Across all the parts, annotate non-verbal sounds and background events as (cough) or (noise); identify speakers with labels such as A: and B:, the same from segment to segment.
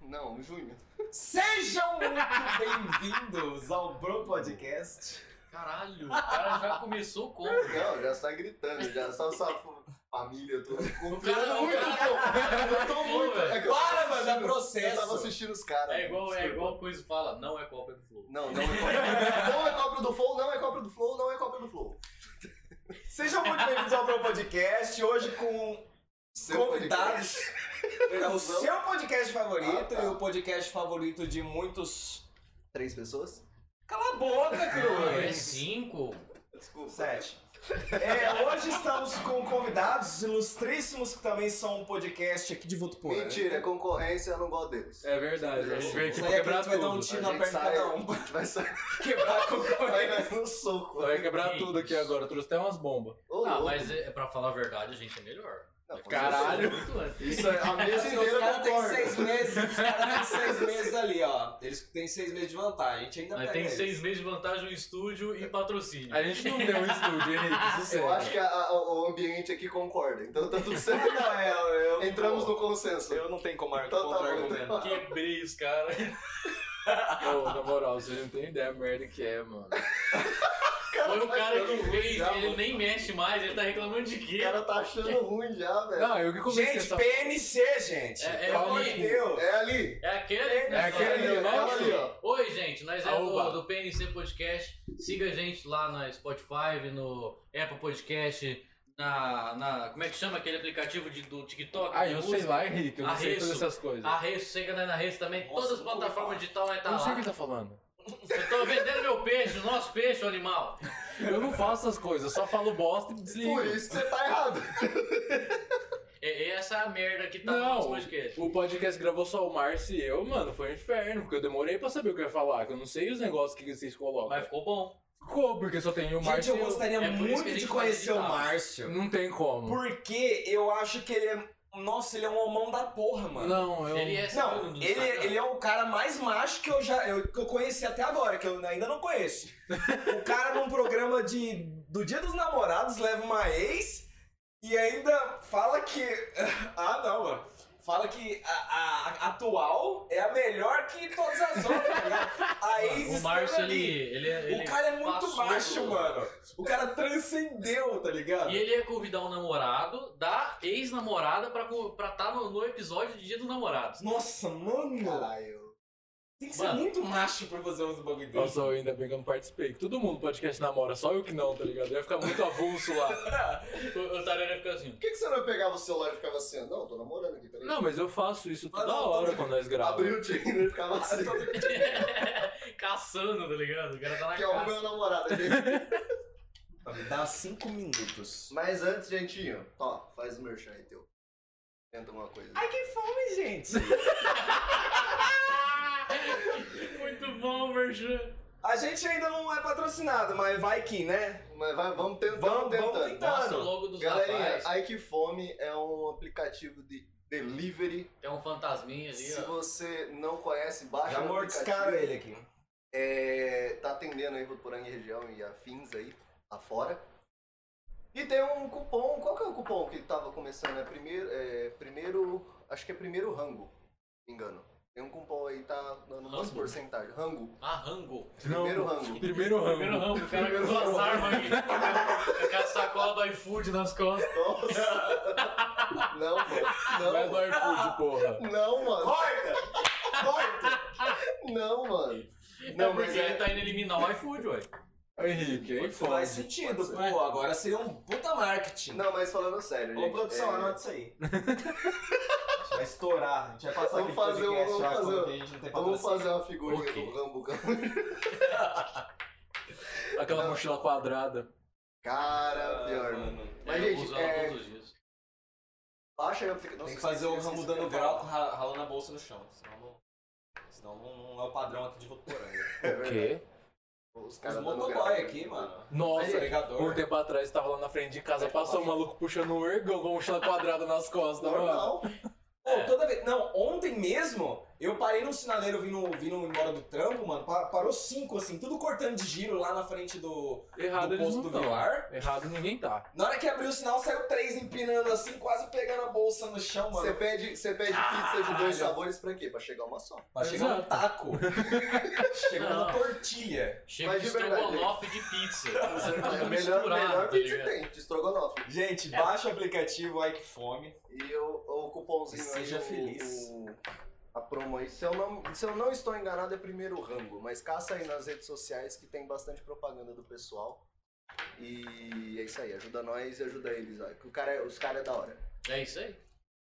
A: Não, junho.
B: Sejam muito bem-vindos ao Bro Podcast.
C: Caralho, o cara já começou como?
A: Não, já sai gritando, já só sua família toda.
C: O cara não muito bom. Eu tô bom, velho.
A: É que eu tava
B: Para, mano, dá
A: assistindo- Eu tava
B: processo.
A: assistindo os caras.
C: É igual, é
A: desculpa.
C: igual coisa fala, não é cópia do Flow.
A: Não, não é cópia. Não é cópia do Flow, não é cópia do Flow, não é cópia do Flow.
B: Sejam muito bem-vindos ao Bro Podcast. Hoje com
A: Seu
B: convidados. É o
A: Produção.
B: seu podcast favorito
A: Ah, tá.
B: e o podcast favorito de muitos.
A: Três pessoas?
B: Cala a boca,
C: É
B: Cruz!
C: cinco?
A: Desculpa.
B: Sete. É, hoje estamos com convidados ilustríssimos que também são um podcast aqui de Votuporã.
A: Mentira, é concorrência, eu não gosto deles.
D: É verdade,
A: Eu
D: vamos
A: sei
D: ver
B: Isso
D: aqui
B: aí
D: pra
B: é que a
D: quebrar
B: gente vai dar um
D: tudo.
B: tiro
A: A
B: na
A: gente
B: perna de
A: sai-
B: cada um.
A: A gente vai
B: (laughs)
A: sair
B: Quebrar a
A: vai
B: concorrência.
A: vai no soco.
D: Vai quebrar
C: Gente.
D: tudo aqui agora, trouxe até umas bombas.
A: Ô,
C: Ah,
A: louco.
C: mas é, pra falar a verdade, a gente é melhor.
A: Não, com
D: Caralho.
A: certeza.
C: Muito antes.
A: Isso é, a mesa
B: Assim, os
A: inteira
B: caras têm
A: concorda.
B: seis meses, os caras têm seis meses ali, ó. Eles têm seis meses de vantagem, a gente ainda
C: Mas
B: pega
C: tem
B: eles.
C: seis meses de vantagem no estúdio e patrocínio.
D: A gente não deu um estúdio, Henrique, sincero.
A: Eu acho que a- a- o ambiente aqui concorda, então tá tudo
B: Ah,
A: certo.
B: (laughs) não, é, eu- eu-
A: Entramos no consenso.
B: Eu não tenho como ar-
A: Então tá bom,
B: contra-argumentar.
A: então.
C: Quebrei os caras.
D: Ô, na moral, você não tem ideia a merda que é, mano.
C: Foi o cara que fez,
A: tá já,
C: ele
A: mano.
C: nem mexe mais, ele tá reclamando de
A: O
C: quê?
A: cara tá achando ruim já, velho.
D: Não, eu que comecei
B: Gente,
D: essa...
B: PNC, gente!
C: É- é
B: Pelo amor
C: ali.
B: de Deus!
A: É ali.
C: É aquele.
B: É
C: né,
D: aquele
C: cara?
D: ali, ó,
C: Nossa.
D: aquele
A: ali,
C: Oi, gente. Nós é
D: Aoba.
C: do, do PNC Podcast. Siga a gente lá na Spotify, no Apple Podcast, na. na- como é que chama aquele aplicativo de- do TikTok?
D: Ah,
C: de
D: eu
C: música?
D: sei lá, Henrique, eu não sei
C: Arreço.
D: todas essas coisas.
C: A Rede, siga nós na Rede também.
B: Nossa,
C: Todas as
B: não vou
C: plataformas
B: falar.
C: digitais nós tá
D: Eu não sei o que
C: lá.
D: ele tá falando.
C: Eu tô vendendo meu peixe, o nosso peixe, o animal.
D: Eu não faço essas coisas, eu só falo bosta e
A: Por
D: desligo.
A: isso que você tá errado.
C: É, essa é a merda que tá no
D: Não,
C: nosso podcast.
D: o podcast gravou só o Márcio e eu, mano, foi um inferno, porque eu demorei pra saber o que eu ia falar, que eu não sei os negócios que vocês colocam.
C: Mas ficou bom.
D: ficou, porque só tem o
B: Gente,
D: Márcio
B: eu
D: e eu.
B: gostaria
C: É por isso que a
B: muito
C: gente
B: de
C: faz
B: conhecer o
C: digital.
B: Márcio,
D: Não tem como.
B: porque eu acho que ele é... Nossa, ele é um homão da porra, mano.
D: Não, eu...
C: Ele é
B: Não,
C: segundo do
B: ele,
C: Instagram.
B: ele é o cara mais macho que eu já eu, que eu conheci até agora, que eu ainda não conheço. o cara num programa de do Dia dos Namorados leva uma ex e ainda fala que (laughs) ah não, mano. Fala que a, a- a atual é a melhor que todas as outras. tá ligado? a ex
C: O
B: estando
C: Márcio, ele,
B: ali.
C: ele, é- ele
B: o cara é muito
C: passou
B: macho,
C: do-
B: mano. O cara transcendeu, tá ligado?
C: E ele ia convidar um namorado da ex-namorada pra estar no, no episódio de Dia dos Namorados.
B: Nossa, mano.
A: Caralho.
B: Tem que ser
C: Mano.
B: muito macho pra fazer uns bagulho desse.
D: Nossa, eu ainda bem que eu não participei. que Todo mundo do podcast namora, só eu que não, tá ligado? Eu ia ficar muito avulso lá.
C: O, o Tarana fica assim.
A: Por que, que você não pegava o celular e ficava assim? ó, Não, tô namorando aqui, peraí.
D: Não, mas eu faço isso toda
B: Mas não,
D: hora
B: todo-
D: quando nós
A: Abriu
D: gravamos.
A: o Tinder e ficava assim.
C: Caçando, tá ligado? O cara tá na
A: Que é o
C: caça.
A: meu namorado aqui.
B: Dá cinco minutos.
A: Mas antes, gentinho, ó, faz o merchan aí teu. Tenta uma coisa.
B: Ai, que fome, gente!
C: Muito bom, Merchan.
B: A gente ainda não é patrocinado, mas vai que, né?
A: Mas vai, vamos tentar,
B: Vamos-
A: vamos,
B: vamos
A: tentando.
B: tentar.
C: Nossa, o logo dos
A: Galerinha,
C: rapazes.
A: Ai Que Fome é um aplicativo de delivery.
C: Tem um fantasminha ali,
A: Se
C: ó.
A: você não conhece, baixa
B: Já
A: o
B: mordiscaram
A: aplicativo.
B: ele aqui.
A: É, tá atendendo aí Votuporanga e região e afins aí, afora. E tem um cupom, qual que é o cupom que tava começando? É primeiro, é, primeiro acho que é primeiro rango, me engano. Tem um cupom aí, tá dando umas
C: Rango?
A: porcentagens. Rango,
C: Ah, Rango.
A: primeiro rango.
B: (laughs)
D: Primeiro ramo.
C: Primeiro ramo, o cara com
A: (laughs)
C: as armas aqui. Com a sacola do iFood nas costas.
A: Nossa!
B: (laughs)
A: não,
D: Vai
A: mano.
D: é do iFood, porra.
A: Não, não, mano.
B: Corta! (laughs) Corta!
A: Não, mano.
C: Não,
A: Não,
C: porque
A: mas
C: ele
A: é.
C: tá indo eliminar o iFood, ué.
D: Henrique, aí
B: Faz
D: foda.
B: sentido,
A: Pode ser.
B: pô. Agora seria um puta marketing.
A: Não, mas falando sério, gente.
B: Ô, produção,
A: é,
B: anota isso aí. A gente vai estourar. A gente vai passar
A: Vamos
B: aquele
A: fazer um-
B: podcast
A: vamos
B: já,
A: fazer
B: falando
A: um-
B: que a gente não tem
A: Vamos fazer
B: patrocínio.
A: uma figurinha
C: Ok.
A: do Rambo.
D: Aquela
A: Não.
D: mochila quadrada.
B: Ah,
A: Cara, pior, mano. Mas,
C: É, eu
A: gente,
C: uso ela
A: é-
C: todos os dias.
A: Baixa aí o aplicativo. Nossa,
B: Tem que fazer o
A: esqueci-
B: ramo
A: esqueci o
B: dando
A: que eu ia
B: grau
A: falar.
B: ralando a bolsa no chão. Senão não, senão não é o padrão aqui de Votuporanga.
A: É
D: O
A: verdade.
D: quê?
A: Os caras
B: Os
A: dando
B: motoboy
A: grau.
B: aqui, mano.
D: Nossa,
B: Carregador.
D: um tempo atrás tava lá na frente de casa, passou um maluco puxando um ergão com a mochila quadrada nas costas, mano.
A: Normal.
B: Pô, toda vez. Não, ontem mesmo Eu parei num sinaleiro vindo, vindo embora do trampo, mano. pa- Parou cinco, assim, tudo cortando de giro lá na frente do,
D: Errado
B: do
D: eles
B: posto
D: não
B: do
D: tão.
B: Vilar.
D: Errado ninguém tá.
B: Na hora que abriu o sinal, saiu três empinando assim, quase pegando a bolsa no chão, mano.
A: Você pede, você pede pizza de
B: Caralho.
A: dois sabores pra quê? Pra chegar uma só.
B: Pra chegar um
D: Exato. (laughs)
B: taco. Chegou uma
C: Não.
B: tortilha.
C: Chega
A: Mas
C: de
A: de verdade,
C: estrogonofe de pizza.
A: (laughs) É
C: Tudo
A: o melhor,
C: misturado,
A: melhor
C: tá
A: que você
C: ligado?
A: tem, de estrogonofe.
B: Gente, baixa o aplicativo Ai Que Fome.
A: E o, o cupomzinho
B: Seja
A: aí, o-
B: feliz.
A: o- a promo aí. Se eu, não, se eu não estou enganado, é primeiro rango. Mas caça aí nas redes sociais que tem bastante propaganda do pessoal. E é isso aí, ajuda nós e ajuda eles. ó, que O cara, é- os caras é da hora.
C: É isso aí.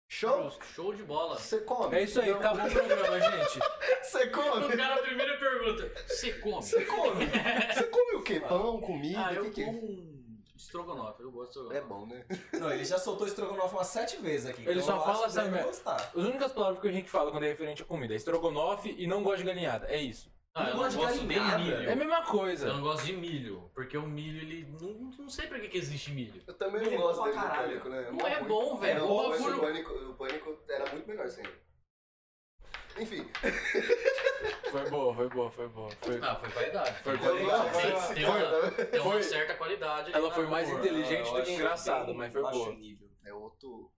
A: Show?
C: Show de bola.
A: Você come.
D: É isso aí,
A: Não,
D: acabou o programa, gente.
A: Você
C: (laughs) O
A: come?
C: cara primeiro pergunta: Você come?
A: Você come? Você come o quê? Pão, comida?
C: Ah,
A: o
C: eu
A: que que é?
C: como um estrogonofe. Eu gosto de estrogonofe.
A: É bom, né?
B: Não, ele já soltou estrogonofe umas sete vezes aqui.
D: Ele
B: então
D: só
B: eu
D: fala
B: acho que deve
D: essa merda.
B: gostar.
D: As únicas palavras que o Henrique fala quando é referente à comida é estrogonofe e não gosta de galinhada. É isso.
C: Ah, eu
B: Não
C: não
B: gosto de
C: gosto nem
B: galinhada.
C: milho.
D: É a mesma
C: Eu
D: coisa.
C: não gosto de milho, porque o milho, ele. Não, não sei pra que, que existe milho.
A: Eu também não
B: Ele é
A: gosto
B: bom pra
A: dele do
B: caralho.
A: pânico, né?
C: Não é
A: muito.
C: bom, velho.
A: Não,
C: O
A: mas o
C: bagulho.
A: pânico, o pânico era muito melhor sem ele. Enfim,
D: Foi boa, foi boa, foi boa. Foi...
C: Ah, foi qualidade.
D: Foi
A: eu
D: qualidade.
A: gosto-
C: Tem- tem uma-
A: né?
C: Tem uma
D: Foi-
C: certa qualidade. aí
D: Ela
C: na
D: foi mais
C: cor.
B: Eu
D: inteligente do que
B: achei
D: engraçada,
B: bem
D: mas foi
B: baixo
D: boa.
B: nível.
A: é outro.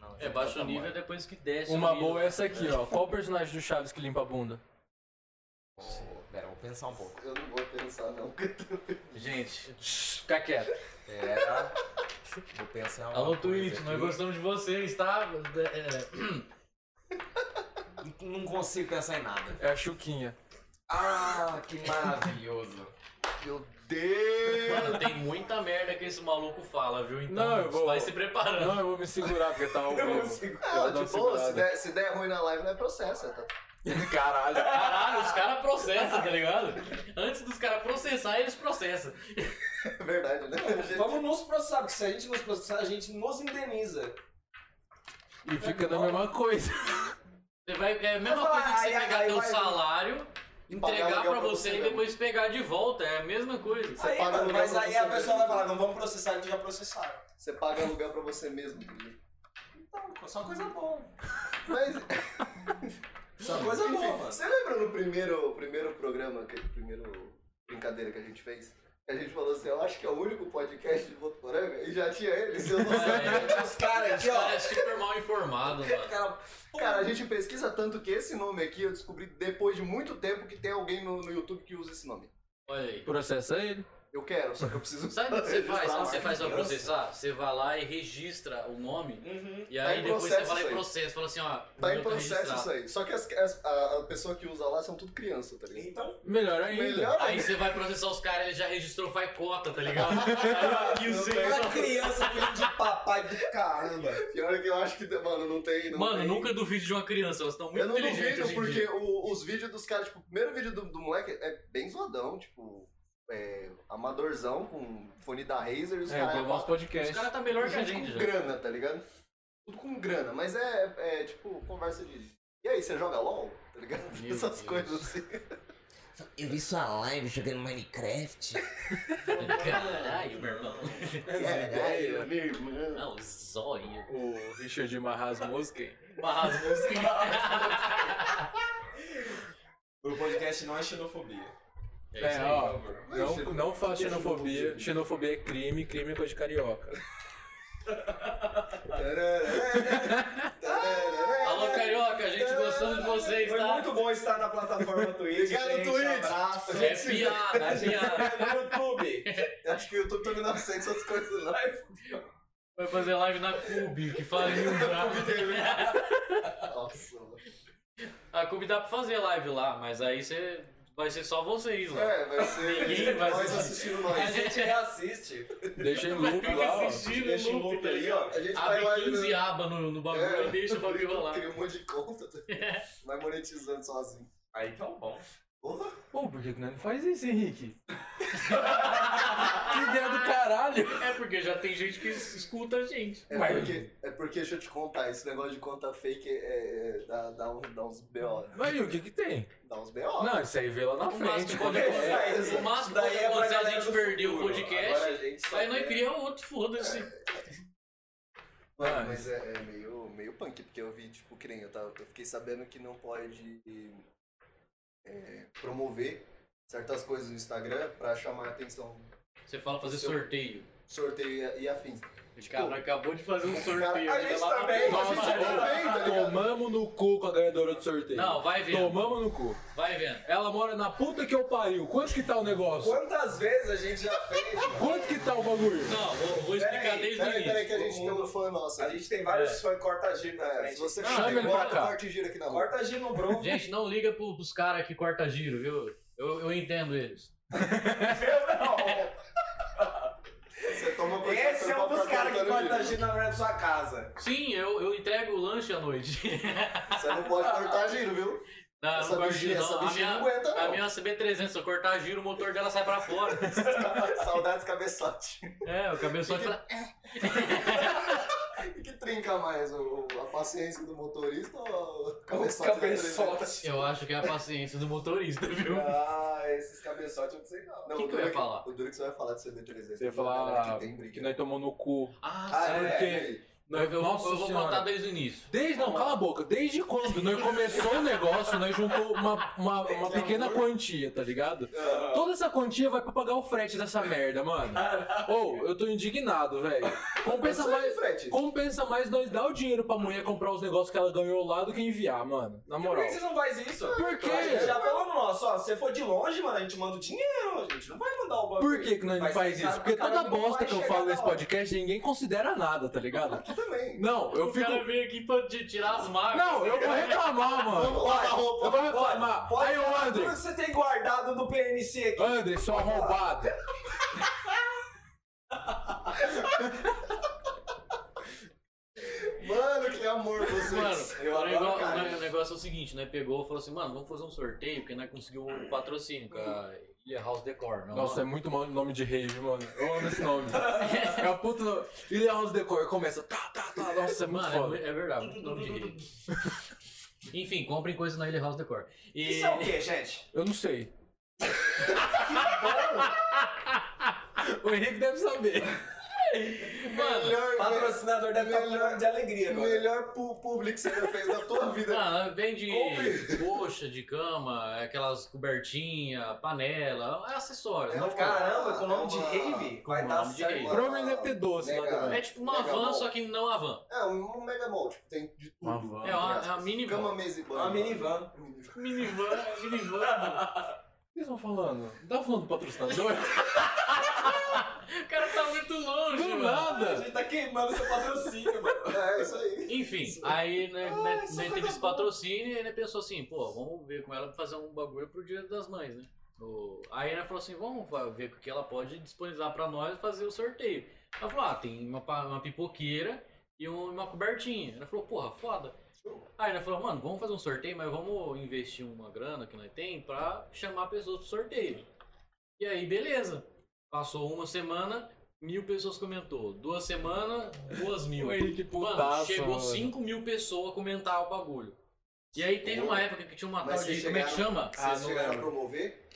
B: Não,
C: É
B: já
C: baixo
B: tá
C: nível
B: bom.
C: depois que desce. o
D: Uma
C: nível.
D: boa é essa aqui, ó. Qual o personagem do Chaves que limpa a bunda?
B: Pera, vou pensar um pouco.
A: Eu não vou pensar, não.
C: Gente.
D: Fica quieto.
B: Pera. É. Vou pensar uma coisa
C: Alô, Tá Twitch, é
B: aqui.
C: nós gostamos de vocês, tá? É,
B: Não consigo pensar em nada.
D: É a Chuquinha.
B: Ah, que maravilhoso.
A: Meu Deus!
C: é. Mano, tem muita merda que esse maluco fala, viu? Então
D: Não, eu vou-
C: vai se preparando.
D: Não, eu vou me segurar porque tá ao vivo.
A: Ah,
D: Eu dou
A: de boa,
D: uma
A: se
D: segurada.
A: der, se der ruim na live, não é processo. Tá?
D: (laughs) Caralho.
C: Caralho, os caras processam, tá ligado? Antes dos caras processar, eles processam.
A: É verdade, né?
B: (laughs) Vamos nos processar, porque se a gente nos processar, a gente nos indeniza.
D: E fica da mesma coisa.
C: Você vai, é a mesma
B: Vai falar,
C: coisa que você
B: aí,
C: pegar
B: aí,
C: teu
B: vai-
C: salário, entregar
A: aluguel pra
C: pra você
A: você
C: e
A: mesmo.
C: depois pegar de volta. É a
A: (laughs)
C: mesma coisa.
B: Aí,
A: paga
B: mano,
A: aluguel
B: mas
A: pra
B: aí
A: você
B: a
A: mesmo.
B: pessoa vai falar, não vamos processar, eles já processaram.
A: Você paga aluguel pra você mesmo. entendeu?
B: Então, só coisa boa.
A: Mas,
B: Só coisa
A: enfim,
B: boa, mano.
A: você lembra no primeiro, primeiro programa, que, primeiro brincadeira que a gente fez? Que a gente falou assim, eu acho que é o único podcast de Votoporanga e já tinha ele, se eu não sei.
C: É,
B: Os caras
C: Esse
B: aqui,
C: cara
B: ó.
C: é super mal informado, mano.
B: Cara,
A: Cara, a gente pesquisa tanto que esse nome aqui eu descobri depois de muito tempo que tem alguém no, no YouTube que usa esse nome.
C: Olha aí.
D: Processa ele.
A: Eu quero, só que eu preciso.
C: Sabe o
A: (laughs)
C: que você faz? Sabe o que você
A: registrar.
C: faz pra
B: criança.
C: processar? Você vai lá e registra o nome.
B: Uhum.
C: E
A: Tá
C: aí
A: em
C: depois você
A: processo
C: vai lá
A: isso
C: e
A: aí.
C: processa. Fala assim, ó.
A: Tá
C: eu
A: em
C: tô
A: processo
C: registrado.
A: isso aí. Só que as- as- a, a pessoa que usa lá são tudo criança, tá ligado?
B: Então,
D: Melhor ainda.
A: Melhor
C: Aí você vai processar os caras, ele já registrou, faz cota,
A: (laughs)
C: tá ligado? Aí, ó, aqui o
A: Não
C: seu-
A: tem.
B: uma criança, filho de papai do caramba.
A: Pior é que eu acho que, mano, não tem. Não
C: Mano,
A: tem.
C: nunca duvide de uma criança, elas estão muito
A: Eu não
C: inteligentes
A: duvido,
C: hoje em
A: porque
C: dia.
A: o- os vídeos dos caras, tipo, o primeiro vídeo do, do moleque é bem zoadão, tipo, é, amadorzão com fone da Razer e os
D: É,
A: caras.
D: igual o nosso podcast.
C: Os caras tá melhor que a
A: Tudo
C: gente
A: com
C: já.
A: grana, tá ligado? Tudo com grana, mas é, é, tipo conversa de. E aí, você joga LOL? Tá ligado? (laughs)
C: Meu
A: Essas
C: Deus.
A: coisas assim.
E: Eu vi sua live jogando Minecraft.
C: Caralho, meu irmão. é,
A: Caralho, meu irmão.
C: Não, zóio.
D: O Richard Marras Mosken.
C: Barras
B: O podcast não é xenofobia.
C: É isso aí.
D: ó. Não, não faz xenofobia. Xenofobia é crime, crime é coisa de carioca.
C: Alô, Carioca, a gente gostando de vocês,
B: Foi
C: tá?
B: muito bom estar na plataforma Twitch.
A: Obrigado,
B: gente.
A: Twitch.
B: Abraço.
C: É piada, é piada.
B: No YouTube.
A: (laughs) Acho que o YouTube também não aceita essas coisas, não.
C: Vai fazer live na Cube, que faliu, brabo.
A: Nossa, mano.
C: A Cube dá pra fazer live lá, mas aí você... vai ser só vocês lá.
A: É, vai ser.
C: Ninguém vai
A: nós
C: assistir.
A: assistindo
B: A
A: nós.
B: gente reassiste.
D: Deixa em loop
C: Fica
D: É, lá, ó.
C: assistindo
B: Deixa em
C: loop,
B: loop
C: tá
B: aí,
C: ligado?
B: ó.
A: A gente vai lá
C: Abre
A: e
C: 15 abas no, no bagulho
A: É.
C: e deixa o bagulho rolar. É.
A: Cria um monte de conta,
C: (laughs)
A: tá ligado? vai monetizando sozinho.
B: Aí que é o bom.
A: Porra,
D: Pô, por que que nós não faz isso, Henrique? que ideia do caralho!
C: É porque já tem gente que escuta a gente.
A: É
D: Mas-
A: porque, é porque, deixa eu te contar, esse negócio de conta fake é, é, dá, dá, um- dá uns BO.
D: Mas e o que que tem?
A: Dá uns BO.
D: Não, isso aí vê lá na
C: O máximo
D: frente.
C: pode
D: quando
A: começar.
D: é.
A: isso-
C: acontecer, o máximo
B: daí
C: pode
B: é pra
C: acontecer a
B: galera
C: gente
B: do
C: perder o
B: futuro.
C: é
A: Agora a
C: podcast,
A: gente só
C: aí nós
A: quer-
C: cria outro, foda-se.
A: Mano,
D: Ah,
A: mas é, é meio, meio punk, porque eu vi, tipo, que nem eu, tava, eu fiquei sabendo que não pode é, promover certas coisas no Instagram pra chamar a atenção.
C: Você fala fazer
A: Seu-
C: sorteio.
A: Sorteio e- e afins.
C: O cara acabou de fazer um sorteio.
A: a tá
C: ele
B: gente
C: vai lá- tá
B: também, a
C: Nossa,
A: gente
C: ô,
A: também. bem, tá ligado?
D: tomamos no cu com a ganhadora do sorteio.
C: Não, vai vendo.
D: Tomamos no cu.
C: Vai vendo.
D: Ela mora na puta que eu pariu. Quanto que tá o negócio?
B: Quantas vezes a gente já fez, mano?
D: Quanto que tá o bagulho?
C: Não, vou, vou explicar
B: Peraí,
C: desde o
A: Peraí,
C: início.
A: peraí, que a gente
B: Todo
A: tem
B: mundo-
A: um fã nosso.
B: A
A: aqui.
B: gente tem vários
D: É.
B: fã corta-giro na
A: É,
B: frente.
A: se você tá
D: Ah,
A: chama
D: ele pra
A: embora,
D: cá.
A: corta e gira aqui na mão.
B: Corta giro no bronco.
C: (laughs)
B: (laughs)
C: Gente, não liga pro, pros caras que corta giro, viu? Eu, eu entendo eles.
A: Você toma por
B: Esse é um dos
A: pra
B: caras que
A: cortar no giro.
B: corta giro na frente da sua casa.
C: Sim, eu, eu entrego o lanche à noite. (laughs)
A: Você não pode cortar giro, viu?
C: Não, eu
A: Essa
C: Ah, não corto
A: bichinha-
C: giro, não.
A: essa
C: A
A: bichinha
C: minha,
A: não aguenta,
C: a
A: não.
C: minha CB300, se eu cortar giro, o motor dela sai pra fora. tá-
A: (laughs) Saudades cabeçote.
C: É, o cabeçote fala,
A: E que trinca mais? O, o- a paciência do motorista ou o cabeçote? da
B: Cabeçote.
C: Eu acho que é a paciência do motorista, viu?
A: É.
B: Ah, esses cabeçotes eu não sei não.
A: Não,
C: Quem
A: o
C: que eu ia
A: Duro-
C: falar?
A: O Duro que você vai falar do CB300.
D: Você ia
A: Galera
D: falar
A: que tem
D: que
A: briga.
C: é
D: nós tomamos no cu.
C: Ah,
A: Ah,
D: Sabe
A: é,
D: por quê?
A: é.
C: eu, eu,
D: Nossa
C: eu vou
D: Senhora.
C: contar desde o início.
D: Desde, não, cala a boca. Desde quando nós começou o negócio, nós juntou uma, uma, uma pequena quantia, tá ligado?
B: Ah.
D: Toda essa quantia vai pra pagar o frete dessa merda, mano. Ou, eu tô indignado, velho. Compensa
B: é
A: Isso aí,
D: mais,
A: Fred.
D: compensa mais nós dar o dinheiro pra mulher comprar os negócios que ela ganhou lá do que enviar, mano. Na
B: Por
D: moral.
B: que vocês não fazem isso?
D: Por
B: A gente
D: quê?
B: já falou no nosso, ó, se você for de longe, mano, a gente manda o dinheiro, a gente não vai mandar o banco.
D: Por que, que nós não
B: Mas
D: faz
B: cara,
D: isso? Porque
B: cara,
D: toda
B: não um vai
D: bosta que eu
B: chegar
D: falo
B: na
D: nesse
B: hora.
D: podcast, ninguém considera nada, tá ligado?
B: (laughs)
A: Aqui também.
D: Não, eu
C: o
D: fico.
B: é
C: cara veio aqui pra te tirar as marcas.
D: Não, eu vou reclamar, mano.
A: Vamos lá, roupa.
D: Eu vou
B: Pode,
D: reclamar.
B: pode
D: Aí o
B: falar
D: André.
B: Tudo que você tem guardado do PNC aqui.
D: André, seu arrombado.
A: Mano, que amor vocês.
C: Mano,
A: (laughs)
B: Eu
C: o
B: adoro
C: negócio,
B: cara.
C: o ne- o negócio é o seguinte, né? Pegou e falou assim, mano, vamos fazer um sorteio, porque nós conseguiu o patrocínio, com a Ilha House Decor, não?
D: Nossa, é muito mal nome de rave, mano. Eu amo esse nome. É a puta nome. E House Decor começa. Tá, tá, tá. Nossa, é muito
C: Mano, é mu-
D: foda.
C: é, verdade, muito nome de rede. (laughs) Enfim, comprem coisa na Ilha House Decor. E...
B: Isso é o
C: (laughs)
B: quê,
D: (laughs)
B: gente?
D: Eu não sei. o Henrique deve saber.
C: Mano,
A: Melhor,
B: Patrocinador deve estar
A: Melhor-
B: pulando de alegria agora.
A: melhor pu- público que você já fez na tua vida.
C: Não, vende
A: Compre.
C: coxa de cama, aquelas cobertinhas, panela, é acessório.
A: É
C: né?
A: um
B: Caramba, com o nome de
A: É uma-
B: rave, vai
C: Com
B: dar
C: nome de
B: certo.
C: rave.
B: mano.
D: Provavelmente deve ter doce lá
A: Legal.
D: também.
C: É tipo uma
A: Mega
C: van,
A: mall.
C: só que não a van.
A: É um mega mall, tipo, tem de tudo.
D: Uma van.
C: É uma, é uma minivan.
A: Cama, mesa e banho.
B: Uma minivan.
A: Minivan.
C: Minivan, minivan.
D: O que vocês estão falando? Não tá falando do patrocinador?
C: (laughs) O cara tá muito longe,
D: Do
C: mano.
B: A
D: nada!
B: gente tá queimando seu patrocínio, mano.
D: (laughs)
A: É isso aí.
C: Enfim, aí né, né,
B: isso
C: né,
B: é
C: teve
B: coisa
C: esse patrocínio e né, pensou assim, pô, vamos ver com ela pra fazer um bagulho pro Dia das Mães, né? O- Aí ela falou assim, vamos fa- ver o que ela pode disponibilizar pra nós e fazer o sorteio. Ela falou, ah, tem uma, pa- uma pipoqueira e um- uma cobertinha. Ela falou, porra, foda. Aí ela falou, mano, vamos fazer um sorteio, mas vamos investir uma grana que nós tem pra chamar pessoas pro sorteio. E aí, beleza. Passou uma semana, mil pessoas comentou. Duas semanas, duas mil.
D: O Henrique
C: Mano,
D: putaço.
C: chegou
D: mano.
C: 5 mil pessoas a comentar o bagulho. E aí teve uma época que tinha uma
A: Mas
C: tal de.
A: vocês
C: Como é que chama?
A: Vocês
D: não
A: chegaram a
D: lembro.
A: promover?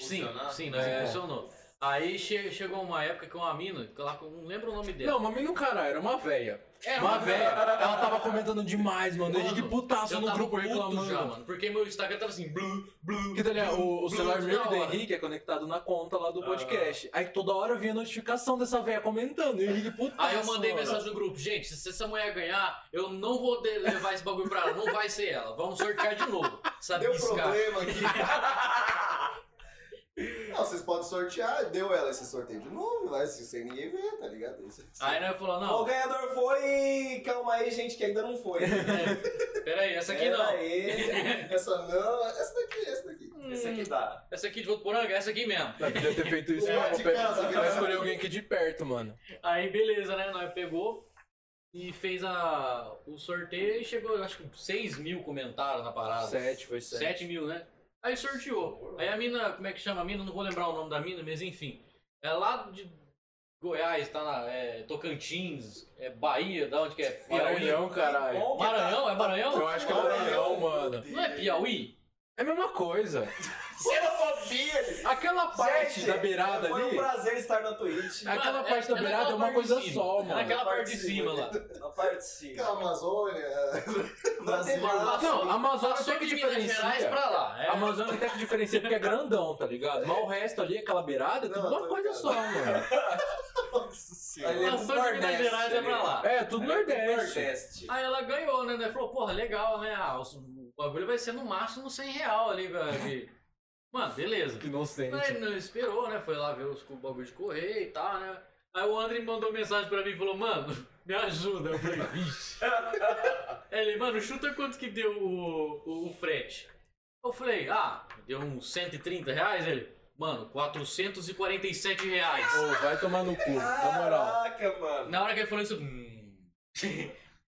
C: Sim,
B: Funcionar?
C: sim, nós
D: É.
C: funcionou. Aí che- chegou uma época que uma mina, que lá, eu não lembro o nome dela.
D: Não, mas não caralho, um era uma véia.
C: era
D: Uma véia. Ela tava comentando demais, mano. O
C: Mano,
D: Henrique putaço
C: Eu
D: no
C: tava
D: grupo
C: puto
D: reclamando.
C: já, mano. Porque meu Instagram tava assim, blu, blu.
D: Porque tá ligado, o, o
C: blu,
D: celular
C: toda
D: meu e do
C: hora.
D: Henrique é conectado na conta lá do
C: Ah.
D: podcast. Aí toda hora vinha notificação dessa véia comentando. E o Henrique putaço.
C: Aí eu mandei
D: mano.
C: mensagem no grupo, gente, se essa mulher ganhar, eu não vou de- levar esse bagulho pra ela, não vai ser ela. Vamos sortear Tá de novo. Sabe
A: Deu
C: piscar.
A: problema aqui. Não, vocês podem sortear, deu ela esse sorteio de novo, vai se sem ninguém ver, tá ligado? Isso-
C: Aí nós falou,
B: O
C: não,
B: ganhador foi. Calma aí, gente, que ainda não
D: (laughs)
B: foi.
C: é, peraí, essa aqui não.
B: Aí.
A: Essa não, essa daqui, essa daqui.
B: Esse aqui dá.
C: Essa aqui de Votuporanga, essa aqui mesmo.
D: Não, devia Ah, ter feito isso
A: Do
D: pra,
A: lado de casa,
D: pra
A: velho.
D: escolher alguém aqui de perto, mano.
C: Aí beleza, né? Nós pegou e fez a, o sorteio e chegou, eu acho que 6 mil comentaram na parada.
D: Sete, foi sete.
C: 7 mil, né? Aí sorteou. Aí a mina, como é que chama a mina? Não vou lembrar o nome da mina, mas enfim. É lá de Goiás, tá na é, Tocantins, é Bahia, da onde que é? Piauí.
D: Maranhão, caralho.
B: Bom que tá-
C: Maranhão? É Maranhão?
D: Eu acho que é Maranhão, mano.
C: Não é Piauí?
D: É a mesma coisa.
B: Xenofobia, gente.
D: Aquela parte
B: Gente,
D: da beirada
B: Foi um
D: ali.
B: prazer estar na Twitch.
D: Ah, Aquela
C: Mano,
D: parte da
C: naquela
D: beirada é uma
C: parte
D: coisa
C: de cima.
D: só, mano.
C: Naquela
B: Na
C: parte de cima lá.
B: Na parte de cima.
A: A Amazônia, Brasil.
B: mais.
D: Não, a Amazônia
C: Passou
D: até que
C: de Minas Gerais
D: diferencia.
C: pra lá. É.
D: A Amazônia até que diferencia porque é grandão, tá ligado? Mas o resto ali, aquela beirada, é tudo
A: Não,
D: uma
A: tô
D: coisa
A: ligado.
D: só, mano.
A: Nossa senhora.
B: Olha,
C: Passou de Minas
B: Nordeste,
C: Gerais é pra
B: né?
C: lá.
D: É, tudo Nordeste.
B: Nordeste.
C: Aí ela ganhou, né? Daí falou, porra, legal, né? Ah, os- o bagulho vai ser no máximo 100 real ali, velho. de-
D: (laughs)
C: Mano, beleza.
D: Que inocente.
C: Aí não esperou, né? Foi lá ver os o bagulho de correr e tal, né? Aí o André mandou mensagem pra mim e falou, mano, me ajuda. Eu falei, vixe. Aí ele, mano, chuta quanto que deu o, o, o frete. Eu falei, ah, deu uns 130 reais? Ele, mano, 447 reais.
D: Ô, vai tomar no cu, na moral.
B: Caraca, mano.
C: Na hora que ele falou isso, hum.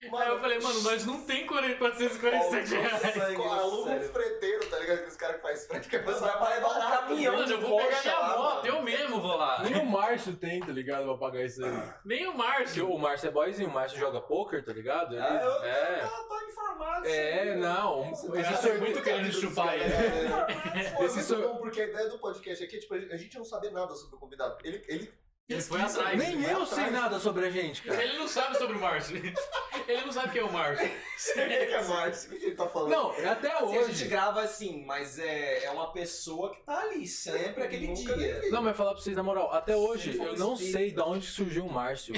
C: Aí eu
A: Mano,
C: falei, mano, mas não tem 40
B: Olha o
C: 447 reais.
B: sangue
A: com
B: no
A: aluno
B: céu.
A: freteiro, tá ligado? Aqueles caras que faz frete que é mais
B: Mas vai pra levar um
A: barato.
B: caminhão.
C: Mano, eu vou
B: Poxa,
C: pegar minha
B: lá,
C: moto,
B: mano.
C: eu mesmo vou lá.
D: Nem o Márcio tem, tá ligado? Pra pagar isso aí.
C: Nem o
D: Porque
C: Márcio.
D: o Márcio é boyzinho, o Márcio joga poker, tá ligado? Ele-
B: Ah, eu- né?
D: é.
B: Ah, tô informado.
D: É,
B: sim.
D: não. é Esse
C: cara
D: sorteio- tá
C: muito querendo chupar ele.
B: Tô
D: (laughs)
B: informado,
A: Pô, é
D: Esse
A: muito
D: sou-
A: bom, porque a ideia do podcast aqui é tipo, a gente não sabe nada sobre o convidado. Ele, ele
C: Ele foi
A: pesquisa.
C: atrás.
D: Nem eu sei nada sobre a gente, cara.
C: Ele não sabe sobre o Márcio. (laughs) Ele não sabe quem é o Márcio.
A: Ele que é mais. O que ele tá falando?
D: Não, é até
B: Assim, a gente
D: hoje.
B: grava assim, mas é, é uma pessoa que tá ali sempre aquele
A: Nunca
B: dia.
A: nem vi.
D: Não, mas falar pra vocês na moral, até hoje
B: foi
D: eu não
B: espírito.
D: sei de onde surgiu o Márcio.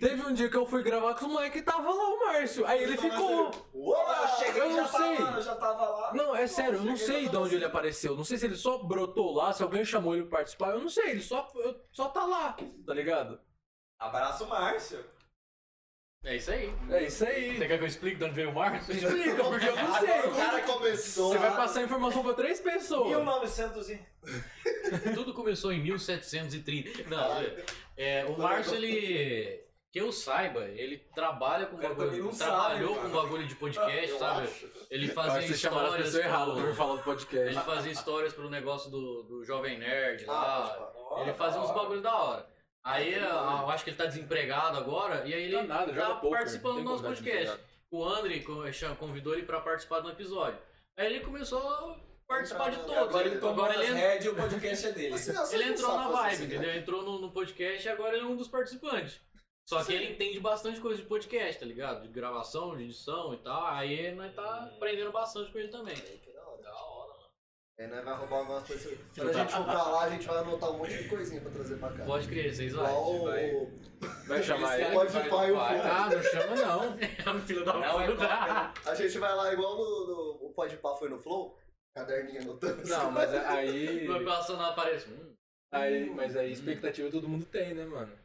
D: Teve um dia que eu fui gravar com o moleque e tava lá o Márcio. Aí ele ficou.
B: Olá, eu cheguei,
D: eu
B: já
D: não
B: tava
D: sei.
B: lá, né?" eu já tava lá.
D: Não, é sério, eu não
A: cheguei
D: sei
A: lá,
D: de onde ele apareceu. Não sei se ele só brotou lá, se alguém chamou ele pra participar. Eu não sei, ele só, eu- só tá lá, tá ligado?
B: Abraço, Márcio.
C: É isso aí.
D: É isso aí.
C: Você quer que eu explique de onde veio o Márcio?
D: Explica, porque eu Ah, não sei.
A: cara começou.
D: Você vai passar informação pra três pessoas.
B: 1900 e...
C: Tudo começou em 1730. Não, é, o Márcio, ele. Que eu saiba, ele trabalha com
B: O cara também
C: bagulho.
B: não
C: Trabalhou
B: sabe,
C: com
B: cara.
C: bagulho de podcast,
A: Eu
C: sabe?
A: acho.
C: Ele
D: Eu acho
C: fazia
D: que vocês chamaram a
C: histórias.
D: pessoa errada
C: pro-
D: por falar do podcast.
C: Ele fazia histórias pro negócio do, do Jovem Nerd lá.
A: Ah, tipo,
C: Ele fazia uns bagulho da hora. Aí eu acho que ele tá desempregado agora, e aí ele
D: Tá nada, joga
C: tá
D: poker,
C: participando do
D: não tem
C: nosso
D: como ficar
C: podcast. O André co- cham- convidou ele pra participar do episódio. Aí ele começou a participar de
A: Agora
C: todos.
A: ele
C: Agora,
B: Tomou as
C: ele, en-
B: rédeas e o podcast é dele. (laughs)
A: assim, assim,
C: ele
A: não
C: entrou
A: sabe
C: na
A: fazer
C: vibe,
A: isso, né?
C: entendeu? Entrou no, no podcast e agora ele é um dos participantes. Só que ele entende bastante coisa de podcast, tá ligado? De gravação, de edição e tal. Aí nós tá aprendendo bastante com ele também.
A: Tipo, Aí nós É, né, vai roubar algumas coisas. Quando a gente for pra lá, a gente vai anotar um monte de coisinha pra trazer pra cá.
C: Pode crer, vocês vão.
A: Igual o-
C: (laughs)
B: vai.
D: Vai chamar ele?
A: Pode ir pai, o
B: vai.
A: filho.
D: Ah, não chama não.
C: um Filho da
B: Não, é
C: (laughs) puta.
A: A gente vai lá igual no, no o Pode Pá foi no Flow, caderninho anotando.
D: Não, mas é aí.
C: Vai passando na parede. Hum.
D: aí mas aí expectativa todo mundo tem, né, mano?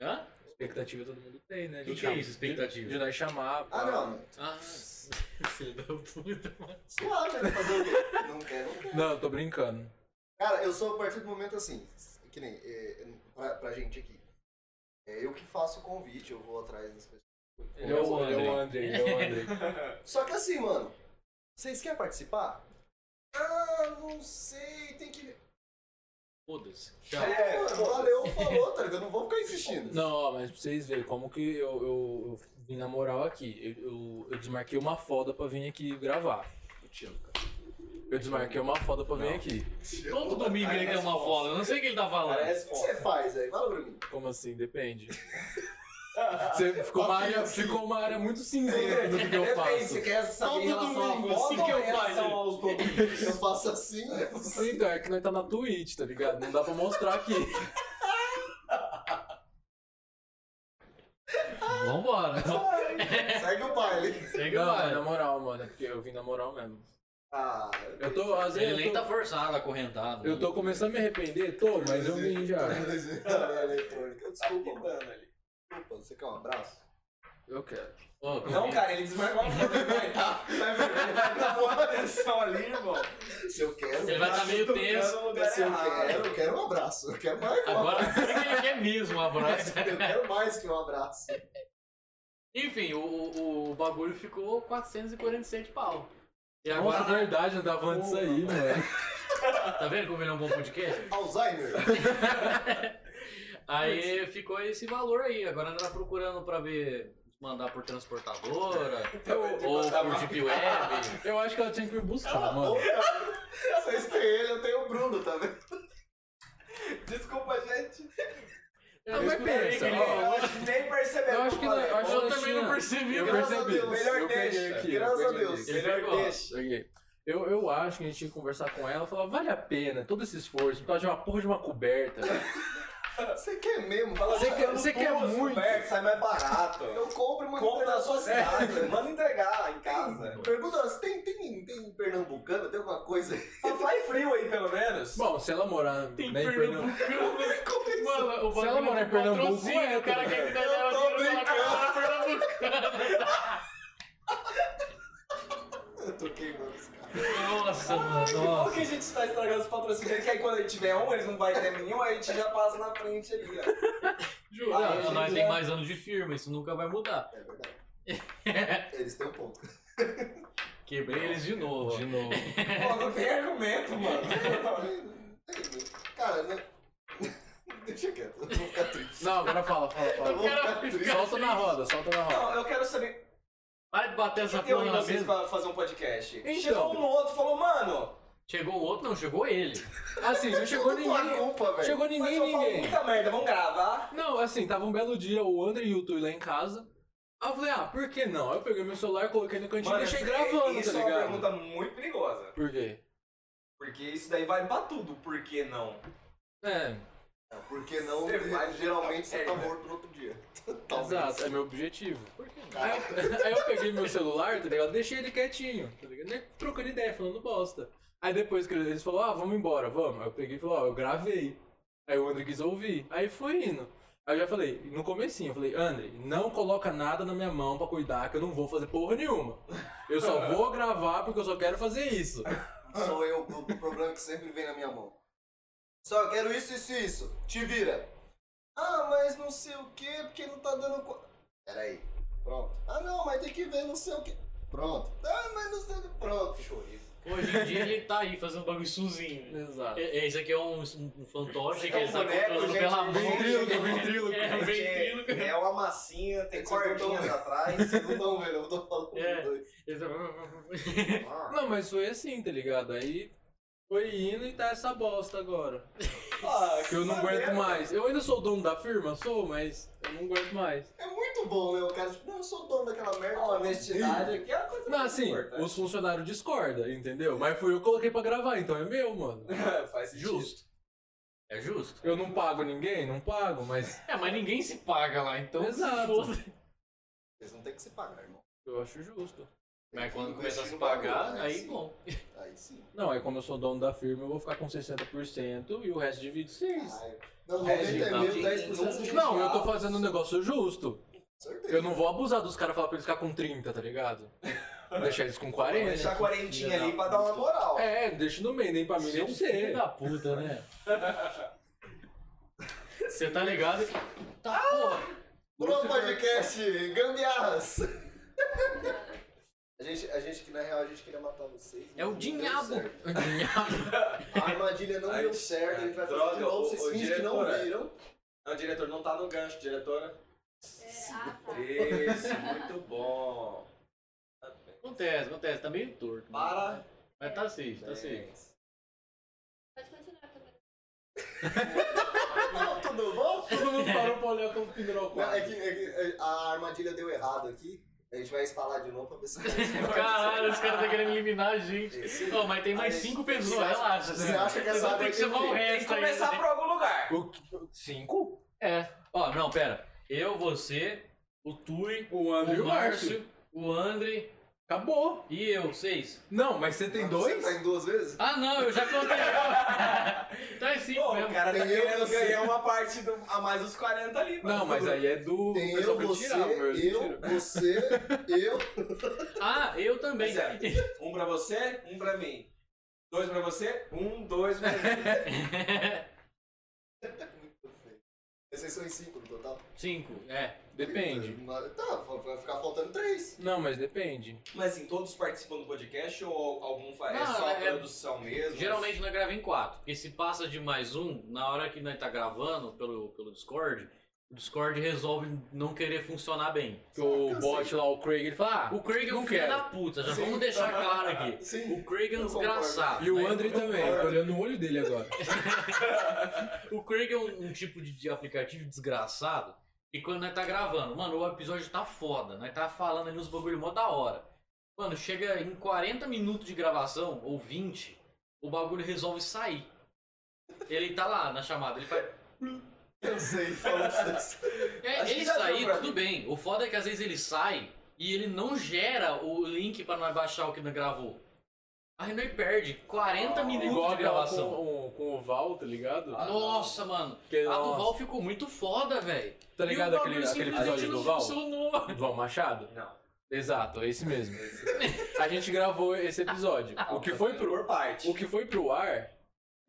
C: Hã?
D: Expectativa todo mundo tem, né?
C: O que,
D: De
C: que é
D: chamar-
C: isso, expectativa?
D: De nós chamar.
A: Ah,
D: pá.
A: não.
C: Ah, (laughs) filho da puta, mano.
A: Suave, né? Fazer o quê? Não quer, não quer.
D: Não, tô brincando.
A: Cara, eu sou a partir do momento assim, que nem é, pra, pra gente aqui. É eu que faço o convite, eu vou atrás das pessoas.
D: Ele é o ele é o André, ele é o André.
A: Só que assim, mano, vocês querem participar? Ah, não sei, tem que.
C: Foda-se.
A: É, mano, valeu, falou, tá ligado? Eu não vou ficar insistindo.
D: Não, ó, mas pra vocês verem como que eu, eu, eu vim na moral aqui. Eu, eu, eu desmarquei uma foda pra vir aqui gravar. Eu desmarquei uma foda pra vir aqui.
C: Todo domingo ele tem uma foda, eu não sei o que ele tá falando.
A: O que você faz aí? Fala pra mim.
D: Como assim? Depende. (laughs) Você- ficou, uma área, ficou uma área muito cinzenta do que eu
B: Depende,
D: faço.
B: você quer saber em
A: Todo
B: relação à
A: domingo,
B: moda
A: assim
B: ou
A: que eu
B: em relação
A: faço.
B: é aos domingos?
A: Eu faço assim, né?
D: Então, é que nós tá na Twitch, tá ligado? Não dá pra mostrar aqui.
C: Vambora.
A: Segue o baile.
C: Segue
D: Não,
C: o
D: mas
C: baile.
D: na moral, mano, é porque eu vim na moral mesmo.
A: Ah,
D: Eu tô, às
C: Ele
D: vezes,
C: nem
D: eu
C: tá
D: tô,
C: forçado, acorrentado.
D: eu tô começando a me arrepender, tô, mas eu vim já.
A: Olha, eletrônica. Desculpa, mano.
B: Pitando ali.
A: Desculpa, Você quer um abraço?
D: Eu quero.
C: Ô,
B: Não, cara, ele desmarcou a foto, ele vai tá- vai vai tá fora da atenção ali, irmão.
A: Se eu quero.
C: Ele vai
B: Tá
C: tá meio
B: chutando
C: tenso.
B: no lugar
A: Se eu
B: errado.
A: quero, eu quero um abraço. Eu quero mais que um
D: (laughs)
C: Agora
A: abraço.
C: agora que ele quer mesmo um abraço.
A: Eu quero mais que um abraço.
C: Enfim, o, o, o bagulho ficou 447 pau. E
D: Nossa,
C: agora,
D: verdade, eu tava antes aí, mano.
C: tá vendo como ele é um bom podcast?
A: Alzheimer.
C: Aí ficou esse valor aí. Agora anda tá procurando pra ver mandar por transportadora,
D: Eu-
C: ou por Deep Web.
D: Eu acho que ela tinha que me buscar, mano.
A: Vocês têm ele, eu tenho o Bruno, tá vendo?
B: Desculpa, gente.
D: Não, mas pensa, ó.
B: Eu acho que nem percebeu.
D: é Eu acho que não- eu acho
C: Eu
D: que
C: também não
D: tinha-
C: percebi,
D: Eu
C: graças a
D: percebi.
A: Deus.
B: Melhor
D: eu peguei
B: deixa,
D: aqui, eu
A: graças a
D: peguei
A: Deus.
D: aqui.
C: Ele pegou.
D: Peguei. Eu, eu acho que a gente tinha que conversar com ela e falar, vale a pena todo esse esforço por causa de uma porra de uma coberta.
A: Você quer mesmo? Fala
D: Você
A: assim,
D: quer,
A: eu não
D: você quer
A: posso,
D: muito.
A: Roberto,
B: Sai mais barato.
A: Eu compro uma
B: Compra na sua cidade.
A: Tem-
B: Manda entregar lá em casa.
A: Pergunta, se tem, tem, tem pernambucano, tem alguma coisa (laughs) aí?
B: Mas Faz frio aí, pelo menos.
D: Bom, se ela morar né,
C: Tem
D: em Pernambuco.
C: Pernambucano.
A: Como isso?
C: Mano, o
D: Se ela
C: bagulho
D: morar em
C: do
D: Pernambuco,
C: patrocínio,
D: é,
C: o cara
D: tá
C: quer que
A: ligado?
C: dela
A: Eu tô
C: dinheiro pra ela comprar uma pernambucana.
A: Eu tô queimando esse cara.
C: Nossa, mano,
B: Como
C: nossa.
B: que a gente tá estragando os patrocínios? Que aí quando ele tiver um, eles não vai ter nenhum, aí a gente já passa na frente ali, ó.
C: Juro,
B: Ah,
C: nós-
B: gente,
C: nós
B: né?
C: tem mais anos de firma, isso nunca vai mudar.
A: É verdade. Eles têm um ponto.
C: Quebrei eles de novo.
D: De novo.
B: Pô, não tem argumento,
C: (laughs)
B: mano.
A: Cara, né? (laughs) Deixa quieto, eu vou ficar triste.
D: Não, agora fala, fala,
C: Tá
A: Eu
D: fala.
A: vou ficar
C: Cara,
A: triste.
D: Solta na roda, solta na roda.
B: Não, eu quero saber
C: Vai bater essa
B: quem deu
C: porra
B: em
C: na
B: vocês
C: mesa.
B: pra fazer um podcast.
D: Então.
B: Chegou um outro e falou, mano,
C: Chegou o outro, não, chegou ele.
D: Assim, não chegou
A: Tudo tua
D: ninguém.
A: culpa, velho.
D: Chegou
B: mas
D: ninguém,
B: eu falo
D: ninguém.
B: muita merda, vamos gravar.
D: Não, assim, tava um belo dia o André e o Tui lá em casa. Aí eu falei, ah, por que não? Aí eu peguei meu celular, coloquei no cantinho e deixei
B: isso-
D: gravando, tá
B: isso é uma
D: ligado?
B: pergunta muito perigosa.
D: Por quê?
B: Porque isso daí vale pra tudo, por que não?
D: É,
A: Porque não,
B: Você vai-
A: geralmente você tá
B: É, né?
A: morto no outro dia.
D: exato, é meu objetivo.
C: Por que não?
D: Aí eu, (laughs) aí eu peguei meu celular, tá ligado? Deixei ele quietinho, tá ligado? Nem Trocando ideia, falando bosta. Aí depois que eles falaram, ah, vamos embora, vamos. Aí eu peguei e falei, ó, eu gravei. Aí o André quis ouvir. Aí foi indo. Aí eu já falei, no comecinho, eu falei, André, não coloca nada na minha mão pra cuidar, que eu não vou fazer porra nenhuma. Eu só vou gravar porque eu só quero fazer isso.
A: Sou eu, o o problema que sempre vem na minha mão. Só quero isso, isso e isso. Te vira. Ah, mas não sei o que, porque não tá dando. co- Peraí. Pronto. Ah, não, mas tem que ver não sei o que. Pronto. Ah, mas não sei o que. Pronto.
C: Hoje em dia ele tá aí fazendo bagulho sozinho.
D: Exato.
C: É- é, Esse aqui é um, um fantoche
B: Esse
C: que
B: é
C: ele
B: um
C: tá
B: boneco,
C: controlando
B: gente, gente,
C: pela mão.
B: ventríloco,
D: ventríloco.
C: É, um ventríloco.
B: Gente, É uma massinha, tem cordinhas atrás.
A: Não dão, velho. Eu tô falando
C: É.
A: com dois.
C: Ele tá-
A: Ah,
D: Não, mas foi assim, tá ligado? Aí foi indo e tá essa bosta agora.
B: (laughs) Ah,
D: Que eu não
B: maneiro.
D: aguento mais. Eu ainda sou o dono da firma, sou, mas eu não aguento mais.
A: É muito bom, né? O cara, tipo, não, eu sou dono daquela merda.
B: A honestidade aqui é uma coisa
D: Não,
B: muito
D: assim,
B: importante.
D: os funcionários discordam, entendeu? Mas fui eu que coloquei pra gravar, então é meu, mano.
B: (laughs) Faz sentido.
D: Justo.
C: É justo.
D: Eu não pago ninguém? Não pago, mas
C: É, mas ninguém se paga lá, então.
D: Exato.
C: foda-se.
A: Vocês não tem que se pagar, irmão.
D: eu acho justo.
A: Tem
C: Mas
A: que
C: quando começar a
A: investir
C: se
A: no bagulho,
C: pagar,
A: né?
C: aí
A: Sim.
C: bom.
A: Aí sim.
D: Não, aí como eu sou dono da firma, eu vou ficar com 60% e o resto divide 6.
A: Caralho. Não,
B: É,
A: 90 é
C: não.
A: meu, 10% do
D: Não, eu tô fazendo um negócio justo.
A: Certeza.
D: Eu não vou abusar dos caras e falar pra eles ficar com 30, tá ligado? Deixar eles com 40.
B: Deixar a quarentinha ali pra dar uma moral.
D: É, deixa no meio, nem pra mim
C: Você é
D: nem
C: um
D: pra
C: filho
D: você.
C: da puta, né? (laughs) Você tá ligado? Tá, porra.
A: Pro podcast Gambiarras. A gente, a gente que na real a gente queria matar vocês.
C: É o
A: mas não deu
C: dinhabo.
A: certo.
D: Dinhado.
A: A armadilha não
B: Ai,
A: deu certo, a gente vai
B: droga,
A: fazer de novo,
B: o-
A: vocês
B: o
A: fingem que não
B: diretor.
A: viram.
B: Não, diretor, não tá no gancho, diretora.
F: ah, tá.
B: Isso, muito bom.
C: (laughs) Acontece, acontece. Tá meio torto. né?
B: Para.
C: Mas tá safe, tá safe.
F: Pode continuar também.
A: Não, tudo bom?
D: Todo mundo parou pra olhar como pendurou o
A: Não, é
D: quadro.
A: que, é que, é, a armadilha deu errado aqui. A gente vai instalar de novo pra ver se
C: Caralho, os caras tá querendo eliminar a gente. Ó, mas tem mais
A: Aí,
C: cinco
A: você
C: pessoas,
A: acha-
C: relaxa.
A: você acha que essa
C: Vocês vão
A: água
C: ter
A: é
C: que
A: tem
C: chamar
A: jeito?
B: Tem que
C: o resto né?
B: começar
C: ainda.
B: por algum lugar.
D: O que- Cinco?
C: É. Ó, não, pera. Eu, você, o Tui,
D: O André Um e
C: o
D: o Márcio.
C: Márcio, o André
D: Acabou.
C: e eu, seis.
D: Não, mas você tem dois?
A: Tá em duas vezes?
C: Ah, não, eu já
A: (laughs)
C: contei. então é
B: Pô,
C: cinco
B: o
C: mesmo.
B: cara tá
A: Tem
B: querendo
A: eu, você.
B: ganhar uma parte do, a mais dos 40 ali, mano.
D: Não, mas aí é do
A: Tem eu,
D: pessoal que eu
A: você,
D: tirava. meu,
A: eu,
D: tiro.
A: você, eu.
C: Ah, eu também.
B: Tá
A: é.
B: Um pra você, um pra mim. Dois pra você, um, dois pra
C: (laughs)
B: mim.
A: Vocês são em cinco no total?
C: (laughs) Cinco, é.
D: Depende.
A: Tá, vai ficar faltando três.
D: Não, mas depende.
B: Mas assim, todos participam do podcast ou algum faz? É
C: Não,
B: só a
C: é-
B: produção mesmo?
C: Geralmente nós gravamos em quatro. Porque se passa de mais um, na hora que nós tá gravando pelo, pelo Discord, o Discord resolve não querer funcionar bem.
D: Que o bot lá, o Craig, ele fala, ah,
C: O Craig é um
D: Não
C: filho
D: quero.
C: da puta, já
A: Sim.
C: vamos deixar claro aqui.
A: Sim.
C: O Craig é um
A: Eu concordo.
C: desgraçado.
D: e o
C: né?
D: André também, tô olhando no olho dele agora.
C: O Craig é um, um tipo de, de aplicativo desgraçado. E quando nós tá gravando, mano, o episódio tá foda. Nós tá falando ali uns bagulho mó da hora. Mano, chega em 40 minutos de gravação, ou 20, o bagulho resolve sair. Ele tá lá na chamada, ele faz.
A: Eu sei, falou (laughs) isso.
C: É,
A: Acho que
C: ele
A: já deu
C: sair,
A: pra
C: tudo
A: mim.
C: bem. O foda é que às vezes ele sai e ele não gera o link pra nós baixar o que não gravou. Aí nós perde 40 minutos
D: Igual
C: de
D: aquela
C: gravação.
D: com, o- com o Val, tá ligado?
C: Nossa, mano.
D: Que-
C: A do
D: nossa.
C: Val ficou muito foda, velho.
D: Tá ligado
C: E o bagulho
D: aquele, aquele
C: simplesmente
D: episódio do
C: não
D: Val?
C: funcionou.
D: Do Val Machado?
B: Não.
D: Exato, é esse (laughs) mesmo. A gente gravou esse episódio.
C: Ah,
D: O
C: tá.
D: que foi pro,
B: Por parte.
D: o que foi pro ar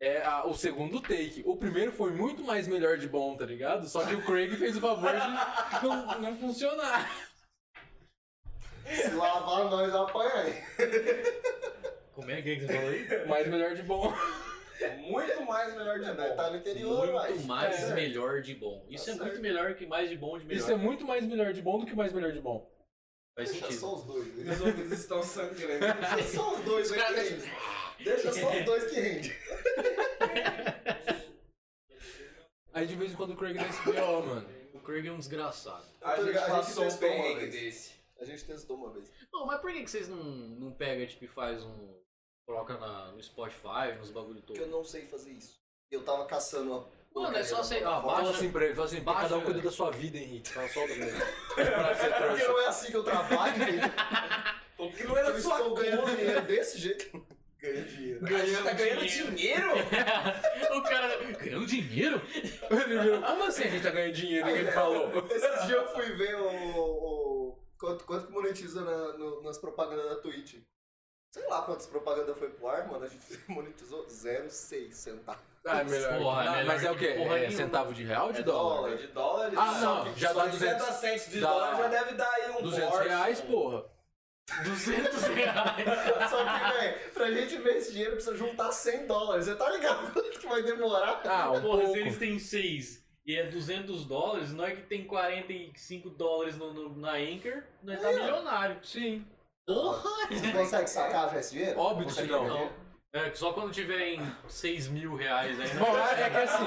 D: é a- o segundo take. O primeiro foi muito mais melhor de bom, tá ligado? Só que o Craig fez o favor de não, não funcionar.
A: Se lavar, nós apanha aí.
C: Como é que é que você falou aí?
D: Mais melhor de bom.
B: É Muito mais melhor de
A: Nós
B: bom.
A: tá no interior,
C: Muito mais né?
A: É.
C: melhor de bom. Isso
A: Tá
C: é
A: certo.
C: muito melhor que mais de bom de melhor.
D: Isso é muito mais melhor de bom do que mais melhor de bom.
C: Faz
A: Deixa
C: sentido.
A: só os dois. né?
B: Meus ouvidos estão
A: (laughs)
B: sangrando.
A: Deixa só os dois aí que rende. Deixa só os dois que rende.
D: Aí de vez em quando o Craig dá esse BO, mano.
C: O Craig é um desgraçado.
B: A gente
A: ligado, a gente
B: passou um
A: testou uma
B: perrengue
A: vez.
B: desse.
A: A gente testou uma vez.
C: Não, mas por que, que vocês não, não pegam, tipo, e faz um. Coloca na- no Spotify, nos bagulho todo?
A: Porque eu não sei fazer isso. Eu tava caçando uma.
C: Mano, é
A: porcaria
C: só
A: na
C: você- ó,
A: plataforma.
D: Fala assim pra ele, fala assim,
C: Baixa,
D: cada um cuida
C: velho.
D: da sua vida, Henrique. Fala só do meu. Pra você
A: Porque
D: trouxa.
A: não é assim que eu trabalho, (laughs) gente.
B: Porque não era
A: Eu
B: sua
A: estou ganhando
B: conta.
A: dinheiro desse jeito. Ganhando dinheiro.
B: A gente tá ganhando dinheiro?
C: (laughs) o cara ganhando dinheiro?
D: (laughs) Ele virou, como assim a gente tá ganhando dinheiro? Ele falou.
A: Esse dia eu fui ver o. o- quanto, quanto que monetiza na- no- nas propagandas da Twitch. Sei lá quantas propagandas foi pro ar, mano. A gente (laughs) monetizou 0,6 centavos.
D: Ah, é melhor.
C: Porra, é
D: Não,
C: melhor
D: mas é o
C: que
D: quê?
C: porra
D: É
C: nenhuma.
D: centavo de real ou de dólar?
B: De dólar?
D: Ah,
B: de
D: não,
B: dólar.
D: já dá
B: 60
D: 200
B: centos de
D: dá-
B: dólar já deve dar aí um
D: 200
B: Porsche,
D: reais,
B: um-
D: porra.
C: 200 reais.
A: Só que, velho, pra gente ver esse dinheiro precisa juntar 100 dólares. Você tá ligado (laughs) quanto que vai demorar?
D: Ah, um
C: Porra,
D: pouco.
C: se eles têm 6 e é 200 dólares, nós que tem 45 dólares no, no- na Anchor, nós tá milionário.
D: Sim.
C: Porra!
A: Você consegue sacar já esse dinheiro?
D: Óbvio que
A: Consegue
D: não.
A: pegar?
C: Não. É, só quando tiver em 6 mil reais aí.
D: Bom, é é que assim,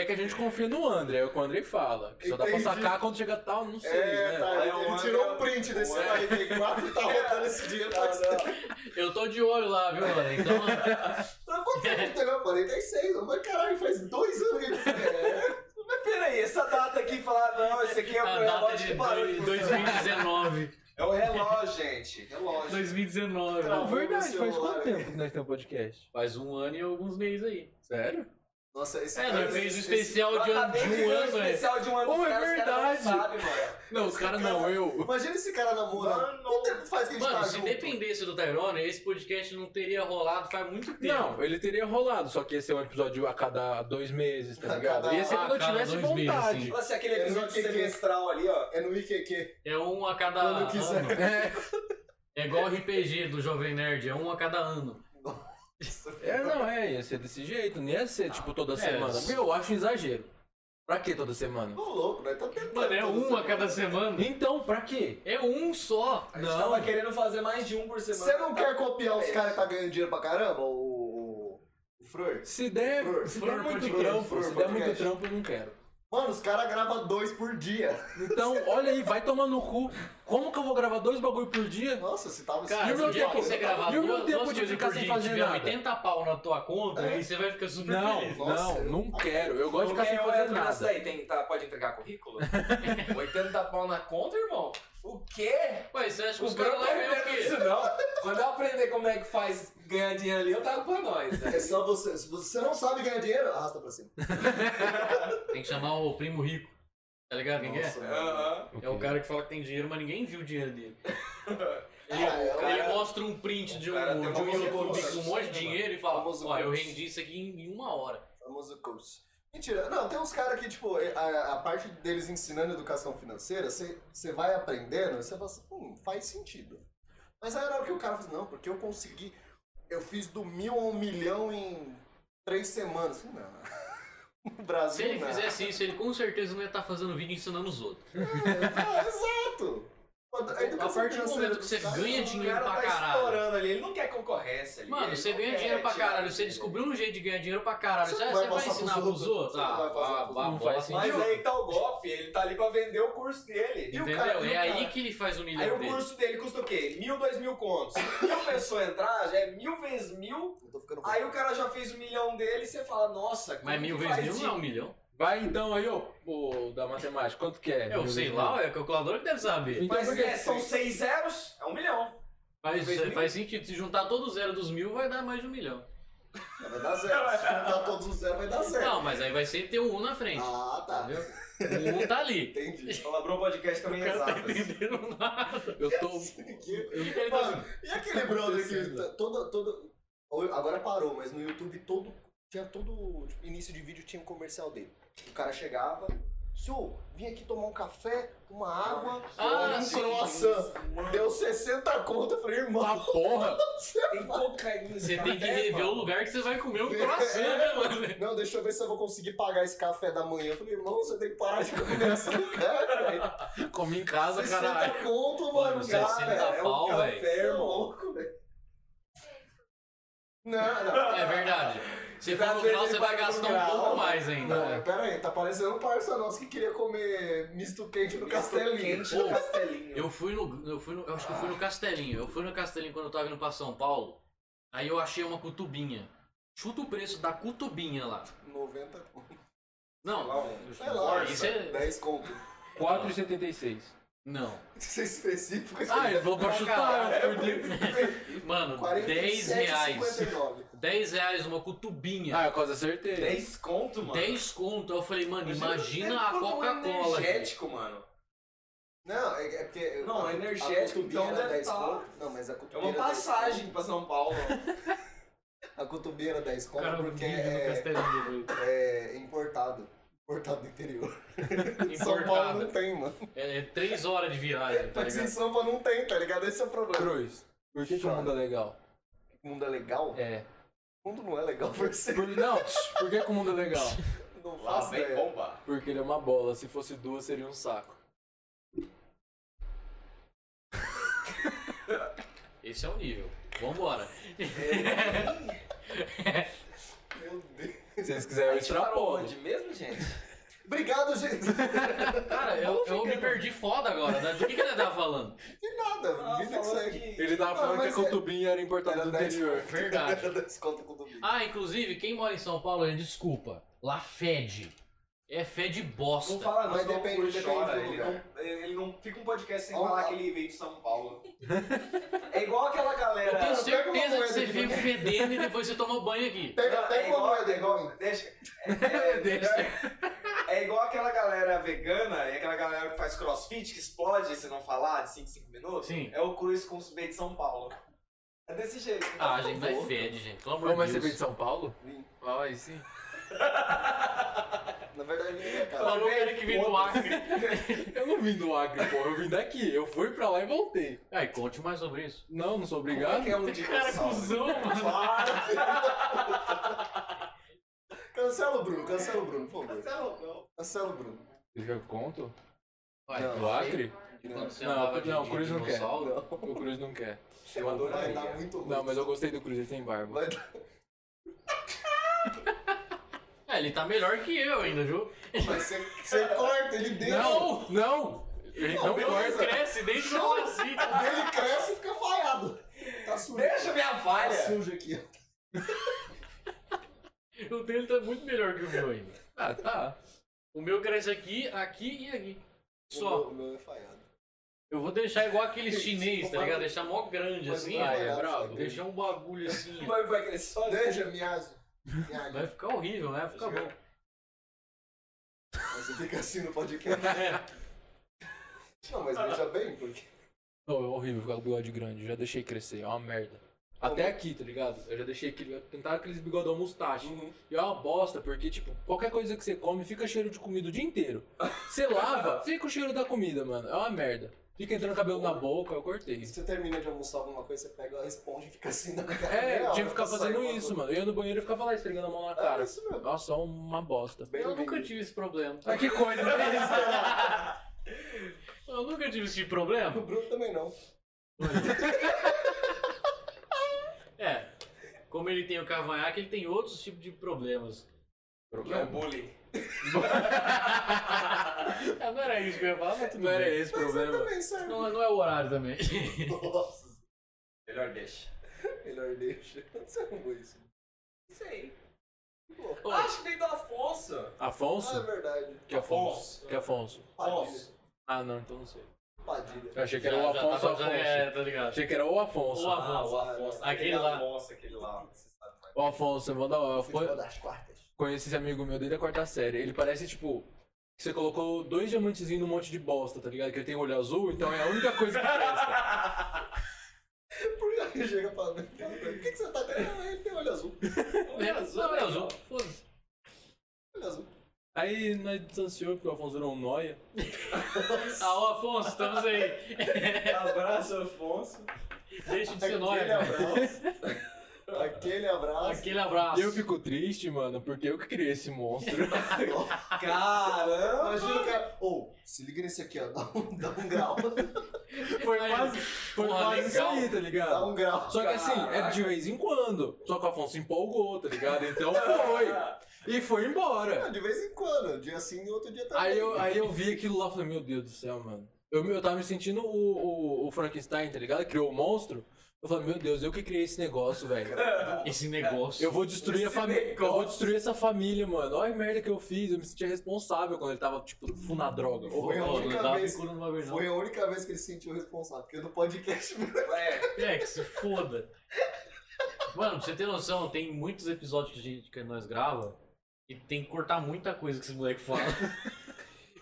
D: é que a gente confia no André, é o que o André fala. Que só dá pra
A: Entendi.
D: sacar quando chega tal, não sei,
A: É,
D: né?
A: tá,
B: Aí
A: ele,
B: o
A: ele
B: André-
A: tirou um print desse
B: o André-
A: (laughs) 44 e tá rodando esse dinheiro pra
B: Caralho.
C: Eu tô de olho lá, viu, mano? Então,
A: Mas quanto tempo entendeu? 46. Eu falei, caralho, faz dois anos que é.
B: Mas peraí, essa data aqui falar, não, esse aqui (laughs) é o
C: a
B: meu
C: data
B: relógio
C: de
B: que parou de
C: dois-
B: funcionar.
C: 2019.
B: É o relógio, gente. Relógio.
C: 2019.
A: Não.
D: Não, verdade,
A: Seu
D: faz
A: celular.
D: quanto tempo que nós temos podcast?
C: Faz um ano e alguns meses aí.
D: Sério?
A: Nossa, esse
C: É,
A: cara-
C: nós fez um
A: esse-
C: especial
B: Eu
C: de, um-
B: acabei
C: de
B: de ver
C: um
B: o
C: ano, velho.
B: especial de um ano
D: Oh,
B: dos
D: é
B: caras, os caras
D: verdade.
B: não sabem, mano.
D: Não, os caras não, eu.
A: Imagina esse cara namorando.
B: Mano.
A: Quanto tempo faz que a gente
C: Mano,
A: tá
C: se
A: junto?
C: dependesse do Tyrone, esse podcast não teria rolado faz muito tempo.
D: Não, ele teria rolado, só que esse é um episódio a cada dois meses,
A: A
D: tá ligado?
A: cada-
D: E esse é
C: a
D: quando eu
C: cada
D: tivesse
C: dois meses,
D: vontade.
C: sim.
B: Olha assim, aquele
A: Eu não
B: episódio
A: sei que-
B: semestral ali, ó.
A: É no IQQ.
C: É um a cada
A: Quando eu
C: ano.
A: quiser.
D: É,
C: É igual RPG do Jovem Nerd, é um a cada ano.
D: é, não, é, ia ser desse jeito, não ia ser tipo toda semana. Porque eu acho um exagero. Pra que toda semana?
A: Ô, louco, nós tá tentando.
C: Mano, é
A: toda
C: um a
A: semana.
C: cada semana.
D: Então, pra quê?
C: É um só.
B: A gente tava querendo fazer mais de um por semana.
A: Você não quer copiar os caras que tá ganhando dinheiro pra caramba? O. o- O Fleur?
D: Se der,
A: Flor,
D: se
C: flor
D: der muito
C: podcast,
D: trampo,
A: flor
D: se der muito
A: podcast.
D: trampo, eu não quero.
A: Mano, os caras gravam dois por dia. (laughs)
D: Então, olha aí, vai tomar no cu. Como que eu vou gravar dois bagulho por dia?
A: Nossa, você tava assim,
C: Cara,
D: E o meu
C: no dia que
D: tempo-
C: você gravar
D: e o meu
C: duas,
D: tempo
C: duas
D: de
C: coisas
D: ficar
C: por
D: sem
C: dia e
D: fazer
C: tiver
D: nada?
C: 80 pau na tua conta,
A: É.
C: aí você vai ficar super
D: Não,
C: feliz.
A: Nossa.
D: não, não quero. Eu gosto de
B: Não é
D: ficar sem
B: quer,
D: fazer
B: entra nessa
D: nada.
B: Aí, tem, tá, pode entregar currículo? 80 pau na conta, irmão? O quê?
C: Ué, você acha que
B: Os
C: os caras
B: caras
C: lá
B: não
D: é
C: ganham o
B: entendem
C: quê?
D: assim.
B: isso, não. Quando eu aprender como é que faz ganhar dinheiro ali, eu trago pra nós.
A: (laughs)
B: né?
A: É só você. Se você não sabe ganhar dinheiro, arrasta pra cima.
C: Tem que chamar o primo rico. Tá ligado quem que é?
A: Nossa, mano.
B: Aham.
C: É o cara que fala que tem dinheiro, mas ninguém viu o dinheiro dele. Ele,
A: Ah, é o
C: ele
A: cara-
C: mostra um print de um,
B: o cara tem
C: de um
B: uma
C: YouTube
A: bolsa,
C: com um monte de
A: mano.
C: dinheiro e fala,
A: né? Famoso
C: ó, eu
A: bolsa.
C: rendi isso aqui em em uma hora.
A: Famoso coach. Mentira, não, tem uns caras que, tipo, a, a parte deles ensinando educação financeira, você você vai aprendendo e você fala assim, hum, faz sentido. Mas aí era o que o cara fez, não, porque eu consegui, eu fiz do mil a um milhão em três semanas. Assim, não, (laughs) No Brasil,
C: Se ele
A: né?
C: fizesse isso, ele com certeza não ia estar fazendo vídeo ensinando os outros.
A: É, exato. A educação
C: A partir do
A: financeira
C: momento que
A: dos
C: você
A: caras-
C: ganha
B: O
C: dinheiro
B: cara
C: pra
B: tá
C: caralho.
B: estourando ali, ele não quer concorrência ali.
C: Mano,
B: ele
C: você
B: não
C: ganha
B: quer
C: dinheiro pra
B: tirar
C: caralho, você
B: dele.
C: descobriu um jeito de ganhar dinheiro pra caralho.
A: é né? Você
C: Você,
A: não
C: você
A: vai
C: vai
A: passar pros
C: ensinar pros
A: outros.
C: outros?
A: Você não
C: Ah,
A: vai passar
C: vá,
A: pros
C: vá,
D: outros. Não faz
C: bola.
B: Mas
D: sentido.
B: aí que tá o golpe, ele tá ali pra vender o curso
A: é
B: dele.
A: E o
C: Entendeu?
A: cara- e o
C: é aí
A: cara-
C: que ele faz o milhão
B: Aí o
C: dele.
B: curso dele custa o quê? Mil, dois mil contos. Se mil pessoas entrar, já é mil vezes mil.
A: Eu tô ficando
B: Aí o cara já fez um milhão dele e você fala, nossa, como
C: Mas mil
B: que
C: vezes
B: faz
C: mil
B: de-
C: não é um milhão.
D: Vai então aí, ô, ô, da matemática, quanto que é?
C: Eu
D: Mil
C: sei
D: vezes
C: lá,
D: mil?
C: é a calculadora que deve saber.
D: Então,
B: Mas
D: por quê?
B: é, são seis zeros, é um milhão.
C: Faz,
B: vezes mil?
C: faz sentido. Se juntar todo o zero dos mil, vai dar mais de um milhão.
A: Vai dar
C: (laughs)
A: zero. Se juntar todos os zeros, vai dar zero.
C: Não, mas aí vai sempre ter um um na frente.
A: Tá Ah, tá.
C: Entendeu? O um tá ali. (laughs)
A: Entendi.
B: Colabrou o podcast também
C: O cara tá
B: exato.
C: entendendo nada.
D: Eu tô.
C: Ele tá
A: Mano, e aquele
D: Tá
A: brother que
D: acontecendo.
A: tá- todo, todo. ou- Agora parou, mas no YouTube todo. Tinha todo. tipo, início de vídeo tinha um comercial dele. O cara chegava. Senhor, vim aqui tomar um café, uma água,
C: Ah,
A: um
C: sim.
A: croissant. Deu 60 conto. Eu falei, irmão.
D: Tá porra!
B: Tem cocaína nesse
C: Você tem que
B: café,
C: rever
B: É, mano.
C: o lugar que você vai comer um croissant, né, mano?
A: Não, deixa eu ver se eu vou conseguir pagar esse café da manhã. Eu falei, irmão, você tem que parar de (laughs) comer esse cara, velho.
D: Comi em casa, caralho.
A: 60 conto,
C: Mano,
A: mano.
C: 60
A: cara, é um
C: pau,
A: café,
C: velho.
A: irmão. Não, não.
C: É verdade. Se for
B: Às
C: no
B: vezes
C: grau,
B: ele
C: você vai
B: paga no
C: gastar um
A: grau,
C: pouco mais
A: Não,
C: ainda.
A: é, pera aí, tá parecendo um parça nosso que queria comer misto quente no
B: Castelinho.
A: castelinho.
B: Quente no
C: Pô,
A: (laughs)
B: castelinho.
C: Eu fui no. Eu fui no. Eu acho que eu fui no Castelinho. Eu fui no Castelinho quando eu tava indo pra São Paulo. Aí eu achei uma cutubinha. Chuta o preço da cutubinha lá.
A: 90 conto.
C: Não.
A: Sei lá,
C: isso é.
A: 10 conto.
D: 4,76.
C: Não.
A: Isso é específico. isso
D: Ah,
A: é
D: ele falou pra chutar, eu perdi.
C: Mano, 10 Ah, reais.
A: 47,59.
C: 10 reais uma cutubinha.
D: Ah, eu quase acertei.
B: 10 conto, mano.
C: 10 conto. Aí eu falei, mano,
B: Mas
C: imagina
B: ele
C: a
B: colocou um
C: Coca-Cola.
B: energético, mano.
A: Não, é, é porque.
B: Não,
A: a-
B: energético,
A: a cutubinha
B: então
A: era
B: deve
A: 10
B: tá-
A: conto. Não, mas a
B: É
A: cutubinha
B: uma
A: era 10
B: passagem pra São Paulo.
A: conto. (laughs) A cutubinha era 10
C: O
A: conto
C: cara
A: porque
C: vive
A: é,
C: no Castelinho. velho.
A: é importado. Importado do
C: (laughs)
A: interior. (laughs) São Paulo
C: Importado.
A: não tem, mano.
C: É 3 horas de viagem, tá
A: Mas em
C: ligado?
A: São Paulo não tem, tá ligado? Esse é o problema.
D: Cruz, por que, que o mundo é legal?
A: O mundo é legal?
D: É.
A: O mundo não é legal pra você.
D: Por- não, por que, que o mundo é legal?
A: Não
B: Lá
A: faço
B: vem
A: ideia.
B: bomba.
D: Porque ele é uma bola, se fosse duas seria um saco.
C: Esse é o nível. Vambora.
A: Meu Deus.
D: Se vocês quiserem, eu
B: Aí parou
D: extrapolo.
B: onde mesmo, gente? (laughs)
A: Obrigado, gente.
C: (laughs) Cara, eu, eu me perdi foda agora, né? Do que, que ele tava falando?
A: De nada,
B: Ah,
A: vida que
B: falou
A: segue.
B: de-
D: Ele tava
A: Não,
D: falando que a
A: mas é-
D: cotubinha era importada
A: Era
D: do
A: 10
D: interior.
C: Verdade.
A: Desconta com o domingo.
C: Ah, inclusive, quem mora em São Paulo, gente, desculpa. Lá fede. É fede
B: Não
C: bosta.
B: fala não,
A: Mas
B: senão
A: depende-
B: o Cruz
A: depende
B: chora.
A: do
B: Ele
A: lugar.
B: não, ele não fica um podcast sem
A: Ó,
B: falar
A: ó.
B: que ele veio de São
A: (laughs)
B: Paulo. é igual aquela galera.
C: Eu tenho
A: pega uma
C: certeza que
A: moeda
C: você
A: aqui,
C: veio fedendo e depois você toma banho aqui.
A: Pega,
B: É
A: pega uma
B: igual-
A: moeda igual.
B: Deixa.
C: (laughs)
B: É, é, é igual aquela galera vegana e aquela galera que faz crossfit, que explode se não falar de 5 em 5 minutos.
C: Sim.
B: É o Cruz com os beitos de São Paulo. É desse jeito.
C: Ah, gente, vai fede, gente. Pelo amor
D: Ô, mas
C: de
D: é você veio
C: Deus.
D: de São Paulo?
A: Vim.
D: Ah, aí sim.
A: Na verdade, ele é cara.
C: Falou o cara que veio do Acre.
D: Eu não vim do Acre, pô. Eu vim daqui. Eu fui pra lá e voltei.
C: Ai, conte mais sobre isso.
D: Não, não sou
B: Como é
D: obrigado.
B: que é um
C: Cara,
B: dinossauro?
C: cuzão, mano.
A: (laughs) Cancela o Bruno, cancela o Bruno, por favor.
B: Marcelo, não.
A: Cancela o Bruno.
D: Você quer que eu conto?
C: Ai,
A: Não.
D: Do Acre?
B: Então,
C: Quando você
D: Não,
C: andava de,
D: não,
C: de
D: Cruz não quer.
C: dinossauro,
D: O Cruz não quer.
A: Vai
B: Eu
A: dar
B: adoraria.
A: muito ruim.
D: Não, mas eu gostei do Cruz, ele tem barba.
A: Vai dar-
C: É, ele tá melhor que eu ainda, viu?
A: Mas você,
B: (laughs)
A: você corta, ele deixa.
D: Não, não! Ele não
C: Meu Deus,
D: corta.
C: cresce desde que eu nasci.
A: O dele cresce e fica falhado. Tá sujo.
B: Deixa minha
A: Tá
B: falha.
A: sujo aqui.
C: O dele tá muito melhor que o meu ainda.
D: Ah, tá.
C: O meu cresce aqui, aqui e aqui. Só.
A: O meu, o meu é falhado.
C: Eu vou deixar igual aqueles chinês, tá
A: Mas-
C: ligado? Deixar mó grande
A: mas
C: assim,
A: não
D: Ah,
C: ó.
A: vai
D: é
A: dar,
D: brabo.
A: sabe?
C: Deixar um bagulho assim. ó.
B: Vai, vai crescer só.
A: Deixa, miazo.
C: Vai
A: Miazo.
C: ficar horrível, né? Vai ficar bom.
A: Você fica assim no podcast.
C: É.
A: Não, mas veja bem, porque.
D: Não, é horrível ficar com bigode grande. Eu já deixei crescer, é uma merda. Até aqui, tá ligado? Eu já deixei aquele. Tentaram aqueles bigodão mustache. E é uma bosta, porque, tipo, qualquer coisa que (laughs) você come fica cheiro de comida o dia inteiro. Você lava, fica o cheiro da comida, mano. É uma merda. Fica entrando cabelo na boca, eu cortei.
A: Se você termina de almoçar alguma coisa, você pega, responde e fica assim na cara. tá
D: É,
A: Não,
D: eu tinha que ficar
A: sai
D: fazendo
A: uma
D: isso,
A: coisa.
D: mano. Eu ia no banheiro e ficava lá esfregando a mão na
A: É
D: cara.
A: isso mesmo.
D: Nossa, uma bosta.
A: Bem
C: eu
A: no
C: nunca
A: mínimo.
C: tive esse problema.
D: Mas que coisa, né?
C: Eu nunca tive esse tipo
A: O
C: problema.
A: Bruno também não.
C: É. Como ele tem o cavanhaque, ele tem outros tipos de problemas. (laughs)
B: Não, bullying.
C: Ah, Não era isso que eu ia falar, mas tudo
D: (laughs) Não era
C: bem.
D: esse o
A: Mas eu
D: problema.
A: também, sério.
C: Não, não é o horário também.
A: Nossa,
B: Melhor deixa.
A: melhor deixa. (laughs) Você arrumou isso.
B: Isso aí.
C: Ô,
B: Acho que veio do Afonso.
A: Ah, é
D: Afonso?
A: verdade.
D: Que Afonso? Que Afonso?
A: Padilha.
D: Ah, não, então não sei.
A: Padilha.
D: Eu achei que
C: já-
D: era o
C: já
D: Afonso
C: tava- já-
D: Afonso.
C: É, tá ligado.
D: Achei que era o Afonso.
C: O Afonso.
B: Ah, o Afonso.
C: Aquele lá.
B: Afonso, aquele lá. (laughs) Você sabe mais.
D: O Afonso, eu vou dar eu
A: Futebol
D: fui-
A: das quartas. (laughs)
D: Conheci esse amigo meu desde a quarta série. Ele parece, tipo, que você colocou dois diamantezinhos num monte de bosta, tá ligado? Que ele tem olho azul, então é a única coisa que (laughs) presta.
A: Por que ele chega pra mim? e fala, "Por que que você tá tendo? Ele tem olho azul.
C: Não, não, é azul. Foda-se.
A: Olho azul.
D: Aí nós distanciou, porque o Afonso era um noia.
C: Ah, o Afonso, estamos aí.
B: Abraço, Afonso. (laughs)
C: Deixa de
D: é
C: ser nóia.
A: Aquele
C: cara.
A: abraço. Aquele
D: né?
A: abraço.
C: Aquele abraço.
D: E eu fico triste, mano, porque eu que criei esse monstro.
B: Caramba!
A: Imagina o cara. Ou, se liga nesse aqui, ó. Dá um, dá um grau.
D: Foi
C: Aí,
D: quase, (laughs) foi
C: porra,
D: quase isso
C: legal.
D: aí, tá
A: Dá
D: ligado?
A: um
D: (laughs)
A: grau.
D: Só que assim, é de vez em quando. Só que o Afonso empolgou, tá ligado? (laughs) Então foi. E foi embora.
A: Ah, De vez em quando. Dia sim e outro dia também.
D: Aí eu, aí eu vi aquilo lá e falei, meu Deus do céu, mano. Eu, eu tava me sentindo o, o, o Frankenstein, tá ligado? Criou o monstro. Eu falei, meu Deus, eu que criei esse negócio, velho.
C: Esse negócio.
D: Eu vou destruir a
B: Esse
D: família. Eu vou
B: negócio.
D: destruir essa família, mano. Olha a merda que eu fiz. Eu me sentia responsável quando ele tava, tipo, full na droga.
A: Foi a
C: Ô,
A: única
C: não dá
A: vez-
C: bicuda no bagulho, não.
A: Foi a única vez que ele se sentiu responsável, porque no podcast (laughs)
B: É,
C: É, que se foda. Mano, pra você ter noção, tem muitos episódios que, a gente, que nós grava e tem que cortar muita coisa que esse moleque
D: (laughs)
C: fala.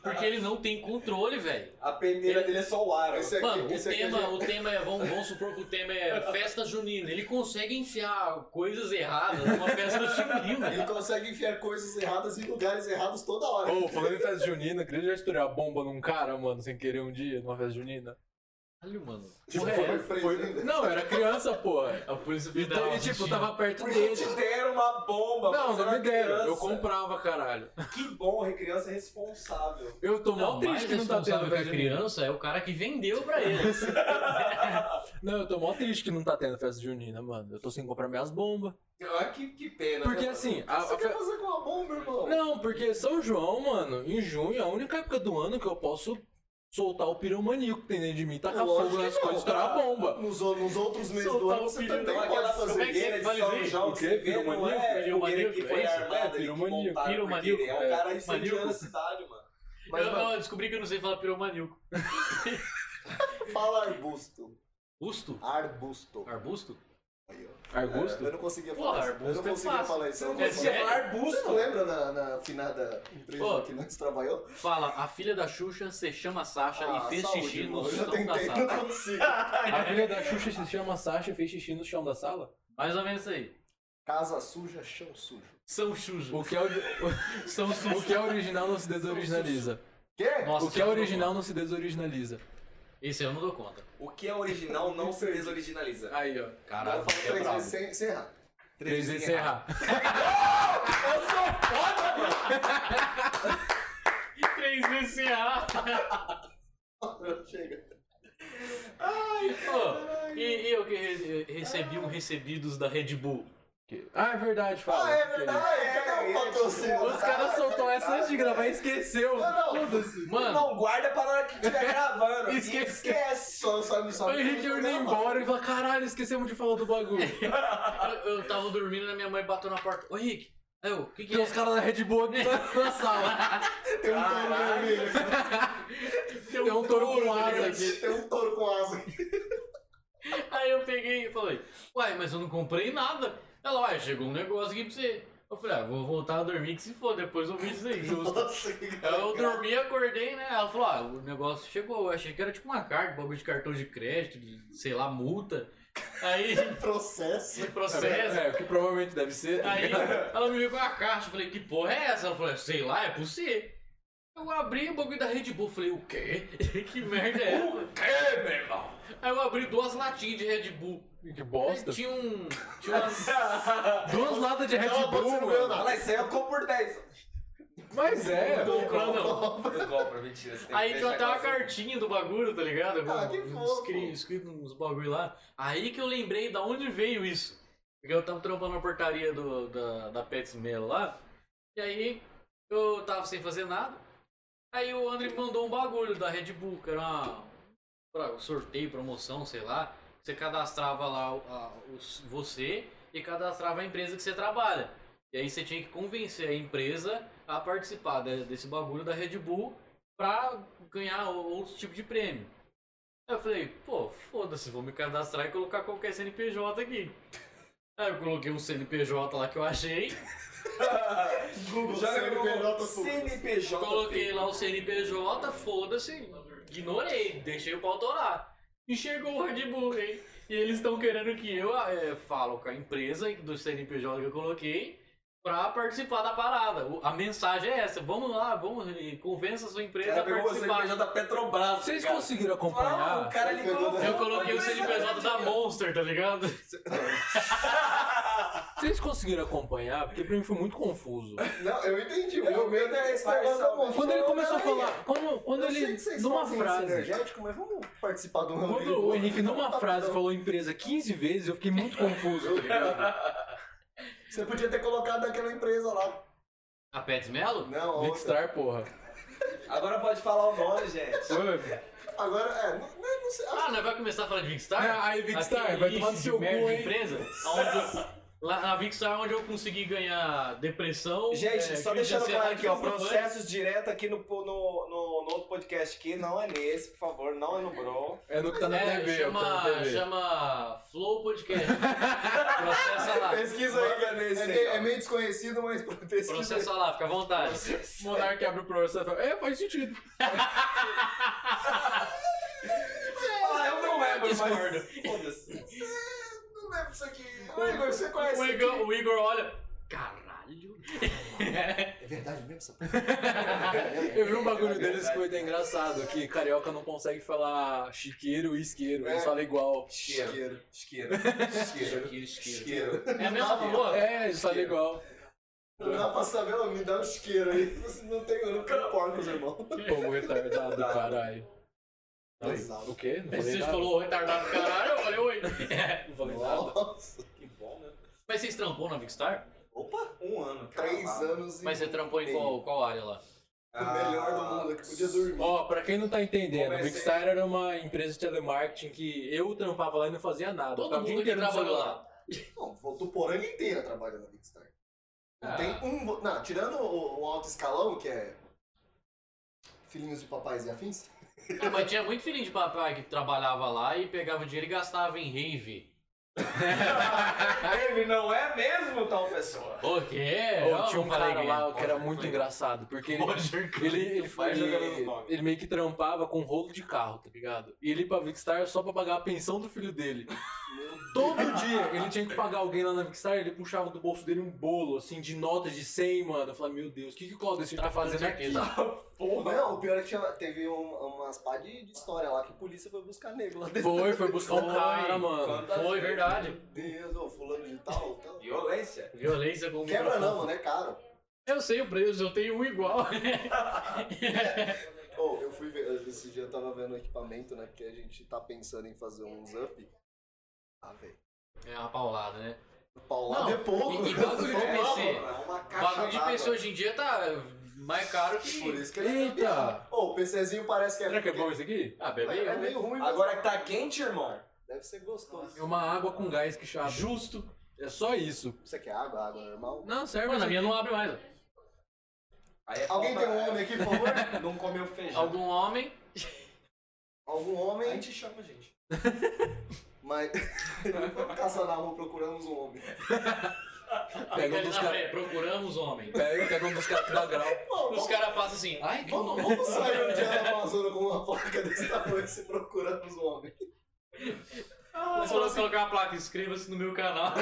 C: Porque ele não tem controle, velho.
B: a peneira dele é só o ar.
A: esse aqui,
C: Mano, o
A: esse aqui a
C: tema,
A: gente-
C: o tema é, vamos, vamos supor que o tema é festa junina. Ele consegue enfiar coisas erradas numa festa
A: (laughs)
C: junina.
A: ele consegue enfiar coisas erradas em lugares errados toda hora.
D: Ô, falando em festa junina, queria já estourar a bomba num cara, mano, sem querer um dia, numa festa junina.
C: Caralho, mano.
A: Tipo, foi
D: é,
A: preso ainda.
D: Não, eu era criança, porra.
C: A polícia
D: E,
C: federal.
D: te- e, tipo,
C: assistindo.
D: tava perto
B: Porque
D: dele.
B: te deram uma bomba,
D: Não,
B: você
D: não
B: era
D: me deram.
B: criança.
D: Eu comprava, caralho.
B: Que bom, criança responsável.
D: Eu tô
C: Não,
D: mó triste
C: mais
D: que não tá tendo
C: responsável que a
D: festa junina.
C: criança é o cara que vendeu pra eles.
D: Não, eu tô mó triste que não tá tendo festa junina, mano. Eu tô sem comprar minhas bombas.
B: Ah, que, que pena.
D: Porque
B: né,
D: assim, a,
A: Você
D: a
A: quer
D: fe-
A: fazer com a bomba, irmão?
D: Não, porque São João, mano, em junho é a única época do ano que eu posso soltar o piromaníaco que tem dentro de mim, tacar
A: Lógico
D: fogo
A: que
D: nas
A: não,
D: coisas, estourar a
A: cara.
D: bomba.
A: Nos, o- nos outros meses
C: Soltar
A: do
C: o
A: ano você
C: filho
A: também
C: dela,
A: pode fazer.
B: Então Aquela
C: Como é que
B: fogueira
C: você
B: de
C: fala
B: São
C: isso?
B: João
D: O
B: que
D: quê?
B: você vê não
D: Piromaníaco?
B: é fogueira que
C: Piromaníaco,
B: foi
C: um é isso?
D: É,
B: armada, ele que montaram,
C: Piromaníaco,
D: piromaníaco.
B: porque ele É
D: é.
B: um cara incendiando a
C: Maníaco.
B: cidade, mano.
A: Mas,
C: eu,
A: mano,
C: eu descobri que eu não sei falar piromaníaco.
A: fala arbusto.
C: Busto?
A: Arbusto.
C: Arbusto?
A: Aí, ó.
D: Argusto?
A: Eu não conseguia
C: Porra,
A: falar isso. Eu
C: arbusto
A: não
C: é
A: conseguia
C: fácil.
A: falar isso. eu
B: Você não
C: É
B: conseguia
C: sério?
B: falar
A: Você
B: arbusto?
A: não lembra na, na finada empresa
C: Ô.
A: que nós trabalhou?
C: Fala, a filha da Xuxa se chama Sasha
A: Ah,
C: e fez
A: saúde,
C: xixi
A: irmão.
C: no
A: Eu já
C: chão da
A: tentei,
C: sala.
A: não consigo.
D: A filha da Xuxa se chama Sasha e fez xixi no chão da sala?
C: Mais ou menos isso aí.
A: Casa suja, chão sujo.
C: São Xuxa.
D: O que é, ori- (laughs)
C: São
D: o
C: Xuxa.
D: que é original não se desorinaliza.
A: Quê?
C: Nossa,
D: O que é original não se desorinaliza.
C: Isso eu não dou conta.
B: O que é original não se desoriginaliza.
D: Aí, ó.
C: Caralho,
A: Eu falo
C: é
A: três
C: brabo.
A: vezes sem, sem errar.
D: Três vezes sem errar.
C: Três vezes sem A.
A: Chega.
C: Ô, e, e eu que re- recebi um recebidos da Red Bull.
D: Ah, é verdade, fala.
A: Ah, é verdade.
B: É,
A: Cadê
B: é,
A: o patrocínio?
D: Os caras soltou essa antes de gravar e esqueceu.
A: Não, não.
C: Mano,
B: Não, guarda pra na hora que
C: (laughs)
B: estiver gravando.
D: Esquece.
B: Esquece.
A: Só, só, só,
D: O Henrique indo embora e falou, caralho, esquecemos de falar do bagulho.
C: eu, eu tava dormindo e minha mãe bateu na porta. Ô, Rick, Aí eu, o que que
D: Tem
C: é?
D: (laughs) os caras da Red Bull aqui na sala.
A: Tem um touro vermelho.
D: Tem um touro com asa aqui.
A: Tem um touro com asa.
C: Aí eu peguei e falei, uai, mas eu não comprei nada. Ela, uai, chegou um negócio aqui pra você. Eu falei, ah, vou voltar a dormir que se for, depois eu vejo isso aí.
A: Nossa, que cara.
C: Eu dormi, acordei, né? Ela falou, ah, o negócio chegou. Eu achei que era tipo uma carta, bagulho de cartão de crédito, de, sei lá, multa. Aí,
A: É Processo.
C: esse processo.
D: É, o que provavelmente deve ser. tá
C: Aí,
D: ligado?
C: ela me viu com a caixa. Eu falei, que porra é essa? Ela falou, sei (laughs) lá, é por você. Eu abri o bagulho da Red Bull. Falei, o quê? que merda é essa? abrir duas latinhas de Red Bull.
D: (laughs) Que bosta.
C: Tinha um. Tinha umas.
D: Duas latas de Red
A: Cala a boca,
D: Bull,
A: você não ganhou
D: mano.
A: nada.
B: Fala isso aí, eu compro por 10.
D: Mas é.
C: Não, não, um
B: (laughs)
C: não.
B: Eu compro, mentira. você tem
C: Aí
B: que
C: tinha
B: deixar
C: até uma
B: com a-
C: cartinha do bagulho, tá ligado?
A: Ah,
C: Com-
A: que
C: com
A: fofo.
C: escri- Escrito uns bagulho lá. Aí que eu lembrei da onde veio isso. Porque eu tava trampando na portaria do, da, da Pets Melo lá. E aí eu tava sem fazer nada. Aí o André me mandou um bagulho da Red Bull, que era uma, pra- um sorteio, promoção, sei lá. Você cadastrava lá o- a- os- você e cadastrava a empresa que você trabalha. E aí você tinha que convencer a empresa a participar de- desse bagulho da Red Bull pra ganhar o- outro tipo de prêmio. Aí eu falei, pô, foda-se, vou me cadastrar e colocar qualquer CNPJ aqui. Aí eu coloquei um CNPJ lá que eu achei,
B: (laughs)
D: um
A: Google,
B: Já
A: CNPJ
B: CNPJ.
A: público.
B: CNPJ.
C: coloquei lá o CNPJ, foda-se, ignorei, deixei o pau torar. E chegou o Red Bull, hein? E eles estão querendo que eu eh, falo com a empresa do CNPJ que eu coloquei pra participar da parada. O- A mensagem é essa, vamos lá, vamos, eh, convença a sua empresa
B: Ela
C: a
B: pegou o
C: participar.
B: CNPJ da Petrobras.
D: Vocês
B: cara.
D: conseguiram
B: Fala, o
D: acompanhar?
B: cara ali colocou.
C: Eu coloquei o CNPJ (laughs) da Monster, tá ligado?
D: Vocês conseguiram acompanhar? Porque pra mim foi muito confuso.
A: Não, eu entendi. O
B: Eu
A: meu medo é esse negócio da
B: parcialmente.
A: mão.
D: Quando ele começou a
A: Peraí,
D: falar, quando, quando
A: eu sei
D: ele,
A: que vocês
D: numa
A: são assim,
D: frase,
A: energético, mas vamos participar um do ramo
D: quando o Henrique numa frase falou empresa 15 vezes, eu fiquei muito confuso, tá ligado?
A: Você podia ter colocado aquela empresa lá.
C: A Pets Melo?
A: Não, a outra.
D: Lickstar, porra.
B: Agora pode falar o nome, gente.
D: Oi.
C: Tá?
A: Agora, é, não, não, não sei.
C: Ah, nós vai começar a falar de Vicstar?
D: Ah, aí, Vicstar, vai tomar no seu cu, hein?
C: Empresa, aonde eu- lá na Vicstar, onde eu consegui ganhar depressão.
B: Gente,
C: é,
B: só
C: crise de
B: deixando claro
C: ansiedade,
B: aqui, ó.
C: crise de
B: Processos direto aqui no, no, no, no outro podcast aqui. Não é nesse, por favor. Não é no Bro.
D: É no que tá na
C: pânico. É,
D: TV, é o que tá na
C: chama,
D: TV.
C: chama Flow Podcast. Processa lá.
B: Pesquisa aí que é
A: É,
B: nesse. aí,
A: meio-
B: ó.
A: é meio desconhecido, mas (laughs) pesquisa.
C: Processa lá, fica à vontade.
D: Monark abre o processo e fala, é, faz sentido.
B: Ah, eu não lembro, mas...
C: Discordo.
B: Foda-se.
A: Não lembro isso aqui. Ai, Igor, você conhece
C: O
A: isso
C: Igor,
A: aqui?
C: o Igor olha. Caralho.
A: É verdade mesmo essa
C: É.
D: Eu vi um bagulho
A: É
D: deles que foi até engraçado, que carioca não consegue falar chiqueiro e isqueiro, eles
A: É.
D: falam igual.
A: Isqueiro.
B: Isqueiro. Isqueiro.
C: Isqueiro, isqueiro.
A: Isqueiro.
C: É a mesma boa?
D: É, eles falam igual.
A: Não dá pra saber, ó, me dá um isqueiro aí. Você não tem, eu não quero porcos, irmão.
D: Povo
C: (laughs)
D: um retardado, caralho. Aí,
A: Exato.
D: O quê? Não falei
C: Você
D: nada.
C: falou retardado caralho, eu falei oi.
D: Não falei nada.
A: Nossa.
B: Que bom, né?
C: Mas vocês trampou na Vicstar?
A: Opa,
B: Um ano.
A: três
B: caralho.
A: anos e.
C: Mas você trampou em
A: meio.
C: qual, qual área lá?
A: O melhor do
B: Ah,
A: mundo, é que podia dormir.
D: Ó, pra quem não tá entendendo, o
B: Comecei-
D: Bigstar era uma empresa de telemarketing que eu trampava lá e não fazia nada.
C: Todo
D: Ficava tá o dia
C: mundo que
D: inteiro no
C: trabalhou
D: celular.
C: lá.
A: Não, voltou poranga inteira trabalhando na Big Star. Não
C: Ah.
A: tem um. vo- Não, tirando o, o alto escalão, que é. Filhinhos de papais e afins.
C: Ah, mas tinha muito filhinho de papai que trabalhava lá e pegava o dinheiro e gastava em rave.
B: Ele não é mesmo tal pessoa.
C: O quê?
D: Ou
C: Eu
D: tinha um
C: É, não falei
D: cara
C: que-
D: lá que era
B: Roger
D: muito
B: Clean.
D: engraçado, porque ele,
C: Roger Clean.
D: ele, ele,
B: Vai
C: é
D: ele-
B: jogando os nomes.
D: ele meio que trampava com rolo de carro, tá ligado? E ele ia pra Vicstar só pra pagar a pensão do filho dele. Todo dia ele tinha que pagar alguém lá na Vicstar, ele puxava do bolso dele um bolo, assim, de notas de 100, mano. Eu falei, meu Deus, o que, que o Claudecir tá
C: Com
D: fazendo aqui?
C: certeza.
B: Porra.
A: Não, o pior é que tinha- teve um, umas pá de, de história lá que a polícia foi buscar negro lá dentro.
D: Foi, foi buscar um
C: Foi.
D: cara, mano.
B: Quantas
C: Foi
B: vezes?
C: verdade.
A: Meu Deus, ô, fulano de tal. tal.
B: é Violência.
C: Violência com o
A: Quebra
C: microfone.
A: não, né, cara?
C: Eu sei o preço, eu tenho um igual.
A: Ô, eu fui ver, esse dia eu tava vendo o equipamento, né, porque a gente tá pensando em fazer uns up. Ah, velho.
C: (laughs) é uma paulada, né?
A: Paulado
C: Não,
A: é pouco.
C: e- e bagulho
B: um
C: de
A: Paulado
C: PC?
A: É uma caixa
C: Bagulho de
A: d'água.
C: PC hoje em dia tá mais
A: (laughs)
C: caro
A: Por
C: que.
A: isso que ele é gambiarra.
D: Eita!
A: Ô, o PCzinho parece que é.
D: Será que é bom isso aqui?
C: Ah,
A: É,
C: bebê,
A: é
C: eu, né?
A: meio ruim, mas
B: Agora que tá quente, irmão.
A: deve ser gostoso.
D: É uma água com gás que chave. Justo. É só isso.
A: Você quer água? Água normal?
D: Não, serve. né?
C: Mano, a minha
D: isso aqui.
C: não abre mais. ó.
B: Aí é
A: Alguém
B: falta-
A: tem um homem aqui, por
B: (laughs)
A: favor?
B: Não comeu feijão.
C: Algum homem.
A: Algum
B: A
A: homem,
B: gente chama, gente.
A: mas. (laughs) Caçando na rua, procuramos um homem.
D: Pega
A: É
C: Fica
D: um
C: ali
D: dos
C: na
D: caras.
C: frente, procuramos homem.
D: Pega, pega um dos caras que dá grau.
C: Os caras passam assim, ai, que
A: Vamos, vamos sair um dia na Amazônia com uma placa desse tamanho se procuramos um homem.
C: Eles falaram assim, colocar uma placa, inscreva-se no
A: (laughs)
C: meu canal.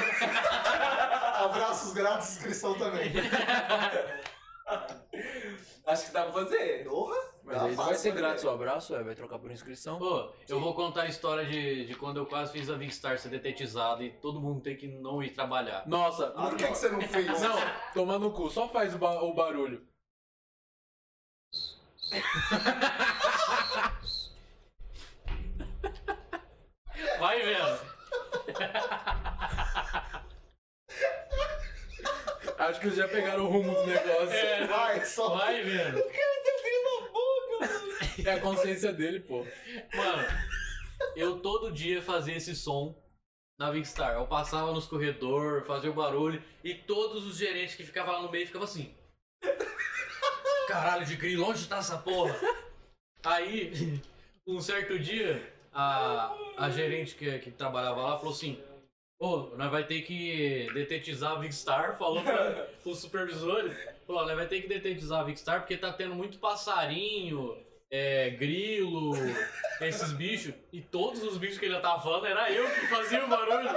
A: Abraços grátis, inscrição também.
B: Acho que dá pra fazer.
A: Porra!
D: Mas Mas aí não vai
A: fácil,
D: ser
A: né?
D: grátis o abraço, é, vai trocar por inscrição.
C: Pô, eu vou contar a história de, de quando eu quase fiz a Vinstar ser detetizada e todo mundo tem que não ir trabalhar.
D: Nossa,
C: Ah,
A: Por que, que você não fez?
D: não, tomar no cu, só faz o, ba- o barulho.
C: Vai vendo.
D: Acho que eles já pegaram o rumo do negócio. É,
C: É,
A: Vai, só
C: vai vendo.
D: É a consciência dele, pô.
C: Mano, eu todo dia fazia esse som na Vinstar. Eu passava nos corredores, fazia o barulho e todos os gerentes que ficavam lá no meio ficavam assim. Caralho de grilo, onde tá essa porra? Aí, um certo dia, a, a gerente que, que trabalhava lá falou assim: Ô, nós vai ter que detetizar a Vigstar, falou para os supervisores. Falou, nós vai ter que detetizar a Vigstar porque tá tendo muito passarinho, é, grilo, esses bichos. E todos os bichos que ele tava falando era eu que fazia o barulho.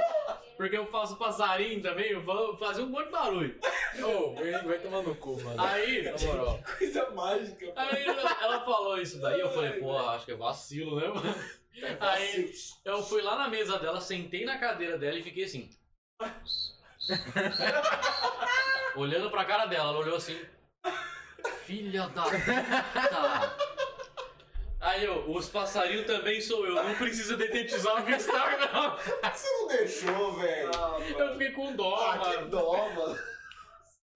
C: Porque eu faço passarinho também, eu fa- fazia um monte de barulho.
D: Ô, vai- vai tomar no cu, mano.
C: Aí,
D: Na moral.
B: Coisa mágica.
C: Aí ela, ela falou isso daí, eu falei, pô, acho que é vacilo, né, mano?
A: É
C: (laughs) Aí eu fui lá na mesa dela, sentei na cadeira dela e
A: (laughs)
C: fiquei assim. Olhando pra cara dela, ela olhou assim. Filha da puta! Aí eu, os passarinhos também sou eu, não precisa detetizar o Vistar, não!
A: você não deixou, velho.
C: Eu fiquei com dó,
A: Ah, que
C: mano.
A: dó, mano.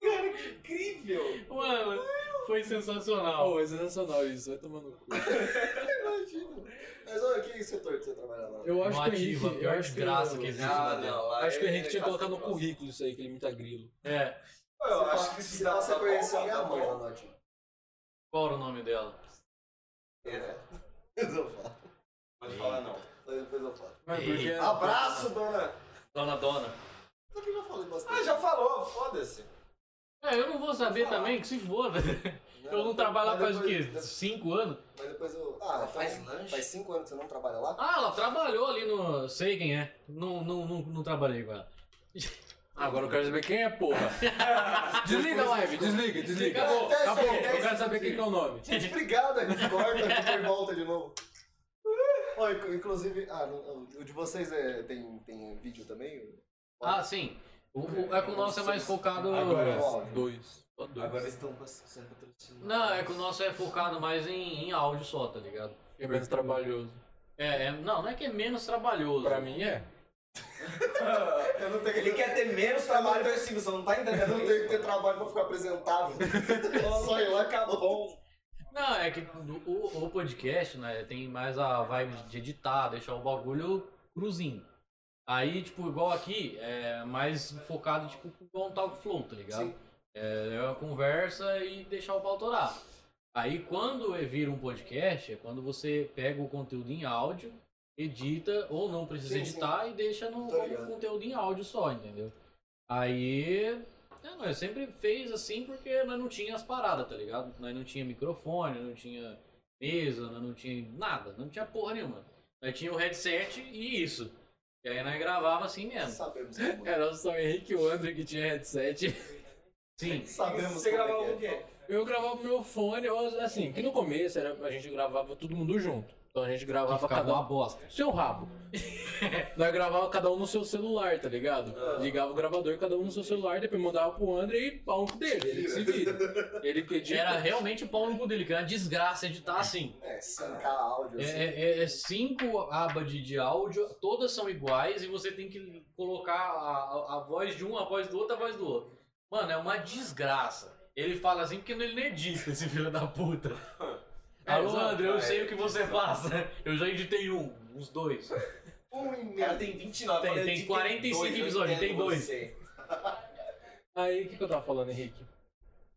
B: Cara, que incrível.
C: Mano, foi sensacional.
D: Ô, é sensacional isso, vai tomar no cu.
A: Imagina. Mas olha, que setor que você trabalhava?
D: Eu acho que o
C: Ativa,
D: Henrique.
C: pior
D: Eu acho que,
C: desgraça que existe.
D: Ah,
B: não. lá
D: acho que o
B: é-
D: Henrique tinha
B: é
D: que colocar no
B: fácil.
D: currículo isso aí, que ele imita grilo.
C: É,
B: Eu acho que se dá
A: você
B: essa
A: conhece a
B: conhecer
A: minha tipo. mãe, Renatinho.
C: qual era o nome dela?
B: É.
A: (laughs) Depois eu falo.
B: Pode falar não.
A: Depois eu falo.
D: Mas
C: Ei,
D: porque-
B: É.
A: Abraço, dona.
C: Dona Dona.
A: Eu já falei bastante.
B: Ah, já falou, foda-se.
C: É, eu não vou saber também, que se foda.
A: (laughs)
C: Eu não trabalho lá
A: mas
C: faz o quê?
A: depois-
C: Cinco anos?
A: Mas depois eu. Ah, faz,
E: faz lanche?
A: faz cinco anos que você não trabalha
B: (laughs)
A: lá?
C: Ah, ela trabalhou ali no. Sei quem é. Não, não, não, não trabalhei com ela.
D: Ah, Agora eu quero saber quem é,
C: (laughs)
D: porra. Desliga a live, desliga, desliga.
C: Acabou,
D: Acabou,
A: Desce aí,
D: eu
A: desce
D: quero
A: aí,
D: saber quem que é o nome.
A: Gente, obrigado, a gente corta e depois volta de
B: (laughs)
A: novo. Ó, inc- inclusive, ah, não- o de vocês é, tem, tem vídeo também?
C: Ah, sim. O, o- é que o nosso é mais focado.
A: Agora-
D: dois. Só dois.
B: Agora estão sendo patrocinados.
C: Não, é que o nosso é focado mais em, em áudio só, tá ligado?
D: é menos trabalhoso.
C: É, é- não, não é que é menos trabalhoso.
D: Pra mim é.
A: Eu não tenho
B: Ele quer ter menos trabalho pra esse, você não tá
A: Eu
B: entendendo
A: não tenho que ter trabalho pra ficar apresentável. Só é ir lá acabou.
C: Não, é que o- o, o podcast, né, tem mais a vibe de editar, deixar o bagulho cruzinho. Aí, tipo, igual aqui, é mais focado, tipo, igual um talk flow, tá ligado?
A: Sim.
C: É, é uma conversa e deixar o pau torar. Aí, quando é- vira um podcast, é quando você pega o conteúdo em áudio, edita, ou não precisa
A: Sim, sim.
C: editar, e deixa no
A: Tô
C: como
A: ligado.
C: conteúdo em áudio só, entendeu? Aí é, nós sempre fez assim porque nós não tinha as paradas, tá ligado? Nós não tinha microfone, nós não tinha mesa, nós não tinha nada, não tinha porra nenhuma. Nós tinha o headset e isso. E aí nós gravava assim mesmo.
A: Sabemos como é.
D: Era só o Henrique e o André que tinha headset.
C: Sim.
A: Sabemos
B: Você
A: como é
B: gravava
A: que é.
B: com quê?
D: Eu gravava pro meu fone, ou assim, que no começo era, a gente gravava todo mundo junto. Então a gente gravava
C: Ficava
D: cada
C: uma
D: um.
C: bosta.
D: Seu
C: (laughs)
D: rabo. Nós gravava cada um no seu celular, tá ligado? Ligava o gravador, cada um no seu celular, depois mandava pro André e pau no cu dele. Ele que se vira. Ele que edita.
C: Era realmente o pau no cu dele, que era uma desgraça editar assim.
A: É, sincar áudio,
C: É,
A: assim.
C: é- é cinco abas de, de áudio, todas são iguais e você tem que colocar a, a- a voz de um, a voz do outro, a voz do outro. Mano, é uma desgraça. Ele fala assim porque ele não edita, esse filho da puta.
D: (laughs) É,
C: Alô,
D: exato.
C: André, eu
B: É,
C: sei o que você passa. Eu já editei um, uns dois.
A: Um e
B: O cara
A: meio.
B: tem 29,
C: Tem-
B: eu
C: tem
B: editei
C: 45
B: dois, eu
C: episódios,
B: entendo
C: tem dois.
B: você.
D: Aí, o que, que eu tava falando, Henrique?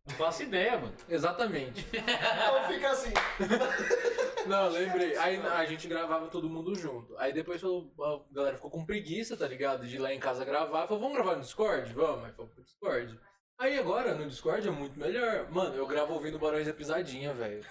C: Não faço ideia, mano.
D: Exatamente.
A: Então fica assim.
D: Não, lembrei. Aí a gente gravava todo mundo junto. Aí depois falou, a galera ficou com preguiça, tá ligado? De ir lá em casa gravar. Falou, vamos gravar no Discord? Vamos. Aí foi pro Discord. Aí agora, no Discord é muito melhor. Mano, eu gravo ouvindo Barões da Pisadinha, velho.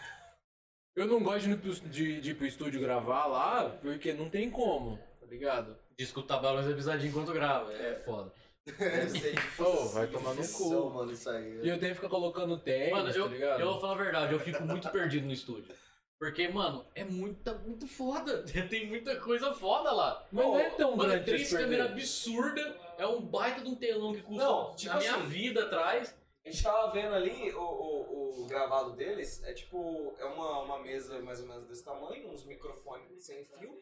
D: Eu não gosto de, ir pro- de- de ir pro estúdio gravar lá, porque não tem como, tá ligado?
C: De escutar balões avisadinho enquanto grava. É foda.
A: Deve ser difícil.
D: Ô, vai tomar no
A: Difícil,
D: cu.
A: mano, isso aí.
D: E eu tenho que ficar colocando tênis,
C: Mano, eu,
D: tá ligado?
C: eu vou falar a verdade, eu fico muito perdido no estúdio. Porque, mano, é muita, muito foda. (laughs) Tem muita coisa foda lá.
D: Mas não é tão
C: mano,
D: grande
C: Três
D: esse
C: câmeras
D: perder.
C: absurdas. né, É um baita de um telão que custa
B: Não, tipo
C: na minha
B: assim,
C: vida atrás.
B: A gente tava vendo ali o, o, o gravado deles, é tipo, é uma, uma mesa mais ou menos desse tamanho, uns microfones sem fio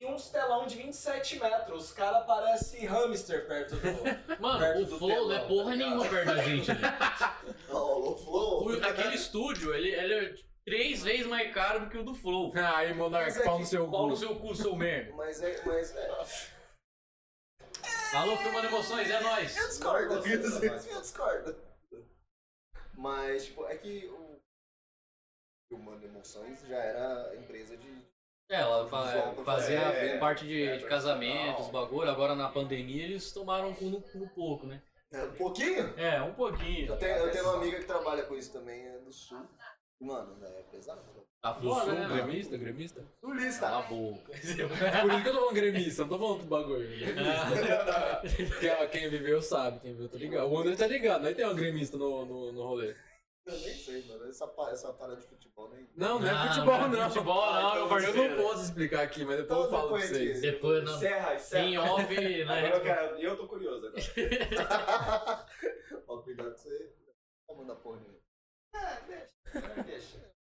B: e uns telão de 27 metros. Os caras parecem hamster
A: (laughs)
B: perto do.
C: Mano,
B: Perto
C: o
B: do
C: Flow
B: telão,
C: não é porra
B: tá ligado?
C: nenhuma perto da gente. né?
A: Ó, o Flow.
C: (laughs) O- aquele estúdio, ele, ele é três vezes mais caro do que o do Flow.
D: Ai,
A: Mas
D: Ah, Monark,
A: é
D: pau
A: que
D: no seu
C: Pau no
D: cu.
C: seu cu, seu merda.
A: Mas é. Mas é.
C: (laughs) Alô, filmando emoções, é nóis.
A: Eu discordo.
B: Não gosto dessa parte.
A: Eu discordo. Mas, tipo, é que o. Humano Emoções já era empresa de.
C: É, ela fa-
A: Visual pra
C: fazia
A: fazer, é,
C: parte de,
A: é,
C: de casamentos,
A: profissional.
C: bagulho. Agora na pandemia eles tomaram um cu no, no pouco, né?
A: É, um pouquinho?
C: É, um pouquinho.
A: Eu tenho, eu tenho uma amiga que trabalha com isso também, é do sul. Mano, né, é pesado.
C: Tá
D: Do
C: foda, né?
D: sul,
C: mano?
D: um gremista, gremista?
C: Cala a
A: Sulista.
C: boca. (laughs)
D: Por isso que eu tô falando gremista, não tô falando outro bagulho.
C: Ah,
D: gremista. Quem, ó, quem viveu sabe, quem viveu tá ligado. O André tá ligado, não tem um gremista no, no, no rolê.
A: Eu nem sei, mano. Essa, pa- essa parada de futebol
C: (laughs)
A: nem.
D: Não, não é
C: Não,
D: futebol, não.
C: não é futebol, não, meu parceiro.
D: Eu não posso explicar aqui, mas depois eu
A: Todo
D: falo pra vocês.
A: conhecido.
C: Depois não.
B: Serra,
C: Em off,
B: é Agora eu
C: né?
B: quero- eu tô
A: (laughs)
B: curioso agora.
A: Ó, cuidado que você. Não manda porra nenhuma. Ah,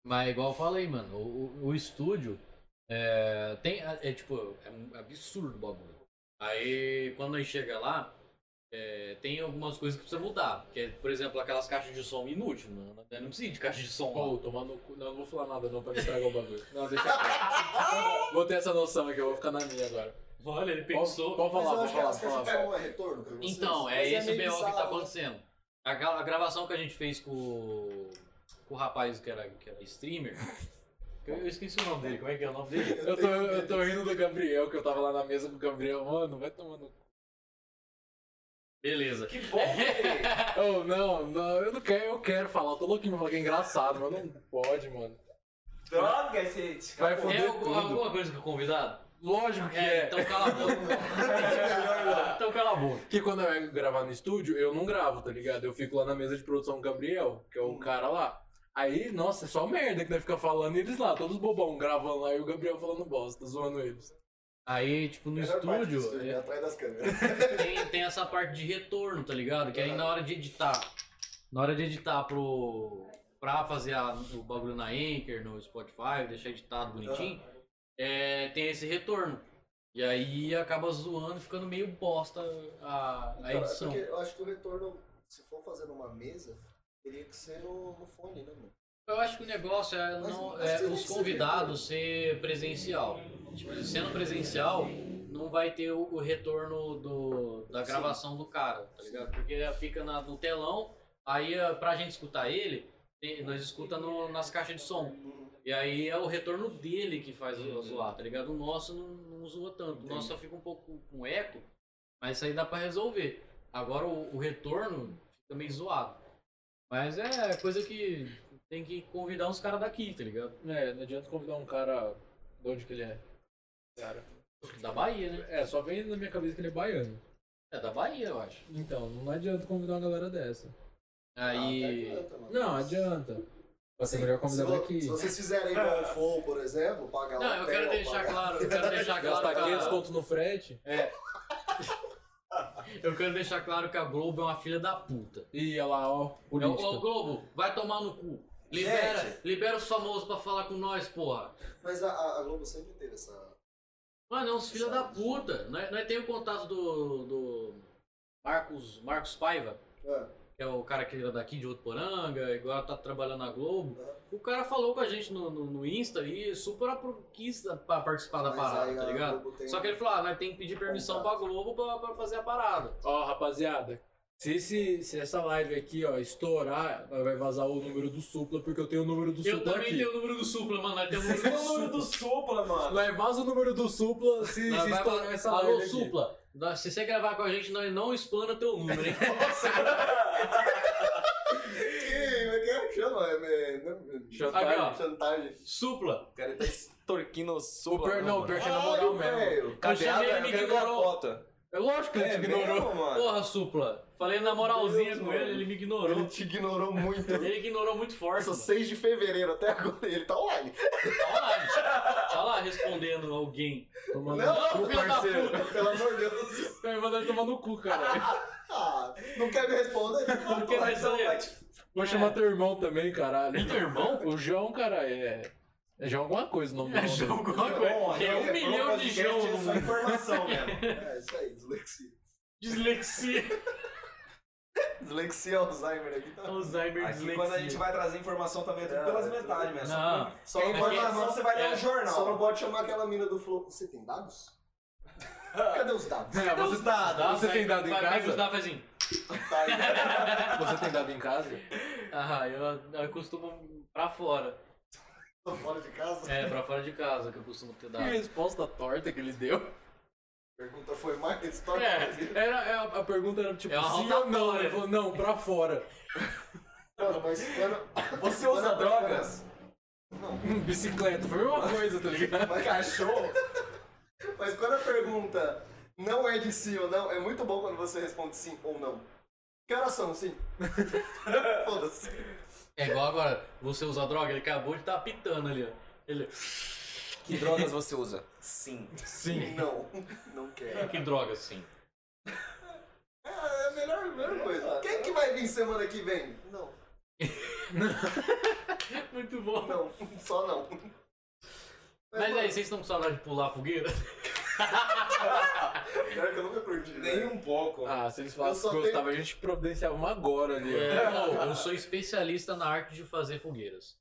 C: Mas é igual eu falei, mano, o, o- o estúdio é, tem, é tipo, é um absurdo o bagulho. Aí quando a gente chega lá, é, tem algumas coisas que precisa mudar. Que é, por exemplo, aquelas caixas de som inútil, mano. Não precisa de caixa de som. lá.
D: Pô, tomar no cu. Não, não vou falar nada não pra não estragar o bagulho. Não, deixa quieto. Vou ter essa noção aqui, eu vou ficar na minha agora.
C: Olha, ele
D: Pode,
C: pensou.
D: pode
A: Mas
D: falar,
A: eu
D: pode
A: acho que
D: falar,
A: elas
D: pode
A: fecham
D: falar.
A: só um retorno pra vocês.
C: Então, é
A: Mas
C: esse
A: meio
C: BO que tá
A: bizarro, né?
C: acontecendo. A, gra- a gravação que a gente fez com, o- com o rapaz que era, que era streamer. que (laughs) Eu eu esqueci o nome dele, como é que é o nome dele?
D: Eu tô, eu tô rindo do Gabriel, que eu tava lá na mesa com o Gabriel. Mano, vai tomando.
C: Beleza.
B: Que bom
C: (laughs)
B: que.
D: Oh, não, não, eu não quero, eu quero falar. Eu tô louquinho pra falar que é engraçado, mas não pode, mano.
B: Droga, gente.
D: Vai
B: acabou.
D: foder
C: É algu-
D: tudo.
C: alguma coisa com o convidado?
D: Lógico que
C: É,
D: é.
C: então cala a
B: (laughs)
C: (laughs) boca. então cala a boca.
D: Que quando eu ia gravar no estúdio, eu não gravo, tá ligado? Eu fico lá na mesa de produção com o Gabriel, que é o cara lá. Aí, nossa, é só merda que deve ficar falando e eles lá, todos bobão, gravando lá e o Gabriel falando bosta, zoando eles.
C: Aí, tipo, no
A: Melhor parte do
C: estúdio,
A: é
C: é,
A: atrás das
C: (laughs)
A: câmeras.
C: tem, tem essa parte de retorno, tá ligado? Que aí na hora de editar, na hora de editar pro. pra fazer a- o bagulho na Anchor, no Spotify, deixar editado bonitinho, é, tem esse retorno. E aí acaba zoando, ficando meio bosta a, a
A: Cara, é
C: edição.
A: porque eu acho que o retorno, se for fazer numa mesa, teria que ser no, no fone, né, mano?
C: Eu acho que o negócio é,
A: Mas-
C: não,
A: mas
C: é
A: você tem
C: os
A: que ser
C: convidados ser presencial. Tipo, sendo presencial, não vai ter o, o retorno do, da gravação do cara, tá ligado? Porque fica na- no telão, aí eh, pra gente escutar ele, tem- nós escuta no- nas caixas de som. E aí é o retorno dele que faz
A: Uhum.
C: o zoar, tá ligado? O nosso não, não zoa tanto. O nosso só fica um pouco com eco, mas isso aí dá pra resolver. Agora o, o retorno fica meio zoado. Mas é coisa que tem que convidar uns caras daqui, tá ligado?
D: É, não adianta convidar um cara de onde que ele é. Cara.
C: Da Bahia, né?
D: É, só vem na minha cabeça que ele é baiano.
C: É da Bahia, eu acho.
D: Então, não adianta convidar uma galera dessa.
A: Ah,
C: Aí.
A: até adianta, mano.
D: Não, adianta. Vai ser
A: Assim,
D: melhor
A: se,
D: convidar
A: vo-
D: daqui.
A: se vocês fizerem igual o Flow, por exemplo, pagar
C: Não, eu quero deixar claro, eu quero
A: (laughs)
C: deixar
D: Gastar
C: claro.
D: 500
C: que a-
D: conto no frete
C: Eu quero deixar claro que a Globo é uma filha da puta.
D: e olha lá,
C: É,
D: ó,
C: Ô, ô,
D: política.
C: Globo, vai tomar no cu. Libera, libera os famosos pra falar com nós, porra.
A: Mas a, a- a Globo sempre teve essa.
C: Mano, é uns filha da puta. é, Nós, nós temos o contato do, do Marcos, Marcos Paiva,
A: Ah,
C: que é o cara que era daqui de Uruporanga, agora tá trabalhando na Globo. O cara falou com a gente no, no, no Insta e super apro- quis a- pra participar da
A: mas
C: parada,
A: aí
C: tá
A: a
C: ligado?
A: Globo tem-
C: Só que ele falou, ah, nós tem que pedir permissão pra Globo pra, pra fazer a parada.
D: Ó, rapaziada, se, esse- se essa live aqui, ó, estourar, vai vazar o número do supla, porque eu tenho o número do
C: Eu
D: supla
C: também
D: aqui.
C: tenho o número do Supla, mano. Nós temos o
B: Vocês têm
C: número do
B: o número
C: Supla.
B: do Supla, mano.
D: Nós vaza o número do supla se, se
C: Nós vai-
D: estourar essa
C: Alô,
D: live aqui.
C: Supla, nós- se você gravar com a gente, nós não espana teu número, hein? (laughs)
A: Que, como é que é que chama? É, é, é-
D: Chantagem.
C: Aqui, ó.
A: Chantagem.
C: Supla.
B: O cara tá extorquindo o
D: O
B: Supla.
D: pior, não, o pior que é na
A: Caralho,
D: moral mesmo.
A: velho.
C: Eu chamei ele, me ignorou.
B: foto.
D: É lógico que ele te ignorou.
B: mesmo, mano.
C: Porra, Supla. Falei na moralzinha
A: Deus,
C: com
A: mano.
C: ele, ele me
A: Ele
C: ignorou.
A: te ignorou muito.
C: (laughs) Ele ignorou muito forte.
A: Nossa,
C: mano.
A: 6 de fevereiro até agora, ele tá online.
C: Tá lá, tá lá respondendo alguém. um
D: Tomando
A: Não,
D: no cu,
C: filho da
D: parceiro.
A: Pelo amor de Deus.
D: Tá me mandando tomar no cu, (laughs) cara.
A: Ah, não quer me responder?
C: (laughs) Não quer mais
A: é um
B: Então vai
C: saber.
B: te-
D: Vou chamar teu irmão também, caralho.
C: Meu irmão?
D: O João, cara, é. É João alguma coisa o nome
C: É
D: do
C: João
D: nome.
C: alguma coisa.
B: É
C: Tem um milhão de né? João no
B: Só
C: mundo.
B: informação
C: (laughs)
B: mesmo.
A: É, isso aí, dislexia.
C: Dislexia.
A: Dislexia Alzheimer aqui tá.
C: Alzheimer,
B: Aqui
C: dislexia.
B: quando a gente vai trazer informação também é tudo pelas metades mesmo.
C: Não.
B: Só a informação você vai ler
C: É,
B: no
A: Só não
B: jornal.
A: pode chamar aquela mina do Flow. Você tem dados? (laughs) Cadê os dados?
D: É,
A: Cadê
D: você-
A: os dados?
C: Dá,
D: Você
C: vai-
D: tem dado em
C: vai- vai
D: casa?
C: gostar, faz assim.
A: Tá aí. (laughs)
D: Você tem dado em casa?
C: Ah, eu, eu costumo pra fora.
A: Tô fora de casa.
C: É, pra fora de casa que eu costumo ter
D: Que
C: dado.
D: resposta torta que ele deu.
A: Pergunta foi mais (laughs) história.
C: É,
D: Era, é, a- a pergunta era tipo,
C: É uma
D: sim ou não?
C: rotatória.
D: Ele falou, não, pra fora.
A: Mano, mas quando...
B: Você
A: quando
B: usa
A: a pessoa-
B: drogas?
A: Não.
D: Hum, Bicicleta, foi a mesma coisa, tá ligado?
A: Mas cachorro? (laughs) Mas quando a pergunta não é de sim ou não, é muito bom quando você responde sim ou não. Que horas são, (laughs) sim? Foda-se.
C: é igual agora, você usa droga, ele acabou de tá pitando ali, ó. Ele,
B: Que drogas você usa? Sim.
D: Sim.
A: Não, não quero.
C: que droga, sim.
A: É é a melhor, a melhor coisa. Quem que vai vir semana que vem? Não,
C: Muito bom.
A: não, só não.
C: Mas
A: É, mano,
C: aí, vocês estão com saudade de pular a fogueira?
A: Pior que eu nunca curti. né?
B: Nem um pouco.
D: Ah, se eles
A: Eu
D: falassem
A: só
D: que gostavam, a gente providenciava uma agora ali. ó.
C: É, (laughs) pô, eu sou especialista na arte de fazer fogueiras.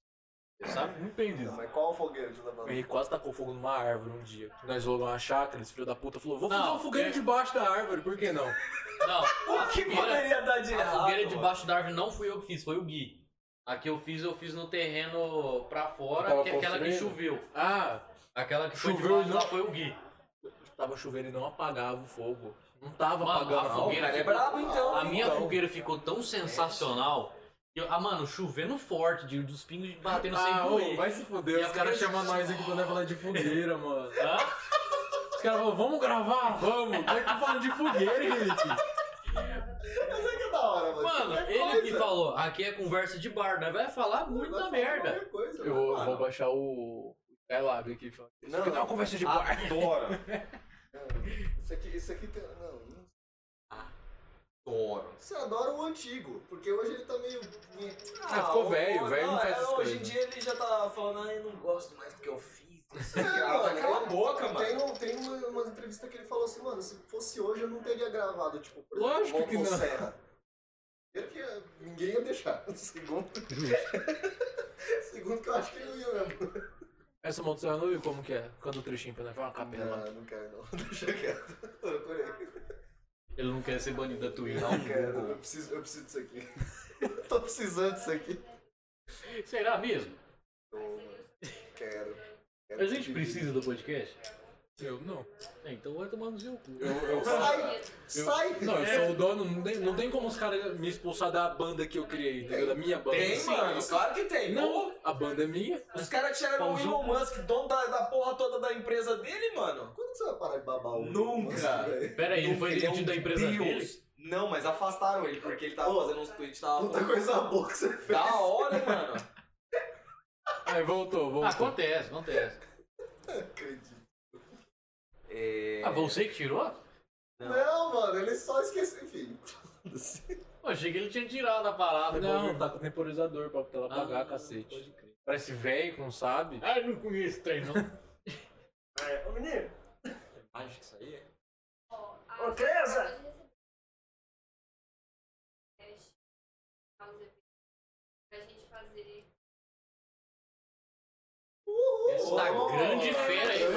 C: Você sabe muito bem
A: Não,
C: disso.
A: mas qual fogueira que você tá
D: O
A: falando?
D: Henrique quase tacou fogo numa árvore um dia. Nós rolamos uma chácara, esse filho da puta falou: vou fazer
C: Não,
D: uma fogueira
C: eu-
D: debaixo da árvore, por que não?
C: Não, a
B: O que
C: fogueira,
B: poderia dar de
C: a
B: errado?
C: fogueira
B: mano?
C: debaixo da árvore não fui eu que fiz, foi o Gui. A que eu fiz, eu fiz no terreno pra
D: Eu
C: fora,
D: tava
C: que é aquela que
D: construindo.
C: choveu.
D: Ah,
C: Aquela que foi
D: Choveu
C: debaixo
D: e
C: lá
D: não-
C: foi o Gui.
D: tava chovendo e não apagava o fogo. Não tava
C: Mano,
D: apagando
C: a
D: não,
C: fogueira
D: cara, é
B: É brabo então.
C: A
B: hein?
C: minha
D: Então.
C: fogueira ficou tão sensacional. que eu- ah, mano, chovendo forte, de, dos pingos de batendo sem
D: Ah, ô,
C: doer.
D: vai se
C: E
D: fuder,
C: a
D: os caras
C: fogueira-
D: chamam nós aqui pra nós falar de fogueira, mano.
C: Hã?
D: Os caras falam, vamos gravar? Vamos! Como é que tu fala de fogueira, Henrique?
A: Mas é que é da hora, mano.
C: Mano,
A: Qualquer
C: ele que
A: coisa.
C: falou, aqui é conversa de bar, nós vai falar
A: Vai
C: muita
A: falar
C: merda.
A: qualquer coisa,
D: Eu vou,
A: Então, mano.
D: vou baixar o Skylab aqui. fala.
A: Não,
D: Isso Ah, aqui uma conversa de bar.
B: Adoro.
A: Não, Isso aqui, isso aqui tem. Não, não.
B: Adoro.
A: Você adora o antigo, porque hoje ele tá meio.
D: Ah, ficou
B: o-
D: velho,
B: o-
D: velho não faz
B: é,
D: essas
B: Hoje
D: coisas.
B: em dia ele já tá falando, ah, eu não gosto mais do que eu fiz. não sei o
D: (laughs)
B: que.
A: Não,
B: Ah,
A: mano,
B: Cala a
A: ele-
B: boca, mano.
A: né? Tem, um, tem uma, umas entrevistas que ele falou assim, mano, se fosse hoje eu não teria gravado, tipo, por
D: Lógico que não.
A: Motosserra. Primeiro que eh, ninguém ia deixar. (laughs) Segundo. Segundo que eu acho que ele não ia mesmo.
D: (laughs) Essa mão do céu eu não vi como que é. Canta um trechinho pra nós, fala uma capela.
A: Ah, Não, não quero não. (laughs) Deixa quieto. Procurei.
C: Ele não quer ser banido da Twitch.
A: Não quero, eu preciso, eu preciso disso aqui. (laughs) Tô precisando disso aqui.
C: Será mesmo?
A: Tô, mano. Quero. quero
C: A gente
A: dividir.
C: precisa do podcast?
D: Eu não.
C: É, então vai tomar no seu cu.
D: Eu, eu faço.
A: Sai! Sai! É,
D: Não, eu sou o dono, não tem, não tem como os caras me expulsar da banda que eu criei, entendeu? Da minha banda.
B: Tem, mano. Claro que tem. Pô,
D: Não, a banda é minha.
B: Os caras tiraram o
C: Pausou.
B: Elon Musk, dono da, da porra toda da empresa dele, mano.
A: Quando que você vai parar de babar o
B: Nunca.
A: Nossa, velho.
C: Pera aí, ele foi
B: é um
C: demitido da empresa dele?
B: deus. Não, mas afastaram ele, porque ele tava fazendo uns tweets, tava
A: Puta coisa boa que você fez.
B: da hora, hein, mano.
D: Aí voltou,
C: Ah,
D: voltou.
C: acontece, acontece.
A: Acredito.
B: É...
C: Ah, você que tirou?
B: Não.
A: Não, mano, ele só esqueceu. Enfim.
C: Pô, achei que ele tinha tirado a parada.
D: não,
C: pô.
D: tá com temporizador pra ela apagar, cacete.
C: pode crer.
D: Parece velho, não sabe.
C: Ah, eu não conheço trem, não.
A: É, ô menino,
B: Acho que isso aí é.
A: Ô, Creuza!
F: um Pra gente fazer.
C: Essa
A: Ô,
C: grande
A: mano,
C: fera aí.
A: eu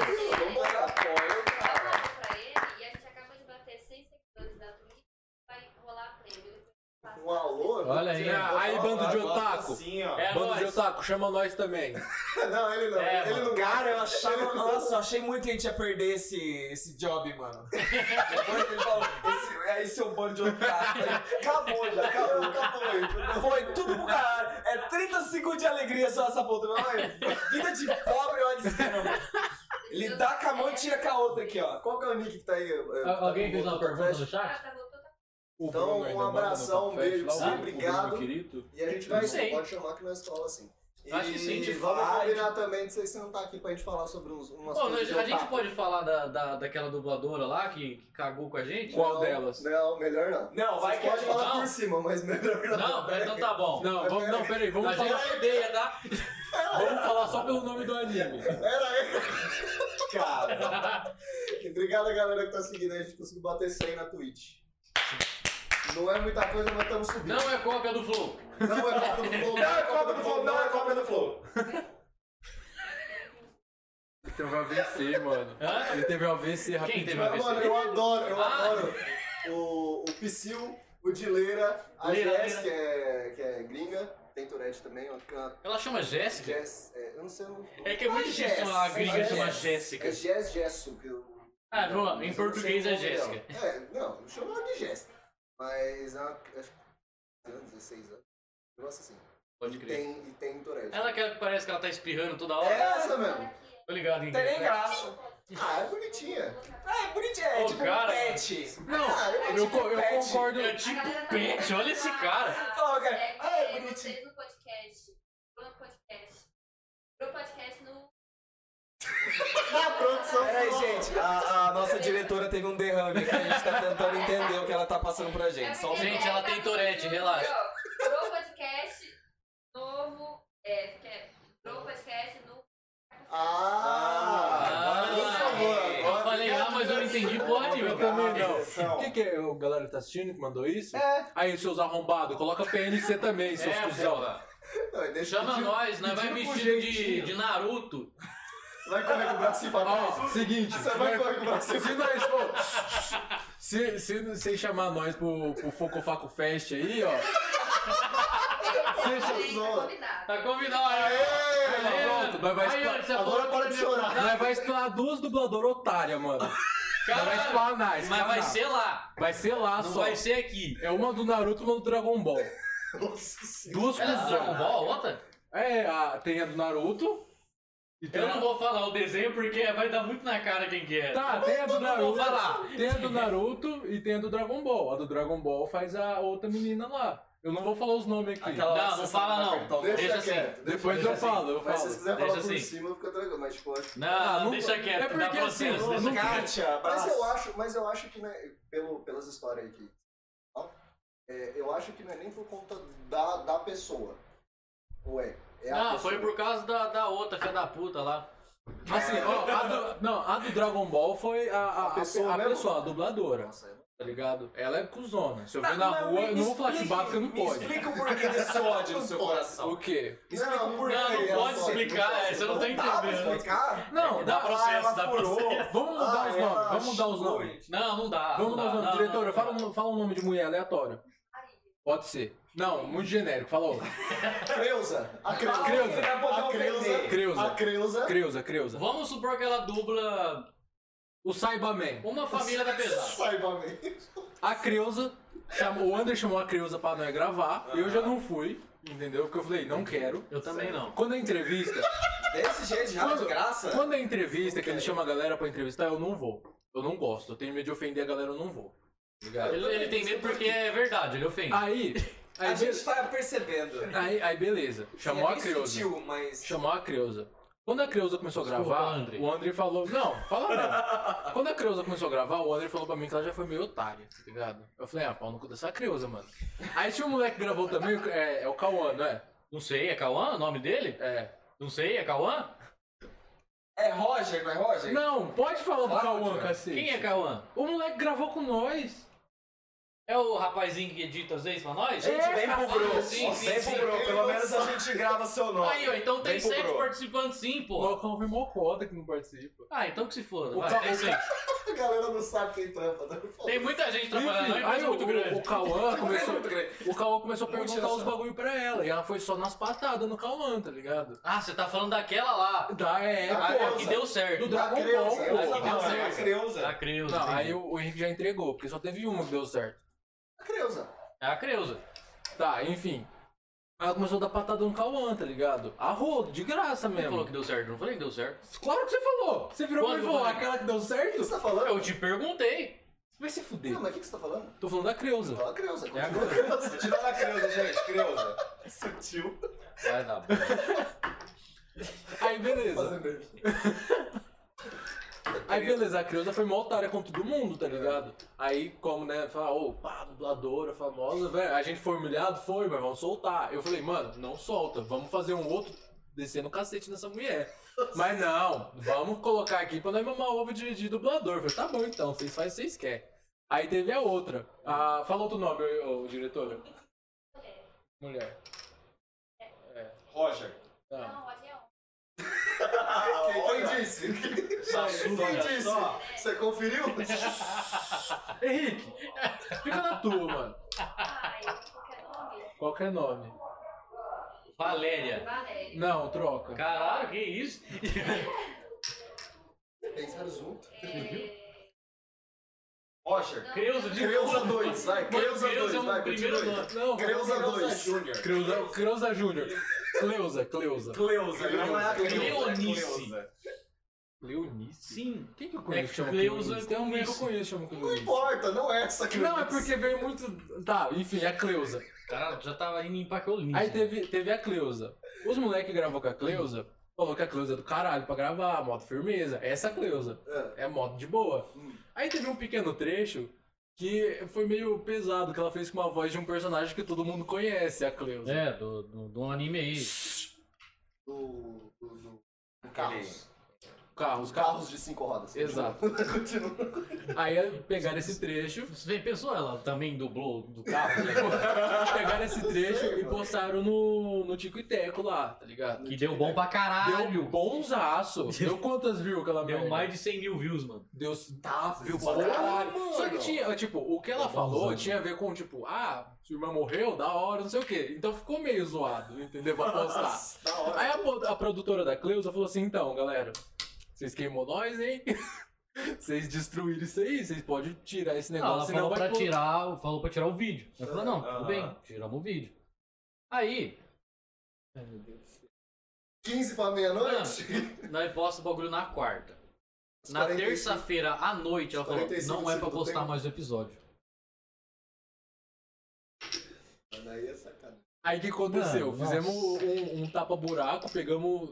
A: vou dar apoio.
F: pra ele e a gente acaba de bater 100 seguidores da Twitch. Vai rolar prêmio.
A: Um alô?
D: Olha aí, aí bando de
B: Eu gosto
D: otaku.
B: Assim, ó.
C: É
D: Bando de
C: nóis.
D: otaku, chama nós também.
A: (laughs) Não, ele não.
C: É,
A: ele
C: mano.
A: não
B: Cara, eu achava. Nossa, eu achei muito que a gente ia perder esse, esse job,
A: (laughs)
B: mano. Depois que ele falou, esse, é esse é o bando de otário.
A: Acabou já, acabou, acabou aí.
B: Foi tudo pro caralho. É 30 segundos de alegria só essa puta. Mas, mãe, vida de pobre é uma desgrama. Ele dá com a mão e tira com a outra aqui, ó.
A: Qual que é o nick que tá aí? É,
C: Al-
A: tá
C: Alguém
A: com
C: fez uma
A: botão
C: pergunta
A: flash?
C: no
F: Ah, tá,
C: chat?
A: Então, um abração, um beijo pra você, obrigado.
D: querido.
A: E a gente
C: Não
A: vai
C: sei.
A: pode chamar que nós cola assim. E
C: Acho que sim, a gente
A: vamos
B: vai.
A: combinar também de vocês sentar aqui pra gente falar sobre uns, umas
C: Pô,
A: coisas.
C: nós-
A: de
C: né, a gente
A: otaku.
C: pode falar da, da, daquela dubladora lá que, que cagou com a gente?
D: Qual
A: Não,
D: delas?
A: Não, melhor não.
B: Não, vai
A: Vocês
B: que é a
A: podem
B: gente...
A: falar
C: Não.
A: por cima, mas melhor não.
C: Não, então tá bom.
D: Não, vamos, não, peraí,
C: A
D: vamos falar,
C: gente odeia, tá?
D: vamos falar só pelo nome do anime.
A: Pera aí.
B: Cara,
A: Obrigado, galera, que tá seguindo. A gente conseguiu bater 100 na Twitch. Não é muita coisa, mas estamos subindo.
C: Não é cópia do Flow.
A: Não é cópia do Flow. Não é cópia do Flow. Não é cópia do Flow. um
D: Teve AVC, mano.
C: Hã?
D: Ele teve um AVC
C: Quem
D: rapidinho.
C: teve
A: Mas, mano, eu adoro, eu
C: Ah.
A: adoro o, o Psyu, o Dileira, a
C: Leira,
A: Jess, que é, que é gringa, tem Tourette também, ela canta.
C: Ela chama Jéssica?
A: Jess, é, eu não sei o nome.
C: É que é muito
A: Ah,
C: difícil
A: Jess.
C: uma gringa
A: É
C: chamar
A: Jess.
C: Jéssica.
A: É Jess Jesso, que eu...
C: Ah,
D: Então,
A: não,
C: não,
A: mas
C: em
A: eu não sei
C: português é
A: o nome dela.
C: Jéssica.
A: É, não, eu chamo ela de Jess. Mas ela, acho que 16 anos, um negócio assim.
C: Pode
A: E
C: crer.
A: tem, e tem Tourette.
C: Ela que parece que ela tá espirrando toda
A: É
C: hora.
A: essa mesmo.
F: é.
C: Tô ligado, hein?
B: não tem nem graça.
A: Ah, é bonitinha.
B: Ah, é bonitinho, é
C: Ô,
B: tipo
C: cara.
B: um pet.
A: Ah, eu,
D: Eu, co- eu
B: Pet.
D: concordo.
C: É tipo pet, olha esse cara.
B: Fala, cara. Ah, é
F: tá É,
B: bonitinho.
F: vocês no podcast. No podcast. No podcast no.
A: Na é produção.
B: Peraí, gente, a, a nossa diretora teve um derrame aqui, a gente tá tentando entender o que ela tá passando pra gente. Só um
C: Gente,
B: segundo.
C: ela tem Tourette, relaxa.
F: No um podcast novo. É, que é. No podcast no.
A: Ah, agora, por favor,
C: Ah,
A: agora-
C: eu falei ah, mas eu não entendi porra
D: Eu
C: nenhuma.
D: também
A: Direção.
D: não. O que, que é? O galera que tá assistindo que mandou isso?
A: Ah, É.
D: Aí, seus arrombados, coloca PNC também, seus
C: É,
D: cuzão. Tipo,
C: porra.
A: Não, deixa eu
C: Chama
A: pedir-
C: nós, nós vai
A: pediu com
C: vestido de,
A: jeitinho.
C: de Naruto.
A: Vai correr com o braço pra
D: Ó,
A: trás.
D: seguinte.
A: Você
C: é
A: vai
D: nós-
A: correr com o braço pra
D: se nós for. Se, se você chamar nós pro, pro Focofaco Fest aí, ó.
A: zoa.
F: combinado.
C: Tá convidado aí.
A: Aê!
D: Pronto, nós vai
C: Aí,
D: expla-
C: olha, você
A: Agora
C: falou-
A: para de chorar.
D: Nós vai explanar duas dubladoras otárias, mano. Nós vai
C: Caralho,
D: explanar,
C: mas
D: explanar.
C: vai ser lá.
D: Vai ser lá
C: Não
D: só.
C: vai ser aqui.
D: É uma do Naruto e uma do Dragon Ball.
A: Nossa senhora.
D: Duas
C: Ela é do Dragon
D: cuzão.
C: Ball, outra?
D: É, a, tem a do Naruto. E tem
C: Eu
D: a-
C: não vou falar o desenho porque vai dar muito na cara quem que é.
D: Tá, tem a do
C: não vou
D: Naruto.
C: falar.
D: Tem a do Naruto e tem a do Dragon Ball. A do Dragon Ball faz a outra menina lá. Eu não vou falar os nomes aqui.
B: Aquela
C: Não, não
B: sessão
C: fala
B: da
C: não.
B: cartão.
C: Deixa assim.
A: quieto, deixa-
D: Depois
A: deixa
D: eu
A: assim.
D: falo, eu
A: Mas se
D: falo.
A: você quiser
C: Deixa
A: falar por
C: assim.
A: cima, fica tranquilo. Mas pode.
C: Não,
D: Ah,
C: não,
D: não-
C: deixa quieto.
D: é
C: dá
D: porque,
C: processo,
D: assim,
C: deixa
D: não-
C: quieto.
B: Kátia, abraço.
A: Mas eu acho, mas eu acho que, né, pelo, pelas histórias aí que. ó, é, eu acho que não é nem por conta da, da pessoa. Ou é? É a
C: Ah,
A: pessoa.
C: foi por causa da, da outra, filha da puta lá.
D: Assim, ó, a do, não, a do Dragon Ball foi a, a, a,
A: A pessoa
D: a
A: mesmo?
D: pessoa, a dubladora,
A: Nossa, eu-
D: tá ligado? Ela é cuzona. Se eu ver
B: Não,
D: na
B: mas
D: rua, eu
B: me
D: não vou falar
B: explica-
D: chumbado porque não
B: me
D: pode.
B: Explica o porquê desse ódio no seu
D: O
B: coração.
D: quê?
B: Me Explica
A: Não,
B: o porquê.
C: não, não
B: dessa
C: pode
B: ódio.
C: explicar, é, você não tá
B: Dá pra
C: entendendo.
B: explicar?
D: Não,
C: Dá
D: dá-
B: Ah,
C: processo,
B: ela
C: dá
B: furou.
C: processo.
D: vamos mudar
B: Ah,
D: os
B: ela
D: nomes, vamos mudar os
B: achou.
D: nomes.
C: Não, não dá.
D: Vamos
C: não
D: mudar os nomes.
C: dá,
D: Diretora,
C: não,
D: fala, um- fala um nome de mulher aleatório. Pode ser. Não, muito genérico, fala outra.
A: Creuza. A Creuza.
B: Fala
D: Creuza.
B: que vai poder
A: A Creuza.
B: ofender.
D: Creuza.
A: A Creuza.
D: Creuza, Creuza.
C: Vamos supor que ela dubla
D: O Saibaman.
C: uma família da pesada.
A: Saiba bem.
D: A Creuza, chamou, o André chamou a Creuza pra nós gravar, eu já não fui, entendeu? Porque eu falei, não quero.
C: Eu também não.
D: Quando a entrevista,
B: Desse jeito, já de
D: Quando-
B: graça?
D: quando a entrevista que ele chama a galera pra entrevistar, eu não vou. Eu não gosto, eu tenho medo de ofender a galera, eu não vou. Tá Ligado?
C: Ele, ele tem medo porque é verdade, ele ofende.
D: Aí,
B: A
D: aí, be-
B: gente tá percebendo.
D: aí, aí beleza, é chamou
B: É
D: a
B: bem
D: Creuza.
B: sutil, mas...
D: Chamou a Creuza. Quando a Creuza começou a
C: Desculpa,
D: gravar,
C: André.
D: o André falou. Não, fala não. Quando a Creuza começou a gravar, o André falou pra mim que ela já foi meio otária, tá ligado? Eu falei, ah, pau no cu dessa Creuza, mano. Aí tinha um moleque que gravou também, o- é, é o Cauã, não é?
C: Não sei, é Cauã o nome dele?
D: É.
C: Não sei, é Cauã?
B: É Roger, não é Roger?
D: Não, pode falar do
B: Pode,
D: Cauã,
B: velho.
D: cacete.
C: Quem é Cauã?
D: O moleque gravou com nós.
C: É o rapazinho que edita às vezes pra nós?
B: Gente,
D: É,
B: vem pro
D: cara,
B: Bro.
C: sim, sim,
B: vem
C: sim.
B: pro Bro. Pelo menos a gente grava seu nome.
C: Aí, ó, então tem
B: Vem pro
C: sete
B: Bro.
C: participantes sim,
D: O
C: pô.
D: Locão veio mocota que não participa.
C: Ah, então que se foda.
D: O
C: vai,
D: Ca-
C: tem,
D: o
C: sete.
A: A galera não sabe quem trampa. Tá?
C: Tem muita gente trabalhando,
D: Enfim,
C: não é uma
D: aí
C: empresa
D: o,
C: muito grande. É
D: o, o
C: (laughs)
D: Cauã
B: Começou
D: começou,
B: muito grande.
D: o Cauã começou a
B: Muito
D: perguntar os
B: engraçado.
D: bagulho pra ela. E ela foi só nas patadas no Cauã, tá ligado?
C: Ah, você tá falando daquela lá.
D: Da é,
A: Ah,
C: Ah,
D: pô.
A: Creuza.
C: que deu certo.
D: Do Dragon Ball,
A: Creuza, eu
D: pô.
A: sabia.
B: Não, é a
A: Creuza.
B: Creuza.
C: Da Creuza.
D: Não,
C: sim.
D: aí o, o Henrique já entregou, porque só teve uma que deu certo.
A: A Creuza.
C: É a Creuza.
D: Tá, enfim. Aí ela começou a dar patada no Cauã, tá ligado? A rodo, de
C: Você
D: graça mesmo.
C: falou que deu certo, eu não falei que deu certo.
D: Claro que você falou! Você virou pra mim e
C: Quando? né?
D: falou, "Ah, aquela que deu
A: O que
D: certo?
A: você
D: Você
A: tá falando?
C: Eu te perguntei.
D: vai se fuder.
A: Não, mas o que que você tá falando?
D: Tô falando da Creuza.
A: Fala Creuza.
C: É a
A: continua Creuza.
B: Tirando a Creuza, gente, Creuza.
A: (laughs) Sutil.
C: Vai dar bom.
D: Aí beleza.
A: Fazendo bem.
D: Aí beleza, a Creuza foi mó otária com todo mundo, tá ligado? Aí, como, né, fala, ô, pá, dubladora famosa, velho. A gente foi humilhado? Foi, mas vamos soltar. Eu falei, mano, não solta, vamos fazer um outro descendo o cacete nessa mulher. Mas não, vamos colocar aqui pra nós mamar ovo de, de dublador. Eu falei, tá bom então, vocês fazem o que vocês querem. Aí teve a outra. A... Fala outro nome, ô, ô, diretora. Mulher. Tá.
B: Roger.
C: Tá.
D: Não.
F: Não, hoje é um.
B: Ah,
A: Quem disse?
C: Tá
A: Quem
C: né?
A: disse? Você
C: (laughs)
A: conferiu?
D: Henrique, fica na tua, mano.
F: Ai, qualquer é nome.
D: Qualquer é nome.
C: Valéria.
F: Valério.
D: Não, troca.
C: Caralho, que isso?
A: Pensaram junto.
F: É...
B: Roger.
C: Creuza de
A: Creuza
C: novo.
A: 2, vai. Creuza
C: Creuza é
A: 2,
C: um
A: vai.
C: primeiro
A: Continua.
C: nome.
D: Não,
A: Creuza 2.
B: Júnior.
D: Creuza, Creuza Júnior. Cleusa, Cleusa.
B: Cleusa, não é a Creuza.
C: Cleonice.
B: Cleusa.
D: Cleonice?
C: Sim.
D: Quem que eu
C: É
D: conheço
C: que
D: que chama
C: Cleusa
D: Cleonice? Tem um amigo que eu conheço que chama
A: Não
D: Cleonice.
A: importa, não é essa Creuza.
D: Não, é porque veio muito... Tá, enfim, a Cleusa.
C: Caralho, já tava indo em né? Pacolinho.
D: Aí teve, teve a Cleusa. Os moleques que gravou com a Cleusa, falou que a Cleusa é do caralho pra gravar, moto firmeza. Essa Cleusa.
A: É.
D: É moto de boa.
A: Hum.
D: Aí teve um pequeno trecho que foi meio pesado, que ela fez com uma voz de um personagem que todo mundo conhece, a Cleusa.
C: É, do, do, do anime aí.
A: Do. do- do- do Carros.
B: é.
D: Carros,
A: Os
D: carros.
A: carros de cinco rodas.
D: Exato.
A: (laughs) Continua.
D: Aí pegaram esse trecho,
C: Você vê, pensou ela também dublou (laughs) do carro? né?
D: pegaram esse trecho e postaram no, no Tico e Teco lá, tá ligado?
C: que deu bom pra caralho.
D: Deu bons aço. Deu quantas viu aquela
C: Deu
D: merda?
C: mais de é 100 mil views, mano.
D: Deu tá, viu pra
A: Caralho,
D: caralho.
A: mano.
D: Só que tinha, tipo, o que ela
C: Deu É
D: falou
C: bonzão.
D: tinha a ver com, tipo, ah, sua irmã morreu, da hora, não sei o quê. Então ficou meio zoado, entendeu? Pra postar.
A: Da hora.
D: Aí a, po- a produtora da Cleusa falou assim, então, galera, vocês queimou nós, hein? (laughs) Vocês destruíram isso aí, vocês podem tirar esse
C: Não,
D: negócio,
C: ela
D: senão
C: falou
D: vai
C: pra,
D: pôr-
C: tirar, o- falou pra tirar o vídeo. Ela falou, não, tudo
B: Aham.
C: bem, tiramos o vídeo. Aí,
A: 15 pra meia-noite?
C: nós posta o bagulho na quarta. Ah, Na
A: 45
C: terça-feira à noite, ela falou,
A: 45
C: não é pra
A: segundo
C: postar
A: tempo.
C: mais o episódio.
A: Mano, Aí é sacanagem.
D: Aí o que aconteceu?
C: Mano,
D: Fizemos um, um tapa-buraco, pegamos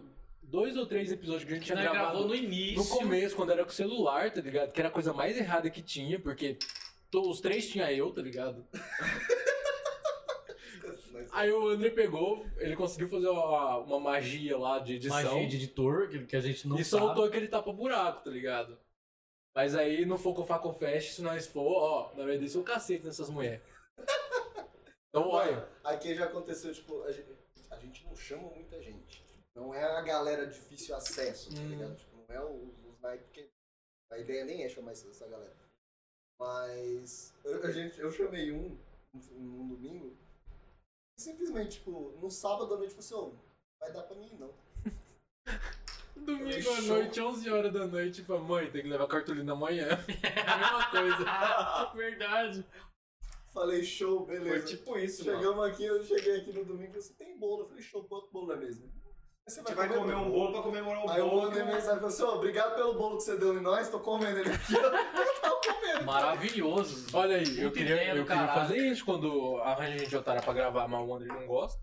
D: dois ou três episódios que a gente tinha
C: Nós gravou
D: gravado
C: no início.
D: no começo, quando era com o celular, tá ligado? Que era a coisa mais errada que tinha, porque to- os três tinha eu, tá ligado?
A: Mas-
D: Aí o André pegou, ele conseguiu fazer uma, uma magia lá de edição.
C: Magia de editor, que, que a gente não
D: e
C: sabe.
D: soltou aquele tapa-buraco, tá ligado? Mas aí não for com o Faco Fest, se nós for, ó, na verdade isso é o cacete nessas mulheres. (laughs) Então, olha,
A: Aqui já aconteceu, tipo, a gente, a gente não chama muita gente. Não é a galera difícil acesso, tá
D: Hum.
A: ligado? Tipo, não é os, os Nike que. A ideia nem é chamar essa, essa galera. Mas eu, a gente, eu chamei um num num domingo. Simplesmente, tipo, no sábado à noite eu falei assim, ô, vai dar pra mim não.
D: domingo à
A: Fechou.
D: noite, 11 horas da noite, tipo, mãe, tem que levar cartolina amanhã. (laughs) É a mesma coisa.
C: Ah, verdade.
A: Falei, show,
B: Foi
A: beleza.
B: tipo isso, mano.
A: Chegamos aqui, eu cheguei aqui no domingo e falei assim, tem bolo. Eu falei, show, bota o bolo na mesa. Aí Você
B: Você vai comer um bolo pra comemorar o
A: Aí eu
B: bolo.
A: mandei mensagem e falei assim, ó, obrigado pelo bolo que você deu em nós, tô comendo ele aqui. Eu tava comendo.
C: Maravilhoso.
D: Olha aí, eu
C: Puta ideia
D: queria,
C: do
D: eu queria
C: caralho.
D: fazer isso quando arranja gente otária pra gravar, mas o André não gosta.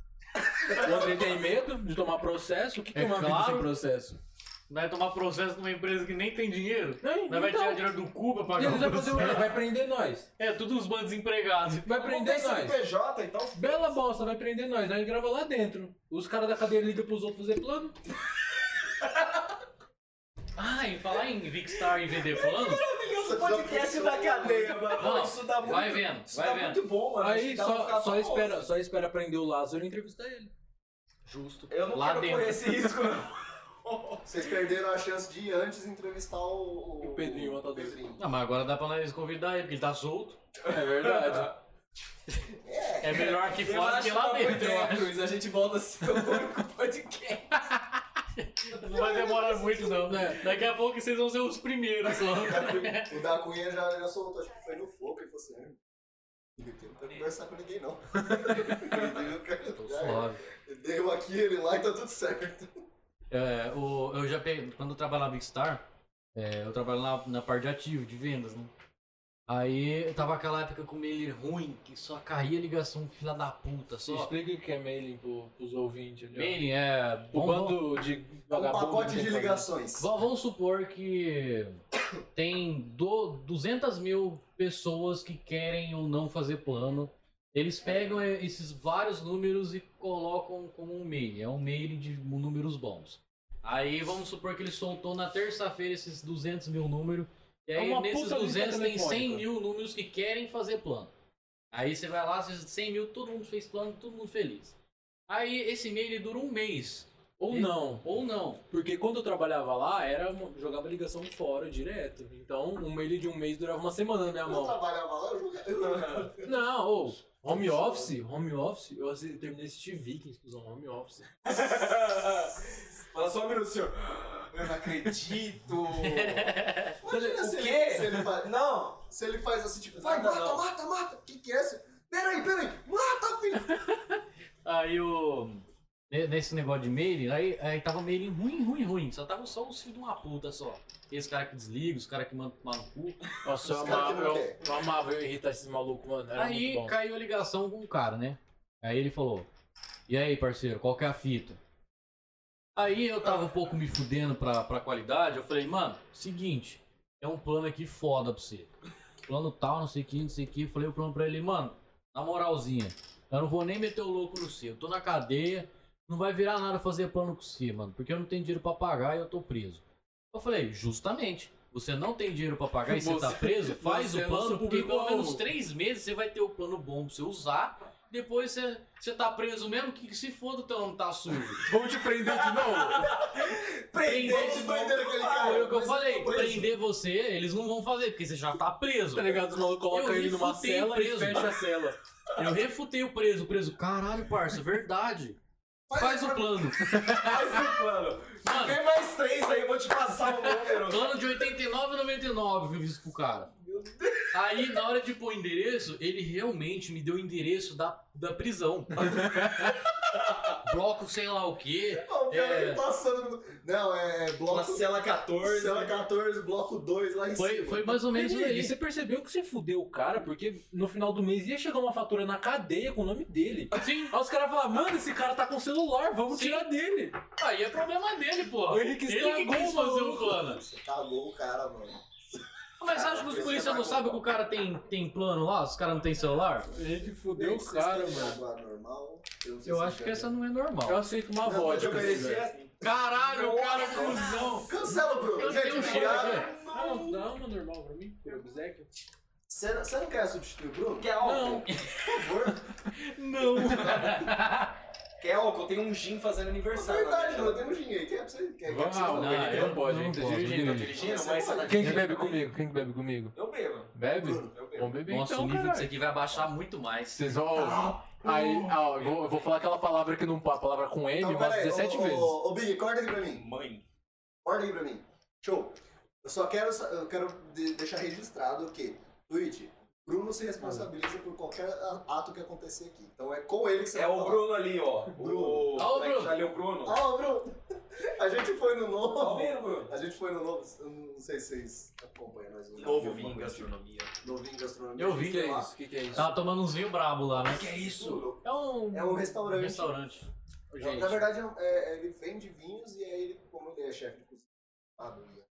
D: O André tem medo de tomar processo. O que, que é,
C: É
D: uma vida
C: claro.
D: sem processo?
C: Vai tomar processo numa empresa que nem tem dinheiro.
D: Não,
C: Nós vai tirar dinheiro do cu pra
D: e
C: pagar
D: eles
C: o (laughs)
D: vão fazer o quê?
C: processo.
D: Vai prender nós.
C: É, tudo os bandos empregados.
D: Vai prender nós.
B: CNPJ, então.
D: Bela bosta, vai prender nós, nós grava lá dentro. Os caras da cadeia ligam pros outros fazer plano.
C: Ah, em falar em Vicstar e VD
B: (laughs)
C: plano,
B: Maravilhoso podcast da cadeia, mano.
C: Não,
B: Isso dá
C: vai
B: muito.
C: vendo,
B: Isso
C: vai
B: dá
C: vendo.
B: muito bom, mano. Acho que
D: Aí
B: dá pra
D: só,
B: ficar
D: só,
B: famoso.
D: espera, só espera prender o Lázaro e entrevistar ele.
C: Justo.
B: Eu não
C: Lá
B: quero
C: dentro.
B: correr esse risco, não.
A: (laughs)
C: (laughs)
A: Vocês perderam a chance de ir antes entrevistar o...
D: O Pedrinho, o
A: o
D: matador.
A: Pedrinho.
C: Não, mas agora dá pra nós convidar ele, porque ele tá solto.
D: É verdade.
C: É melhor aqui
B: Eu
C: fora
B: acho
C: que
B: que
C: lá
B: é uma boa
C: dentro. eu
B: ideia,
C: acho.
B: Cruz. A gente volta a ser o único podcast.
C: Não vai demorar muito, não.
B: É.
C: Daqui a pouco vocês vão ser os primeiros só.
A: O da Cunha já, já soltou, acho que foi no Flow que ele falou assim, Ele não quer conversar com ninguém, não. (laughs) Ele não quer-
C: Tô
A: já é.
C: suave.
A: Deu aqui, ele lá e tá tudo certo.
C: É, o, eu já peguei, quando eu trabalhava na Big Star, é, eu trabalhava na, na parte de ativo, de vendas, né? Aí tava aquela época com o mailer ruim, que só caía ligação, filha da puta, assim,
D: Você
C: só.
D: explica o que é mailing pro, pros ouvintes ali. ó.
C: Mailing é.
D: O
C: bom-
D: bando de
A: É um
D: vagabundo
A: pacote
D: que
A: de
D: tem
A: ligações.
C: Vá- Vamos supor que tem do, 200 mil pessoas que querem ou não fazer plano. Eles pegam eh, esses vários números e colocam como um mail. É um mail de números bons. Aí vamos supor que ele soltou na terça-feira esses 200 mil números. E
D: É
C: aí
D: uma
C: nesses
D: puta lista
C: 200 tem 100
D: telefônica.
C: mil números que querem fazer plano. Aí você vai lá, esses 100 mil, todo mundo fez plano, todo mundo feliz. Aí esse mail ele dura um mês.
D: Ou não.
C: Ou não.
D: Porque quando eu trabalhava lá, era uma- jogava ligação fora direto. Então, um mail de um mês durava uma semana na minha
A: Eu
D: mão.
A: trabalhava lá, eu jogava.
D: Não, ou home office, home office, eu assi- terminei de assistir Vikings, cuzão, home office.
B: Fala só um minuto, senhor. Eu não acredito.
A: Imagina
B: O
A: se ele-
B: quê?
A: se ele vai-
B: Não,
A: Se ele faz assim, tipo, vai,
B: Não,
A: mata,
B: não.
A: mata, mata. O que que é isso? Peraí, peraí. Mata, filho.
C: Aí o. ne- Nesse negócio de mailing, aí, aí tava mailing ruim, ruim, ruim. Só tava só os filhos de uma puta só. Esse cara que desliga, os cara que manda tomar no cu.
D: Nossa, eu
A: Os cara que
D: amava,
A: não
D: eu,
A: quer.
D: eu amava eu irritar esses malucos, mano. Era
C: aí
D: muito bom.
C: caiu a ligação com o cara, né? Aí ele falou: E aí, parceiro, qual que é a fita? Aí eu tava um pouco me fudendo pra, pra qualidade. Eu falei, mano, seguinte, é um plano aqui foda pra você. Plano tal, não sei o que, não sei o que. Falei o plano pra ele, mano, na moralzinha, eu não vou nem meter o louco no seu. Eu tô na cadeia, não vai virar nada fazer plano com você, mano, porque eu não tenho dinheiro pra pagar e eu tô preso. Eu falei, justamente. Você não tem dinheiro pra pagar e você, tá
D: Você-
C: preso? Faz
D: você é
C: o plano,
D: nosso
C: porque pelo
D: público-alvo.
C: menos três meses você vai ter o plano bom pra você usar. Depois você, você tá preso mesmo, que que se foda o teu nome tá sujo.
D: (laughs) Vamos te prender de novo?
B: prender
A: Vamos
B: de
A: prender
B: doido
A: aquele
C: Foi
A: cara.
C: É o que eu
A: Mas
C: falei,
A: tô preso.
C: prender você, eles não vão fazer, porque você já tá preso.
D: (laughs) Tá ligado? Os malucos
C: Eu
D: colocam ele numa
C: refutei
D: cela
C: preso.
D: e fecha a cela.
C: Eu refutei o preso, o preso. Caralho, parça, verdade. Faz o plano.
B: Faz o um plano.
C: Mano,
B: Vem mais três aí, eu vou te passar o número.
C: plano de 89,99 eu fiz pro cara. Aí, na hora de pôr o endereço, ele realmente me deu o endereço da, da prisão. Bloco sei lá o quê.
A: Ó, o cara
C: É.
A: que passando. Não, é
B: Na
A: bloco.
B: cela 14.
A: Cela 14, bloco 2 lá em
C: né? Foi,
A: cima.
C: foi mais ou menos isso
D: E
C: aí.
D: você percebeu que você fudeu o cara, porque no final do mês ia chegar uma fatura na cadeia com o nome dele.
C: Sim,
D: Aí os caras falaram, mano, esse cara tá com celular, vamos
C: Sim.
D: tirar dele.
C: aí é problema dele, pô.
D: O Henrique
C: Ele que
D: estragou
C: quis
D: o
C: fazer o
D: maluco.
C: plano.
A: Você cagou o Tá cara, mano.
C: Mas você acha que os policiais não sabem que o cara tem, tem plano lá? Os caras não tem celular?
D: A gente fudeu o cara, mano.
A: Normal, eu não sei
C: Eu
A: se
C: acho que
A: já-
C: essa não é
D: Eu
C: normal.
D: aceito uma
A: Não,
D: vodka.
A: eu te ofereci
D: velho.
B: assim.
C: Caralho, o cara é cuzão.
A: Cancela, Bruno.
C: Eu
A: Gente,
C: tenho um cheiro né?
A: obrigado.
D: Ah, não, dá uma normal pra mim, por obséquio.
A: Você você não quer substituir o Bruno?
B: Quer álcool?
A: Por favor.
C: Não.
B: Quer álcool? Tem um gin fazendo
A: É
B: aniversário.
A: verdade,
B: na
A: Bruno.
B: minha
A: Tem um gin aí. Quer pra você? Quer,
D: Vamos
A: quer pra
D: lá,
A: é você?
D: o
C: Não, é um
D: Henrique
C: eu
D: não pode,
C: não
D: gente. Tá
C: posso,
D: dirigindo, tá
C: eu
D: dirigindo.
B: Gin, mas
A: Quem
D: Quem que bebe comigo? Quem que bebe comigo?
B: Eu bebo.
D: Bebe?
B: Eu bebo.
D: Vamos beber
C: Nossa,
D: então,
C: o nível
D: caralho.
C: disso aqui vai baixar muito mais.
D: Vocês vão. Aí, ó, eu vou, eu vou falar aquela palavra que não pa- palavra com M
A: Hum. Então,
D: umas
A: peraí,
D: 17
A: ô, ô,
D: vezes.
A: Ô, Big, corta aqui pra mim.
B: Mãe.
A: Corta aqui pra mim. Show. Eu só quero, sa- eu quero de- deixar registrado que, Twitch, Bruno se responsabiliza por qualquer a- ato que acontecer aqui. Então é com ele que você
B: É
A: vai
B: o
A: falar.
B: Bruno ali, ó.
A: Bruno.
B: O...
C: Ah, o
B: moleque
C: Bruno.
B: Ali o Bruno.
A: Ah, o Bruno. (laughs) A gente foi no
B: Tá
A: novo.
B: ouvindo, Bruno?
A: A gente foi no novo, eu não sei se vocês acompanham nós. no
B: gastronomia.
A: Novo em gastronomia.
C: Eu
D: O que,
C: vi
D: que
A: Sei
D: é
A: lá.
D: isso? O que, que é isso?
C: Tava Tá tomando uns vinho brabo lá, né?
D: que é
C: É um,
A: ah, É um restaurante.
C: restaurante.
B: tipo,
D: Gente,
A: Na verdade, é um- é- ele vende vinhos e aí ele, como ele é chefe de cozinha, sabe, ele-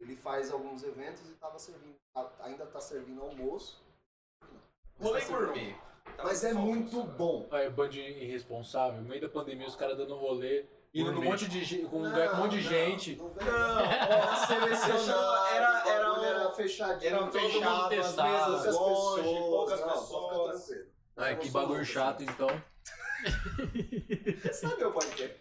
A: ele faz alguns eventos e tava servindo, a- ainda tá servindo almoço. Mas tá
B: Rolê
A: servindo
B: gourmet.
A: almoço. Mas
B: Tá
A: é muito
B: né?
A: bom.
D: aí, bando irresponsável. No meio da pandemia, os caras dando rolê. Indo num
B: Gourmet.
D: monte de gente. Com um lugar com um monte de
A: Não,
D: gente.
A: Não, (laughs) vem.
B: Não, ó.
A: Era selecionado,
B: Era- era
A: o bagulho
B: um-
A: era fechadinho.
B: Era
A: todo mundo
B: fechado, as
C: testado.
A: poucas
B: mesas longe,
A: pessoas,
B: poucas
A: não, pode ficar
B: pessoas.
A: tranquilo.
D: Ai, que
A: Não sou
D: bagulho
A: louco,
D: chato, então. (laughs)
A: assim. Sabe o podcast?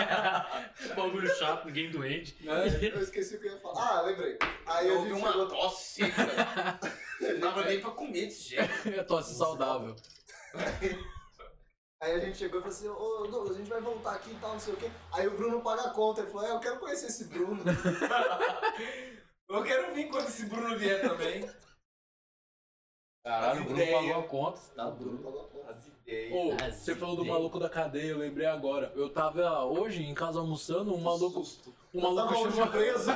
C: (laughs) Bagulho chato, ninguém doente.
A: Eu esqueci o que eu ia falar. Ah, lembrei. Aí eu
G: Houve uma tosse,
B: (laughs)
G: cara. Não dava nem pra comer desse jeito.
D: É tosse saudável.
A: Aí a gente chegou e falou assim, ô Douglas, a gente vai voltar aqui e tal, não sei o quê. Aí o Bruno paga a conta, ele falou, é, eu quero conhecer esse Bruno.
B: Eu quero vir quando esse Bruno vier também.
C: Caralho, o Bruno
B: Ideia.
C: pagou a conta, você tá
A: O
C: doido.
A: Bruno pagou a conta.
G: As ideias.
D: Ô,
A: É
C: Ah,
D: você
A: assim
C: sim,
D: falou do
C: tem.
D: maluco da cadeia, eu lembrei agora. Eu tava hoje em casa almoçando, um maluco. Um maluco
A: Tava hoje
D: chegou.
A: preso.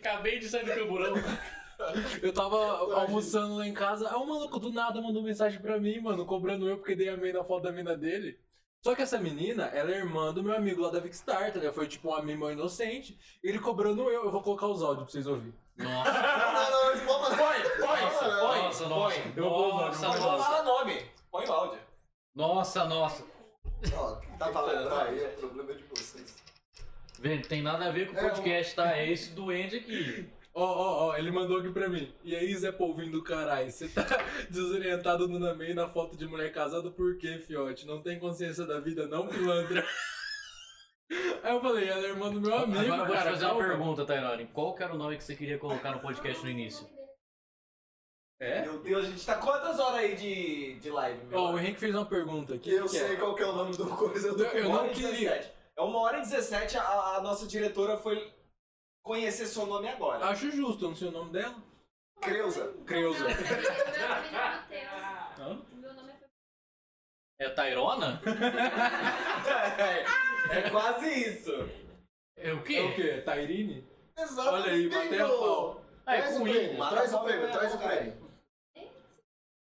D: (laughs)
C: Acabei de sair do camburão.
D: Eu tava almoçando lá em casa, aí um maluco do nada mandou mensagem pra mim, mano, cobrando eu porque dei a mina na foto da mina dele. Só que essa menina, ela é irmã do meu amigo lá da Vicstar, tá ligado? Foi tipo um amigo inocente. Ele cobrando eu, eu vou colocar os áudios pra vocês ouvirem.
C: Nossa,
A: Não, não, não, eles vão fazer.
G: Põe, põe,
C: nossa, nossa.
G: põe.
D: Eu vou, mano,
C: nossa,
G: Mas não
C: nossa.
G: fala nome. Põe o áudio.
C: Nossa, nossa.
A: Ó, tá falando aí, o problema é de vocês.
C: Vê, não tem nada a ver com o
A: É,
C: podcast, tá? É esse duende aqui.
D: Ó, ó, ó, ele mandou aqui pra mim. E aí, Zé Polvinho do caralho, você tá (laughs) desorientado no Namei na foto de mulher casada por quê, fiote? Não tem consciência da vida, não, pilantra? (laughs) Aí eu falei, ela é irmã do meu amigo,
C: Agora eu vou te
D: cara.
C: fazer uma
D: calma.
C: pergunta, Tainori. Qual que era o nome que você queria colocar no podcast no início?
D: É?
B: Meu Deus, a gente tá quantas horas aí de, de live? meu?
D: Ó, o Henrique fez uma pergunta aqui.
A: Eu
D: que é?
A: sei qual que é o nome do coisa do.
D: Eu- eu
B: Uma
D: não
B: hora e
D: queria.
B: 17. É uma hora e 17, a, a nossa diretora foi conhecer seu nome agora.
D: Acho justo, eu não sei o nome dela.
A: Creuza.
D: Creuza.
F: Não, meu nome é Matheus.
D: Hã?
F: Meu nome é
C: É Tairona?
B: é quase isso.
C: É o
D: É o
C: quê?
D: quê? Tairine?
A: Exato.
D: Olha aí, bateu a pau.
C: Ah, é
A: Traz o
C: com I.
A: prêmio, traz o prêmio, traz o prêmio.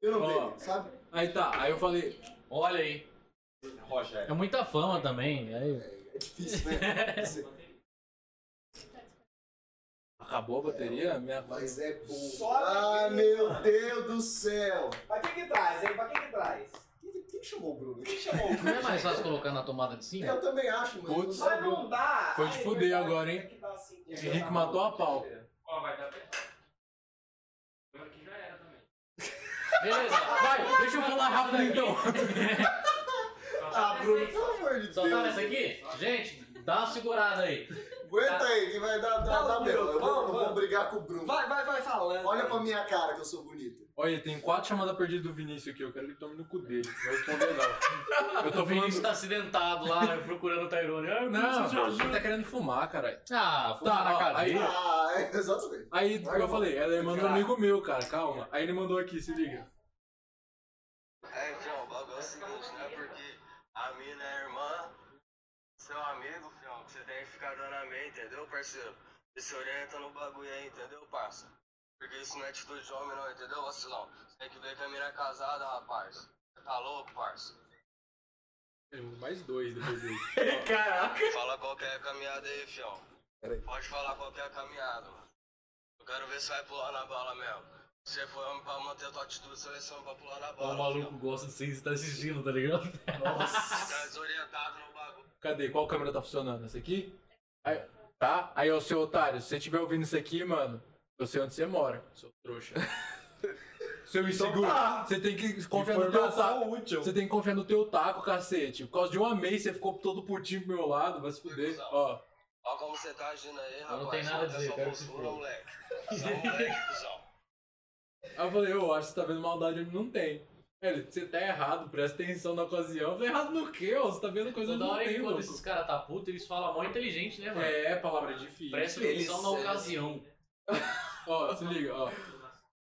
A: Eu não
D: Ó.
A: dei, sabe?
D: Aí tá, aí eu falei,
C: Olha aí.
B: Rogério.
C: É muita fama também. Aí,
A: É difícil,
D: (laughs)
A: né?
D: acabou a bateria? Minha voz.
A: Mas é burro.
B: Sobe
A: Ah,
B: aqui,
A: meu
B: mano.
A: Deus do céu.
B: Pra quem que traz, hein? Pra quem que traz?
A: Quem, quem chamou o Bruno?
B: Quem chamou o
C: não
B: Bruno?
C: é mais fácil colocar na tomada de cima?
A: Eu também acho, mas...
D: Putz.
A: não sei.
B: Mas não dá.
D: Foi de
B: Ai,
D: fuder
B: verdade,
D: agora, hein?
B: tem que dar assim.
D: Henrique matou a pau.
G: Ó, vai dar até. Agora que já era também.
C: Beleza.
D: Vai, deixa eu falar rápido então.
A: Ah, Bruno, pelo amor de Deus.
C: Soltaram essa tá aqui? Gente, dá uma segurada aí.
A: Aguenta aí, que vai dar...
B: Dá
A: Dá,
B: um
A: dá
B: minuto,
A: meu. Eu
B: vamos,
A: vou, eu
B: vamos.
A: vou brigar com o Bruno.
B: Vai, vai, né? vai falando.
A: Olha pra minha cara que eu sou bonito.
D: Olha, tem quatro chamadas perdidas do Vinícius aqui, eu quero que ele tome no cu dele. Não vai responder não. Eu tô
C: O Vinícius
D: falando...
C: tá acidentado lá, né, procurando o Tairone. Ah, eu preciso de
D: Não,
C: ajuda.
D: ele tá querendo fumar, caralho.
C: Ah, foi
D: Tá,
C: na
D: ó,
C: cadeia.
D: aí-
A: Ah, (laughs) é, exatamente.
D: Aí, como eu falei, ela é irmã do
A: Caralho.
D: amigo meu, cara, calma. Aí ele mandou aqui, se liga.
H: É, então, o bagulho é o seguinte, né? Porque a mina é irmã, seu amigo, fião, que você tem que ficar dando amém, entendeu, parceiro? E se orienta no bagulho aí, entendeu, parça? Porque isso não é atitude de homem, não, entendeu, vacilão? Você tem que ver que a mina é casada, rapaz. Você tá louco, parça?
D: Ele mandou É, mais dois depois dele.
H: Fala qualquer caminhada aí, fião. Pode falar qualquer caminhada, mano. Eu quero ver se vai pular na bala mesmo. Se você for homem pra manter a tua atitude, você vai ser homem pra pular na
C: O
H: bala,
C: maluco gosta de vocês tá assistindo, tá ligado?
H: fião. Tá desorientado no bagulho.
D: Cadê? Qual câmera tá funcionando? Essa aqui? Aí- tá? Aí, ô, seu otário, se você estiver ouvindo isso aqui, mano, eu sei onde você mora, seu
C: (laughs)
D: trouxa. seu
C: Então
D: inseguro.
C: tá.
D: Você tem que confiar no teu taco.
B: útil.
D: Você tem que confiar no teu taco, cacete. Por causa de uma mês você ficou todo putinho pro meu lado, vai se fuder. Ó,
H: Olha como você tá agindo aí, rapaz.
C: não tenho nada a dizer,
H: Só
C: quero que se
H: postura,
C: foda. (laughs)
H: moleque. Só moleque, cuzão.
D: aí eu falei, eu acho que você tá vendo maldade onde não tem. Ele, você tá errado, presta atenção na ocasião. Eu falei, errado no quê? ó? Você tá vendo coisa onde
C: Toda
D: não
C: hora
D: tem,
C: que quando
D: louco.
C: esses caras tá puto, eles falam mó inteligente, né, mano?
D: É, palavra difícil.
C: Presta
B: eles-
C: atenção na ocasião.
D: Ó, se liga, ó.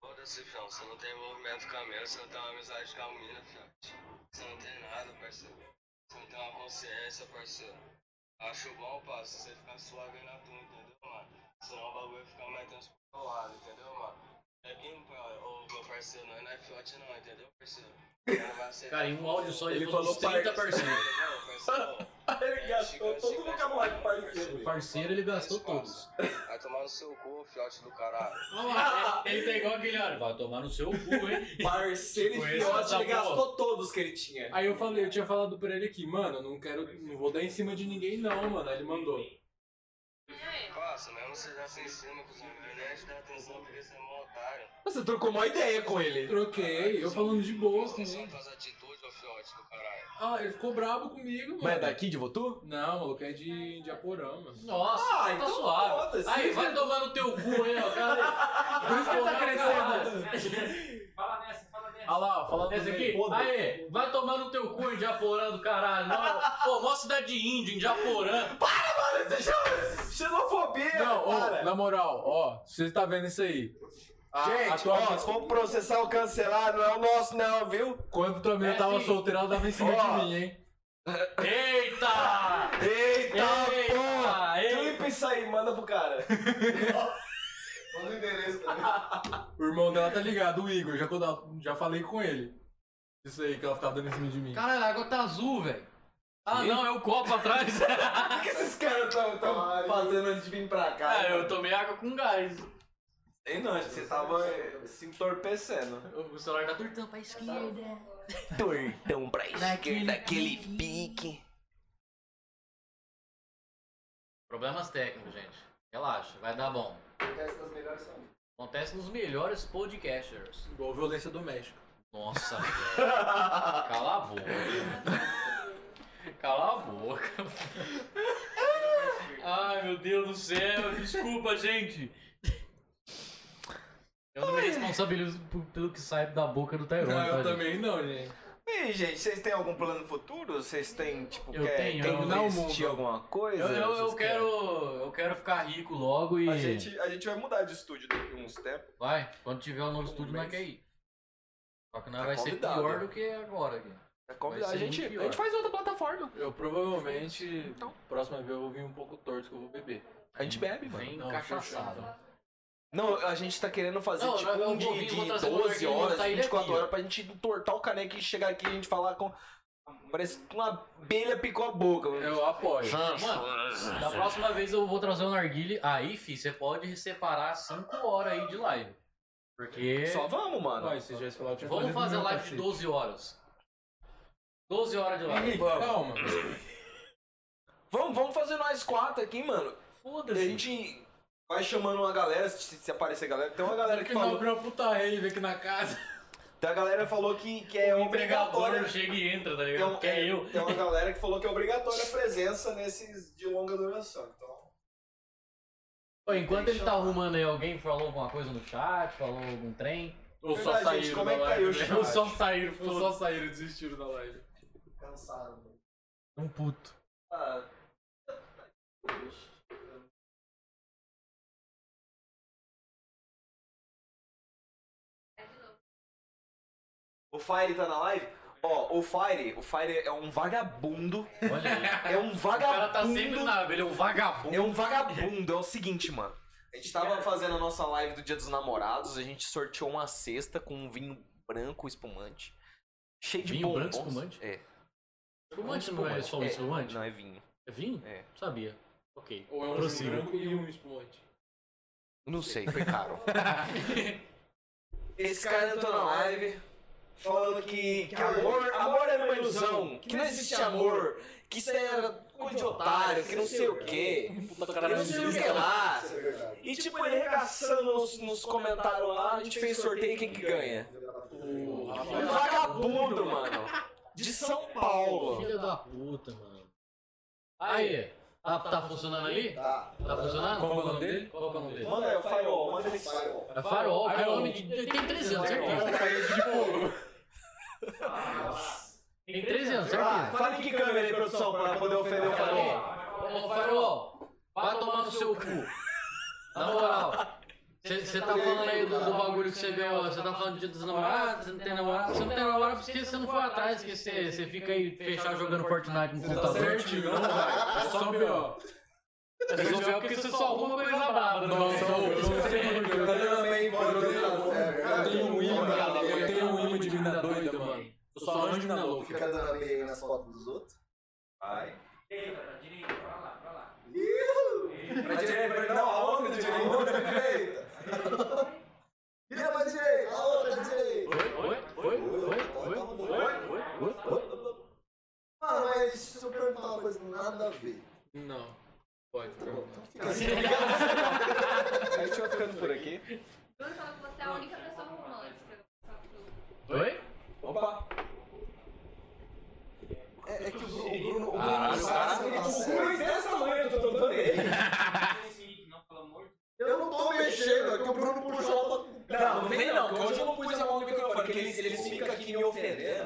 H: Foda-se, fião. Você não tem envolvimento com a mina, você não tem uma amizade com a mina, fião. Você não tem nada, parceiro. Você não tem uma consciência, parceiro. Acho bom, parceiro, você ficar suave aí na tua, entendeu, mano? Senão o bagulho fica mais tenso pro teu lado, entendeu, mano? É que, ô, meu parceiro, não é fiote não, entendeu, parceiro? tá
C: Cara, em um áudio só ele,
D: Ele
C: falou uns
D: falou
C: 30
D: par-
C: parceiros. (laughs)
B: Ele gastou Tá todo o vocabulário parceiro.
C: Parceiro, ele gastou todos.
H: Vai tomar no seu cu, fiote do caralho.
C: Olha lá, ele tá igual aquele olho. Vai tomar no seu cu,
B: (laughs)
C: hein?
B: Parceiro e
C: Tipo, esse
B: fiote,
C: tá
B: ele
C: bom.
B: gastou todos que ele tinha.
D: Aí eu falei, eu tinha falado pra ele aqui, mano, eu não quero, não vou dar em cima de ninguém não, mano. Aí ele mandou.
H: Passa, mesmo você já se ensina com os amigos, dá atenção porque você é um otário.
B: Você trocou uma ideia com ele.
D: Troquei, eu falando né? de boa com
H: Atenção
D: ele.
H: com as atitudes, ô fiote do caralho.
D: Ah, ele ficou brabo comigo, mano.
B: de Votu?
D: Não, maluco, é de, de Aporama.
C: Nossa,
B: Ah,
C: tá
B: então
C: suave.
B: foda-se.
C: Aí, vai tomar no teu cu, hein, ó. Cara,
D: Por isso que tá crescendo.
G: Fala nessa, fala nessa.
D: Olha Ah lá, ó, fala
C: Esse
D: também.
C: aqui? Aê, vai tomar no teu cu, Indiaporã do caralho. Não, pô, mó cidade de índio, Indiaporã.
B: Xenofobia!
D: Não, ó,
B: cara.
D: na moral, ó, se você tá vendo isso aí. A- a
B: Gente,
D: tua-
B: ó, se for processar ou cancelar, não é o nosso não, viu?
D: Quando tua mina
C: É
D: tava
C: assim.
D: solteira, ela dava em cima
B: Ó.
D: de mim, hein?
C: Eita!
B: Eita,
C: Eita,
B: porra!
C: eita.
B: Clipa isso aí, manda pro cara.
A: Manda o endereço também.
D: O irmão dela tá ligado, o Igor, já, quando- já falei com ele. Isso aí, que ela ficava dando em cima de mim.
C: Caralho, a água tá azul, velho. Ah,
D: Ih.
C: não, é o copo atrás.
B: (laughs)
D: (laughs)
B: O que esses caras tão, tão
A: Ai.
B: fazendo antes de vir pra cá?
C: ah, eu tomei água com gás.
B: Sei não, acho que você tava eh, se entorpecendo.
C: O celular tá tortão pra esquerda.
B: Tortão pra
C: esquerda, aquele
B: pique.
C: Problemas técnicos, gente. Relaxa, vai dar bom.
A: Acontece nas melhores famílias.
C: Acontece nos melhores podcasters.
D: Igual violência doméstica. (laughs)
C: Nossa, velho. Cala a boca. Cala a boca. Ai, meu Deus do céu. Desculpa, gente. Eu não me responsabilizo por- pelo que sai da boca do Tyrone.
D: Não,
C: tá,
D: eu
C: gente?
D: também não, gente.
B: E aí, gente, vocês têm algum plano futuro? Vocês têm, tipo,
C: Eu
B: quer
C: tenho,
B: quer
C: eu-
B: investir
D: não,
B: alguma coisa?
C: Eu, eu, eu
B: Vocês querem-
C: quero. Eu quero ficar rico logo e.
B: A gente, a gente vai mudar de estúdio daqui uns tempos.
C: Vai, quando tiver o novo estúdio
B: Um
C: na
B: mês.
C: QI. Só que não
B: Tá
C: vai
B: convidado.
C: ser pior do que agora aqui.
B: É convidar
C: Vai
B: a
C: ser
B: gente.
C: muito
B: A
C: pior.
B: gente faz outra plataforma.
D: Eu provavelmente, próxima vez eu vou vir um pouco torto que eu vou beber.
B: A gente bebe, mano.
C: Vem
D: Não,
C: cachaçado.
D: fechado.
B: Não, a gente tá querendo fazer
C: Não,
B: tipo
C: eu- eu
B: um
C: vou
B: de,
C: vir,
B: de
C: vou trazer um lugar
B: 12
C: que vou
B: horas,
C: botar ele
B: 24
C: aqui, ó.
B: horas pra gente entortar o caneco e chegar aqui e a gente falar com. Parece que uma abelha picou a boca. mano.
D: Eu apoio.
C: Mano, da próxima vez eu vou trazer o narguile. Aí, fi, você pode separar 5 horas aí de live. Porque.
B: Só vamos, mano.
D: Nós, vocês já falaram, eu tinha
C: Vamos
D: falado
C: fazer
D: no meu
C: live de
D: cacete.
C: 12 horas. 12 horas de live.
D: Henrique, calma.
B: Vamos, vamos fazer nós quatro aqui, mano. E a
C: Foda-se.
B: gente vai chamando uma galera, se, se aparecer galera. Tem uma galera
D: Galera
B: que
D: que não é
B: falou.
D: abriu uma puta rave aqui na casa.
B: Tem uma galera que falou que, que é
C: O Um entregador
B: obrigatória.
C: chega e entra, tá
B: Tem,
C: ligado?
B: um-
C: Que é eu.
B: tem uma galera que falou que é obrigatória a presença nesses de longa duração. Então,
C: Pô, enquanto ele tá arrumando aí, alguém falou alguma coisa no chat, falou algum trem.
D: Ou só
B: Verdade, gente,
D: saíram
B: como
D: da
B: é que
D: live.
B: caiu (laughs) o
D: né?
B: chat?
C: Eu só saíram,
D: Ou
C: foda-se.
D: só saíram e desistiram da live.
A: Cansaram. mano.
C: Um puto.
B: ah, o Fire tá na live? Ó, o Fire, o Fire é um vagabundo.
C: Olha aí.
B: (laughs) É um
C: O cara tá sempre
B: vagabundo.
C: na ele é um vagabundo.
B: É um vagabundo, é o seguinte, mano. A gente tava fazendo a nossa live do Dia dos Namorados, a gente sorteou uma cesta com um vinho branco espumante. Cheio de
C: Vinho branco
B: bombons.
C: espumante?
B: É.
C: Espumante não é só um espumante?
B: Não, é vinho.
C: É vinho?
B: É.
C: Sabia. Ok.
D: Ou é um
C: Prossiga.
D: vinho branco e um espumante.
B: Não sei, foi caro. (laughs) Esse cara entrou na live falando que, que amor, amor era uma ilusão, que não existe amor, que isso era coisa de otário, que não sei o quê,
D: Puta
B: que
D: cara,
B: não sei o que lá.
A: Isso é verdade.
B: E tipo, ele regaçando nos, nos comentários lá, a gente fez sorteio, quem que ganha?
A: Filha da puta.
D: O
A: Hum.
B: Um
D: Rafael.
B: vagabundo, mano. De São Paulo.
C: Filha da puta, mano. Aí. Ah, tá funcionando ali?
A: Tá.
C: Tá funcionando?
D: Qual
C: que
D: é o nome dele?
C: Qual que é o nome dele?
B: Manda aí, o Firewall, manda ele.
A: Firewall.
C: É Farol, é o
D: Farol.
C: nome de... Tem 13 anos, certeza.
D: de fogo.
C: Tem 13 anos,
B: Ah,
C: certeza.
B: fale que câmera aí, produção, pra poder ofender o Firewall.
C: Ô, Farol, vai tomar no seu cu. Na moral. Você tá falando aí do, do bagulho que você ganhou, você tá falando de dia dos namorados, você não tem namorado, você não tem namorado porque você não foi atrás, que você você fica aí fechado jogando Fortnite no
D: Tá
C: computador.
D: certinho, não vai. É só B.O.
C: Você só fica porque você só arruma coisa brava, né?
D: Não, não, eu não sei porque eu também, mano.
B: É,
D: Eu tenho um imã, eu tenho um imã de mina doida, mano. Eu só anjo mina louca.
A: Fica dando a meia aí nas fotos dos outros.
B: Pra direita, pra não, a onda direita.
A: Direita. Vira pra direita. A outra direita.
C: Oi, oi, oi, oi, oi, oi, oi, oi.
A: Mano, mas se eu perguntar uma coisa, nada a ver.
D: Não. Pode,
A: Tá bom, então fica assim.
B: A gente vai ficando por aqui.
F: Bruno falou que você é a única pessoa romântica. Só que o
C: Oi?
B: Opa.
A: É, é que o Bruno. O Bruno, o Bruno
C: Caralho, o cara-
A: sabe que tá certo.
B: dessa manhã, eu tô tentando ele.
A: Eu não tô mexendo, é que o Bruno puxou a outra-
B: Não, não vem não, que hoje eu não pus a mão no microfone, porque eles, eles ficam aqui me ofendendo,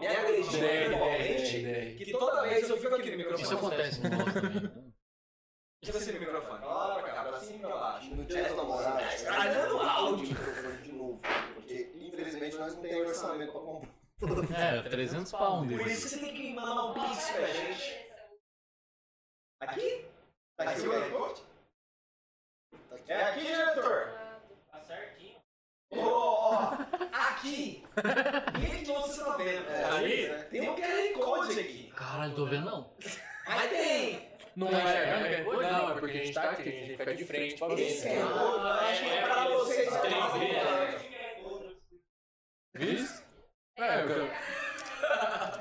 B: me agredindo verbalmente, que toda vez eu fico aqui no microfone.
C: Isso acontece no nosso também.
B: Tira assim no microfone. Fala pra cá, pra cima e pra baixo.
A: no dia dos namorados.
B: Caralho, no áudio.
C: É, 300 pounds.
B: Por isso que você tem que mandar um pix pra gente. Aqui? Tá aqui o aeroporto? É aqui, diretor.
I: Tá certinho.
B: Ó, ó, (laughs) aqui. Ninguém que você tá vendo.
C: Aí?
B: né? Tem um QR Code aqui.
C: Caralho, tô vendo não.
B: Aí tem.
D: Não
C: Não
D: é,
C: é,
D: não é,
C: é,
D: não,
C: não,
D: é porque a gente tá aqui, a gente fica de frente pra
B: Esse QR
D: ver.
B: Code, eu acho que Tá Ah, é pra vocês. que
C: Tem
B: tão
C: ver, né?
B: falando.
D: Viz? É, eu-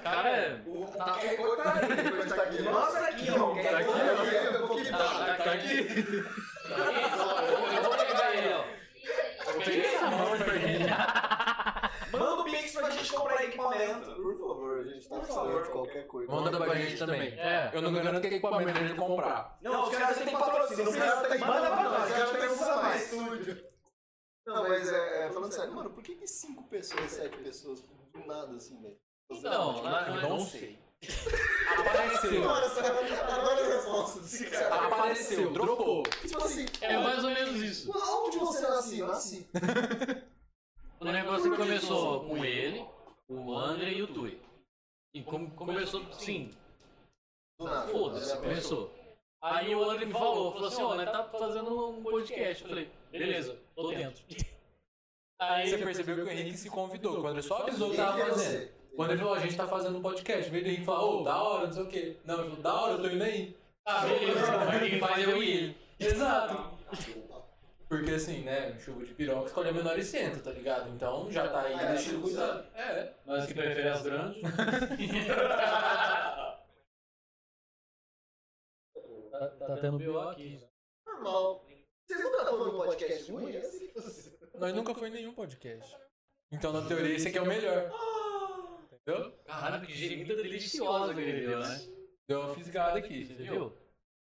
C: Cara, é-
B: O o QR Code tá ali.
A: Depois tá aqui.
B: Mostra aqui, ó. o
A: Tá
B: QR
A: aqui,
B: Code.
A: ó. Aqui tá.
D: Ah,
C: tá, tá aqui. Eu vou pegar ele, ó.
D: eu peguei essa mão de
C: (laughs)
D: perninha.
B: Manda o
A: Tipo,
B: Pix pra gente comprar equipamento.
A: Por favor, a gente tá
B: Por
A: falando
B: favor.
A: de qualquer coisa.
D: Manda pra gente também.
C: É.
D: (laughs) Eu não garanto que é equipamento a gente comprar.
B: Não, os caras têm patrocínio. Os caras têm
A: Manda pra nós,
B: os caras precisam mais.
A: Não, mas é, é, falando sério, mano, por que que cinco pessoas, sete pessoas, do nada assim, velho?
C: Então, na-
D: Eu
C: na-
D: não é sei. Apareceu.
A: Agora, agora a resposta desse cara.
D: Apareceu, dropou.
A: Tipo assim,
C: é mais ou menos isso.
A: onde você nasce? Nasci.
C: O negócio começou com ele, o André e o Tui. E com- começou, sim,
A: Do nada. né?
C: foda-se, começou. Aí o André me falou, falou assim, ó, nós tá fazendo um podcast. Eu falei, beleza, tô dentro. Aí
D: Você percebeu que o Henrique se convidou, quando ele só avisou que tava
A: E aí,
D: fazendo.
A: você?
D: Quando ele falou, a gente tá fazendo um podcast, veio o Henrique e falou, ô, da hora, não sei o quê. Não, ele falou, da hora, eu tô indo aí.
C: Ah, beleza, aí quem faz eu e ele.
D: Exato. Porque assim, né, chuva de piroca escolhe a menor e senta, tá ligado? Então já tá aí
A: É,
D: deixando cuidado. É.
C: Mas que prefere as
D: (laughs)
C: grandes. tá, tá tendo pior aqui.
A: Normal. Vocês nunca foram no podcast ruim? É assim que você-
D: Nós nunca foi em nenhum podcast. Então, na teoria, esse aqui é o melhor. Entendeu?
C: Caralho, Ah, que gemida deliciosa que ele deu, né?
D: Deu uma fisgada aqui, você viu?
C: Viu?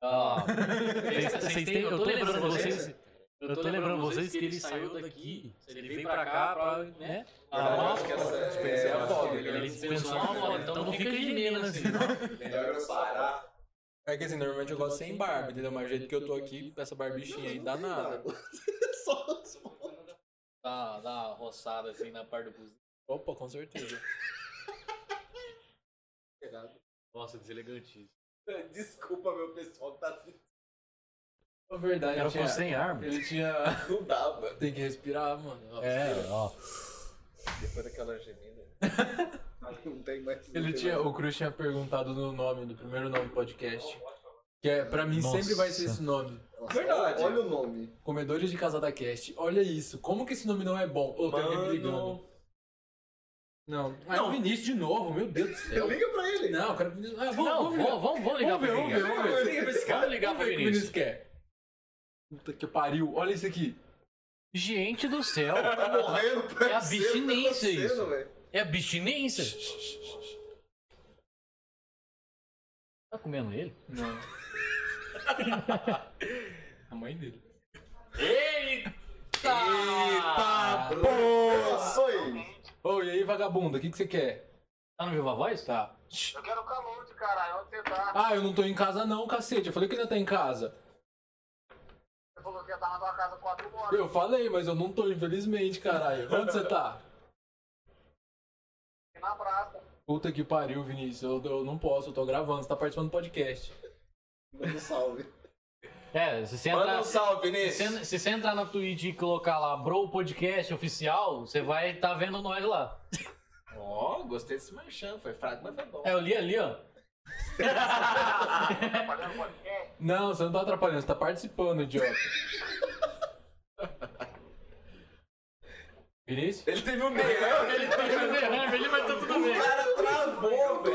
C: Ah, vocês- vocês têm- eu tô lembrando vocês. Eu tô lembrando vocês que ele saiu daqui, ele veio pra cá pra, né? arrumar
A: acho que
C: uma foto.
A: essa
D: Essa é a
A: eu acho
D: foda,
A: que é melhor-
C: Ele dispensou uma foto, então não fica gemendo assim.
A: Melhor eu parar.
D: É que assim, normalmente eu gosto sem barba, entendeu? Mas o jeito que eu tô aqui, essa barbichinha aí, dá nada.
A: Só os
C: Dá, dá uma roçada assim na parte do buzinho.
D: Opa, com certeza.
C: Nossa, deselegantíssimo.
A: Desculpa, meu pessoal que tá assistindo.
D: É verdade, ele tinha...
C: sem ar,
D: Ele tinha...
A: (laughs) Não dá, mano.
D: Tem que respirar, mano.
C: É, ó.
A: Depois daquela gemida. Não tem mais.
D: Ele tinha... O Cruz tinha perguntado no nome, no primeiro nome do podcast. Que é, pra mim,
C: Nossa.
D: sempre vai ser esse nome.
A: Verdade. Olha o nome.
D: Comedores de Casada Cast. Olha isso. Como que esse nome não é bom? Ô, tem alguém brigando. Não. Ah, o Vinícius de novo. Meu Deus do céu.
A: Liga pra ele.
D: Não, eu quero que o Vinícius... Ah, vamos,
C: Não,
D: vamos, ligar.
C: vamos, vamos, vamos ligar
D: Vamos ver,
C: pro
D: vamos ver,
C: Vinícius.
D: vamos ver.
C: Vamos ligar
D: Vamos
C: pro
D: ver o que o
C: Vinícius.
D: Vinícius quer. Puta que pariu. Olha isso aqui.
C: Gente do céu,
A: Tá morrendo pra
C: É
A: você, tá
C: abstinência isso.
A: acontecendo, velho.
C: é abstinência. Tá comendo ele?
D: Não. A mãe dele.
C: Eita!
D: Eita,
A: Ações.
D: Ô, e aí, vagabunda, o que, que você quer?
C: Tá no Viva Voz? Tá.
H: Eu quero calor de caralho, onde você tá?
D: Ah, eu não tô em casa não, cacete. Eu falei que ele tá em casa.
H: Você falou que ia estar na tua casa quatro horas.
D: Eu falei, mas eu não tô, infelizmente, caralho. Onde você tá?
H: Aqui na praça.
D: Puta que pariu, Vinícius. Eu, eu não posso, eu tô gravando. Você tá participando do podcast.
A: Manda um salve.
C: É, se você
B: Manda
C: entrar,
B: um salve,
C: se
B: Vinícius.
C: você- se você entrar na Twitch e colocar lá Bro Podcast Oficial, você vai tá vendo nós lá.
B: Ó, gostei desse marchão. Foi fraco, mas foi bom.
C: É, eu li ali, ó.
H: Fazendo podcast.
D: Não, você não tá atrapalhando, você tá participando, idiota. Vinícius?
B: Ele teve um derrame.
C: (laughs) Ele tá no derrame, ele vai tá tudo bem.
B: O cara travou, velho.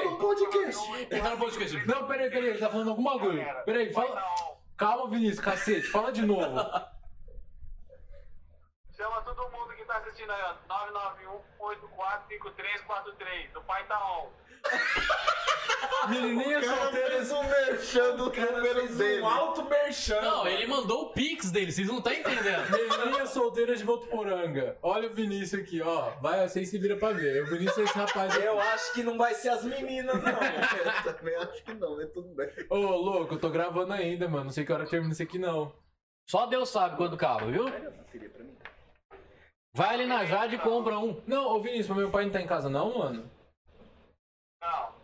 C: Ele tá no podcast.
D: Não, peraí, peraí, ele tá falando algum bagulho. Peraí, fala.
H: Não.
D: Calma, Vinícius, cacete, fala de novo.
H: Chama todo mundo que tá assistindo aí, ó. 991-845343. O pai tá on.
D: Menininha solteira.
A: Fez um merchan do número dele.
B: Um alto merchan.
C: Não, ele mandou o Pix dele, vocês não estão entendendo.
D: Menininha solteira de Votuporanga. Olha o Vinícius aqui, ó. Vai, vocês se vira pra ver. O Vinícius é esse rapaz. aqui.
B: Eu acho que não vai ser as meninas, não.
A: (laughs) Eu também acho que não, mas tudo bem.
D: Ô, louco, eu tô gravando ainda, mano. Não sei que hora que termina isso aqui, não.
C: Só Deus sabe quando acaba, viu? Vai ali na Jade e um. compra um.
D: Não, ô Vinícius, mas meu pai não tá em casa, não, mano?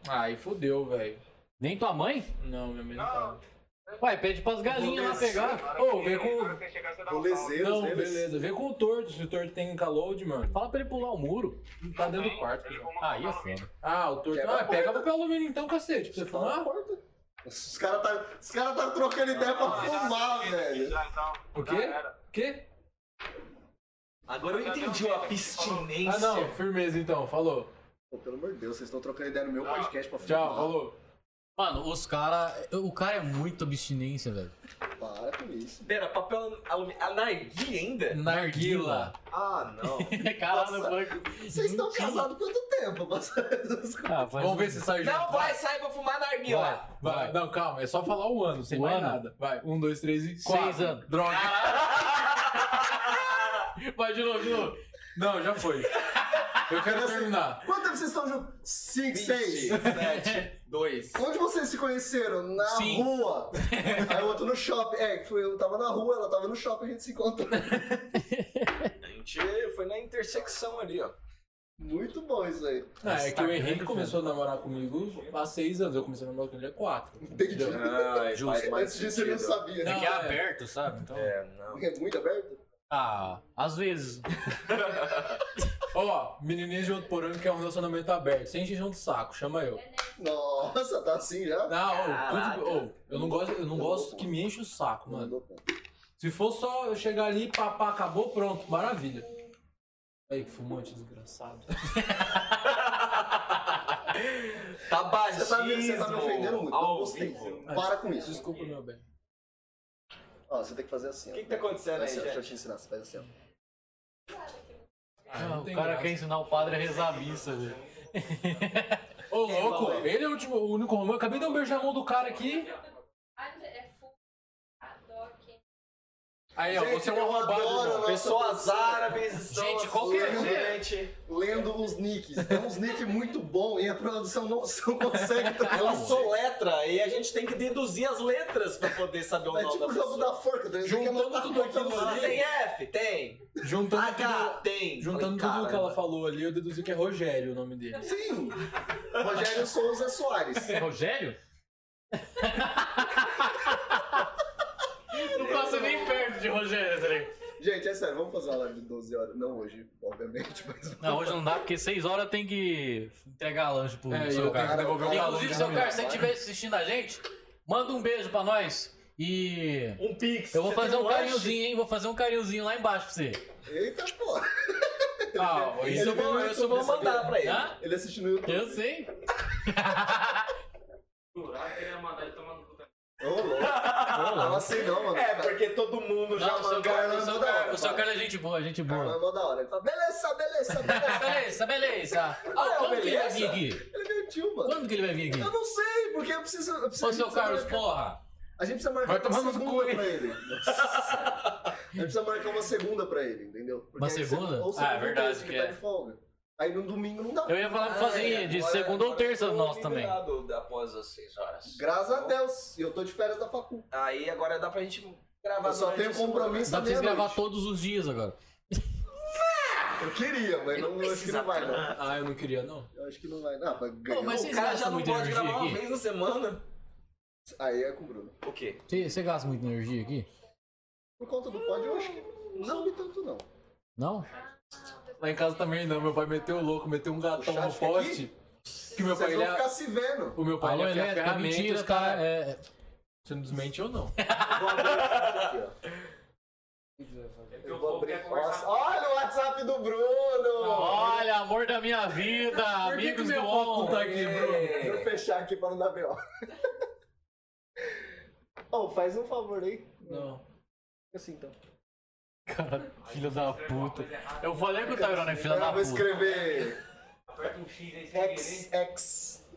D: Aí fodeu, velho.
C: Nem tua mãe?
D: Não, minha mãe não
I: Não,
D: tava.
C: Uai, pede pras galinhas lá pegar.
D: Ô, vem com-
I: Você chegar, você dá um salve.
A: Golezeiros
D: Não,
A: deles.
D: beleza. Vê com o torto, se o torto tem calode, mano.
C: Fala pra ele pular o muro.
D: Não tá dentro do quarto.
I: Ele
D: já.
I: fuma
C: Aí é
I: papel
C: foda.
D: Ah, o torto.
A: Quebra a
D: Ah, pega papel alumínio então, cacete, pra você
A: Fala na
D: fumar.
A: porta. Os caras tá, os cara tá trocando ideia pra
I: alumínio.
A: fumar,
I: Já,
A: velho.
I: já, então.
D: O
I: Já
D: quê?
I: era.
D: O quê?
B: Agora eu entendi a abstinência.
D: Ah, não, firmeza então, falou.
A: Pô, pelo amor de Deus, vocês estão trocando ideia no meu podcast pra fumar.
D: Tchau, falou.
C: Mano, os cara. O cara é muito abstinência, velho.
A: Para com isso.
B: Pera, papel alumínio. A narguilha ainda?
C: Narguila.
B: Ah, não.
C: (laughs) Caralho,
A: Nossa.
C: banco.
A: Vocês estão
C: Mentira.
A: casados quanto tempo? (laughs) Passando
C: Ah, faz
D: Vamos
C: um-
D: ver se sai
B: não
D: junto.
B: vai sair pra fumar narguilha.
D: Vai, vai. Não, calma, é só falar o ano, sem
C: O
D: mais
C: ano?
D: nada. Vai, um, dois, três e quatro.
C: anos.
D: Droga.
C: Vai de novo, de novo.
D: Não, já foi. Eu quero terminar.
A: Quanto tempo vocês estão juntos? Cinco, seis.
G: 7, 2.
A: Onde vocês se conheceram? Na
B: (laughs)
C: Sim.
A: rua. Aí o outro no shopping. É, que foi, eu tava na rua, ela tava no shopping, a gente se encontrou.
B: A gente foi na intersecção ali, ó.
A: Muito bom isso aí.
D: Não, é que o Henrique começou a namorar comigo há seis anos. Eu comecei a namorar com ele há quatro.
A: Entendi.
B: Ah,
A: Mas Antes disso eu não sabia.
C: É
A: né?
C: que é
D: Não, é.
C: aberto, sabe? Então.
B: É, não.
A: É muito aberto?
C: Ah, às vezes.
D: Ó, menininhas de outro porão que é um relacionamento aberto. Sem encheção de saco, chama eu.
A: Nossa, tá assim já?
D: Não, ô, tudo- ô, eu não gosto, eu não gosto que me enche o saco,
A: Não
D: mano.
A: dou conta.
D: Se for só eu chegar ali, papá, acabou, pronto, maravilha. Aí, que fumante desgraçado.
B: Tabagismo.
A: Você tá, me, você tá me ofendendo muito, não
B: ao
A: gostei.
B: vivo.
A: Para com isso.
D: Desculpa, meu bem.
A: Ó, você tem que fazer assim.
B: O
A: ó.
B: que que tá acontecendo aí,
A: Faz assim, ó, Deixa eu
B: gente?
A: te ensinar, você faz assim, ó.
D: Ah, não
C: o
D: tem
C: cara
D: graça.
C: quer ensinar o padre a rezar a
D: (laughs)
C: missa, velho.
D: Ô, louco, ele é o, último, o único romano. Acabei de dar um beijo na mão do cara aqui.
F: É full. Adoro quem.
D: Aí, ó,
A: Gente,
D: você é um
A: eu
D: roubado.
A: adoro,
D: irmão.
A: né?
B: Pessoas árabes estão
G: Gente,
C: é
G: qualquer
B: assistindo a
G: gente.
A: Lendo os nicks. É uns nick muito bom e a produção não, (laughs) não consegue
B: Ela
A: traduzir.
B: soletra e a gente tem que deduzir as letras pra poder saber o (laughs)
A: É
B: nome
A: tipo
B: da
A: o jogo
B: pessoa.
A: da forca, né? Você quer
D: Juntando
A: anotar
D: tudo
A: quantas
D: aquilo ali.
A: letras.
B: Tem F? Tem.
C: né?
D: Juntando
C: Ah,
B: H?
C: tá.
D: tudo,
B: Tem.
D: juntando
B: Falei,
D: tudo que ela
B: caramba.
D: falou ali, eu deduzi que é Rogério o nome dele.
A: Sim! Rogério Souza Soares.
C: É Rogério? não passa nem perto de Rogério, tá ligado?
A: Gente, é sério, vamos fazer uma live de 12 horas. Não hoje, obviamente, mas.
C: Não, hoje não dá, porque 6 horas tem que entregar lanche pro
D: É, e
C: seu
D: eu tenho que
C: cara.
D: devolver o
A: Tem-
D: valor.
C: Inclusive, seu cara, se você estiver assistindo a gente, manda um beijo pra nós. E
B: Um pix.
C: eu vou
B: Você
C: fazer
B: tem
C: um
B: lanche?
C: carinhozinho, hein? Vou fazer um carinhozinho lá embaixo pra você.
A: Eita porra!
D: Ah,
B: Isso
D: isso
B: eu vou, isso eu vou mandar pra ele.
C: Hã?
A: Ele assiste no YouTube.
C: Eu sei.
I: Ah, queria mandar ele tomar no cu também.
A: Ô, louco. Não assim não, mano.
B: É, porque todo mundo já
C: Não, o seu
B: mandou.
C: cara,
A: Carlão
C: o seu
A: manda
C: cara,
A: hora,
C: o seu
A: fala.
C: cara é gente boa, gente
A: Cara,
C: boa.
A: é mó da hora. Ele fala, beleza, beleza, beleza.
C: Beleza, beleza. Ah,
B: é o
C: quando que ele vai vir
B: beleza?
C: aqui?
A: Ele é meu tio, mano.
C: Quando que ele vai vir
A: Eu
C: aqui?
A: não sei, porque eu preciso. Eu preciso
C: Ô,
A: a gente
C: seu
A: precisa
C: Carlos,
A: marcar-
C: porra.
A: A gente precisa marcar
D: Vai tomar
A: uma
D: no
A: segunda
D: cu, hein?
A: pra ele. A gente precisa marcar uma segunda pra ele, entendeu? Porque
C: Uma
A: aí você-
C: segunda?
A: Ou segunda
C: Ah, é verdade
A: ou terça,
C: que
A: ele tá
C: é.
A: de folga. Aí no domingo não dá.
C: Eu ia falar pra fazer de segunda ou terça nós também.
B: Após as 6 horas.
A: Graças a Deus, eu tô de férias da facu.
B: Aí agora dá pra gente gravar.
A: Eu só
B: durante né?
A: tenho
B: a semana.
A: compromisso
C: Dá
A: à
C: pra vocês
A: meia-noite.
C: gravar todos os dias agora.
A: Eu queria, mas não, eu acho que não vai, não.
D: Ah, eu não queria, não.
A: Eu acho que não vai. Não, mas ganhou.
C: mas
B: O
C: Vocês
B: cara
C: gastam
B: já não
C: muita
B: pode
C: energia
B: gravar uma
C: aqui?
B: vez na semana.
A: Aí é com o Bruno.
B: O quê?
C: Você você gasta muita energia aqui?
A: Por conta do pódio, eu acho que não sobe tanto, não.
C: Não?
D: Lá em casa também não, meu pai meteu o louco, meteu um gatão
A: O chat
D: no poste. Que meu pai,
A: Vocês
D: ele
A: vão
D: é...
A: ficar se vendo.
D: O meu pai,
C: Alô,
D: ele é fia-
C: Elétrica,
D: ferramenta,
C: mentira,
D: os
C: tá?
D: cara...
C: É, é-
D: Você não desmente ou não?
A: Eu vou abrir aqui, ó. Eu vou abrir. Nossa, Olha o WhatsApp do Bruno!
C: Olha, amor da minha vida,
D: Por que que
C: amigos
D: minha
C: do
D: foto não
C: on.
D: tá aqui,
B: É,
D: Bruno?
A: Deixa eu fechar aqui pra não dar B.O. (laughs) oh, faz um favor aí.
D: Não.
A: Assim, então.
C: Cara, filho da puta. Eu falei que o Tyrone é filho
A: Eu
C: da
A: vou
C: puta.
A: escrever
I: Aperta um X aí, se
B: é
A: X, X,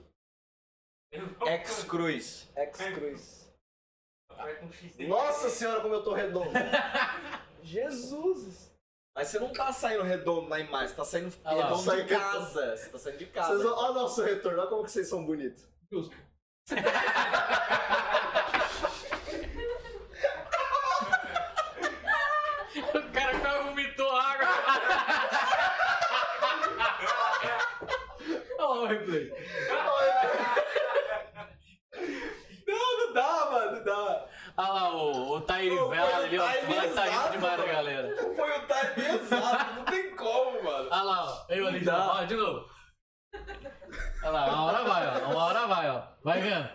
B: Ex-Cruz.
A: X Cruz.
I: Aperta um
B: é?
I: X aí.
A: Nossa senhora, como eu tô redondo. Jesus!
B: Mas você não tá saindo redondo na imagem, você tá saindo
C: Ah lá,
B: redondo
A: sai
B: de casa. Você tá saindo de casa.
A: Vocês, vão- olha o nosso retorno, olha como que vocês são bonitos.
C: O cara quase vomitou água.
D: Olha lá o replay.
A: Olha,
D: Ah tá
B: errado, não tem como, mano.
C: Olha lá, ó. Eu ali de novo. Ó, de novo. Olha lá, uma hora vai, ó. Uma hora vai, ó. Vai vendo.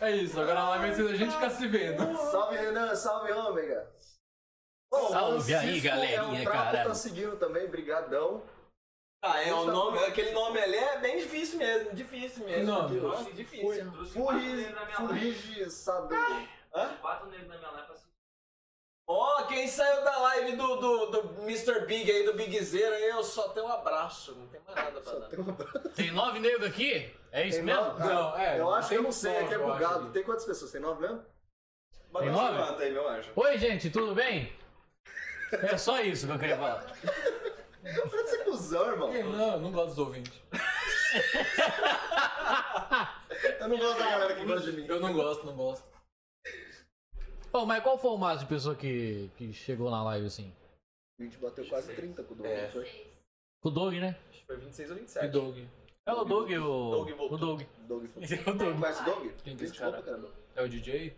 D: É isso, agora lá vai ser a gente ficar se vendo.
A: Salve, Renan. Salve, ômega. Bom,
C: Salve aí,
A: Francisco
C: galerinha,
A: é um trapo,
C: caralho.
A: Tá seguindo também, brigadão.
B: Ah, é, o nome, aquele nome ali é bem difícil mesmo, difícil mesmo.
D: Não,
B: Que
I: Trouxe-
B: nome difícil.
I: Trouxe quatro
A: Furri,
B: é
I: negros na minha live.
A: Furigi Sadu.
I: Quatro negros na minha live pra assistir.
B: Ó, quem saiu da live do, do, do Mr. Big aí, do Big Zero, aí eu só tenho um abraço, não tem mais nada pra dar.
C: Tem nove negros aqui? É isso
A: Tem
C: mesmo?
A: nove?
D: Não, é.
A: Eu acho que eu não
D: tem
A: sei, é que é
D: foto, eu
A: bugado.
D: acho.
A: Tem quantas pessoas? Tem nove mesmo?
B: Bota
C: nome?
B: essa planta aí, meu anjo.
C: Oi, gente, tudo bem? É só isso que eu queria falar.
A: Parece ser cuzão, irmão.
D: Não, eu não gosto dos ouvintes.
A: Eu não gosto da galera que gosta de mim.
D: Eu não gosto, não gosto.
C: Ô, mas qual foi o máximo de pessoa que, que chegou na live assim?
A: A gente bateu quase 30 com o Douglas,
B: É.
A: não foi?
F: Vocês.
C: O Doug, né?
B: Acho que foi 26 ou
D: E
B: 27.
D: Doug.
C: É o Doug, o.
B: Doug voltou.
C: o Doug.
A: Doug foi.
C: É o Doug.
A: Conhece o Doug?
D: Quem que é esse
A: Gente,
D: cara?
A: opa, caramba.
D: É o DJ?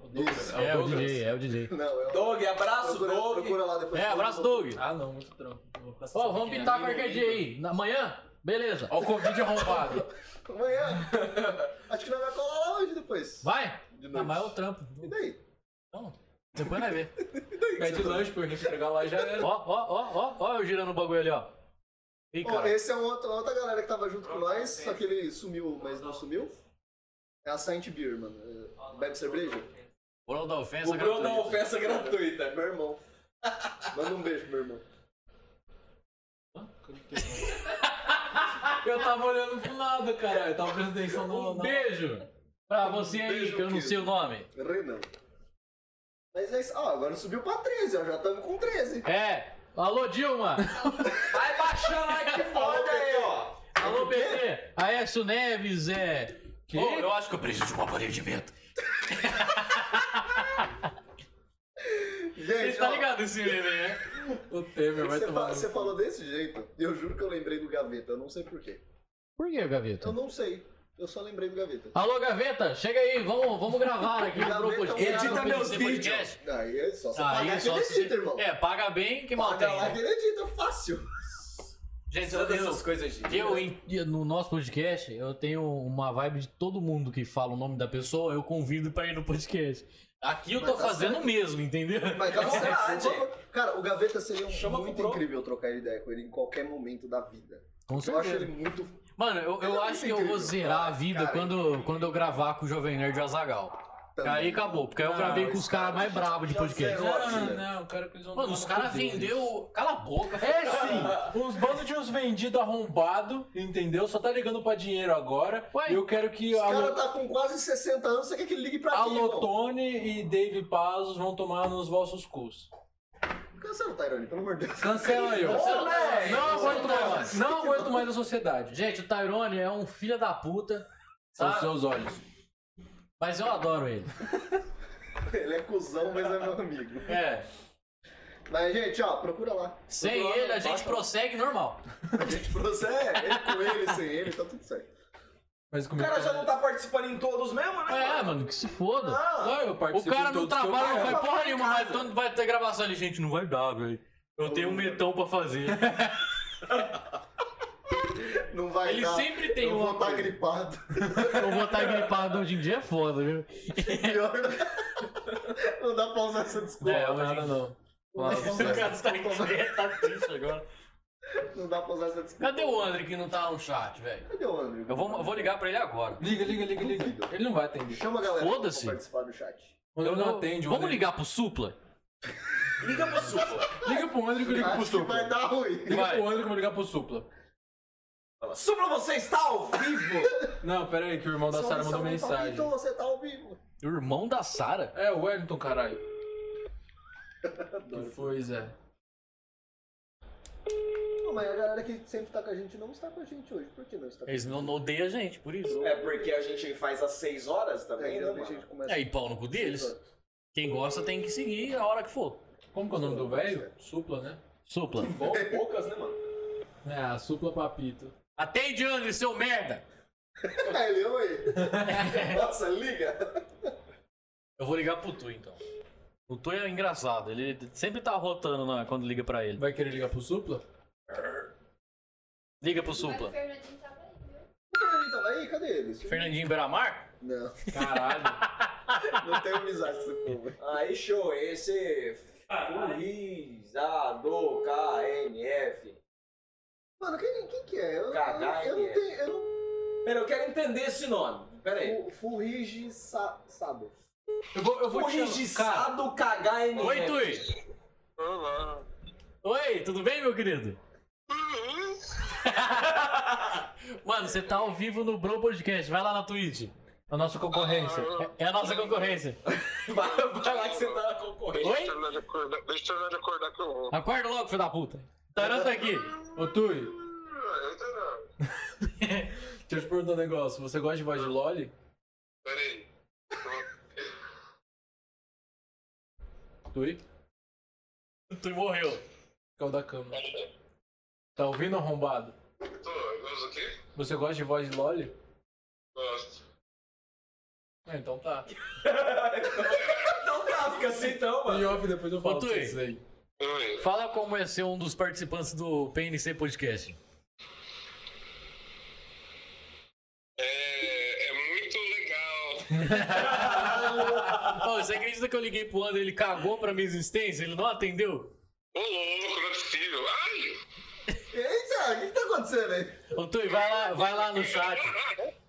D: O né?
A: Isso.
C: É o
D: Douglas?
C: DJ, é o DJ.
A: Não, eu...
B: Doug, abraço,
A: Procura,
B: Doug.
A: procura lá depois.
C: É, abraço, Doug.
D: Ah, não, muito trampo. Vou ficar
C: Ô,
D: só
C: vamos
D: aqui,
C: pintar
D: né?
C: qualquer dia aí. Na- Amanhã? Beleza.
D: Ó o Covid arrombado.
A: Amanhã. Acho que nós vai colar lá hoje depois.
C: Vai?
A: De
C: Ah,
A: noite.
C: mas é o trampo.
A: E daí?
C: Então, depois vai ver.
D: Pede lanche pra gente entregar lá e já era.
C: Ó, ó, ó, ó, ó, eu girando o bagulho ali, ó. Ih,
A: Ó,
C: cara.
A: esse é um outro, outra galera que tava junto com nós, só que ele sumiu, mas não sumiu. É a Saint Beer, mano. É, Bebe cerveja?
C: Bruno da ofensa, tá
B: O Bruno dá
C: gratuita.
B: ofensa gratuita.
A: Meu irmão. (laughs) Manda um beijo, meu irmão.
D: Eu tava olhando pro lado, caralho. É, Eu tava prestando atenção no.
C: Um
D: no-
C: beijo pra você aí,
A: beijo,
C: que eu não
A: querido.
C: sei o nome.
A: Renan. Mas é isso. Ah, agora subiu pra 13, ó. Já estamos com 13.
C: É. Alô, Dilma.
B: Vai baixando aí (laughs) que foda aí, ó.
C: Alô, PT. Aécio Neves, é.
D: Que?
C: Ô, eu acho que eu preciso de um aparelhamento. Você
A: Gente,
C: tá
A: ó,
C: ligado esse meme, né?
D: O Temer vai
A: Você,
D: tomar.
A: fa-
D: no
A: você
D: cu.
A: falou desse jeito. e Eu juro que eu lembrei do Gaveta. Eu não sei porquê.
C: Por que, Gaveta?
A: Eu não sei. Eu só lembrei do Gaveta.
C: Alô, Gaveta, chega aí, vamos, vamos gravar aqui
A: Gaveta,
C: no grupo
A: edita
B: meus vídeos.
A: Aí é só você
C: Aí
A: pagar
C: é
A: que ele
C: só
A: edita,
C: se...
A: irmão.
C: É, paga bem que mal tem.
A: Paga lá
C: né?
A: que um ele edita, fácil.
C: Gente, eu,
B: Todas essas
C: eu,
B: coisas de.
C: eu
A: né?
C: em- no nosso podcast, eu tenho uma vibe de todo mundo que fala o nome da pessoa, eu convido pra ir no podcast. Aqui eu
A: Mas
C: tô
A: tá
C: fazendo
A: certo.
C: o mesmo, entendeu?
A: Mas tá
B: É
A: certo.
B: verdade.
A: vamos- Cara, o Gaveta seria um
B: Chama pro
A: muito
B: Bro.
A: incrível trocar ideia com ele em qualquer momento da vida.
C: Com
A: Eu acho ele
C: certeza.
A: muito.
C: Mano, eu,
A: Ele é
C: eu acho
A: muito
C: que eu vou
A: incrível.
C: zerar a vida
A: Cara, é
C: quando, quando eu gravar com o Jovem Nerd e o Azagal. Aí acabou, porque aí eu
D: Não,
C: gravei com
A: esse
C: os caras
A: cara
C: mais
A: já-
C: bravos de
A: já
C: podcast.
A: zerou.
D: Não, não, o cara um que eles vão
C: Mano,
D: tomar
C: os
D: no
C: caras
D: cu deles.
C: vendeu. Cala a boca, filho. (laughs)
D: É sim, uns bandos de uns vendidos arrombado, entendeu? Só tá ligando pra dinheiro agora.
C: Ué?
D: E eu quero que
A: Esse
D: a,
A: cara
D: Lo-
A: tá com quase 60 anos, você quer que ele ligue pra
D: a
A: mim? irmão?
D: Lotone e Dave Pazos vão tomar nos vossos cus.
A: Cancela o Tyrone, pelo amor de Deus.
D: Cancela aí, ó.
B: Ô, né?
D: Não aguento mais, não aguento mais a sociedade.
C: Gente, o Tyrone é um filho da puta,
D: São
C: Tá.
D: seus olhos.
C: mas eu adoro ele.
A: Ele é cuzão, mas é meu amigo.
C: É.
A: Mas, gente, ó, procura lá.
C: Sem ele, a gente prossegue normal.
A: A gente procura. É, ele com ele, sem ele, tá tudo certo.
D: Mas
B: O
D: comigo.
B: cara já não tá participando em todos mesmo, né?
C: É, mano, que se foda.
D: Não, eu
C: O
D: participo
C: cara
D: em
C: não
D: todos que eu
C: trabalha, não
D: quero.
C: faz porra nenhuma, mas quando vai ter gravação ali, gente, não vai dar, velho. Eu tenho um metão pra
D: (laughs)
C: fazer.
A: Não vai
C: Ele
A: dar.
C: sempre tem
A: Eu vou
C: uma
A: estar
C: coisa.
A: gripado.
C: Eu vou estar gripado hoje em dia é foda,
D: (laughs)
C: viu?
A: Pior. (laughs) Não dá pra usar essa desculpa.
C: É,
D: Não,
C: hoje em
D: nada
C: (laughs)
D: não.
C: O cara tá, tá triste agora.
A: Não dá pra usar essa desculpa.
C: Cadê o André que não tá no chat, velho?
A: Cadê o André?
C: Eu vou, eu vou ligar pra ele agora.
D: Liga, liga, liga, liga. Ele não vai atender.
A: Chama a galera pra
C: Foda-se.
A: participar do chat.
D: Quando ele não
C: Eu-
D: atende,
C: Vamos
D: André-
C: ligar pro Supla?
B: Liga pro Supla.
D: Liga pro André que eu ligo pro
A: Acho que
D: Supla.
A: vai dar ruim.
D: Liga
C: Vai.
D: pro André que eu vou ligar pro Supla.
B: Supla, você está ao vivo?
D: Não, pera aí, que o irmão da Sara mandou mensagem.
A: Então você tá ao vivo.
C: O irmão da Sara?
D: É, o Wellington, caralho. que foi, Zé?
A: Não, mas a galera que sempre tá com a gente não está com a gente hoje. Por que não está com a
C: Eles
A: gente?
C: não não odeiam a gente, por isso.
B: É porque a gente faz às 6 horas também, né,
A: Ainda bem que a
B: mano?
A: gente começa.
C: É, e pau no cu deles. Quem gosta tem que seguir a hora que for.
D: Como que é o nome do velho? Supla, né?
C: Supla.
B: Bom, poucas, né, mano?
D: É, a Supla Papito.
C: Atende, André, seu merda!
A: É, ele, oi. Nossa, liga.
C: Eu vou ligar pro Tu, então. O Tui é engraçado, ele sempre tá rotando na- quando liga pra ele.
D: Vai querer ligar pro supla?
C: Liga pro
F: Mas o
C: Supla.
F: Fernandinho tava aí, viu?
A: O Fernandinho tava Então, aí? Cadê ele?
C: Fernandinho Beiramar?
A: Não,
D: Caralho.
A: não tem amizade com esse povo.
B: Aí, show, esse Furizado KNF.
A: Mano, quem, quem que é? Eu,
B: Cagar,
A: eu, eu não
B: é.
A: tenho. Eu não
B: Pera, eu quero entender esse nome. Pera aí.
A: Fu- Furigi sa, sabe?
D: Eu vou, eu vou te chamar. Cara,
B: Furizado KNF.
C: Oi, Tui!
H: Olá.
C: Oi, tudo bem, meu querido? (laughs) Mano, você tá ao vivo no Bro Podcast, vai lá na Twitch. É a nossa concorrência. É é a nossa concorrência.
B: Vai, vai lá que você tá na concorrência.
C: Oi?
H: Deixa eu acordar, deixa eu acordar que eu vou.
C: Acorda logo, filho da puta. Taranta aqui.
D: Ô, Tui,
H: Eu tô não.
D: deixa eu te perguntar um negócio. Você gosta de voz de Loli?
H: Peraí.
D: Tui?
C: Tu morreu.
D: Caiu da cama. Tá ouvindo, arrombado?
H: Tô, eu uso o quê?
D: Você gosta de voz de Loli?
H: Gosto.
D: Ah, então tá.
B: Então tá, fica assim então, mano.
D: Em off, depois eu falo
C: Ô,
D: pra
C: Tui.
D: vocês aí.
H: Oi.
C: Fala como é ser um dos participantes do PNC Podcast.
H: É, é muito legal.
C: Ô, você acredita que eu liguei pro André, ele cagou pra minha existência? Ele não atendeu?
H: Ô louco, não é possível. Ai!
A: Eita, o que, que tá acontecendo aí?
C: Ô, Tui, vai lá, vai lá no chat.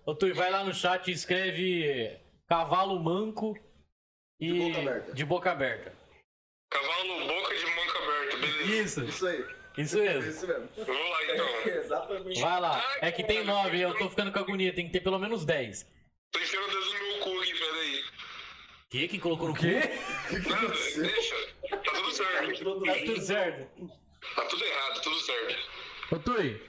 C: Ô, Tui, vai lá no chat e escreve cavalo manco e...
A: De boca aberta.
C: de boca aberta.
H: Cavalo no boca de manca aberta, beleza?
C: Isso,
A: Isso aí,
C: isso mesmo.
A: isso mesmo. É
H: Eu Vou lá então.
B: Exatamente.
C: Vai lá. É que tem nove, eu tô ficando com agonia, tem que ter pelo menos dez.
H: Tô enfiando o dedo no meu cu aqui, peraí.
C: Que que colocou no quê?
H: Nada, deixa. Tá tudo certo.
C: Tá tudo certo.
H: Tá tudo errado, tudo certo.
C: Ô, Tui,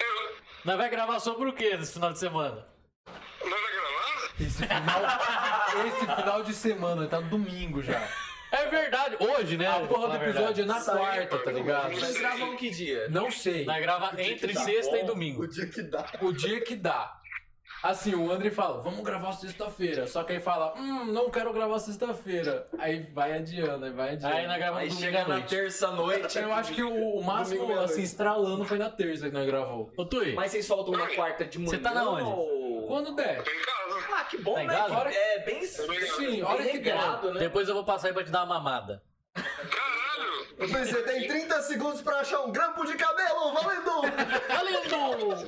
H: Eu.
C: nós vai gravar sobre o que nesse final de semana?
H: Não vai gravar?
D: Esse final, esse final de semana, tá no domingo já.
C: É verdade, hoje, né?
D: A porra do
C: Na verdade.
D: episódio é na quarta, tá ligado?
B: Vocês gravam que dia?
D: Não sei.
C: Nós grava entre sexta e domingo.
A: O dia que dá.
D: O dia que dá. Assim, o André fala, vamos gravar sexta-feira. Só que aí fala, hum, não quero gravar sexta-feira. Aí vai adiando, aí vai adiando.
C: Aí nós
B: Aí
C: gravamos domingo
B: chega
C: à
B: na
C: noite.
B: terça-noite.
D: Eu acho que o, o máximo,
A: meia-noite.
D: assim, estralando foi na terça que nós gravou.
C: Ô, Tui,
B: Mas vocês soltam na quarta de manhã.
C: Você tá na onde?
B: ou-
D: Quando der.
H: Tô em casa.
B: Ah, que bom,
C: Tá em
B: né?
C: casa?
B: Agora é bem
H: tá
D: Sim,
B: bem
D: olha que
B: regrado, né?
C: depois eu vou passar aí pra te dar uma mamada.
H: Caralho!
A: Ô, Tui, Você tem 30 segundos pra achar um grampo de cabelo, valendo!
C: Valendo!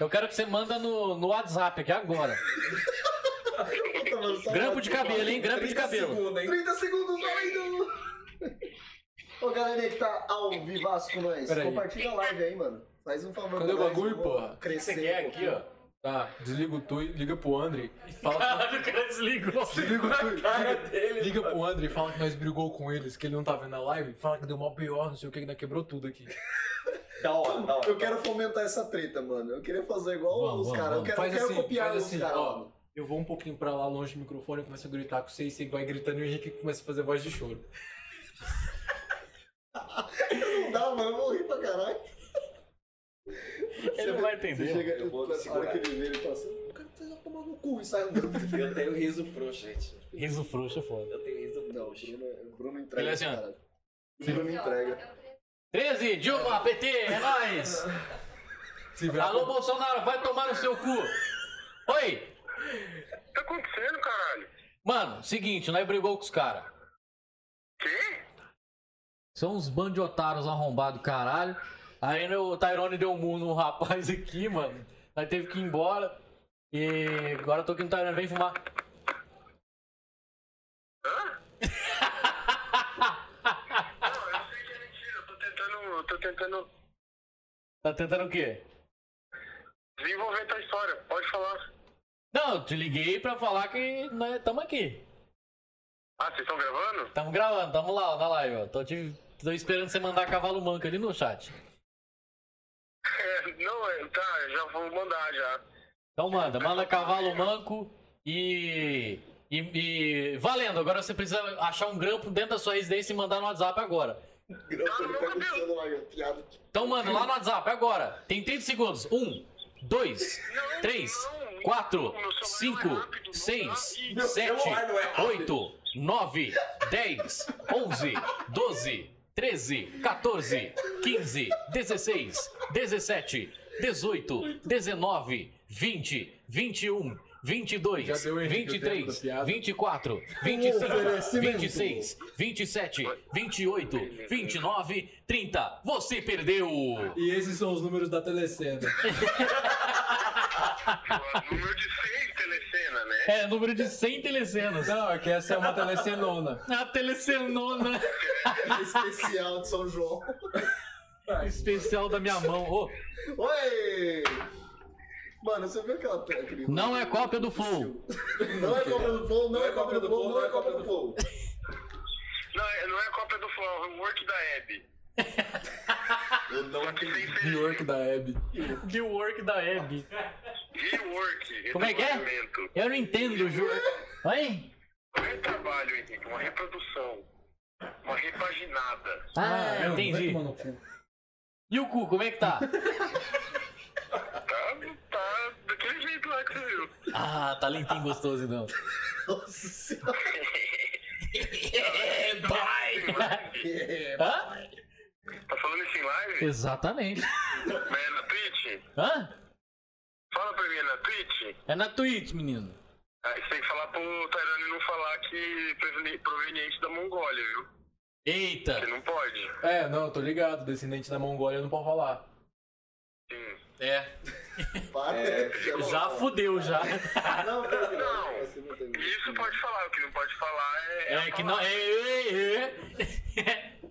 C: Eu quero que você manda no, no WhatsApp aqui agora.
A: Puta, mano, só
C: Grampo de cabelo, hein? Grampo de
B: 30
C: cabelo.
B: segundos, hein?
A: 30 segundos, valendo! Ô, galerinha que tá ao vivaço com nós,
D: Pera aí.
A: compartilha a live aí, mano. Faz um favor
D: Cadê
A: pra
D: o
A: nós,
D: bagulho,
A: vamos
D: porra?
A: Crescer um pouquinho.
C: ó?
D: Tá, desliga o Tui, liga pro André. Fala,
C: Caralho, o cara desligou.
A: Liga o Tui.
B: Cara dele.
D: liga pro André e fala que nós brigou com eles, que ele não tá vendo a live. Fala que deu mó pior, não sei o que, que nós quebrou tudo aqui.
B: Da hora, da hora.
A: Eu quero fomentar essa treta, mano. Eu queria fazer igual
D: Vamos,
A: os
D: vamos,
A: caras. Eu
D: vamos.
A: quero,
D: Faz
A: eu quero
D: assim,
A: copiar
D: faz
A: os
D: assim,
A: caras.
D: ó.
A: mano.
D: Eu vou um pouquinho pra lá, longe do microfone, começo a gritar com vocês, você vai gritando e o Henrique começa a fazer voz de choro.
A: Não dá, mano. Eu vou rir pra caralho.
C: Ele não vai
A: Você
C: entender.
A: chega,
B: Eu vou me
A: a hora
B: segurar.
A: que ele vê, ele fala assim, o cara tá tomando no cu e sai andando.
B: Eu tenho riso frouxo, gente.
C: Riso frouxo é foda.
B: Eu tenho riso
A: Não, o
B: frouxo.
A: Bruno, o Bruno entrega.
C: Ele é assim, ó.
A: cara. O Bruno
F: Aqui, ó,
A: entrega.
F: até o três.
C: 13, Dilma, PT, é nóis!
D: Se virar
C: Alô, Bolsonaro, vai tomar no seu cu! Oi!
H: O que tá acontecendo, caralho?
C: Mano, seguinte, nós brigou com os caras.
H: Quê?
C: São uns bandos de otários arrombados, caralho. Aí né, o Tyrone deu um murro no rapaz aqui, mano. Aí teve que ir embora. E agora eu tô aqui no Tyrone, vem fumar.
H: Não, eu sei que é mentira. Eu tô tentando. eu Tô tentando
C: Tá tentando o quê?
H: desenvolver tua história. Pode falar.
C: Não, eu te liguei pra falar que nós tamo aqui.
H: Ah, vocês estão gravando?
C: Tamo gravando, tamo lá, ó, na live, ó. Tô, te- tô esperando você mandar cavalo manco ali no chat.
H: É, não, é, tá, já vou mandar já. (laughs)
C: Então manda, manda cavalo manco e. E, e- valendo, agora você precisa achar um grampo dentro da sua residência e mandar no WhatsApp agora.
A: Graça, ele
H: meu
A: pega o
H: cabelo.
A: celular, é piada.
C: Então manda lá no WhatsApp agora. Tem 30 segundos. 1, 2,
H: Não,
C: 3,
H: não,
C: 4,
H: meu celular não é
C: 5,
H: rápido, não dá.
C: 6,
H: Ih,
B: meu
C: 7,
B: celular não é rápido.
C: 8, 9, 10, 11, 12, 13, 14, 15, 16, 17, 18, 19, 20, 21, 22,
D: Já deu o Henrique o tempo da
C: 23,
D: piada.
C: 24,
J: oferecimento.
C: 25, 26, 27, 28, 29, 30. Você perdeu!
D: E esses são os números da Telecena.
H: Número de 100 telecena, né?
C: É, número de 100 telecenas.
D: Não, é que essa é uma telecenona.
C: A telecenona
A: Especial de São João.
C: (laughs) especial da minha mão. Ô,
A: Oi! Mano, você viu aquela técnica?
C: não é cópia do Flow.
A: (laughs) Não é cópia do Flow, não é cópia do Flow, não é cópia do Flow.
H: Não, é- não é cópia do Flow, é o rework da Abby.
A: Eu não
H: Só que sem
D: Rework da Abby.
C: The work da Abby.
H: Rework.
C: Como é que é?
H: redesenvolvimento.
C: Eu não entendo, Ju. Oi?
H: Um retrabalho, Henrique, uma reprodução. Uma repaginada.
C: Ah,
D: eu
C: entendi. E o cu, como é que tá?
H: Tá, tá daquele jeito lá que você viu.
C: Ah, tá lentinho gostoso então.
A: Nossa senhora.
H: Em live?
C: Hã?
H: Tá falando isso em live?
C: Exatamente.
H: É na Twitch?
C: Hã?
H: Fala pra mim, é na Twitch?
C: É na Twitch, menino.
H: Aí você tem que falar pro Tairani não falar que preveni- proveniente da Mongólia, viu?
C: Eita.
H: Que não pode.
D: É, não, tô ligado. Descendente da Mongólia não pode falar.
H: Sim.
C: É.
A: Para.
C: Já fudeu, já. (laughs)
A: Não, É, não,
H: Não.
A: não. Você não tem
H: E Isso pode falar, o que não pode falar é.
C: É que não. É, é,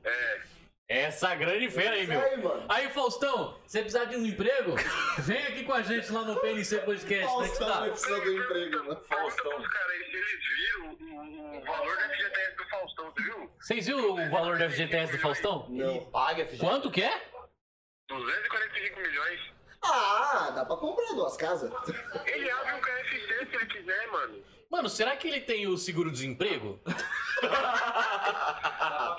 C: é. (laughs) Essa grande fera aí, meu.
A: Isso aí, mano.
C: Aí, Faustão, você precisar de um emprego? Vem aqui com a gente lá no PNC Podcast, né? Que
A: Faustão vai
C: tá.
A: precisar do um emprego, né? mano.
H: Então, Pergunta pros caras aí se eles viram o, o valor da FGTS do Faustão, você viu?
C: Vocês viram o valor do FGTS do Faustão?
A: Não.
J: Paga, filho.
C: Quanto que é?
H: 245 milhões.
A: Ah, dá pra comprar duas casas.
C: É,
H: Ele abre um KFC se ele quiser, mano.
C: Mano, será que ele tem o seguro-desemprego?
H: Cara,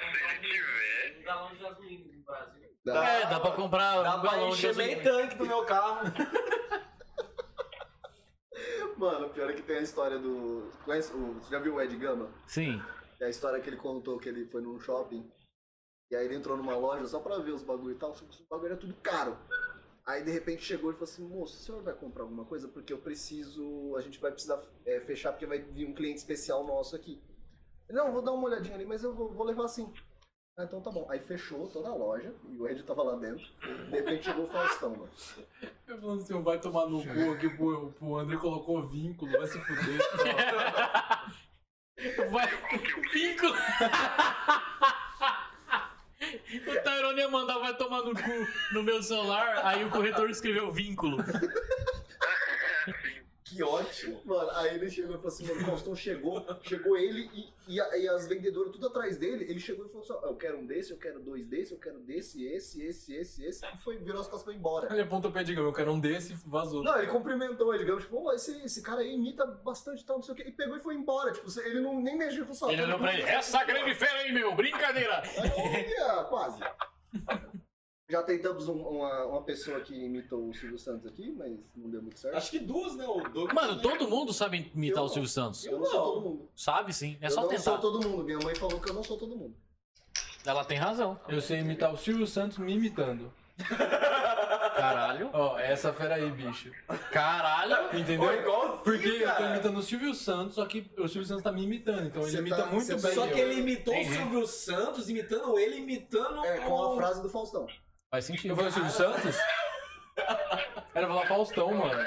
H: se ele tiver.
I: Um galão de gasolina no Brasil.
C: É, dá pra comprar
B: Dá
C: um
B: pra
C: galão de
B: encher meio
C: gasolina.
B: tanque do meu carro.
A: Mano, pior é que tem a história do. Conhece, o... Você já viu o Ed Gama?
C: Sim.
A: É a história que ele contou que ele foi num shopping. E aí ele entrou numa loja só pra ver os bagulho e tal. Só que os bagulho era tudo caro. Aí de repente chegou e falou assim: Moço, o senhor vai comprar alguma coisa? Porque eu preciso. A gente vai precisar é, fechar porque vai vir um cliente especial nosso aqui. Ele, Não, vou dar uma olhadinha ali, mas eu vou, vou levar assim. Ah, então tá bom. Aí fechou toda a loja e o Ed tava lá dentro. De repente chegou o Faustão, mano.
D: Eu falando assim, vai tomar no cu aqui pro, pro André colocou vínculo, vai se
C: (laughs)
D: fuder.
C: Vai. Vínculo. (laughs) O Tyrone ia mandar vai tomar no cu no meu celular, aí o corretor escreveu vínculo.
A: Que ótimo. Mano, aí ele chegou e falou assim, mano, o Faustão chegou, chegou ele e, e, a- e as vendedoras tudo atrás dele, ele chegou e falou assim, ó, eu quero um desse, eu quero dois desse, eu quero desse, esse, esse, esse, esse, e foi, virou as costas e foi embora.
D: Ele apontou o pé de gama, eu quero um desse e vazou.
A: Não, ele cumprimentou ele, digamos, tipo, "Ô, esse, esse cara aí imita bastante tal, não sei o quê, e pegou e foi embora, tipo, você- ele não, nem mexeu assim, com o
C: Ele olhou pra ele. "É?" Essa grande fera aí, meu. Brincadeira.
A: Olha, quase. Já tentamos um- uma, uma pessoa que imitou o Silvio Santos aqui, mas não deu muito certo.
B: Acho que duas, né? O Doug.
C: Mano, todo mundo sabe imitar o Silvio Santos.
A: Eu não sou todo mundo.
C: Sabe sim. É
A: eu
C: só
A: não sou
C: tentar.
A: todo mundo. Minha mãe falou que eu não sou todo mundo.
C: Ela tem razão.
D: Eu sei imitar o Silvio Santos me imitando.
C: Caralho.
D: Ó, essa fera aí, bicho.
C: Caralho.
D: Entendeu?
B: Ou igualzinho,
D: Porque eu tô
B: cara.
D: imitando o Silvio Santos, só que o Silvio Santos tá me imitando, então
A: Cê
D: ele imita
A: tá-
D: muito
A: cê-
D: bem.
B: Só
D: eu.
B: que ele imitou o
C: Entendi.
B: Silvio Santos, imitando ele, imitando
A: É, com
B: o-
A: a frase do Faustão.
C: Faz
D: Eu
C: sentido.
D: falei Silvio Santos? Era falar Faustão, mano.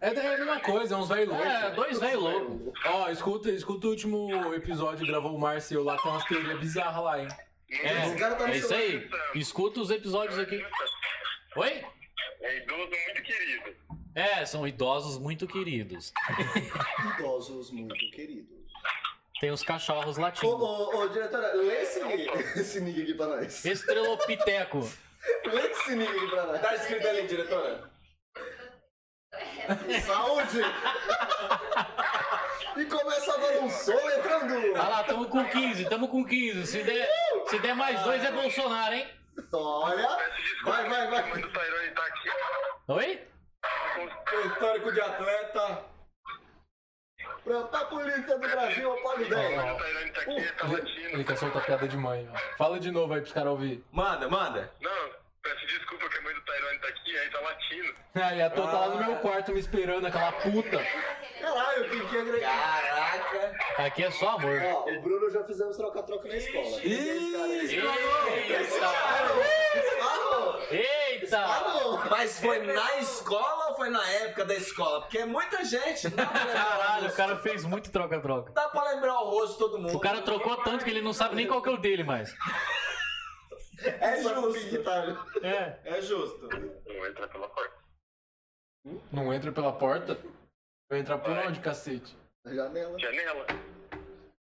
D: É, é a mesma coisa, é uns velho louco.
C: É, dois velho louco.
D: Ó, escuta, escuta o último episódio que gravou o Márcio e eu lá, tem umas teorias bizarras lá, hein?
A: Esse cara tá
C: É,
A: me
C: é isso aí. Escuta os episódios aqui. Oi?
H: É idoso muito querido.
C: É, são idosos muito queridos.
A: Idosos muito queridos.
C: Tem os cachorros
A: Ô,
C: latindo.
A: ô, ô, diretora, lê esse, (laughs) esse nick aqui pra nós.
C: Estrelopiteco.
A: Lê esse nick aqui pra nós.
B: Tá escrito ali, diretora?
F: (laughs)
A: Saúde! (laughs) e começa agora um som
C: Ah
A: entrando.
C: lá, tamo com 15, tamo com 15. Se der, se der mais dois é Bolsonaro, hein?
A: Olha!
H: Peço desculpa.
A: Vai, vai,
H: A mãe
A: vai.
H: do Tairone tá aqui.
C: Oi?
B: O histórico de atleta.
A: Pra, pra política do Brasil, eu pago
D: Ó,
A: 10.
D: ó.
H: Tailândia tá aqui, tá latindo.
D: Ele quer soltar piada de mãe, ó. Fala de novo aí pros caras ouvir.
K: Manda, manda.
H: Não, peço desculpa que a mãe do Tailândia tá aqui, aí tá latindo.
D: Aí a Tô tá lá no meu quarto me esperando, aquela puta.
F: né?
A: (laughs) Caralho, que, que agregado.
B: Caraca.
C: Aqui é só amor.
A: Ó, o Bruno já fizemos troca-troca na escola.
D: Ih,
A: é tá
C: Eita!
B: Mas foi na escola ou foi na época da escola? Porque é muita gente. Dá pra lembrar o
C: Caralho,
B: rosto.
C: o cara fez muito troca-troca.
B: Dá pra lembrar o rosto de todo mundo.
C: O cara tá trocou tanto que ele não sabe nem qual que é o dele mais.
K: É justo.
C: É.
K: É justo.
H: Não entra pela porta.
D: Não entra pela porta? Vai entrar por onde, cacete?
A: Janela.
H: Janela.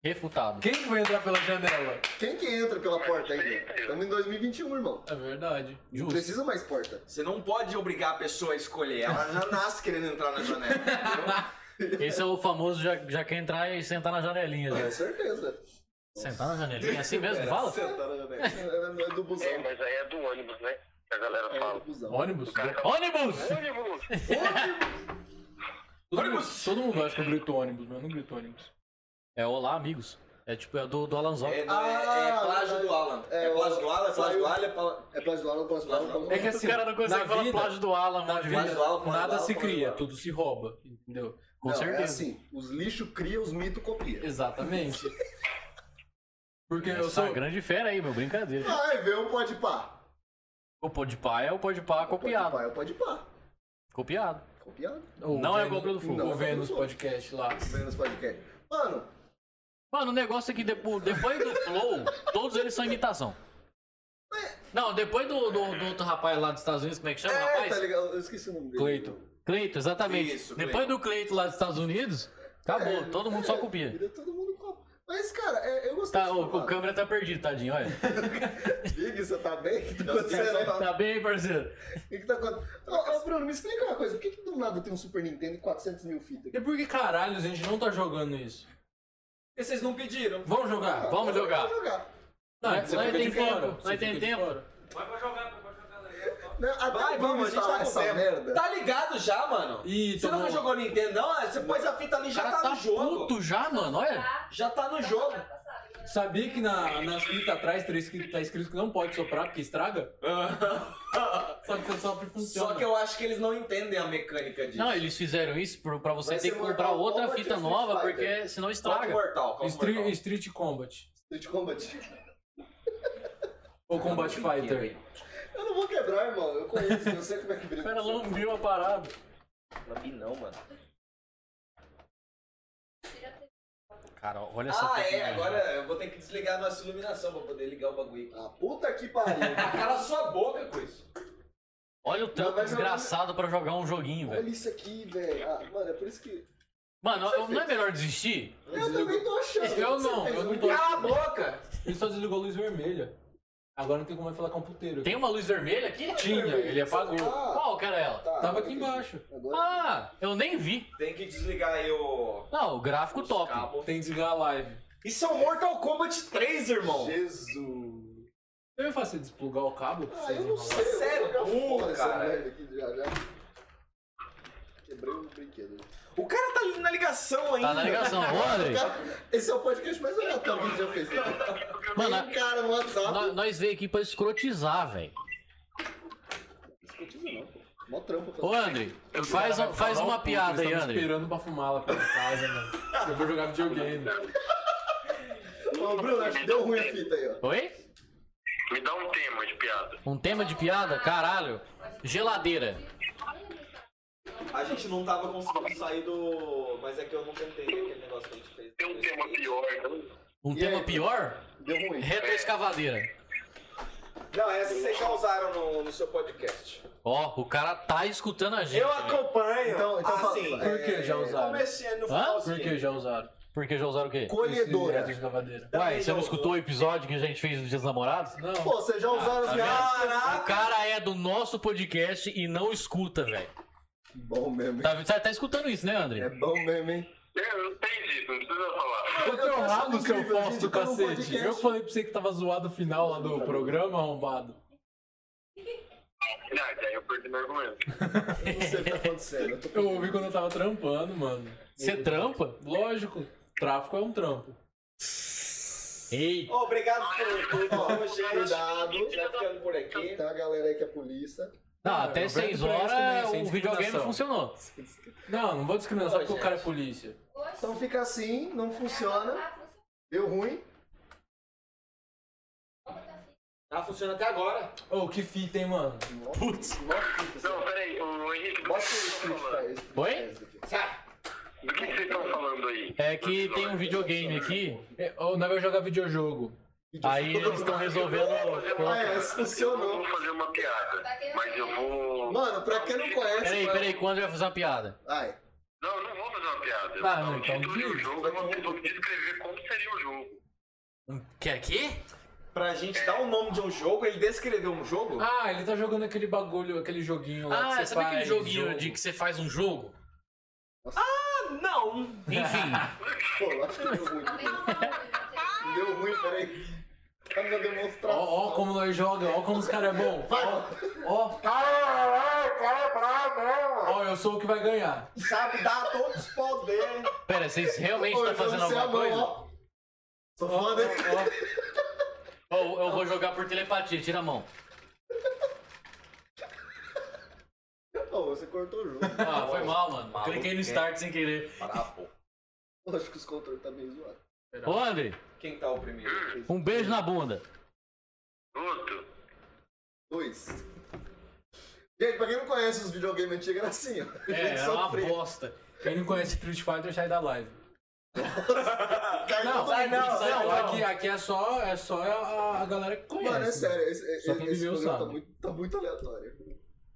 C: Refutado.
D: Quem que vai entrar pela janela?
A: Quem que entra pela porta ainda? Estamos em 2021, irmão.
D: É verdade.
A: Não
D: Justo.
A: precisa mais porta.
B: Você não pode obrigar a pessoa a escolher. Ela já nasce querendo entrar na janela.
C: Esse é o famoso já, já quer entrar e sentar na janelinha. já.
A: Com certeza.
C: Sentar na janelinha, assim mesmo? Fala?
A: Sentar na janela. É, é do busão.
H: É, mas aí é do ônibus, né? Que a galera
A: É do
H: fala.
A: busão.
D: Ônibus?
C: Ônibus!
H: Ônibus!
D: Todo mundo- Todo mundo acha que eu grito ônibus, mas eu não grito ônibus.
C: É olá, amigos. É tipo, é do, do Alanzó.
B: É, é,
A: Ah,
B: é plágio do Alan.
A: é,
B: É plágio do Alan, é plágio do
A: saiu-
B: Alan, é plágio
A: É plágio lá, não plágio lá, não plágio
D: É que
C: O
D: assim,
C: cara não consegue
D: na
C: falar
D: vida,
C: plágio do Alan,
D: na
C: mano.
D: vida,
B: Pode falar, pode
D: nada
B: falar,
D: se
B: pode
D: cria,
B: falar.
D: tudo se rouba, entendeu?
C: Com
A: Não, É
C: certeza.
A: assim, os lixos criam, os mitos copiam.
D: Exatamente. Porque eu
C: Essa
D: sou...
C: é uma grande fera aí, meu. Brincadeira.
A: Vai, vê o pode pá.
C: O Podpah é o Podpah copiado.
A: É o pode pá.
C: Copiado.
A: Copiado.
D: o
C: Não é
D: Vênus-
C: Globo do Fogo.
D: O
A: Não.
D: Vênus Podcast lá.
A: Vendo os podcast. Mano,
C: Mano, o negócio é que depo- depois do Flow, todos eles são imitação. Não, depois do, do- do outro rapaz lá dos Estados Unidos, como é que chama,
A: é, tá
C: rapaz?
A: ligado? Eu esqueci o nome dele.
D: Cleiton.
C: Cleito, exatamente.
B: Isso,
C: depois do Cleito lá dos Estados Unidos, acabou.
A: É,
C: todo mundo só
A: é,
C: copia.
A: vira Todo mundo copia. Mas, cara, é, eu gostei
C: Tá,
A: de
C: o, o câmera tá perdido, tadinho, olha.
A: Big, você tá
C: (laughs)
A: bem? O que tá acontecendo aí?
C: Tá bem, parceiro?
A: O que tá acontecendo? Ô, ô, Bruno, me explica uma coisa. Por que, que do nada tem um Super Nintendo e 400 mil fitas?
D: E por que caralho a gente não tá jogando isso?
K: E vocês não pediram.
D: Vamos jogar.
C: Vamos
A: Eu
C: jogar.
A: vou jogar.
D: Não,
C: Nós-
D: você
C: nós
D: fica de
C: tem tempo,
D: fora,
C: nós
D: você
C: tem
D: fica de
C: tempo.
D: fora.
L: Vai pra jogar, pô, pode jogar galera.
A: Né? Até
B: Vai,
A: o
B: vamos,
A: Bruno
B: a gente tá
A: falar
B: com
A: essa
B: tempo.
A: merda.
B: Tá ligado já, mano?
D: Ih,
B: Você nunca
D: tomou-
B: jogou Nintendo, não? é, Você pôs a fita ali,
C: O
B: já
C: cara
B: tá,
C: tá
B: no jogo.
C: puto já, mano, olha.
B: Já tá no jogo.
D: Sabia que na, na escrita atrás tá escrito, tá escrito que não pode soprar porque estraga? Só que você sopra e funciona.
B: Só
C: é
B: que eu acho que eles não entendem a mecânica disso.
C: Não, eles fizeram isso pro- pra você
A: Vai
C: ter
A: ser
C: que comprar
A: Mortal
C: outra
A: Kombat
C: fita
A: ou Street
C: nova,
A: Fighter?
C: porque
B: Qual
C: senão
B: que é o
C: estraga.
B: mortal? Qual que é o
D: Street,
B: mortal?
D: Street Combat.
A: Street Combat.
D: Ou Combat Fighter.
A: Eu não vou quebrar, irmão. Eu conheço, eu sei como é que
C: O
A: brinca.
C: cara lambiu a parada.
B: Não vi não, mano.
C: Cara, olha essa
B: Ah, é,
C: tecnologia.
B: agora eu vou ter que desligar a nossa iluminação pra poder ligar o bagulho aqui.
A: Ah, puta que pariu.
B: Cala sua boca, Cruz.
C: Olha o tanto
A: Não, mas eu-
C: desgraçado pra jogar um joguinho, velho.
A: Olha isso aqui, velho. Ah, mano, é por isso que.
C: Mano, eu- não é melhor desistir?
A: Eu também tô achando.
D: Eu
A: O que você
D: não,
A: fez? um
D: eu não
A: me
D: tô-
B: Cala a boca!
D: Ele só desligou a luz vermelha. Agora não tem como mais falar com o puteiro.
C: Tem uma luz vermelha aqui?
D: Tinha, ele apagou.
A: Ah,
C: Qual que era ela?
A: tá,
D: Tava aqui
A: entendi.
D: embaixo.
A: Agora. é
C: Ah, eu nem vi.
B: Tem que desligar aí o.
C: Não, o gráfico
B: os
C: top.
B: cabo.
D: Tem que desligar a live.
B: Isso é o Mortal Kombat 3,
D: Ah!
B: irmão!
A: Jesus.
D: Eu ia fazer é desplugar o cabo? pra
A: Ah,
D: vocês
A: eu não sei. eu
B: Sério,
A: vou jogar
B: burro,
A: fora essa
B: cara.
A: merda aqui já, já. Quebrei um brinquedo.
B: O cara tá ali na ligação ainda.
C: Tá na ligação. Ô, André,
A: Cara, esse é o podcast mais aleatório que a gente já fez.
C: Mano,
A: Tem um cara no WhatsApp.
C: nó- nós veio aqui pra escrotizar, velho.
A: Escutiza não, pô. Mó trampo fazer.
C: Ô, André, faz, um- faz
D: tá
C: uma piada aí,
D: André.
C: André.
D: esperando pra fumar lá pela casa, mano. Eu vou jogar videogame.
A: Ô, Bruno, acho que deu ruim a fita aí, ó.
C: Oi?
H: Me dá um tema de piada.
C: Um tema de piada? Caralho.
F: tipo
C: Geladeira.
B: A gente não tava conseguindo sair do. Mas é que eu nunca entendi aquele negócio que a gente fez.
H: Tem um tema pior.
C: Um
A: E
C: tema
A: aí?
C: pior?
A: Deu ruim.
C: Retroescavadeira.
B: Não, essa vocês já usaram no, no seu podcast.
C: Ó, o cara tá escutando a gente.
B: Eu
C: velho.
B: acompanho.
A: Então, então fala-
B: assim,
A: por
D: que já usaram?
B: Comecei no
C: Hã?
D: Por
B: finalzinho.
D: que já usaram?
C: Porque já usaram o quê?
A: Colhedora.
D: Esse retroescavadeira.
C: Uai, você não escutou o episódio que a gente fez dos Dias dos Namorados?
D: Não.
A: Pô, vocês já
D: Ah,
A: usaram as
D: tá.
A: minhas.
C: O
B: Caraca!
C: cara é do nosso podcast e não escuta, velho.
A: Bom mesmo, hein?
C: Tá, tá, tá escutando isso, né,
A: É
C: André?
A: bom mesmo, hein?
H: Eu não entendi, não precisa falar.
D: Eu tô
A: achando
D: errado, seu
A: incrível,
D: Fausto do
A: gente, tá num
D: cacete.
A: podcast.
D: Eu falei pra você que tava zoado o final lá do programa, arrombado.
H: Verdade, aí eu perdi meu argumento.
A: Eu não sei o que tá acontecendo. Eu tô
D: Eu ouvi quando eu tava trampando, mano. Você trampa? Lógico. Tráfico é um trampo. Ei,
B: Ô, Obrigado por tudo.
A: Cuidado.
B: Tá ficando por aqui.
A: Tem uma galera aí que é polícia.
C: Não,
D: Ah,
C: até
D: eu vendo
C: 6
D: pra eles
C: horas
D: também, sem
C: o videogame
D: discriminação.
C: funcionou.
D: Não, não vou discriminar só
B: Ô,
D: porque o
B: gente.
D: cara é polícia.
F: Oxi.
A: Então fica assim, não funciona.
F: Ah, funciona.
A: Deu ruim.
B: Tá funcionando até agora.
D: Ô, que fita, hein, mano?
A: Putz.
H: Não, peraí, o Henrique, do que
A: Bota o
H: vocês estão
A: script pra
H: falando?
A: esse
C: Oi?
A: teste aqui.
H: Do que vocês estão falando aí?
C: É que tem um videogame aqui,
D: É, Ou não vai jogar videojogo.
C: aí eles estão resolvendo.
A: Ah, assim. é, esse
H: Eu não
A: funcionou.
H: vou fazer uma piada,
F: Pra quem não
H: mas eu
F: conhece,
H: vou...
A: Mano, pra quem não conhece.
C: Peraí,
A: mano-
C: peraí, quando vai fazer uma piada?
A: Ai,
H: Não, eu não vou fazer uma piada. Eu
D: Ah,
H: vou dar um
D: então
H: título de um
D: diz.
H: jogo, eu vou eu vou descrever como seria o jogo.
C: Quer quê?
B: Pra gente dar o nome de um jogo, ele descreveu um jogo?
D: Ah, ele tá jogando aquele bagulho, aquele joguinho lá. é que
C: Ah,
D: você
C: sabe aquele
D: faz
C: joguinho
D: jogo?
C: de que você faz um jogo?
B: Não.
C: Enfim,
A: pô, eu acho que deu ruim.
F: talvez tá não vá muito, né?
A: Deu ruim, peraí. Tá na demonstração.
D: Ó, ó como nós joga, ó como os caras é bom.
A: Vai,
D: Ó, ó. Ó, eu sou o que vai ganhar.
B: Sabe, dá todos os poderes.
C: pera, vocês realmente
A: Ô,
C: estão
A: eu
C: tá fazendo
A: não sei
D: é
C: alguma
A: a
C: coisa?
A: mão, ó. Sou foda.
C: Ou eu vou jogar por telepatia, tira a mão.
A: Ô, você cortou o jogo.
C: (laughs) Ah, foi mal, mano. Cliquei no start sem querer.
A: Eu Acho que os controles tá meio zoados.
C: Ô, André,
B: Quem tá o primeiro?
C: um beijo na bunda.
H: Outro.
A: Dois. Gente, pra quem não conhece os videogames antigos, era assim, ó. A
C: É,
A: gente
C: é uma
A: sofria.
C: bosta.
D: Quem não conhece Street Fighter sai da live.
A: Caiu todo mundo.
D: sai
C: não.
D: Aqui, aqui é só, é só a, a galera que conhece.
A: Mano, é sério, esse,
D: Só
A: esse,
D: quem
A: esse
D: viveu
A: programa tá
D: sabe.
A: muito, tá muito aleatório.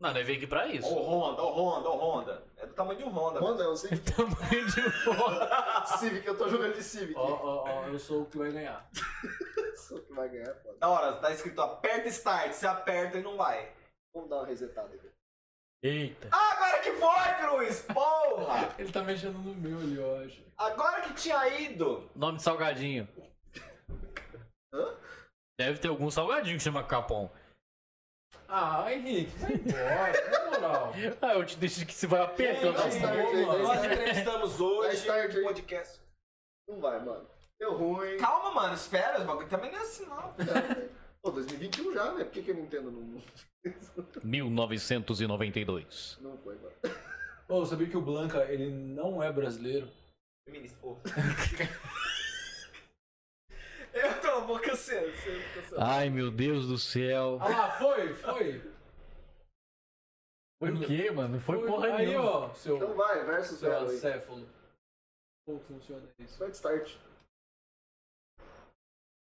C: Não, eu veio aqui pra isso.
B: Ô, Honda, ô, Honda, ô, Honda. É do tamanho de um Honda.
A: Mano, eu sei que
D: Tamanho de porra.
A: um Civic, eu tô jogando de Civic.
D: Ó, ó, ó, eu sou o que vai ganhar.
A: Só que vai ganhar, foda.
B: Da hora, tá escrito aperta start, você aperta e não vai. Ah,
A: Vamos dar uma resetada aqui.
C: Eita.
B: Agora que foi, Cruz, porra!
D: Ele tá mexendo no meu ali, eu acho.
B: Agora que tinha ido.
C: Nome de salgadinho. Deve ter algum salgadinho que chama Capão.
D: Ah, Henrique, vai embora, na moral.
C: Ah, eu te deixo que se vai apertando.
A: Dá start aí, dá
B: Nós
A: start.
B: entrevistamos
A: Dá
B: hoje
A: start
B: o
A: aí.
B: podcast.
A: Não vai, mano. Deu
B: (laughs)
A: ruim.
B: Calma, mano, espera, o bagulho também não é assim, não.
A: Pô, 2021 já, né? Por que, que a Nintendo não,
C: 1992.
A: não foi, mano?
D: Ô, eu sabia que o Blanca, ele não é brasileiro?
B: Feminista,
A: (laughs)
B: pô. Eu tô, vou cancelar, você cancela.
C: Ai, meu Deus do céu.
D: Ah lá, foi, foi.
C: Foi o quê, mano? Não foi porra
D: Aí,
C: nenhuma.
D: ó, seu,
A: Então vai, versus
D: seu
A: dela aí.
D: acéfalo. Como funciona isso?
A: Vai de start.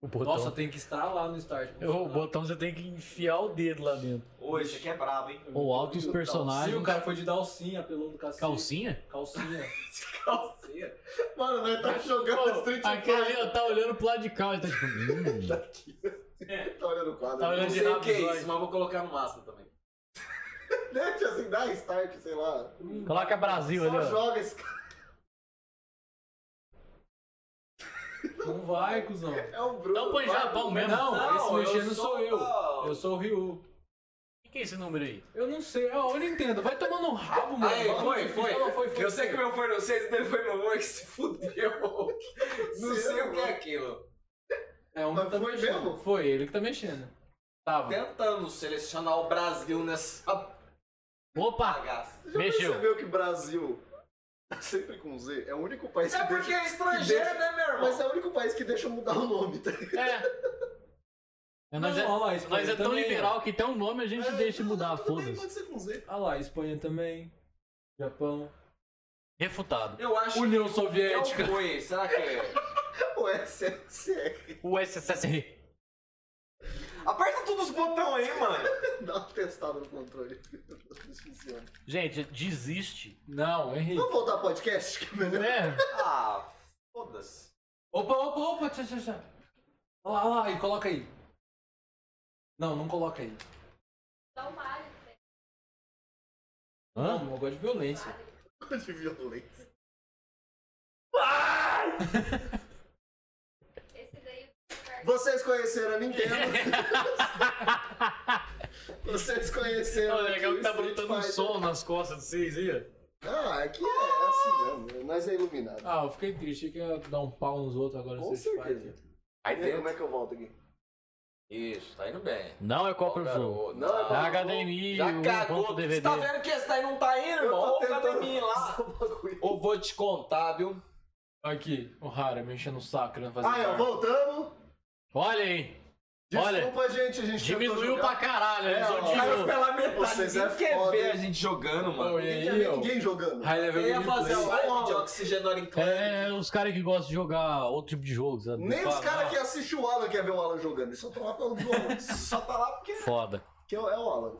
C: O botão.
D: Nossa, tem que estar lá no start.
C: o botão você tem que enfiar o dedo lá dentro.
B: Ô, esse aqui é brabo, hein?
C: Ou altos
D: Sim,
C: personagens.
D: o cara foi de dalcinha, apelou do cacete.
C: Calcinha?
D: (laughs) Calcinha.
B: Calcinha.
A: Mano, nós tá jogando Street
C: Aquele
A: Fighter.
C: ali, ó, tá olhando pro lado de cá. Ele tá tipo. hum. (laughs)
A: Tá olhando o quadro.
C: Tá
A: né?
C: olhando-
B: Não
C: de
B: sei o
C: rabo
B: que é
C: zóio.
B: isso, mas vou colocar no máximo também.
A: Deixa assim, dá start, sei lá.
C: Coloca Brasil ali,
A: Só
C: ó.
A: joga esse cara.
D: Não vai, cuzão.
A: É o Bruno.
C: Então põe
A: vai.
C: Japão mesmo.
D: Não, esse
B: eu
D: mexendo sou,
B: sou-
D: eu. Eu sou o Ryu.
C: O que é esse número aí?
D: Eu não sei. Ó, eu não entendo. Vai tomando um rabo, mano.
B: Aí,
D: Fala,
B: foi,
D: não,
B: foi.
D: não, foi, foi.
B: Eu sei que o meu foi no 6 e dele foi meu amor que se fudeu. (laughs) Não sei o que é aquilo.
D: É um
A: Mas
D: que tá
A: foi
D: mexendo.
A: mesmo?
D: Foi ele que tá mexendo. Tava.
B: Tentando selecionar o Brasil nessa
C: Opa!
B: bagaça.
A: Já
C: Mexeu.
A: percebeu que Brasil, (laughs) sempre com Z, é o único país
B: É
A: que
B: porque
A: deixa...
B: é estrangeiro,
A: deixa-
B: né, meu irmão?
A: Mas é o único país que deixa mudar o nome, tá ligado?
C: É. Nós é,
D: olha lá, a Espanha
C: nós é tão
D: também, ó.
C: liberal que até o nome a gente deixa
A: não,
C: mudar,
A: não, tudo bem,
C: foda-se.
A: Pode ser com Z.
D: Olha lá, Espanha também. Japão. É
C: Refutado.
B: Eu acho
D: União
B: que não
D: Soviética.
B: foi. Será que é?
A: Ué, CR.
C: O SSSR.
B: (laughs) Aperta todos os botões aí, mano.
A: Dá uma testada no controle. Isso funciona.
C: Gente, desiste.
D: Não, Henrique.
A: Vamos voltar ao podcast, que é melhor. (laughs)
C: É.
B: Ah, foda-se.
D: Opa, opa, opa. Tchá, tchá, tchá. Olha lá, olha lá. E coloca aí. Não, não coloca aí.
F: Dá um alho, né?
D: Não, eu gosto de violência.
A: De violência.
F: Esse daí
A: Vocês conheceram a
C: (laughs)
A: Nintendo. Vocês conheceram.
C: Olha, o legal
A: aqui
C: que tá
A: Street
C: botando um
A: Fighter.
C: som nas costas de vocês aí, ó.
A: Não, aqui é assim mesmo. Nós é iluminado.
D: Ah, eu fiquei triste, achei que ia dar um pau nos outros agora.
A: Com
D: no Street Fighter.
A: certeza.
J: Aí
A: E aí, como
J: dentro.
A: é que eu volto aqui?
J: Isso, tá indo bem.
C: Não é Copa
J: Ó,
C: do Sul.
J: garoto.
A: Não,
C: É
A: não.
J: Ah,
C: HDMI,
J: Já
C: um
J: cagou.
C: ponto
J: Você
C: DVD.
J: tá vendo que esse daí não tá indo,
A: Eu
J: irmão?
A: tô
J: Ô,
A: tentando
J: academia lá.
A: fazer um bagulho.
J: Ou vou te contar, viu?
D: Aqui, o Hara me enchendo o saco, né, querendo fazer.
A: Ah, é,
D: merda.
A: voltamos.
C: Olha aí. Olha,
A: Desculpa, gente, a gente tentou
C: diminuiu
A: jogar.
C: pra caralho.
A: É,
C: eles
A: ó,
C: odiam.
G: Caiu pela metade.
A: Vocês
G: Ninguém
A: é
G: quer
A: foda,
G: ver
A: hein?
G: a gente jogando, mano.
D: Ô, e aí, ó.
A: Ninguém jogando.
D: High
J: Eu
D: level
J: ia fazer
D: gameplay.
J: uma live de oxigênio em
C: É, os caras que gostam de jogar outro tipo de jogo, sabe?
A: Nem os
C: Fala,
A: caras
C: ah,
A: que assistem o Alan quer ver o Alan jogando. Eles só estão lá pelo
C: (laughs)
A: Alan.
G: Só tá lá porque.
C: Foda.
A: Que é o é o Alan.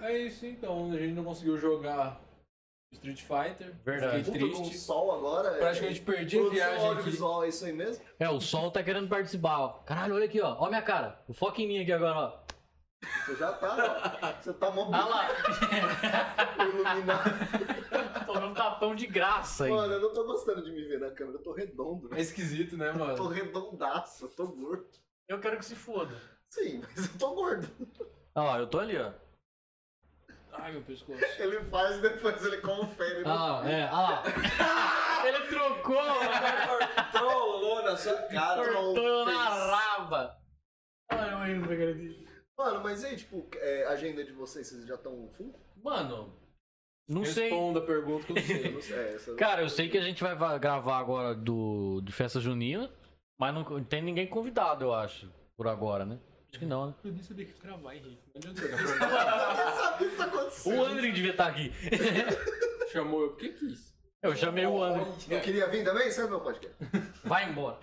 D: É isso então, a gente não conseguiu jogar Street Fighter.
C: Verdade.
D: Fiquei
A: Puta, com o
D: triste.
A: sol agora. é-
D: Praticamente perdi a
A: Produção
D: viagem aqui.
A: audiovisual, é isso aí mesmo?
C: É, o sol tá querendo participar, ó. Caralho, olha aqui, ó. Olha minha cara. O foco em mim aqui agora, ó.
A: Você já tá, ó. Você tá mó
C: Ah lá.
A: (laughs) iluminado.
C: Tomei um tapão de graça aí.
A: Mano, eu não tô gostando de me ver na câmera, eu tô redondo.
D: É esquisito, né,
A: Eu tô
D: mano?
A: redondaço, eu tô gordo.
C: Eu quero que se foda.
A: Sim, mas eu tô gordo.
C: Ah, lá, eu tô ali, ó.
D: Ai, meu pescoço.
A: Ele faz e depois ele confere. né?
C: Ah, lá, é, ah lá. (laughs) Ele (laughs) trocou, mano.
G: Trollou na sua cara.
C: Cortou na raba. Ai, eu ainda não acredito.
A: Mano, mas e aí, tipo, é, agenda de vocês, vocês já estão full?
C: Mano, não sei.
D: Responda a pergunta que eu não
A: Eu
D: sei.
A: não sei, é, essa-
C: (laughs) Cara, eu sei que a gente vai va- gravar agora do de festa junina, mas não tem ninguém convidado, eu acho, por agora, né? Acho que não, né?
D: Eu disse que gravar, Henrique.
A: (laughs) Eu sabia que isso aconteceu.
C: O André devia estar aqui.
D: Chamou eu porque quis.
C: (laughs) Eu chamei o André.
A: Não queria vir também? Isso é meu podcast.
C: Vai embora.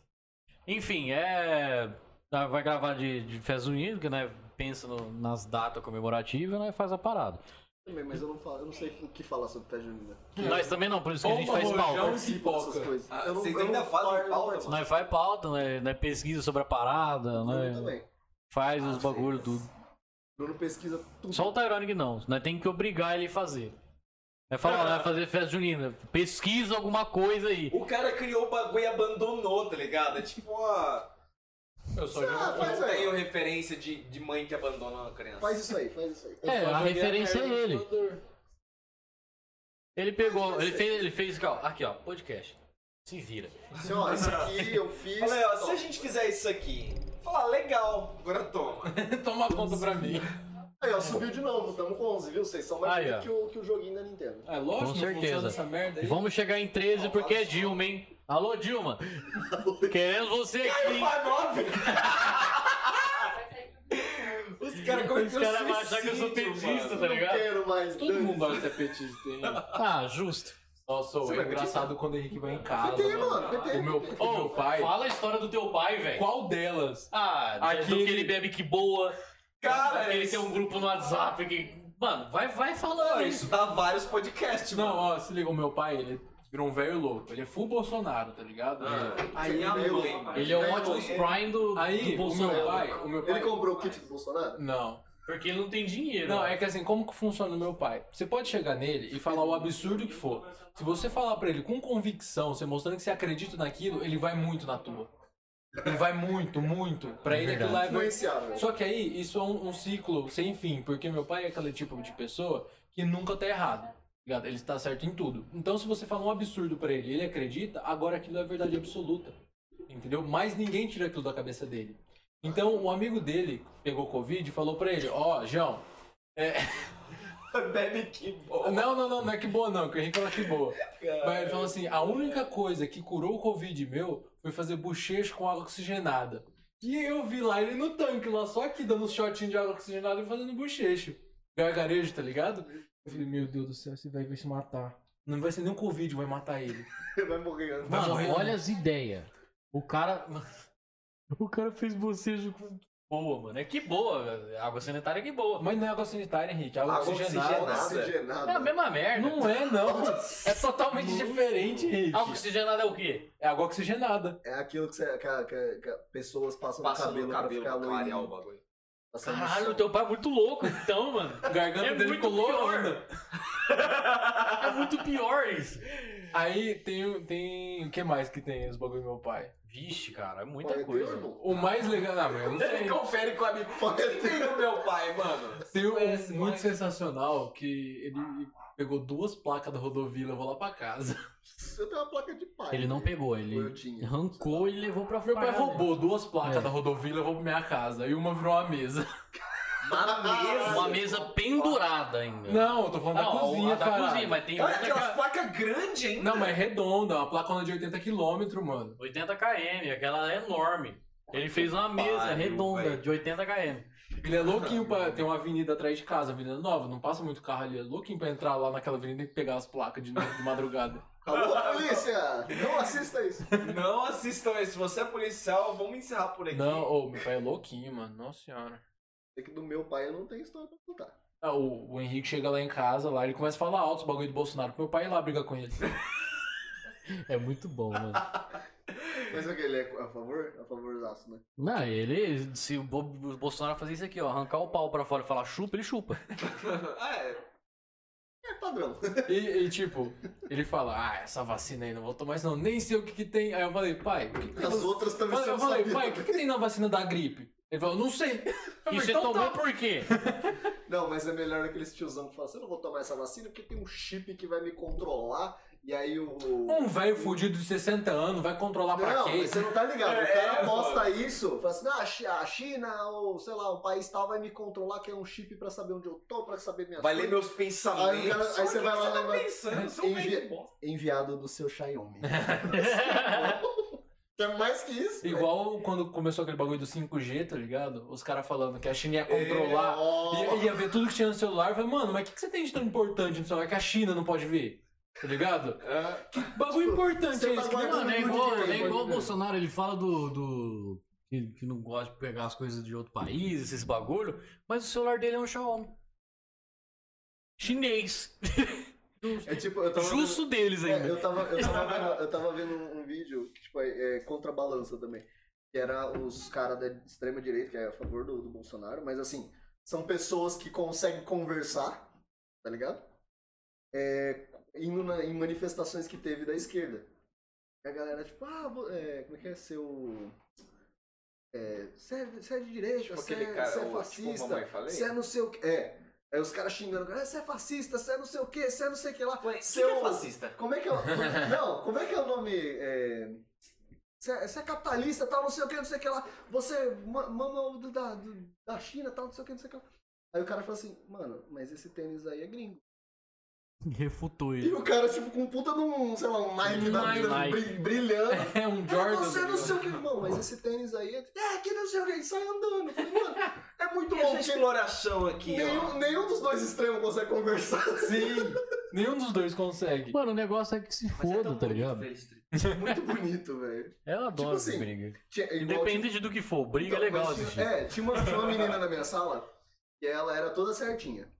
C: (laughs) Enfim, é. tá, Vai gravar de, de festa junina, que né? Pensa no- nas datas comemorativas, né? Faz a parada.
A: Também, mas eu não, falo, eu não sei o que falar sobre festa junina.
C: Nós também não, por isso que a gente
D: Bomba,
C: faz
D: rojão
C: pauta.
D: e
A: Essas
D: pipoca.
A: coisas.
G: Ah,
A: Eu não-
G: vocês
A: eu não
G: ainda fazem
A: falo, eu não
G: pauta,
A: participo.
C: Nós é, faz pauta, né? né, Pesquisa sobre a parada,
A: Bruno
C: né?
A: também.
C: Faz
D: Ah,
C: os bagulho tudo.
A: Bruno pesquisa tudo.
C: Só um o Tyrone não. Nós tem que obrigar ele a fazer. Vai falar,
D: Ah.
C: vai fazer festa junina. Pesquisa alguma coisa aí.
G: O cara criou o bagulho e abandonou, tá ligado? É tipo uma.
D: Eu só
C: É,
A: Ah,
D: jogo.
A: faz
G: não
A: aí.
G: tenho referência de, de mãe que abandona uma criança.
A: Faz isso aí, faz isso aí.
C: É,
D: só
C: a
D: joguei
C: referência é
D: merda no
C: ele.
D: computador. (laughs)
C: Ele pegou, ele fez, ele fez, ó, aqui ó, podcast. Se vira.
A: Assim,
G: (laughs)
A: ó, esse aqui eu fiz.
G: Falei, ó, se a gente fizer isso aqui, falar legal, agora toma.
A: (laughs)
D: Toma conta pra mim.
A: Aí, ó, subiu de novo, tamo com 11, viu? Vocês são mais
C: Aí,
A: bonitos
C: ó.
A: que o, que o joguinho da Nintendo.
D: É lógico
C: Com
D: que não
C: certeza.
D: funciona essa merda
C: E
D: aí.
C: vamos chegar em 13 porque é Dilma, hein? Alô,
D: (laughs)
C: Dilma! Queremos você aqui, hein?
G: Os caras
F: Vai sair pra
C: Os
G: cometeram
C: caras vão achar que eu sou
G: suicídio,
C: petista,
G: mano.
C: tá
A: Não
C: ligado?
A: quero mais
D: Todo
A: dane-se.
D: mundo gosta de ser petista, hein?
C: Ah, justo.
D: Nossa,
A: Você
D: é
A: vai
D: engraçado quando o Henrique vai em casa.
A: PT, mano, PT.
D: O meu, o meu pai.
C: Oh, Fala a história do teu pai, velho.
D: Qual delas?
C: Ah,
D: Aquele-
C: do que ele bebe que boa.
G: Cara,
C: Ele
D: é
G: isso-
C: tem um grupo no WhatsApp que. Mano, vai, vai
G: Não,
C: falando isso.
G: isso dá vários podcasts,
D: Não,
G: mano.
D: ó, se liga, o meu pai, ele virou um velho louco. Ele é full Bolsonaro, tá ligado?
A: Ah.
G: Aí a
A: Meu,
G: mãe.
A: mano.
C: Ele é o
A: Velho,
C: ótimo
A: ele-
C: Prime do,
D: Aí,
C: do
D: o meu
C: Bolsonaro.
D: pai, o meu pai...
A: Ele comprou o kit do Bolsonaro?
D: Não.
C: Porque ele não tem dinheiro.
D: Não,
C: ó.
D: é que assim, como que funciona o meu pai? Você pode chegar nele e falar o absurdo que for. Se você falar pra ele com convicção, você mostrando que você acredita naquilo, ele vai muito na tua. Ele vai muito, muito. Pra ele aquilo lá é ver-
A: Influenciável.
D: Só que aí, isso é um, um ciclo sem fim, porque meu pai é aquele tipo de pessoa que nunca tá errado. ligado? Ele está certo em tudo. Então, se você fala um absurdo pra ele e ele acredita, agora aquilo é verdade absoluta. Entendeu? Mas ninguém tira aquilo da cabeça dele. Então, um amigo dele pegou Covid e falou pra ele: Ó, João,
G: Bebe que bom.
D: não, não, não, não é que boa não, que o Henrique fala que boa. Mas ele falou assim,
B: "Ah,
D: a única coisa que curou o Covid meu foi fazer bochecha com água oxigenada. E eu vi lá ele no tanque, lá só aqui, dando um shotinho de água oxigenada e fazendo bochecho. Gargarejo, tá ligado? Eu falei, meu Deus do céu, esse velho vai se matar. Não vai ser nem o Covid, vai matar ele.
A: Vai morrer.
D: Vai
C: Mano,
D: morrer.
C: olha as ideias. O cara. (laughs) O cara fez bocejo com. Boa, mano. É que boa. velho. Água sanitária é que boa.
D: Mas não é água sanitária, Henrique, é água,
G: Água
D: oxigenada.
G: oxigenada.
A: Oxigenado.
C: É a mesma merda.
D: Não é, não. É totalmente diferente, Henrique.
C: assim? Água oxigenada é o quê?
D: É água oxigenada.
A: É aquilo que, você, que, a- que a- que a- pessoas passam
G: Passa
A: no cabelo,
G: no cabelo
A: pra
G: pra
A: ficar
B: é
G: clarear o
A: loirinho. Tá
B: (laughs)
G: bagulho.
A: Passando no
C: Caralho,
A: sol.
C: teu pai é muito louco, então, mano.
D: A garganta
C: É
D: dele
C: muito
D: ficou
C: pior.
D: louca.
C: É muito pior isso.
D: Aí tem. tem o que mais que tem os bagulho do meu pai?
C: Vixe, cara, é muita coisa.
D: O mais legal. Não, mas eu não sei.
J: Confere com a minha. O que tem no meu pai, mano?
D: Tem um
J: Conhece
D: muito
J: mais?
D: sensacional que ele pegou duas placas da rodovia e levou lá pra casa.
A: Eu tenho uma placa de pai.
C: Ele não pegou,
A: Ou eu
C: ele
A: tinha.
C: arrancou e levou pra né?
D: Meu pai
C: praia dele.
D: roubou duas placas
C: É.
D: da rodovia e levou pra minha casa. E uma virou uma mesa.
J: Na mesa.
C: Uma mesa pendurada ainda.
D: Não, eu tô falando
C: Não,
D: da cozinha,
C: a da
D: cara.
C: cozinha, mas tem
B: Olha
C: outra
B: aquelas
C: ca-
B: placas grandes, hein?
D: Não, mas é redonda, uma placona de 80 km, mano.
C: 80 km, aquela é enorme. Ele fez uma mesa
G: pariu,
C: redonda
G: velho.
C: de 80 km.
D: Ele é louquinho pra. Tem uma avenida atrás de casa, Avenida Nova, não passa muito carro ali. É louquinho pra entrar lá naquela avenida e pegar as placas de, de
C: (laughs)
D: madrugada.
A: Alô, polícia! Não assista isso.
B: Não assistam isso. Se você é policial, vamos encerrar por aqui. (laughs)
D: Não, ô, meu pai é louquinho, mano. Nossa senhora.
A: É que do meu pai eu não tenho história pra contar.
D: Ah, o, o Henrique chega lá em casa, lá, ele começa a falar alto os bagulho do Bolsonaro pro meu pai ir lá brigar com ele.
C: É muito bom, mano.
A: Mas o que? Ele é a favor? A favor do aço, né?
C: Não, ele, se o Bo- o Bolsonaro fazer isso aqui, ó, arrancar o pau pra fora e falar chupa, ele chupa.
G: Ah, é.
A: É padrão.
D: E, e, tipo, ele fala, ah, essa vacina aí não vou tomar isso não, nem sei o que que tem. Aí eu falei, pai, o que que tem
A: As
D: no-
A: outras também
D: Mano,
A: são
D: eu falei, pai, o que, que tem na vacina da gripe? Ele falou, não sei. Eu falei,
C: E você
D: "Então
C: tomou
D: tá."
C: por (laughs) quê?
A: Não, mas é melhor aqueles tiozão que falam assim, eu não vou tomar essa vacina porque tem um chip que vai me controlar. E aí o...
D: Um velho fudido de 60 anos vai controlar pra
A: Não,
D: quê?
A: mas você não tá ligado. O cara
G: É,
A: posta isso, fala assim, "Ah, a Chi- a China ou, sei lá, um país tal vai me controlar, que é um chip pra saber onde eu tô, pra saber minhas
B: Vai ler
A: coisas."
B: meus pensamentos.
A: Aí o cara- aí você
B: Olha o
A: vai
B: que
A: lá
B: você tá
A: levar-
B: pensando, seu
A: Envi-
B: velho bosta.
A: Enviado do seu Xiaomi. (laughs) que é mais que isso. velho.
D: Igual quando começou aquele bagulho do 5G, tá ligado? Os caras falando que a China ia É,
B: É,
D: controlar, ia, ia ver tudo que tinha no celular. Eu falei, mano, mas o que, que você tem de tão importante no celular que a China não pode ver? Tá ligado? Que bagulho importante
A: você
D: é esse?
A: tá
D: Que nem-
A: guardando-
C: Mano, é igual, é igual o
A: Pode ver.
C: Bolsonaro, ele fala do. do- que, que não gosta de pegar as coisas de outro país, esses bagulho, mas o celular dele é um Xiaomi. Chinês.
A: É tipo, eu tava
C: Justo deles
A: vendo,
C: ainda.
A: é, eu, tava, eu,
G: (laughs)
A: tava vendo, eu tava vendo um um vídeo, tipo, é, é, contrabalança também. Que era os caras da extrema direita, que é a favor do, do Bolsonaro, mas assim, são pessoas que conseguem conversar, tá ligado? É, indo na- em manifestações que teve da esquerda. E a galera, tipo, ah, vo- é, como é que é seu. É, você é, você é de direita, você
G: aquele
A: é,
G: cara,
A: você é
G: o- tipo,
A: fascista.
G: mamãe falei?
A: Você é não sei o que. É. Aí os caras xingando, ah, você é fascista, você é não sei o que, você é não sei o que lá.
G: Ué,
A: Seu-
G: que
B: um
G: é fascista?
A: Como é que é o. Não, como é que é o nome. é, Você é, você é capitalista, tal, não sei o que, não sei o que lá. Você ma- mama o do- da, do- da China, tal, não sei o que, não sei o que lá. Aí o cara fala assim, mano, mas esse tênis aí é gringo.
C: Refutou
A: E
C: ele.
A: o cara, tipo, com um puta de um, sei lá, um Nike da vida
C: Nike.
A: bri-
D: (laughs)
A: brilhando.
D: É
A: Jordan,
D: um Jordan.
A: você
D: tá
A: não
D: ligado?
A: sei o que, irmão, mas esse tênis aí é, é que não sei o que, e sai andando. Eu falei, mano, é muito
G: Que
A: bom.
G: essa
A: porque
G: exploração aqui, ó.
A: Nenhum, nenhum dos dois extremos consegue conversar. (laughs)
D: Sim. Nenhum dos dois consegue.
C: Mano, o negócio é que se
G: Mas é tão
C: foda, tá
G: bonito
C: ligado? É
G: ver isso.
A: Muito bonito, velho.
C: Eu adoro
A: assim,
C: briga.
A: Tinha- igual tinha-
C: Independente do que for, briga é
A: Então,
C: legal
A: mas tinha-
C: assistir.
A: É, tinha uma, tinha uma menina na minha sala que ela era toda certinha.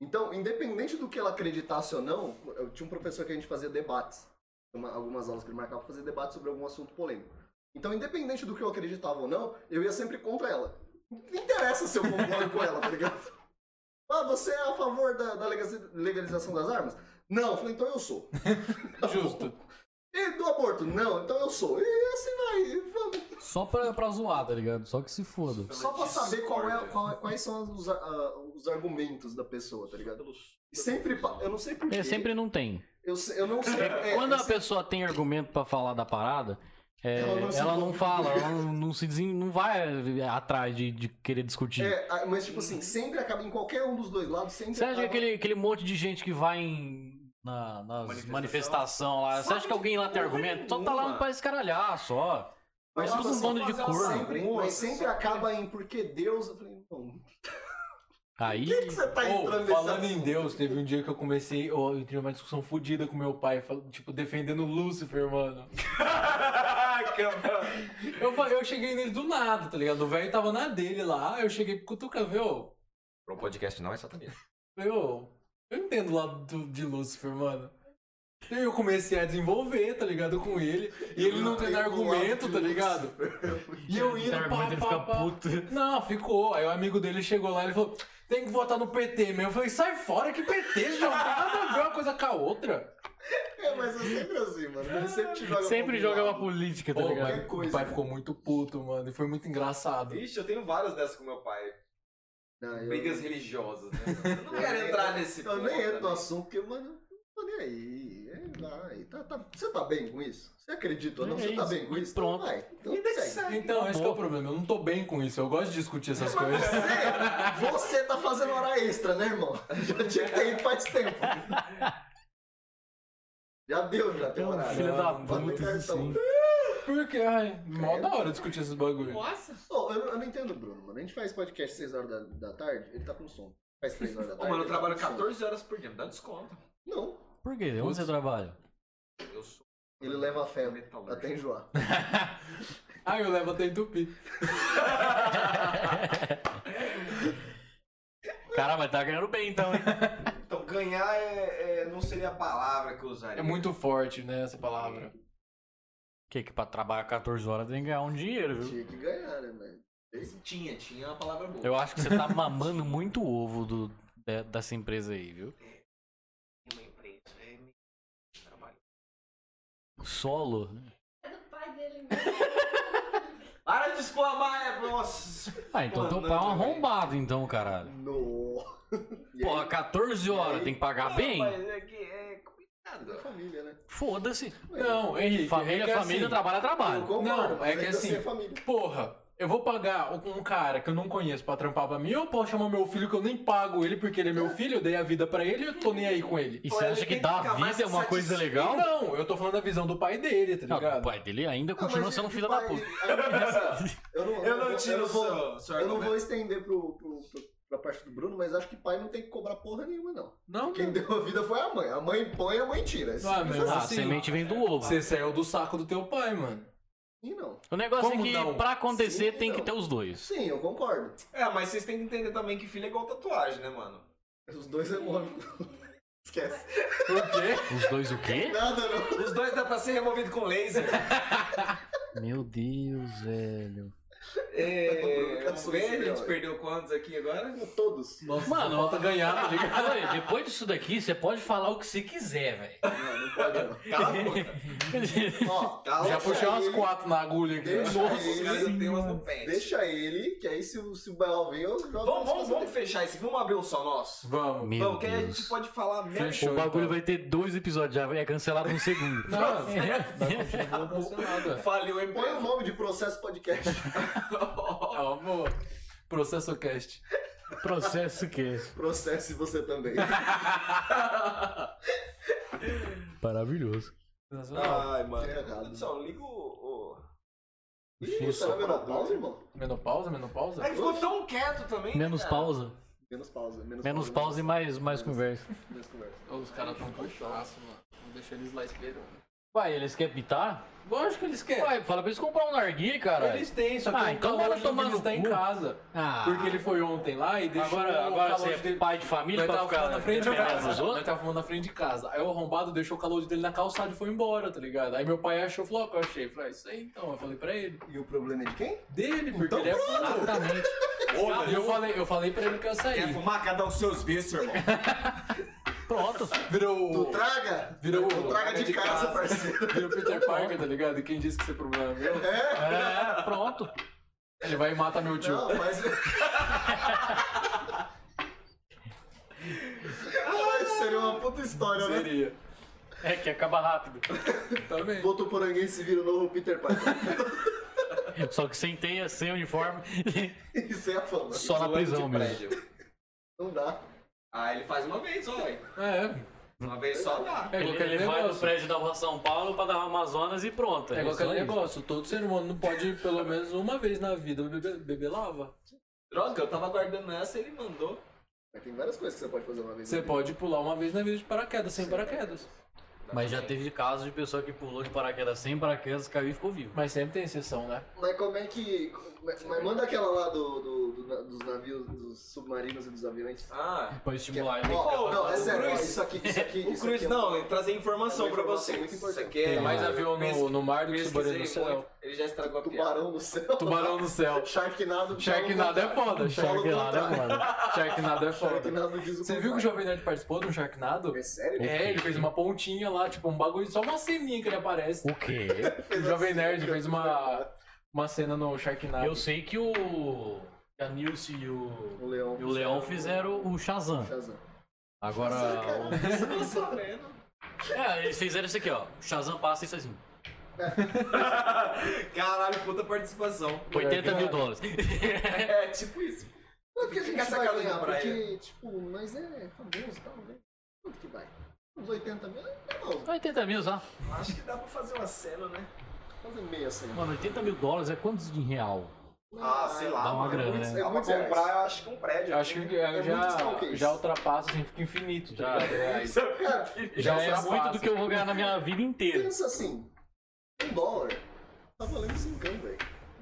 A: Então, independente do que ela acreditasse ou não, eu tinha um professor que a gente fazia debates. Uma- algumas aulas que ele marcava pra fazer debate sobre algum assunto polêmico. Então, independente do que eu acreditava ou não, eu ia sempre contra ela. Não interessa se eu concordo com ela, tá ligado? Ah, você é a favor da, da legaliza- legalização das armas? Não, eu falei, então eu sou.
D: Justo.
A: E do aborto? Não, então eu sou. E assim vai, e vamos.
C: Só pra, pra zoar, tá ligado? Só que se foda.
A: Só pra saber qual é, qual- quais são os, ah, os argumentos da pessoa, tá ligado? E Sempre, pa- eu não sei porquê.
C: É, sempre não tem.
A: Eu, se- eu não sei. é,
C: Quando
A: eu
C: a
A: sei-
C: pessoa tem argumento pra falar da parada, é,
A: Ela
C: ela,
A: não
C: não
A: se envolve.
C: fala, ela não, não se desen... não vai atrás de, de querer discutir.
A: é, ah, mas tipo assim, sempre acaba em qualquer um dos dois lados, sempre
C: Você acha que
A: acaba-
C: aquele, aquele monte de gente que vai em. Na, nas manifestação,
G: Manifestação?
C: lá. Você acha que alguém lá tem argumento? Só tá lá
G: nenhuma.
C: pra escaralhar só.
A: Mas,
C: Mas tudo um
A: assim,
C: bando de
B: fazer uma
C: corno.
B: saída.
A: sempre,
B: Nossa,
A: mas sempre acaba em porque Deus. Eu falei, não,
C: Aí.
A: por que, que você tá
D: Ô,
A: entrando nesse
D: falando em
A: assunto?
D: Deus, teve um dia que eu comecei, ó, eu entrei numa discussão fodida com meu pai, fal- tipo, defendendo o
A: (laughs)
D: Lúcifer, mano. Eu falei, eu cheguei nele do nada, tá ligado? O velho tava na dele lá, eu cheguei pro Cutuca, viu?
J: Pra um podcast não é satanista.
D: Falei, ô, eu entendo o lado do- de Lúcifer, mano. E aí eu comecei a desenvolver, tá ligado, com ele. E ele não
A: um
D: tendo argumento,
A: (laughs)
D: tá ligado? E eu
C: Tem
D: indo, pá,
C: argumento, ele
D: pá,
C: fica
D: pá.
C: puto.
D: Não, ficou. Aí o amigo dele chegou lá e ele falou: tem que votar no PT mesmo. Eu falei, sai fora, que PT, João? Não tem nada a ver uma coisa com a outra.
A: É, mas é sempre assim, mano. Ele sempre te joga um
C: Sempre joga uma
A: uma
C: política, tá
D: Pô,
C: ligado?
D: mas
A: coisa,
D: o pai
A: né?
D: ficou muito puto, mano, e foi muito engraçado.
B: Ixi, eu tenho várias dessas com meu pai.
C: um-
B: Brigas religiosas, né? (laughs) Eu não
A: Eu
B: quero
A: nem-
B: entrar nesse
A: Eu
B: ponto,
A: nem entro no
B: né?
A: assunto, porque, mano, eu não tô nem aí. É, vai. Tá, tá- você tá bem com isso? Você acredita ou não?
C: É
A: Você tá
C: isso.
A: bem com isso?
C: Pronto.
A: Então vai. Então
B: Vida que
A: segue.
B: segue.
D: Então, esse que é o problema. Eu não tô bem com isso. Eu gosto de discutir essas coisas.
A: Você, você tá fazendo hora extra, né, irmão? (laughs) Já tinha que ter ido faz tempo. Já deu, já tem horário.
C: um Filho da
D: Não,
A: Bateu
C: puta,
A: cartão.
C: assim.
D: Porque, ai, mó da hora discutir esses bagulho.
M: Nossa.
A: Ô, eu, não- eu não entendo o Bruno, mano. A gente faz podcast 6 horas da, da tarde, ele tá com sono. Faz 3 horas da
B: Ô,
A: tarde.
B: mano, eu
A: ele tá
B: trabalho
A: com sono.
B: 14 horas por dia, me dá desconto.
A: Não,
C: Por quê? Onde
D: Putz.
C: você trabalha?
B: Eu sou
A: ele leva a fé
B: metalúrgico.
A: até enjoar.
D: Aí eu levo até entupir.
C: (laughs) Cara, mas tá ganhando bem então, hein?
B: Então, ganhar é, é- não seria a palavra que eu usaria.
D: É muito forte, né, essa palavra.
C: que que pra trabalhar 14 horas tem que ganhar um dinheiro, viu?
A: Tinha que ganhar, né, velho?
B: Tinha, tinha uma palavra boa.
C: Eu acho que você tá mamando muito o ovo do, de- dessa empresa aí, viu?
B: Uma empresa, é meu trabalho.
C: Solo.
F: É do pai dele mesmo.
B: Para de expor a Maia, nossa.
C: Ah, então teu
B: Mano,
C: pau é um
B: também.
C: arrombado então, caralho.
A: No. E aí,
C: Porra, 14 horas, tem que pagar bem?
B: Mas é que é complicado.
A: da família, né?
C: Foda-se.
D: É, Não, Henrique,
C: Família,
D: é que
C: família,
D: assim,
C: trabalho, é
A: Eu
C: trabalho.
A: concordo,
D: Não,
A: mas
D: é que
A: ainda
D: assim-
A: assim é família.
D: Porra, eu vou pagar um um cara que eu não conheço pra trampar pra mim, ou eu posso chamar meu filho que eu nem pago ele porque ele é meu filho, eu dei a vida pra ele e eu tô nem aí com ele.
C: E
B: Pô,
C: você
B: ele
C: acha que
B: tem que
C: dar
B: ficar mais
C: vida é uma coisa
B: satisfeito.
C: legal?
D: Não, eu tô falando da visão do pai dele, tá
C: Ah,
D: ligado?
C: o pai dele ainda continua
A: mas
C: sendo
A: de
C: filho da
A: pai-
C: puta.
A: Eu
B: (laughs)
A: não,
B: Eu não
A: vou-
B: tiro
A: eu
B: o
A: vou,
B: seu, seu
A: eu não
B: argumento.
A: vou estender pro, pro, pro- pra parte do Bruno, mas acho que pai não tem que cobrar porra nenhuma, não.
D: Não,
A: Quem deu a vida foi a mãe. A mãe põe, a mãe tira. É
D: Ah,
A: simples
D: meu,
C: Ah,
A: assim.
C: a
D: assim,
C: semente vem do ovo.
D: Você saiu do saco do teu pai, mano.
A: E não.
C: O negócio é
D: Como
C: que
D: não?
C: pra acontecer
A: Sim,
C: tem que
A: não.
C: ter os dois.
A: Sim, eu concordo.
B: É, mas vocês têm que entender também que filho é igual tatuagem, né, mano?
A: Os dois é móvel. (laughs) Esquece.
D: Por quê?
C: Os dois o quê?
A: Nada, não.
B: Os dois dá pra ser removido com laser.
C: Meu Deus, velho.
B: (laughs) É, vamos ver, a gente
A: Super-herói.
B: perdeu quantos aqui agora?
A: Todos.
D: (laughs) Nossa,
C: Mano,
D: só falta ganhar, tá
A: (laughs)
D: ligado?
C: Olha, Depois disso daqui, você pode falar o que você quiser, velho.
A: Não, não pode
B: (laughs)
A: não.
B: Cala a boca.
A: Ó,
B: Cala
D: Já
B: a boca.
D: puxei umas
A: ele-
D: quatro na agulha aqui.
A: deixa
B: Os caras
A: ele.
B: já tem umas no pente.
A: Deixa ele, que aí se o, se o Baal vem, eu jogo.
B: Vamos,
A: nas
B: vamos,
A: costas
B: vamos
A: dele.
B: fechar isso aqui, vamos abrir um só nosso.
D: Vamos.
C: Meu
B: Vamos, que aí a gente
C: Deus.
B: pode falar merda.
D: Fechou.
C: (laughs) O bagulho
D: então.
C: vai ter dois episódios já, é cancelado no segundo.
D: Não, vai continuar emocionado.
B: Faliu a
A: Põe o
B: empresa.
A: nome de processo podcast.
D: Ó, amor. Processo cast.
C: Processo que é
A: Processe você também.
B: (laughs)
C: Maravilhoso.
D: Sensacional.
B: Ai, mano.
A: É errado.
B: Produção, liga o. o-
A: Ih, tá na menopausa, irmão?
D: Menopausa, menopausa?
B: É que ficou tão quieto também.
C: Tá
B: né,
C: Menos
B: cara.
C: pausa.
A: Menos pausa. Menos,
C: Menos pausa e mais, mais conversa.
A: Menos conversa.
D: Ô, Os caras tão puxaço, mano. Vou deixar eles lá esperando.
C: Uai, eles querem pitar?
D: Lógico que eles querem.
C: Uai, fala pra eles comprar um narguilha, cara.
D: Eles têm, só que
C: Ah,
D: ah,
C: então
D: então
C: manda
D: hoje
C: tomar
D: tomar
C: no
D: está em
C: cu.
D: casa.
C: Ah,
D: Porque ele foi ontem lá e deixou
C: agora, agora
D: o
C: você
D: calote
C: é
D: dele...
C: pai de família
D: Nós
C: pra
D: tava
C: ficar
D: fumando na frente de
C: dependendo dos
D: casa. Nós
C: outros?
D: tava fumando na frente de casa. Aí o arrombado deixou o calote dele na calçada e foi embora, tá ligado? Aí meu pai achou, falou, ó, que eu achei. Eu Falei, ah, isso aí então. Eu falei pra ele.
A: E o problema é de quem?
D: Dele, porque ele é fumado.
C: Então
D: (laughs)
C: Exatamente.
D: E eu falei, eu falei pra ele que eu ia
B: Quer
D: sair.
B: fumar? Cada um seus vícios,
A: (laughs)
B: irmão.
C: Pronto.
D: Virou.
A: Tu traga?
D: Virou.
A: Tu traga de, casa,
B: (laughs)
A: parceiro.
D: Virou Peter Parker, tá ligado? E quem disse que isso é problema meu?
C: É, pronto.
D: Ele vai e mata meu tio.
A: Não, mas.
B: (laughs)
A: Ai, seria uma puta história, né?
D: Seria.
C: É que acaba rápido.
D: Também.
A: Votuporanguense vira o novo Peter Parker.
C: Só que sem teia, sem uniforme.
A: (laughs)
C: (laughs)
A: Isso é a fama.
C: Só na prisão
B: De
C: mesmo.
B: prédio.
A: Não dá.
B: Ah, ele faz uma vez, ó. hein?
D: É,
B: Uma vez só dá.
D: é
C: Ele,
D: igual aquele
C: ele vai do
D: negócio.
C: prédio da rua São Paulo pra da Amazonas e pronto.
D: É igual
C: só
D: aquele
C: isso.
D: negócio. Todo ser humano não pode, pelo menos uma vez na vida, beber, beber lava.
B: Droga, eu tava guardando essa e ele mandou.
A: Mas tem várias coisas que você pode fazer uma vez.
D: Você pode pular uma vez na vida de paraquedas, sem
A: Sim.
D: paraquedas.
C: Mas já teve casos de pessoa que pulou de paraquedas sem paraquedas, caiu e ficou vivo.
D: Mas sempre tem exceção, né?
A: Mas como é que. Mas, mas manda aquela lá do, do- do na- dos navios, dos submarinos e dos aviões.
B: Ah,
C: Pra estimular
D: né?
C: ele.
A: Ó,
B: que
A: não,
B: falar
A: é
B: do
A: sério, ó,
B: Cruz.
A: isso aqui, isso aqui.
B: o
A: isso
B: Cruz
A: aqui é um-
B: não, ele trazer informação
A: É uma
B: pra
A: informação
B: vocês.
A: muito
B: Isso
A: importante.
B: aqui é.
D: Tem mais
B: eu
D: avião
B: pesquisei
D: no, no mar do que
B: muito.
D: sobrando no céu.
B: Ele já estragou tá a piada.
A: Tubarão no céu.
D: Tubarão no
A: (laughs)
D: céu.
A: Sharknado.
D: Sharknado é foda. Sharknado é foda. Sharknado é foda.
A: Sharknado diz o
D: Você viu que o Jovem Nerd participou de um Sharknado?
A: É sério?
D: É, ele fez uma pontinha lá, tipo um bagulho, só uma ceninha que ele aparece. O quê? O
A: assim,
D: Jovem Nerd fez uma, uma cena no Sharknado.
C: (laughs) Eu sei que o. que A Nilce e o.
A: O leão.
C: E o Leão fizeram o Shazam.
A: Shazam.
C: Agora.
A: Você não sabe.
C: o- É, eles fizeram isso aqui, ó. O Shazam passa isso assim.
B: (laughs) Caralho, puta participação.
C: 80
D: é.
C: mil (laughs) dólares.
B: É, tipo isso.
A: Quanto que a gente
B: Fica essa
A: vai
B: casa
A: ganhar?
B: do Brian.
A: Porque, tipo, nós é famoso e tal, né? Quanto que vai? Uns 80 mil? É bom.
C: 80 mil só.
B: Acho que dá pra fazer uma cena, né?
A: Fazer meia assim. cena.
C: Mano, 80 mil dólares é quantos em real?
B: Ah,
A: é
B: sei lá,
C: Dá uma
B: mano.
C: grana,
A: muitos-
C: né?
B: Dá pra
A: muitos reais.
B: comprar, eu acho que um prédio.
D: Eu acho
B: né?
D: que é,
A: muito stalker
D: já,
A: isso.
D: já ultrapassa, assim, fica infinito. Tá? ligado? É, isso (laughs) já
C: é
D: ultrapassa.
C: muito do que eu vou ganhar na minha vida inteira.
A: Pensa assim, um dólar tá valendo 5 velho.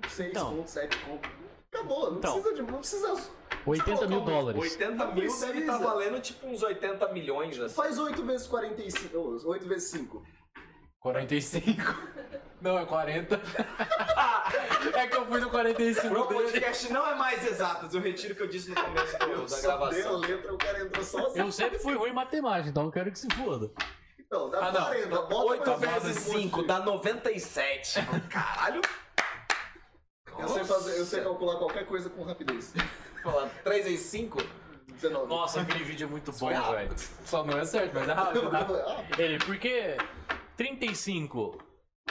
A: 6
C: Então.
A: conto, 7 conto. Acabou, não
C: Então.
A: precisa de. Não precisa.
C: 80 mil dólares.
B: 80
A: Não
B: mil deve
A: precisa.
B: estar valendo tipo uns 80 milhões, assim.
A: Faz 8 vezes 45. ô, 8 vezes 5.
D: 45.
C: (laughs)
D: Não, é 40. é que eu fui no 45
B: Meu
D: dele.
B: podcast não é mais exato, eu retiro o que eu disse no começo do, da
A: Deu a
B: gravação.
A: letra, o cara entrou sozinho.
C: Eu sempre fui ruim em matemática, então eu quero que se foda.
A: Então, dá
D: Ah, não.
A: 40. Bota
B: 8
A: mais
B: vezes
A: um monte
B: 5
A: de-
B: dá 97. Caralho!
A: Eu sei, fazer, eu sei calcular qualquer coisa com rapidez.
B: 3 vezes 5?
A: 19. (laughs)
C: Nossa, aquele vídeo é muito bom,
B: Foi rápido.
C: velho.
D: Só não é certo, mas é rápido. né?
A: Ah,
C: Ele, porque 35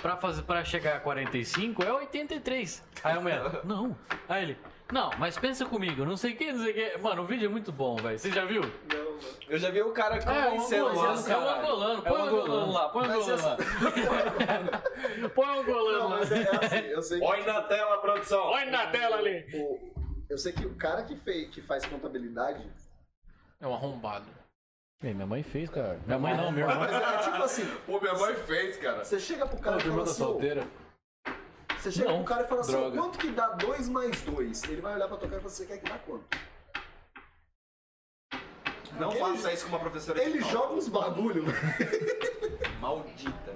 C: pra, fazer, pra chegar a 45 é 83. Aí o
D: (laughs)
C: Melo, não. Aí ele, não, mas pensa comigo, não sei o que, não sei o que. Mano, o vídeo é muito bom, velho. Você já viu?
A: não, mano.
B: Eu já vi o cara
D: É, um
B: convencendo
D: angolano,
B: esse
C: É o
B: cara.
D: Caralho.
C: angolano,
D: É
C: põe
D: o
C: o angolano
D: angolano.
C: lá, põe o
A: Mas
C: angolano lá. (laughs) Põe o angolano
A: Não,
C: lá.
A: mas é assim, eu sei que.
B: Olha na tela, produção.
C: Olha na tela ali. (laughs)
A: o- eu sei que o cara que, fez, que faz contabilidade.
D: (laughs) É um arrombado.
C: minha mãe fez, cara. Minha mãe não, meu irmão.
A: Mas é tipo (laughs) assim,
N: Pô, minha mãe fez, cara.
A: você chega pro cara
D: Cara, a
A: e fala
D: turma tá
A: assim, ô,
D: solteira.
A: Você chega
C: Não.
A: pro cara e fala assim,
D: Droga.
A: quanto que dá 2 mais 2? Ele vai olhar pra tua cara e falar, você quer que dá quanto?
B: Não faça isso com uma professora
A: Ele
B: de
A: joga uns bagulho. né? (laughs)
B: cálculo. Maldita.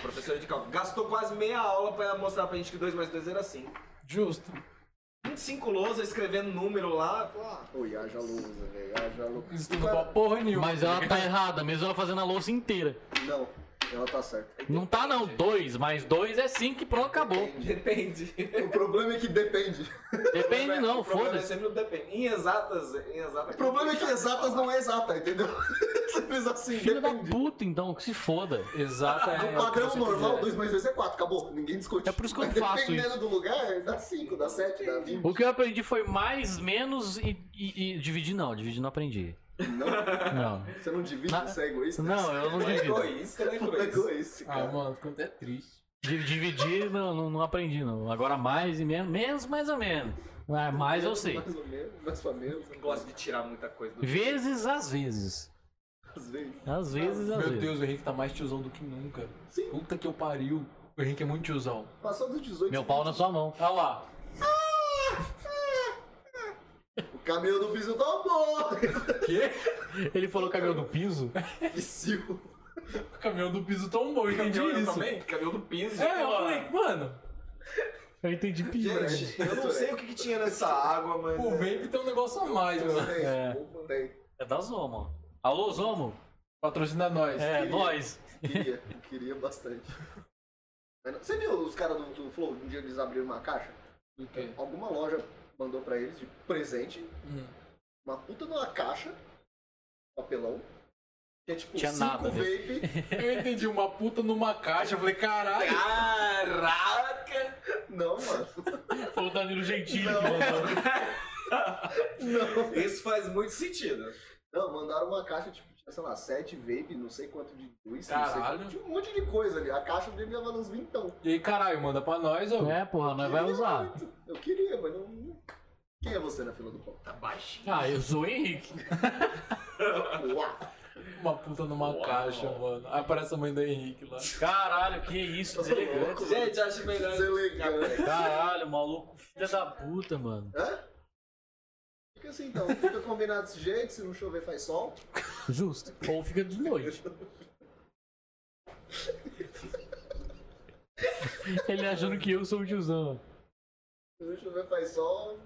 B: Professora de cálculo. Gastou quase meia aula pra mostrar pra gente que 2 mais 2 era 5.
D: Justo.
B: 25 lousa escrevendo número lá. pô, ah,
A: Oi, haja lousa, velho, haja lousa.
D: Isso tudo
A: O cara-
D: pra porra nenhuma.
C: Mas ela tá errada, mesmo ela fazendo a louça inteira.
A: Não, ela tá certa.
C: Não tá não, dois mais dois é cinco e pronto, acabou.
B: Depende.
A: O problema é que depende.
C: Depende não,
B: O problema é
C: foda-se.
B: sempre o depende. Em exatas, em exatas.
A: O problema é que exatas não é exata, entendeu? (laughs) Você fez assim,
C: Filho da
A: depende.
C: puta, então, que se foda.
D: Exato, é.
A: No
D: é o que
A: padrão
D: você
A: normal,
D: quiser.
A: 2 mais 2 é 4, acabou. Ninguém discute.
C: É por isso que eu
A: Mas
C: faço
A: Dependendo
C: isso.
A: do lugar, dá 5, dá 7, dá 20.
C: O que eu aprendi foi mais, menos e, e- e dividir não. Dividir não aprendi. (laughs)
A: Não,
C: Não.
A: você não divide,
C: Na-
A: você é egoísta.
C: Não, eu não
B: Não é
C: divido.
B: egoísta, não é
A: Puta
B: egoísta.
A: egoísta,
D: Ah,
A: cara.
D: mano, fico até triste.
C: Di- Dividir não, não, não aprendi não. Agora mais e menos, menos mais ou menos. Ah, Mais eu sei.
A: Mais ou menos, mais ou menos. né?
B: Não gosto de tirar muita coisa do.
C: Vezes às vezes.
A: Às vezes.
C: Às vezes, às
D: Meu
C: vezes.
D: Deus, o Henrique tá mais tiozão do que nunca.
A: Sim.
D: Puta que eu pariu. O Henrique é muito tiozão.
A: Passou dos 18
C: Meu pau na sua mão.
D: Olha Tá lá.
A: (laughs) O caminhão do piso tá tombou!
C: (laughs)
D: Quê?
C: Ele falou cabelo do piso?
A: Psiu.
D: O caminhão do piso tombou, eu entendi
B: Cabelo
D: isso.
B: também? Cabelo do piso.
D: É, eu
B: pô.
D: falei, mano,
C: Eu entendi piso.
B: Gente, eu não sei o que, que tinha (laughs) nessa água, mas. é."
D: o vape tem um negócio a mais, mano.
C: É.
A: Tem, tem.
C: É da Zomo. Alô, Zomo?
D: Patrocina nós.
C: É, nós.
A: Queria, queria bastante. Mas não- Você viu os caras do, do Flow, um dia eles abriram uma caixa?
D: Do quê?
A: Alguma loja mandou pra eles de presente,
D: Hum.
A: uma puta numa caixa, papelão, que é tipo
C: Tinha
A: cinco
C: nada, né?
A: vape.
D: Eu entendi uma puta numa caixa. Eu falei, caralho.
B: Caraca!
A: Não, mano.
C: Foi o Danilo Gentili
A: Não.
C: que mandou.
A: Não.
B: Isso faz muito sentido.
A: Não, mandaram uma caixa, tipo, tinha, sei lá, sete vape, não sei quanto de luz,
D: Caralho.
A: não sei. Tinha um monte de coisa ali. A caixa devia valer uns vintão.
D: E aí, caralho, manda pra nós, ô.
C: É, porra, nós vai usar.
A: Eu queria, mas não- não. Quem é você na fila do pão?
B: Tá baixinho.
C: Ah, eu sou o Henrique.
A: Uau!
D: Uma puta numa
B: Uau.
D: caixa, mano. Aí aparece a mãe do Henrique lá.
C: Caralho, que isso, deselegante.
B: Gente, acho melhor.
A: Deselegante.
C: Caralho, maluco, filha da puta, mano.
A: Hã? Fica assim então, fica combinado desse jeito, se não chover faz sol.
C: Justo. Ou fica de noite.
O: Ele é achando que eu sou o tiozão.
A: O Chuveiro faz sol.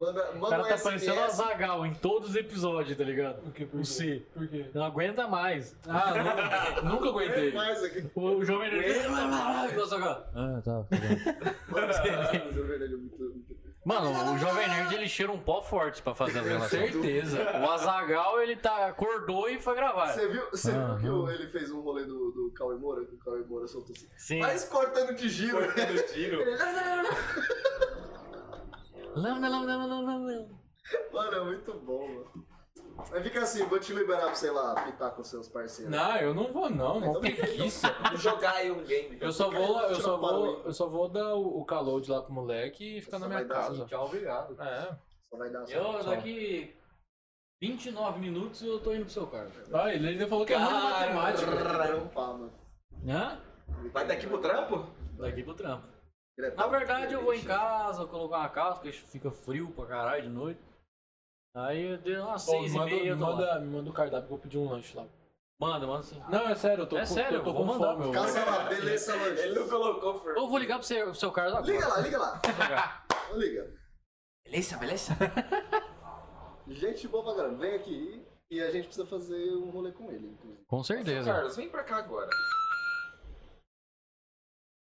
A: Manda,
O: O
A: manda
O: cara
A: um
O: tá
A: SMS.
O: parecendo a Zagal em todos os episódios, tá ligado? O que? Por quê? Por quê? Não aguenta mais. (laughs)
D: Ah, nu- nunca aguentei. Aguenta mais
C: (laughs)
O: O, o jovem nerd.
C: Igual o Zagal.
O: Ah, tá. tá bom. Mano, o Jovem Nerd ele cheira um pó forte pra fazer a relação.
D: é Certeza.
O: O Azagal ele tá, acordou e foi gravar.
A: Você viu, você viu
O: Ah,
A: que
O: não.
A: o- ele fez um rolê do, do Cauê Moura? Que O Cauê Moura soltou assim.
O: Sim.
A: Mas cortando de giro. Cortando de
G: giro.
O: Lambda, lambda, lambda, lambda.
A: Mano, é muito bom, mano. Mas fica assim, vou te liberar pra, sei lá, pitar com seus parceiros.
D: Não, eu não vou não, mó
A: Então-
D: preguiça.
G: Jogar aí um game.
D: Eu (laughs) só vou, eu
A: Tira
D: só
A: o barulho.
D: vou, eu só vou dar o, o calode lá pro moleque e ficar na
A: Só
D: minha
A: vai dar
D: casa.
A: assim,
C: Tchau, obrigado.
D: É.
A: Só vai dar só.
C: Eu, daqui 29 minutos eu tô indo pro seu carro.
D: Ah, ele ainda falou que é ruim na matemática.
A: Trampar, um mano.
C: Hã?
G: Vai daqui pro trampo?
C: Daqui pro trampo.
A: Ele é
C: Na verdade, eu vou em casa, colocar uma calça, porque fica frio pra caralho de noite. Aí eu dei umas
D: Pô,
C: 6 e
D: manda,
C: meia, eu tô lá.
D: manda, me manda o cardápio que eu vou pedir um lanche lá.
C: Manda, manda sim.
D: Não, é sério, eu tô
C: É
D: com,
C: sério,
D: eu tô
C: vou
D: com
C: mandar.
D: fome. eu-
A: Casa lá, beleza, lanche.
B: é
G: Ele não colocou, Fer.
C: Eu vou ligar pro seu, pro seu Carlos agora.
A: Liga lá, liga lá.
C: Vou ligar.
A: Liga.
G: Beleza, beleza?
A: Gente boa pra caramba, vem aqui e a gente precisa fazer um rolê com ele, inclusive.
C: Com certeza.
G: Carlos, vem pra cá agora.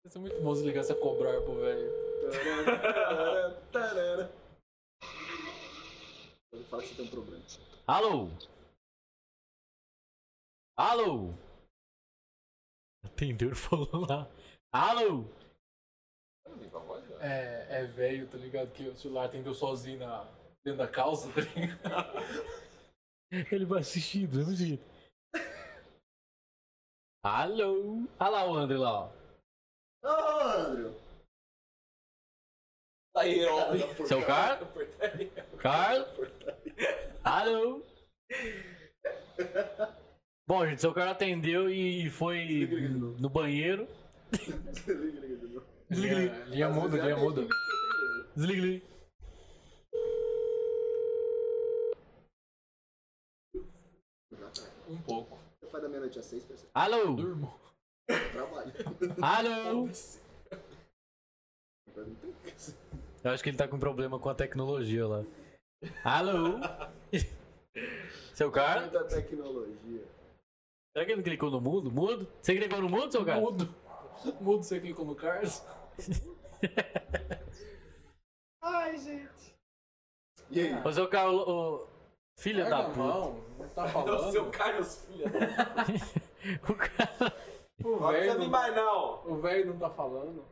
D: Vai ser muito bom se ligar essa cobrar pro velho.
A: Tarara, tarara. Ele fala que você tem um problema.
C: Alô? Alô? Atenderam falando lá. Alô?
D: É, é velho, tá ligado? Que o celular atendeu sozinho na, dentro da calça, tá ligado?
O: Ele vai assistir do mesmo jeito.
C: Alô? Olha lá o André lá, ó.
A: Ô, Andrew! (laughs)
G: Aí, ó.
C: Seu Carlos? Carlos? Alô? Bom, gente, seu cara atendeu e foi no banheiro.
A: Liga, liga, liga.
D: Linha, linha muda, linha muda.
C: Desliga, desliga.
D: Um pouco.
A: Você faz da meia-noite às seis, parceiro.
C: Alô?
D: Durmo.
A: Trabalho.
C: Alô?
A: Agora não tem o que fazer.
C: Eu acho que ele tá com problema com a tecnologia lá. Alô? seu cara?
A: Muita tecnologia.
C: Será que ele não clicou no mudo? Mudo? Você clicou no mudo, seu cara?
D: Mudo. Mudo, você clicou no Carlos.
A: E aí?
C: Ô, seu cara, ô, ô, filha
D: Larga
C: da
D: a
C: puta.
D: mão, não tá
G: É o seu
D: falando.
G: Carlos, filha.
C: (laughs) O cara...
D: O
G: Não
D: velho
G: precisa me
B: tá
D: não, tá
G: mais, é não.
D: o velho não tá falando.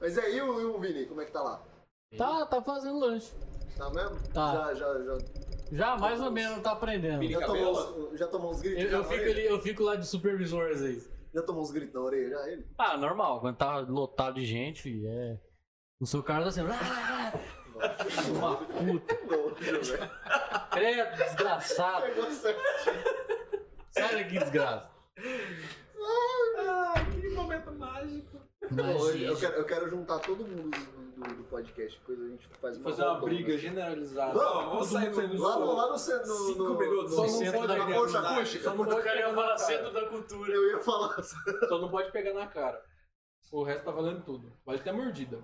A: Mas aí o, e o Vini, como é que tá lá?
C: Tá, tá fazendo lanche.
A: Tá mesmo? Já,
C: Tá.
A: já, já.
C: Já mais ou menos tá aprendendo.
A: Já tomou,
G: cabelo?
A: uns, já tomou uns gritos?
C: Eu,
A: já
C: eu
A: na
C: fico
A: orelha?
C: ali, eu fico lá de supervisor às vezes.
A: Já tomou uns gritos na orelha? Já ele? (laughs)
C: Ah, normal, quando tá lotado de gente, filho, é. O seu cara tá assim. "Ah, Uma puta.
A: Não, velho. é
C: Credo, desgraçado.
A: Pegou certinho.
C: Sai daqui, desgraça.
G: Ah, que momento mágico.
A: Hoje eu
C: Mas,
A: quero, eu quero juntar todo mundo do, do- do podcast, coisa a gente faz uma
D: Fazer uma
A: roda,
D: briga tá
A: né?
D: generalizada.
A: Vamos,
G: vamos sair
D: Todo mundo
G: no-
A: Lá no, lá no centro. no-
G: Cinco
A: no-
G: minutos,
A: no
D: só não
A: centro
D: pode
A: da
D: pegar
A: concha
D: no ar.
A: acústica.
D: Só não pode pegar na cara.
C: da cultura.
A: Eu ia falar.
D: Só não pode pegar na cara. O resto tá valendo tudo. Vale até mordida.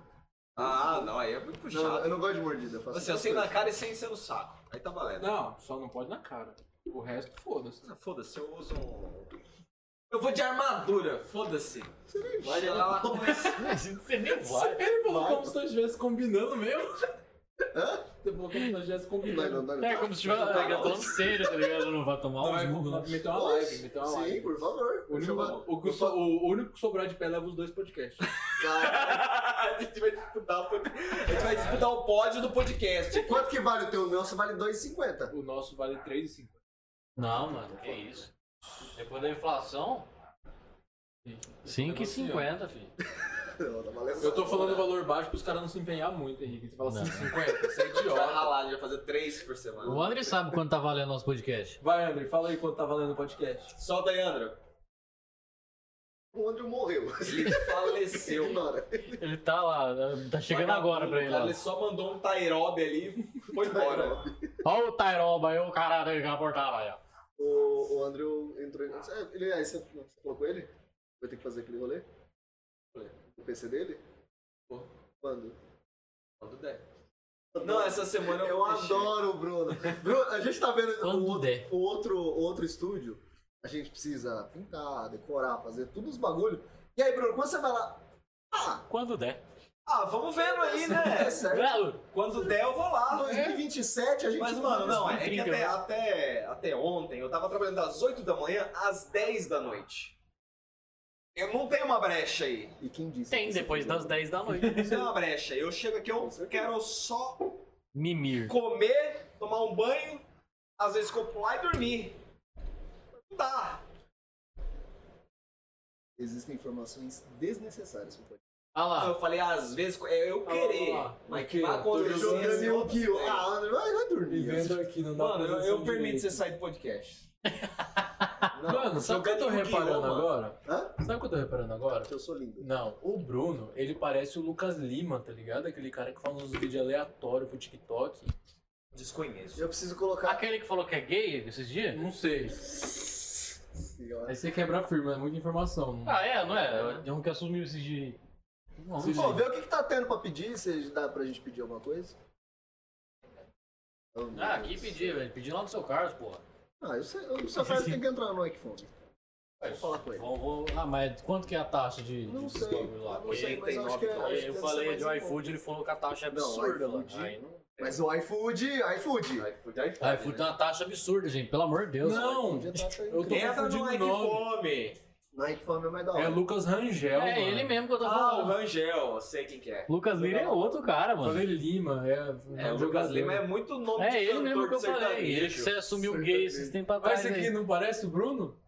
G: Ah, não, aí é muito
A: Não,
G: puxado.
A: eu não gosto de mordida. Eu faço
B: é
G: Assim, eu
A: outras
G: sei na
A: coisas.
G: cara e sem ser no saco. Aí tá valendo.
D: Não, só não pode na cara. O resto, foda-se.
G: Ah, Foda-se, eu uso um. Eu vou de armadura, foda-se. Vai lá, lá.
C: Você nem vai.
D: Ele falou como se nós estivéssemos combinando mesmo. Você falou como se nós
A: Não,
D: estivéssemos
A: não,
D: combinando.
A: não, não. é
C: É como se tivesse. É, falando sério, tá ligado? Não vai tomar uns murros, não.
D: Meteu uma Então é live, meteu uma
A: Sim,
D: live.
A: por favor.
D: O único,
A: Chama-
D: o, que so- o único que sobrar de pé leva os dois podcasts.
A: Cara,
G: a gente vai disputar o pod- a gente vai disputar o pódio do podcast.
A: Quanto que vale o teu? O nosso vale 2,50.
D: O nosso vale 3,5.
C: Não, mano, que isso. Depois da inflação. 5,50, filho.
A: Não, tá valendo.
D: Eu tô falando valor baixo pros caras não se empenhar muito, Henrique. Você fala
C: Não.
D: 5,50, você é
G: Vai
D: idiota.
G: ralar, a gente vai fazer três por semana.
C: O André sabe quanto tá valendo nosso podcast.
D: Vai, André, fala aí quanto tá valendo o podcast.
G: Solta aí, André.
A: O Andrew morreu. (laughs)
G: Ele faleceu.
A: Ignora.
C: Ele tá lá, tá chegando
G: Vagabundo,
C: agora pra ele.
G: cara,
C: ó.
G: Ele só mandou um Tairobe ali e (laughs) foi embora.
C: Olha o Tairoba aí, o caralho aí que vai portar lá, ó.
A: O, o Andrew entrou em. É, Ele, aí você, você colocou ele? Vai ter que fazer aquele rolê? O PC dele? Quando?
D: Quando der.
P: Não, essa semana eu
A: eu
P: mexi.
A: adoro o Bruno. Bruno, a gente tá vendo
P: Quando
A: o, outro-
P: der.
A: o outro, o outro estúdio. A gente precisa pintar, decorar, fazer todos os bagulho. E aí, Bruno, quando você vai lá? Ah,
C: Quando der.
B: Ah, vamos vendo aí, né?
A: É certo.
C: Claro.
B: Quando der, eu vou lá.
A: 2027 a gente
B: Mas, mano, não, é que
A: 2030,
B: até,
A: né?
B: até, até ontem eu tava trabalhando das 8 da manhã às 10 da noite. Eu não tenho uma brecha aí.
A: E quem disse?
C: Tem, depois das 10
B: (laughs)
C: da noite.
B: Não tem uma brecha. Eu chego aqui, eu quero só
C: Mimir.
B: comer, tomar um banho, às vezes copular e dormir. Não dá.
A: Existem informações desnecessárias. pro podcast.
C: Ah lá.
B: Eu falei, às vezes, é eu querer.
A: Ah, lá.
B: Mas
A: O
B: que
A: quê?
B: vai acontecer.
A: Tô jogando
B: esse outro
A: Yu-Gi-Oh!
B: tem.
A: Ah, André, vai- vai dormir.
D: Vivendo aqui, não dá
B: Mano, eu, eu
D: posição
B: permito
D: direito.
B: você sair do podcast.
D: Mano, sabe o que eu tô
C: um
B: jogando Yu-Gi-Oh,
D: reparando
B: mano.
D: agora?
A: Hã?
D: Sabe o que eu tô reparando agora?
A: Que eu sou lindo.
D: Não, o Bruno, ele parece o Lucas Lima, tá ligado? Aquele cara que faz uns vídeos aleatórios pro TikTok.
B: Desconheço.
A: Eu preciso colocar.
C: Aquele que falou que é gay esses dias?
D: Não sei. Aí você quebra a firma, é muita informação. não-
C: Ah, é, não é? Tem um que assumiu esses dias. aí. Não, não
A: Pô,
C: sei.
A: vê o que, que tá tendo pra pedir, se dá pra gente pedir alguma coisa. Oh, meu
C: Ah,
A: Deus.
C: aqui pedir, velho. Pedir lá no seu Carlos, porra.
A: Ah, eu sei, eu só faz tem que entrar no iPhone. Vou falar com ele.
C: Vou, vou... Ah, mas quanto que é a taxa de.
A: Não
C: de
A: sei,
C: bagulho lá?
A: eu não sei, mas eu acho
C: 89
A: que é-
C: dólares.
A: acho que
C: Eu
A: deve
C: falei
A: ser
C: de
A: mais em
C: iFood, ele falou que a taxa é
A: Não,
C: absurda lá.
A: iFood.
C: Aí não-
A: Mas o iFood, iFood.
P: iFood,
B: é
P: iFood.
C: Ah,
B: né?
A: é
C: iFood tem uma taxa absurda, gente. Pelo amor de Deus.
D: Não,
A: iFood é taxa aí.
D: eu tô
B: Entra no
D: confundindo o
B: Like
D: nome.
B: Fome.
A: No iFood é mais da hora.
D: É Lucas Rangel,
C: É
D: mano.
C: ele mesmo que eu tô
B: Ah, o
C: falando.
B: Rangel, eu sei quem que é.
C: Lucas Lira é outro cara,
D: Eu
C: mano.
D: Falei Lima, é,
B: É,
D: um
B: o Lucas
D: jogador.
B: Lima é muito nome
C: É
B: de
C: ele
B: cantor
C: mesmo que eu
B: de
C: falei. Ele que
B: sertanejo.
C: você assumiu gay esses tempos
D: Mas
C: atrás. né?
D: esse aqui
C: aí.
D: não parece o Bruno?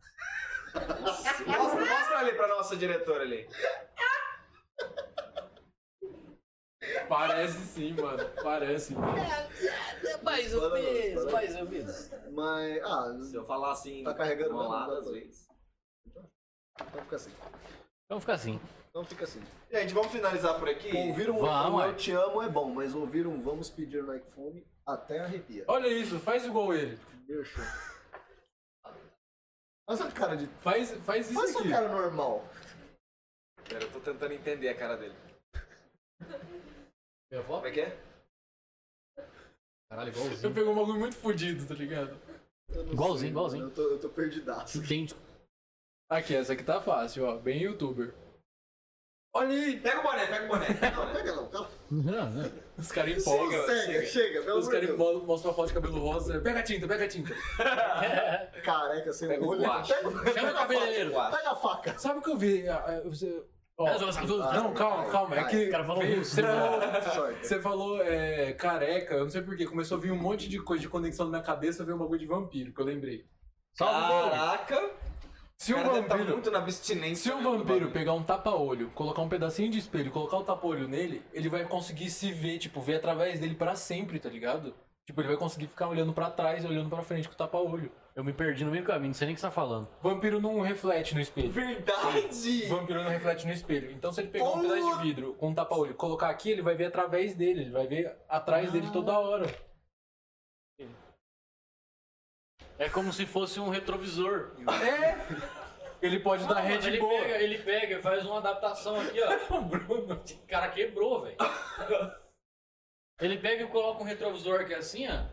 C: é
B: Mostra, mostra ali pra nossa diretora ali.
D: Parece sim, mano. Parece.
C: Mais ou menos, mais ou menos.
A: Mas, ah,
B: Se eu falar assim,
A: Tá carregando mesmo,
B: lá
A: dá
B: às
A: pra-
B: vezes.
A: então fica assim.
C: Então fica assim.
A: Então fica assim.
B: Gente, vamos finalizar por aqui.
A: Ouvir um
C: Vamos,
A: um
C: é.
A: Eu Te Amo é bom, mas ouvir um Vamos Pedir no iPhone até arrepia.
D: Olha isso, faz igual ele.
A: Deixa. Faz uma cara de...
D: Faz, faz isso
A: Faz uma
D: aqui.
A: cara normal.
B: Pera, eu tô tentando entender a cara dele.
C: Minha avó?
B: Como é que é?
C: Caralho,
D: Eu
C: igualzinho.
D: pego um bagulho muito fodido, tá ligado?
A: Eu não
C: Igualzinho,
A: sei,
C: igualzinho.
A: Eu tô, eu tô perdidaço.
C: Idêntico.
D: Aqui, essa aqui tá fácil, ó. Bem youtuber. Olha aí!
B: Pega o boné, pega o (laughs) boné.
A: Não, pega não, calma.
D: Os caras empolgam.
A: Chega, chega,
B: chega.
A: pelo amor
D: Os
A: de
D: caras
A: Deus.
D: empolgam, mostram uma foto de cabelo rosa. Pega a tinta, pega a tinta.
A: Careca, sem
B: Pega o
A: olho.
B: guache.
C: Chama o cabeleireiro.
A: Pega a faca.
D: Sabe o que eu vi? Ah, ah, você- ó,
C: É, só- só- só-
D: não, calma, calma. É que
C: O cara falou
D: veio-
C: russo,
D: você
C: né?
D: falou,
A: Sorry.
D: você falou, é, careca, eu não sei porquê. Começou a vir um monte de coisa de conexão na minha cabeça, veio um bagulho de vampiro, que eu lembrei.
B: Caraca.
D: Se o
B: cara deve tá
D: vampiro...
B: muito na abstinência.
D: Se o
B: né,
D: vampiro
B: do bagulho.
D: pegar um tapa-olho, colocar um pedacinho de espelho, colocar o tapa-olho nele, ele vai conseguir se ver, tipo, ver através dele pra sempre, tá ligado? Tipo, ele vai conseguir ficar olhando pra trás, olhando pra frente com o tapa-olho.
C: Eu me perdi no meio do caminho, não sei nem o que você tá falando.
D: Vampiro não reflete no espelho.
B: Verdade!
D: Vampiro não reflete no espelho. Então, se ele pegar um
B: Puta!
D: pedaço de vidro com um tapa-olho, colocar aqui, ele vai ver através dele, ele vai ver atrás dele
C: Ah.
D: toda hora.
C: É como se fosse um retrovisor.
D: É! Ele pode dar
C: Mano,
D: head
C: ele
D: boa.
C: pega, ele pega, faz uma adaptação aqui, ó. o Bruno. O cara quebrou, velho. ele pega e coloca um retrovisor aqui assim, ó.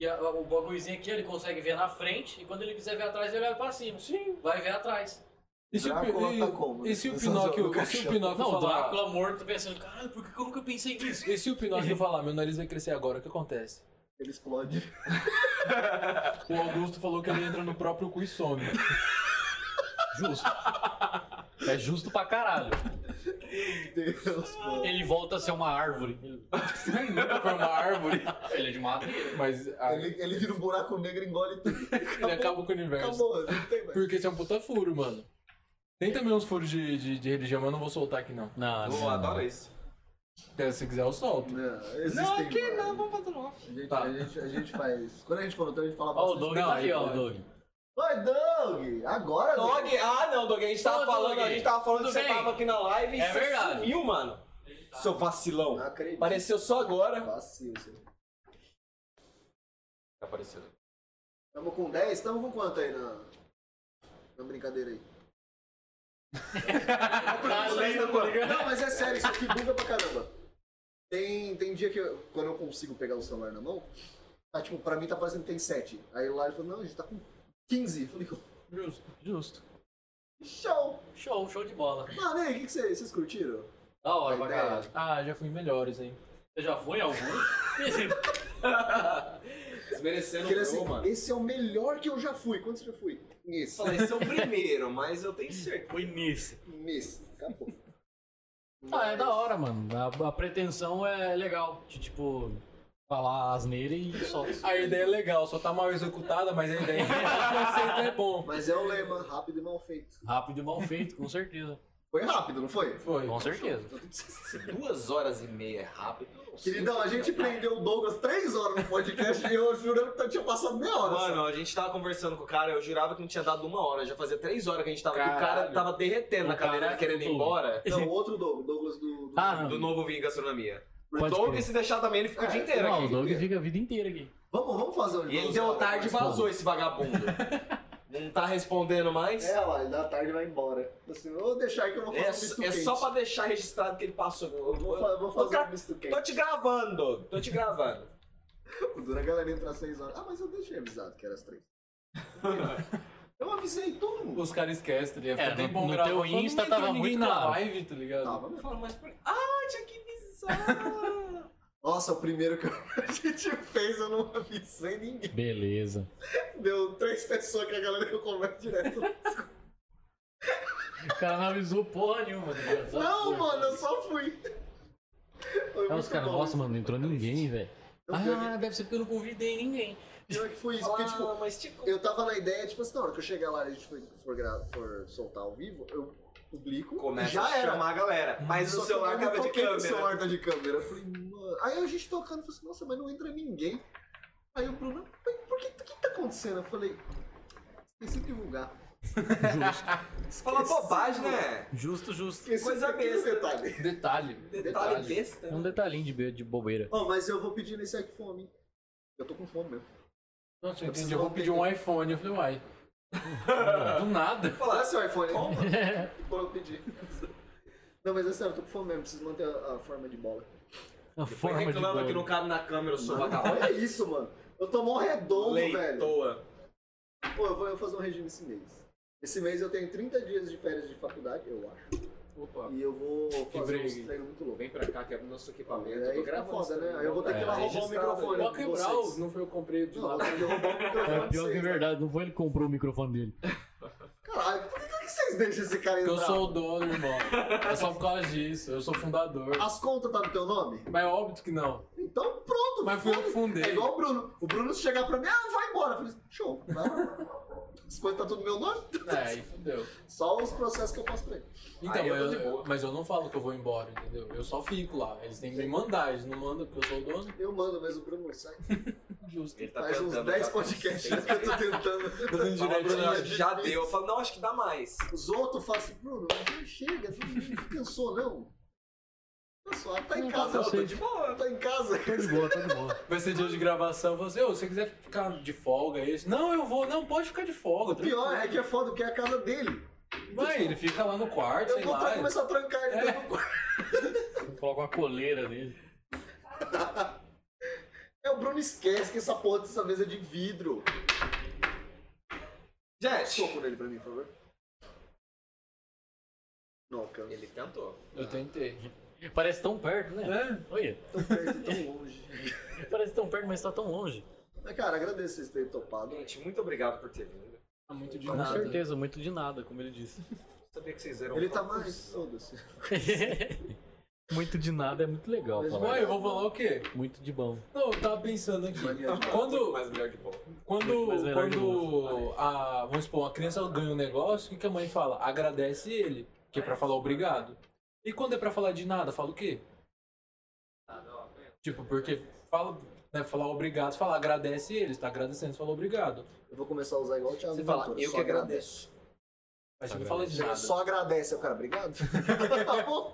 C: E a- o bagulhozinho aqui ele consegue ver na frente. E quando ele quiser ver atrás, ele olha pra cima. Sim. Vai ver atrás.
D: E se o,
A: Drácula
D: e-
A: tá como?
D: e se o
A: Essas
D: Pinóquio,
A: horas no
D: e se o
A: caixão.
D: Pinóquio
C: Não, o
D: falar...
C: Drácula morto pensando, caralho, por que que eu nunca pensei nisso?
D: E se
C: (laughs)
D: o Pinóquio falar, meu nariz vai crescer agora, o que acontece?
A: Ele explode.
D: O Augusto falou que ele entra no próprio cu e some.
C: Justo. É justo pra caralho.
A: Deus, mano.
C: Ele volta a ser uma árvore. Ele-
D: Nunca foi uma árvore,
C: Ele é de madeira.
D: mas a- ele,
A: Ele, ele vira um buraco negro e engole tudo.
D: acaba com o universo.
A: Acabou, não tem mais.
D: Porque esse é um puta furo, mano. Tem também uns furos de, de, de religião, mas eu não vou soltar aqui não.
C: Não,
B: Eu adoro isso.
D: Se você quiser, eu solto.
A: Não, existem
B: aqui
A: vários.
B: não, vamos fazer um off.
A: A gente,
D: Tá.
A: a, gente, a gente faz. Quando a gente falou, então a gente fala
C: Ó, o
A: bastante.
C: Doug
D: Não,
C: tá aqui,
D: ele
C: ó, o
D: pode.
C: Doug.
A: Oi, Doug! Agora, Doug!
B: Dog, ah não, Dog, a gente tava
C: Ô,
B: falando,
C: Dog,
B: a gente tava falando que
C: tudo
B: você
C: bem?
B: tava aqui na live e
C: É
B: você
C: verdade.
B: sumiu, mano. Seu
A: Não
B: vacilão.
A: acredito.
B: Apareceu só agora.
A: Vacilo, senhor.
P: Apareceu.
A: Tamo com 10? Tamo com quanto aí na, na brincadeira aí? Não, mas é sério, isso aqui buga pra caramba. Tem, tem dia que eu- quando eu consigo pegar o celular na mão, tá tipo, pra mim tá parecendo que tem 7. Aí lá ele falou, não, a gente tá com 15. Eu falei,
C: Justo. Justo.
A: show!
C: Show, show de bola.
A: Mano, e aí, o que que vocês, vocês curtiram?
C: Da hora
A: A
C: pra
A: ideia.
C: caralho.
D: Ah, já fui em melhores, hein?
C: Você já foi em algum?
A: Porque
B: Desmerecendo
A: ele
B: o
A: assim,
B: meu, mano.
A: esse é o melhor que eu já fui. Quantos eu já fui? Nesse.
B: Falei, esse é o primeiro, mas eu tenho certeza.
C: (laughs) foi nisso.
A: Nesse.
G: (laughs)
A: Acabou.
C: Ah, é da hora, mano. A, a pretensão é legal. De, tipo, falar asneira e só.
D: A ideia é legal, só tá mal executada, mas a ideia o conceito é bom.
A: Mas é um lema, rápido e mal feito.
C: Rápido e mal feito, com certeza.
A: Foi rápido, não foi?
C: (laughs)
D: Foi.
C: Com certeza.
G: (laughs) Se duas horas e meia é rápido, eu não sei.
A: Queridão, a gente prendeu o Douglas três horas no podcast e eu jurando que tinha passado meia hora.
G: Mano, a gente tava conversando com o cara, eu jurava que não tinha dado uma hora, já fazia três horas que a gente tava aqui, o cara
D: Caralho.
G: tava derretendo
C: O
G: na cadeira,
C: cara
G: querendo ir
C: tudo.
G: embora.
A: Não, o outro Douglas, Douglas do. do
C: Ah, não.
G: Do novo Vinho Gastronomia. O
C: Pode
G: Doug,
C: crer.
G: se deixar também, ele fica o
A: É,
G: dia inteiro
C: Não,
G: aqui.
C: o Doug fica a vida inteira aqui.
A: Vamos, vamos fazer um
G: E ele deu tarde e vazou esse vagabundo.
C: (laughs)
G: Não tá respondendo mais.
A: É, lá, ele dá tarde e vai embora. Assim, eu vou deixar aí que eu não
G: É,
A: faço
G: é
A: misto
G: só
A: quente.
G: pra deixar registrado que ele passou. Eu
A: Vou,
G: vou-
A: fa- vou fazer
G: gra-
A: um misto
G: Tô
A: quente.
G: te gravando, Doug. Tô te gravando.
A: Dura a galera entrar às seis horas. Ah, mas eu deixei avisado que era
G: (laughs)
A: às três. eu avisei todo mundo.
D: Os caras esquecem, tá ligado?
C: É,
D: Fica
C: no-
D: um tempão
C: no
D: gravando,
C: teu
D: mas não
C: Insta
D: entrou
C: tava
D: ninguém
C: muito
D: na
C: claro.
D: live, tá ligado?
A: Tava mesmo.
G: Fala, mas por. Ah, tinha que bizarro!
A: Nossa, o primeiro que (laughs) a gente fez eu não avisei ninguém.
C: Beleza.
A: Deu três pessoas que a galera que eu
G: (laughs)
A: converso direto.
C: O cara não avisou porra nenhuma. Tá ligado? Só
A: Não,
C: foi.
A: mano, eu só fui. Foi
C: Aí os
A: muito
C: caras,
A: bom.
C: nossa, mano, não entrou ninguém, velho.
A: Eu fui-
C: Ah, deve ser porque eu não convidei ninguém.
A: Pior que foi isso, porque, tipo,
G: Ah, mas tipo.
A: eu tava na ideia, tipo assim, na hora que eu chegar lá e a gente for, for, gra- for soltar ao vivo, eu publico.
G: Começa
A: já
G: a
A: era.
G: chamar a galera.
C: Hum.
G: Mas
A: Só
G: o
A: que
G: celular
A: eu não
G: acaba de
A: toquei que
G: câmera.
A: O celular tá de câmera. Eu falei, mano. Aí a gente tocando, eu falei assim, nossa, mas não entra ninguém. Aí o Bruno, mas por que, o que tá acontecendo? Eu falei, esqueci de divulgar.
G: Você fala bobagem, né?
C: Justo, justo.
A: Esqueci
G: Coisa
A: daquele
G: besta.
A: detalhe.
D: Detalhe.
G: Detalhe besta.
C: É um detalhinho de, be- de bobeira.
A: Ó, mas eu vou pedir nesse iPhone. hein? Eu tô com fome mesmo.
D: Nossa, eu
A: Eu
D: entendi.
A: preciso
D: Eu vou
A: de um
D: pedir um iPhone. Eu falei, (laughs) uai. Do nada.
A: Fala, esse é o iPhone. (laughs) Bom, eu pedi. Não, mas é sério, eu tô com fome mesmo, preciso manter a, a forma de bola.
C: A
G: Foi
C: forma de
G: reclama que não
C: bola.
G: cabe na câmera, eu sou (laughs) vagabundo.
A: Olha É isso, mano. Eu tô mó redondo, velho.
G: Leitoa.
A: Pô, eu vou, eu vou fazer um regime esse mês. Esse mês eu tenho 30 dias de férias de faculdade, eu acho.
G: Opa.
A: E eu vou fazer
D: briga,
A: uns
D: hein?
A: treinos muito loucos.
G: Vem pra cá, quebra o nosso equipamento.
A: Aí
G: Eu tô
A: fica
G: gravando.
A: foda,
G: isso
A: né?
G: também.
A: Aí eu vou ter que ir lá
G: É,
A: roubar o
G: registrado
A: microfone.
D: Pode quebrar o-
A: vocês.
D: Não foi eu que comprei de
A: Não,
D: lá.
A: eu vou roubar o microfone
C: É
A: de
C: pior que
A: vocês,
C: é verdade, não foi ele que comprou o microfone dele.
A: Caralho, por que, que vocês deixam esse cara entrar?
D: Eu sou o dono, irmão. É só por causa disso. Eu sou fundador.
A: As contas tá no teu nome?
D: Mas é óbvio que não.
A: Então pronto,
D: Mas fui eu que
A: foda-se.
D: fundei.
A: É igual o Bruno. O Bruno se chegar pra mim, ah, vai embora. Eu falei, show, vai lá. As coisas tá tudo no meu nome?
D: É, aí fudeu.
A: Só os processos que eu passo pra ele.
D: Então,
G: Aí eu tô
D: eu-
G: de boa.
D: eu- mas eu não falo que eu vou embora, entendeu? Eu só fico lá. Eles têm que me mandar, eles não mandam porque eu sou o dono.
A: Eu mando, mas o Bruno sai.
D: Justo.
G: Ele tá
A: Faz uns
G: tentando,
A: 10
G: tá-
A: podcasts que eu tô tentando.
D: (laughs) Tô dando
G: Fala, é Bruno, eu
D: direitinho.
G: acho que já deu. Eu falo, não, acho que dá mais.
A: Os outros falam assim, Bruno, não chega, não, não cansou não. Tá suave, tá em casa.
C: Eu
A: ó,
C: sei.
A: Tá de boa, tá em casa.
C: Tô (laughs) de boa, tô de boa.
D: Vai ser dia de gravação. Eu falo assim, ô, se você quiser ficar de folga, esse. Não, eu vou. Não, pode ficar de folga.
A: O pior é
D: tranquilo."
A: que é foda, porque é a casa dele.
D: Vai, ele fica lá no quarto,
A: Eu
D: sei
A: vou
D: lá. é.
A: tra- começar a trancar ele dentro do quarto.
C: Coloca uma coleira nele.
A: É, o Bruno esquece que essa porra dessa mesa é de vidro. um
G: Gente,
A: Soco nele pra mim, por favor. Não alcança.
G: ele tentou.
D: Eu tentei.
C: Parece tão perto, né?
D: É,
C: Olha,
A: tão perto e (laughs) tão longe.
C: parece tão perto, mas tá tão longe.
A: Mas, cara, agradeço vocês terem topado.
B: É.
G: Gente, muito obrigado por ter vindo.
D: tá muito de
C: Com
D: nada.
C: certeza, muito de nada, como ele disse.
G: Sabia que vocês eram.
A: Ele tá
G: tão-
A: mais. Foda-se.
C: (laughs) muito de nada é muito legal.
A: Mas
C: falar.
D: Ué, eu vou falar o quê?
C: Muito de bom.
D: Não, eu tava pensando aqui. Quando,
G: mais melhor de bola.
D: Quando,
C: Muito mais melhor de
D: quando a, vamos supor, uma criança ganha um negócio, o que que a mãe fala? Agradece ele, que é pra falar obrigado. E quando é pra falar de nada, fala o quê? Tipo, porque fala, né, falar obrigado, você fala agradece ele, você tá agradecendo, você fala obrigado.
A: Eu vou começar a usar igual o Thiago
G: Você
A: Ventura,
G: fala, eu
A: só
G: que agradeço.
D: Mas você não fala de nada.
A: Só agradece ao cara, obrigado. Tá bom.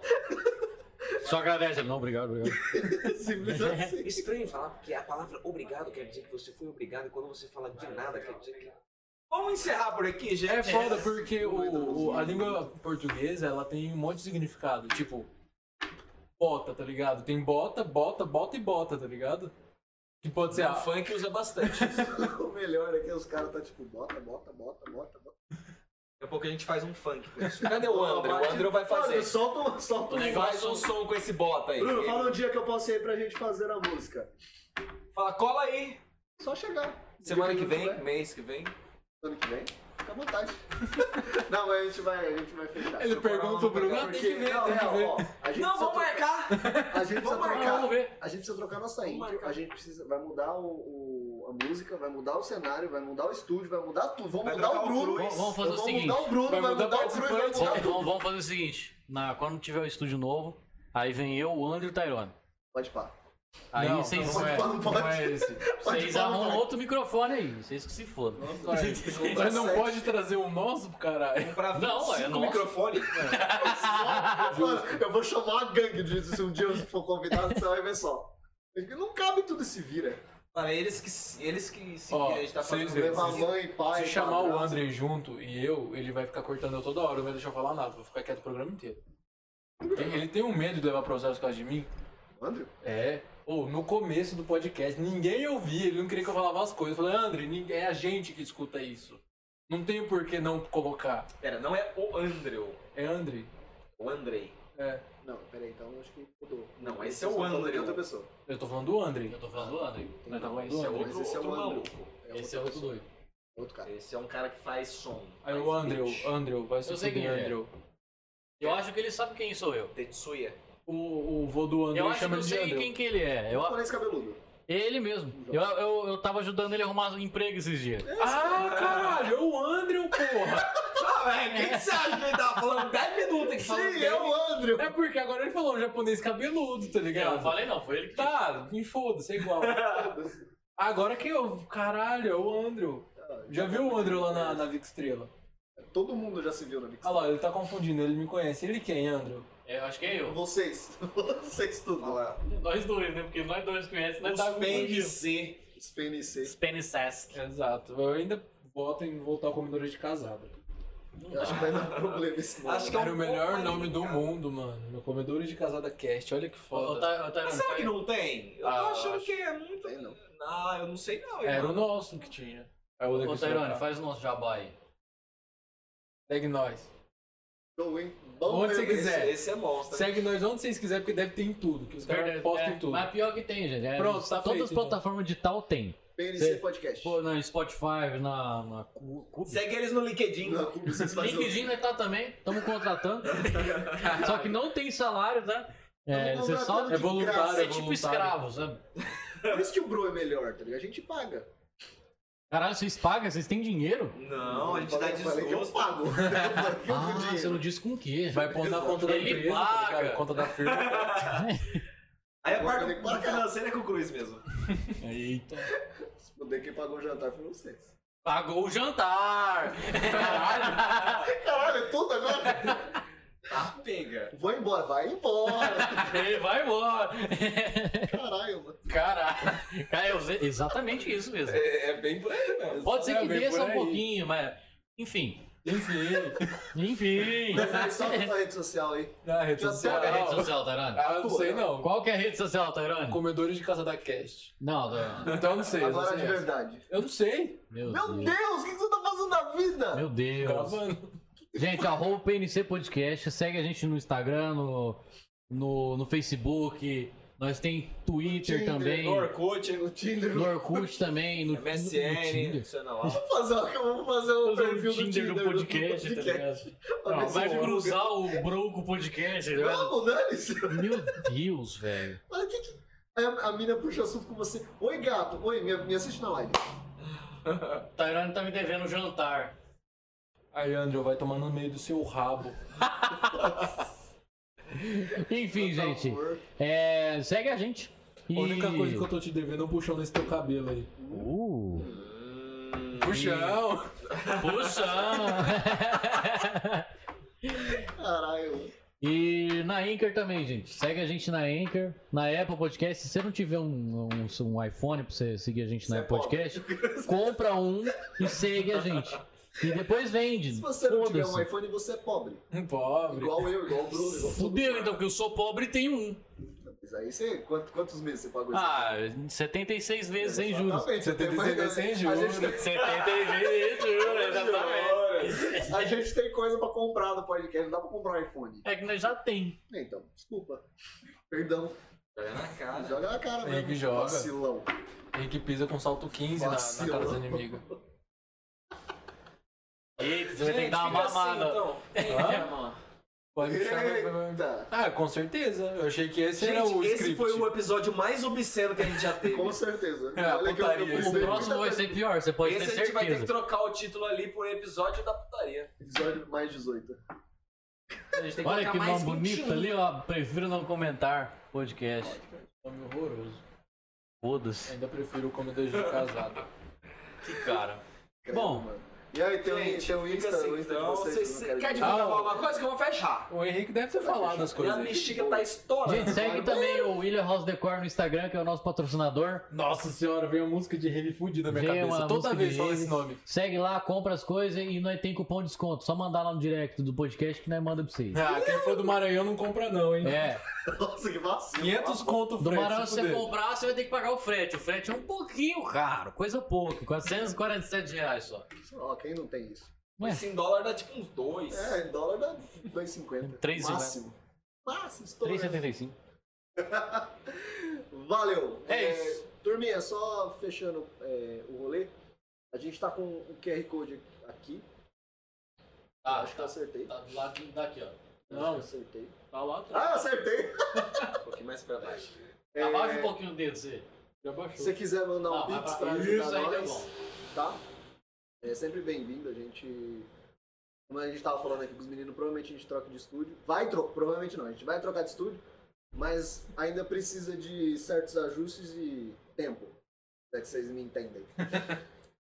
C: Só agradece. Não, obrigado, obrigado.
A: (laughs) Simples
G: É
A: assim.
G: Estranho falar, porque a palavra obrigado quer dizer que você foi obrigado, e quando você fala de nada, quer dizer que.
B: Vamos encerrar por aqui, gente.
D: É foda, porque o, o- a língua portuguesa, ela tem um monte de significado. Tipo, bota, tá ligado? Tem bota, bota, bota e bota, tá ligado? Que
G: um
D: pode ser a funk usa bastante.
A: O melhor é que os caras tá tipo, bota, bota, bota, bota, bota.
G: Daqui a pouco a gente faz um funk com isso.
J: Cadê o André? O André vai fazer.
A: Mano, solta, um- solta um
G: né?
J: Faz um som com esse bota aí.
A: Bruno, fala um dia que eu posso ir pra gente fazer a música.
J: Fala, cola aí.
A: Só chegar.
J: Semana
A: Dia
J: que vem,
A: tiver.
J: mês que vem.
A: Ano que vem? Fica à vontade. (laughs) tá não, mas a gente vai, a gente vai fechar.
D: Ele
A: Se eu parar,
D: pergunta
A: não
D: o Bruno,
A: vai
D: ah,
A: pegar,
D: tem que ver,
A: não,
D: tem que
A: real,
D: ver.
A: ó, a gente só
B: Não, vamos
A: tro-
B: marcar!
A: A gente precisa
B: Vamos marcar,
A: trocar.
B: vamos
C: Ah, ver.
A: A gente precisa trocar nossa intro.
B: marcar.
A: A gente precisa. Vai mudar o, o- a música, vai mudar o cenário, vai mudar o estúdio, vai mudar tudo. Vamos
G: Vai
A: mudar
G: trocar
A: o
G: o
A: Bruno.
G: Cruz.
C: Vamos fazer
A: Eu
C: o
A: vou
C: seguinte.
A: mudar o Bruno, vai mudar, o Cruz, vai
D: participante.
A: mudar
C: Vamos,
A: tudo.
C: vamos- vamos fazer o seguinte: na, quando tiver o estúdio novo, aí vem eu, o André e o Tyrone.
A: Pode pá.
C: Aí
D: Não,
C: vocês,
D: não é,
A: Não pode.
D: não é (laughs) esse.
C: vocês
A: falar,
C: arrumam
A: vai.
C: outro microfone aí, vocês que se fodam.
D: Mas não pode trazer um nosso, caralho.
G: Pra
C: Não, é
G: 25
C: nosso.
G: microfones.
A: Mano, eu vou chamar uma gangue disso se um dia eu for convidado, você vai ver só. Porque Não cabe tudo se vira.
G: Mano, é eles que, eles que se
D: Ó,
G: viram, a gente tá
D: vocês
G: fazendo.
D: verem.
A: Levar
D: se-
A: mãe, pai.
D: Se chamar o
A: padrasto.
D: André junto e eu, ele vai ficar cortando eu toda hora, não vai deixar eu falar nada, vou ficar quieto o programa inteiro. Tem- Ele tem um medo de levar processo por causa de mim?
A: André?
D: É. Ou no começo do podcast, ninguém ouvia, ele não queria que eu falava as coisas. Eu falei, André, nin- é a gente que escuta isso. Não tem por que não colocar.
G: Pera, não é o Andrew.
D: É André.
G: O Andrei.
D: É.
A: Não, peraí, então acho que mudou.
G: Não, esse
A: Vocês
G: é o
A: estão falando de
G: André.
A: outra pessoa.
D: Eu tô falando do André.
C: Eu tô falando do André.
D: Nós tá falando
G: Esse
D: do
G: é
D: André.
A: Mas
G: outro,
A: esse é o
G: outro
A: André.
G: maluco.
C: Esse é outro
A: pessoa.
C: doido.
A: Outro cara.
G: Esse é um cara que faz som.
D: Aí
G: faz
D: o André,
G: beat.
D: André, vai se
C: Eu sei quem
D: fuder,
C: é.
D: André.
C: Eu acho que ele sabe quem sou eu.
G: Tetsuya.
D: O, o vô do
C: Eu
D: André
C: acho que
D: chama
C: eu
D: ele de
C: sei
D: André.
C: quem que ele é. Eu,
A: Japonês cabeludo.
C: ele mesmo. Eu, eu, eu tava ajudando ele a arrumar emprego esses dias.
D: Ah, caralho, é o André, porra!
G: Ah, velho, quem que você acha que ele tava falando? 10 minutos que falou
A: Sim, é o André.
D: É porque agora ele falou um japonês cabeludo, tá
C: Não,
D: ligado?
C: eu falei não, foi ele que disse.
D: Tá, me foda-se, é igual. Agora que eu. Caralho, é o André. Já viu o André lá na, na Vic Estrela?
A: Todo mundo já se viu na Mix.
D: Olha lá, ele tá confundindo, ele me conhece. Ele quem, André?
C: É, eu acho que é eu.
A: Vocês. (laughs) Vocês tudo. lá.
C: Nós dois, né? Porque nós dois conhecemos, nós tá
G: Os
C: confundindo.
G: PNC.
A: Os PNC.
C: Spenny Sask.
D: Exato. Eu ainda voto em voltar ao comedor de casada.
A: Eu acho que vai dar problema esse nome.
G: Acho que é
C: Então,
D: Cara,
G: um
D: o melhor
G: pouco
D: nome
G: marinho,
D: do
G: cara.
D: mundo, mano. Meu comedor de casada cast, olha que
C: Ô,
D: foda.
C: Tá, ô, Tyrone,
G: Mas será que
C: faz-
G: não tem? Eu tô
D: Ah,
G: achando
D: acho. É,
G: que é muito.
A: Tem, não.
G: Ah, eu não sei não, hein,
D: Era o
G: mano.
D: nosso que tinha. Aí o
C: Ô,
D: daqui
C: Tyrone,
D: Sorocaba.
C: faz o nosso jabá aí.
D: Segue nós.
A: Show, hein? Bom
D: Onde você
A: mesmo.
D: quiser.
G: Esse, esse é monstro.
D: Segue nós onde vocês quiserem, porque deve ter em tudo. Que os caras
C: Verdade,
D: postam
C: é,
D: em tudo.
C: Mas pior que tem, gente. É,
D: Pronto, tá
C: Todas
D: feito,
C: as
D: então.
C: plataformas digital tem.
A: PNC
C: Cê-
A: Podcast.
C: Pô, na Spotify, na, na Cu- Cube.
B: é
G: Segue eles no LinkedIn.
A: Na Cuba, vocês fazem o-
C: LinkedIn nós tá também, estamos contratando. Só que não tem salário, tá? É,
A: Tamo
C: você só
A: contratando
D: é
A: de
D: voluntário,
A: graça.
C: é
D: cara,
C: tipo
D: voluntário.
C: escravo, sabe?
A: Por isso que o Bro é melhor, tá ligado? A gente paga.
C: Caralho, vocês pagam, vocês têm dinheiro?
G: Não, a gente dá
A: falei, eu falei que eu
G: desgosto.
A: pago. (laughs) Eu falei que eu
C: Ah,
A: dou dinheiro.
C: você não disse com o quê?
D: Vai pôr na conta da
C: Ele
D: empresa,
C: paga.
D: tá ligado? Conta da firma.
C: (laughs)
G: Aí a
A: Eu
G: parte
A: falei,
G: do
A: paga.
G: financeiro é com o Cruz mesmo.
C: Eita.
A: Se puder, quem pagou o jantar foram vocês.
C: Pagou o jantar! Caralho! (laughs)
A: Caralho, é tudo agora?
G: Tá, pega.
A: Vou embora, vai embora.
C: Ele vai embora!
A: (laughs) Caralho, mano.
C: Caralho! Cara, eu usei- exatamente isso mesmo.
J: É, é bem por aí mesmo.
C: Pode ser
D: É,
C: que
D: bem
C: desça
D: por
C: um
D: aí.
C: pouquinho, mas. Enfim.
D: Enfim,
C: Enfim.
A: Mas só na rede social aí.
D: na rede
A: Já
D: social.
C: Qual que é a rede social, Tarani?
D: Ah, eu não sei não.
C: Qual que é a rede social, Tarani?
D: Comedores de casada cast.
C: Não, Tarani.
D: Então eu não sei. eu não
A: Agora de
D: sei essa.
A: verdade.
D: Eu não sei.
C: Meu
A: Meu
C: Deus.
A: Deus, o que você tá fazendo na vida?
C: Meu Deus.
D: Gravando.
C: Gente, arroba o PNC Podcast, segue a gente no Instagram, no, no, no Facebook, nós tem Twitter
A: Tinder,
C: também,
G: No Orkut,
A: No Tinder.
C: no Orkut
A: É
C: também, no, no
G: MSN,
C: Tinder.
G: Luciano
A: Vou fazer, uma- vou fazer um
C: Fazer um
A: perfil do
C: Tinder
A: Tinder
C: do podcast, tá
A: Pra ver se
C: vai
A: rola.
C: cruzar o bro com o podcast, tá ligado?
A: Vamos, dane-se.
C: Meu Deus, velho.
A: Olha o que que... Aí A, a mina puxa assunto com você. Oi, gato. Oi, me, me assiste na live.
C: Tairone tá me devendo um jantar.
D: Aí, Andrew, vai tomar no meio do seu rabo.
C: Enfim,
A: Por
C: gente,
A: favor.
C: é, segue a gente. E...
D: A única coisa que eu tô te devendo é um puxão nesse teu cabelo aí.
C: Uh,
D: Puxão!
C: puxa!
A: Caralho.
C: (laughs) E na Anchor também, gente. Segue a gente na Anchor, na Apple Podcast. Se você não tiver um, um- um iPhone pra você seguir a gente na
B: Você é
C: Apple
B: pobre.
C: Podcast, compra um e segue a gente. E depois vende.
A: Se você não tiver um
C: Foda-se.
A: iPhone, você é pobre.
D: (laughs) Pobre.
A: Igual eu, igual o Bruno, igual todo
C: Fudeu, então, porque eu sou pobre e tenho um.
A: mundo. Mas aí você, quanto- quantos meses você pagou isso?
C: Ah, 76 vezes sem juros.
A: Exatamente, eu tenho
D: 76
A: mais-
D: vezes sem
A: a gente tem-
C: 76 vezes sem juros, exatamente.
A: A gente tem coisa pra comprar no podcast, não dá pra comprar um iPhone.
C: É que nós já tem.
A: É, Então, desculpa. Perdão.
J: Joga na cara.
A: Joga na cara,
D: Tem
A: mesmo.
D: que joga.
A: Vacilão.
D: Tem que pisa com salto 15 na, na cara dos
A: Vacilão.
D: inimigos.
C: Eita, você vai ter que dar uma
J: fica
C: mamada.
J: Assim, então.
D: Hã?
J: É, mano.
D: Pode me chamar.
A: Eita.
D: Ah, com certeza. Eu achei que esse era
B: Gente,
D: o
B: esse
D: script.
B: foi o episódio mais obsceno que a gente
D: (laughs)
B: já teve.
A: Com certeza.
D: É,
A: que eu-
D: putaria,
A: eu
D: esse
A: pulei
C: O próximo vai
A: muita
C: ser pior, você pode
J: Esse
C: ter
J: a gente vai ter que
C: certeza.
J: trocar o título ali por episódio da putaria.
A: coisa. Episódio mais 18.
J: A gente tem que colocar
C: Olha que
J: mais
C: nome
J: 21.
C: bonito ali, ó. Prefiro não comentar podcast.
D: Nome horroroso.
C: Foda-se.
D: Ainda prefiro o comedor de casado.
C: Que cara.
A: Caramba,
C: Bom.
A: mano. E aí, tem, um,
J: Gente,
A: tem um
J: fica
A: Insta,
J: assim,
A: o Insta
J: então,
A: de vocês.
J: vocês-
A: que eu não
J: quer
A: quero
J: divulgar
D: Ah, o-
J: alguma coisa que eu vou fechar?
D: O Henrique deve ter falado
J: Minha
D: as coisas. aí.
J: bexiga tá estourando.
C: Gente, segue
A: Olha.
C: também o William House Decor no Instagram, que é o nosso patrocinador.
D: Nossa senhora, veio uma música de rave fudida na minha
C: Veio uma
D: cabeça. Toda
C: música
D: vez
C: de
D: fala
C: rave.
D: esse nome.
C: Segue lá, compra as coisas e nós tem cupom de desconto. Só mandar lá no direct do podcast que nós manda pra vocês.
D: Ah, quem for do Maranhão não compra não, hein?
C: É,
A: Nossa, que
D: É.
A: vacilo.
D: 500 conto
C: do
D: frete,
C: Maranhão
D: se
C: se você
D: fuder.
C: comprar, você vai ter que pagar o frete. O frete é um pouquinho caro, coisa pouca, 447 reais só.
A: Ó, quem não tem isso?
D: é.
J: Mas em dólar dá tipo uns dois.
A: É, em dólar dá
C: (laughs)
A: 2,50.
C: 3,50.
A: Máximo. Máximo, estourando.
C: 3,75.
A: Valeu!
J: É isso.
A: Turminha, só fechando é, o rolê, a gente tá com o QR Code aqui.
C: Ah,
A: acho que eu acertei.
C: tá do lado daqui, ó.
A: Acho que eu acertei.
C: Tá lá atrás.
A: Ah, acertei! (laughs)
J: Um pouquinho mais pra baixo. Tá tipo,
A: É,
C: Abaixa um pouquinho o dedo, você.
D: Já
A: se
D: baixou.
A: você quiser mandar um
C: Não, Ah, vai
A: pix
C: pra-
A: pra ajudar
C: Isso aí tá
A: nós,
C: bom.
A: tá? É sempre bem-vindo, a gente... Como a gente tava falando aqui com os meninos, provavelmente a gente troca de estúdio. Vai trocar, provavelmente não, a gente vai trocar de estúdio, mas ainda precisa de certos ajustes e tempo. Se é que vocês me
J: (laughs)
A: entendem.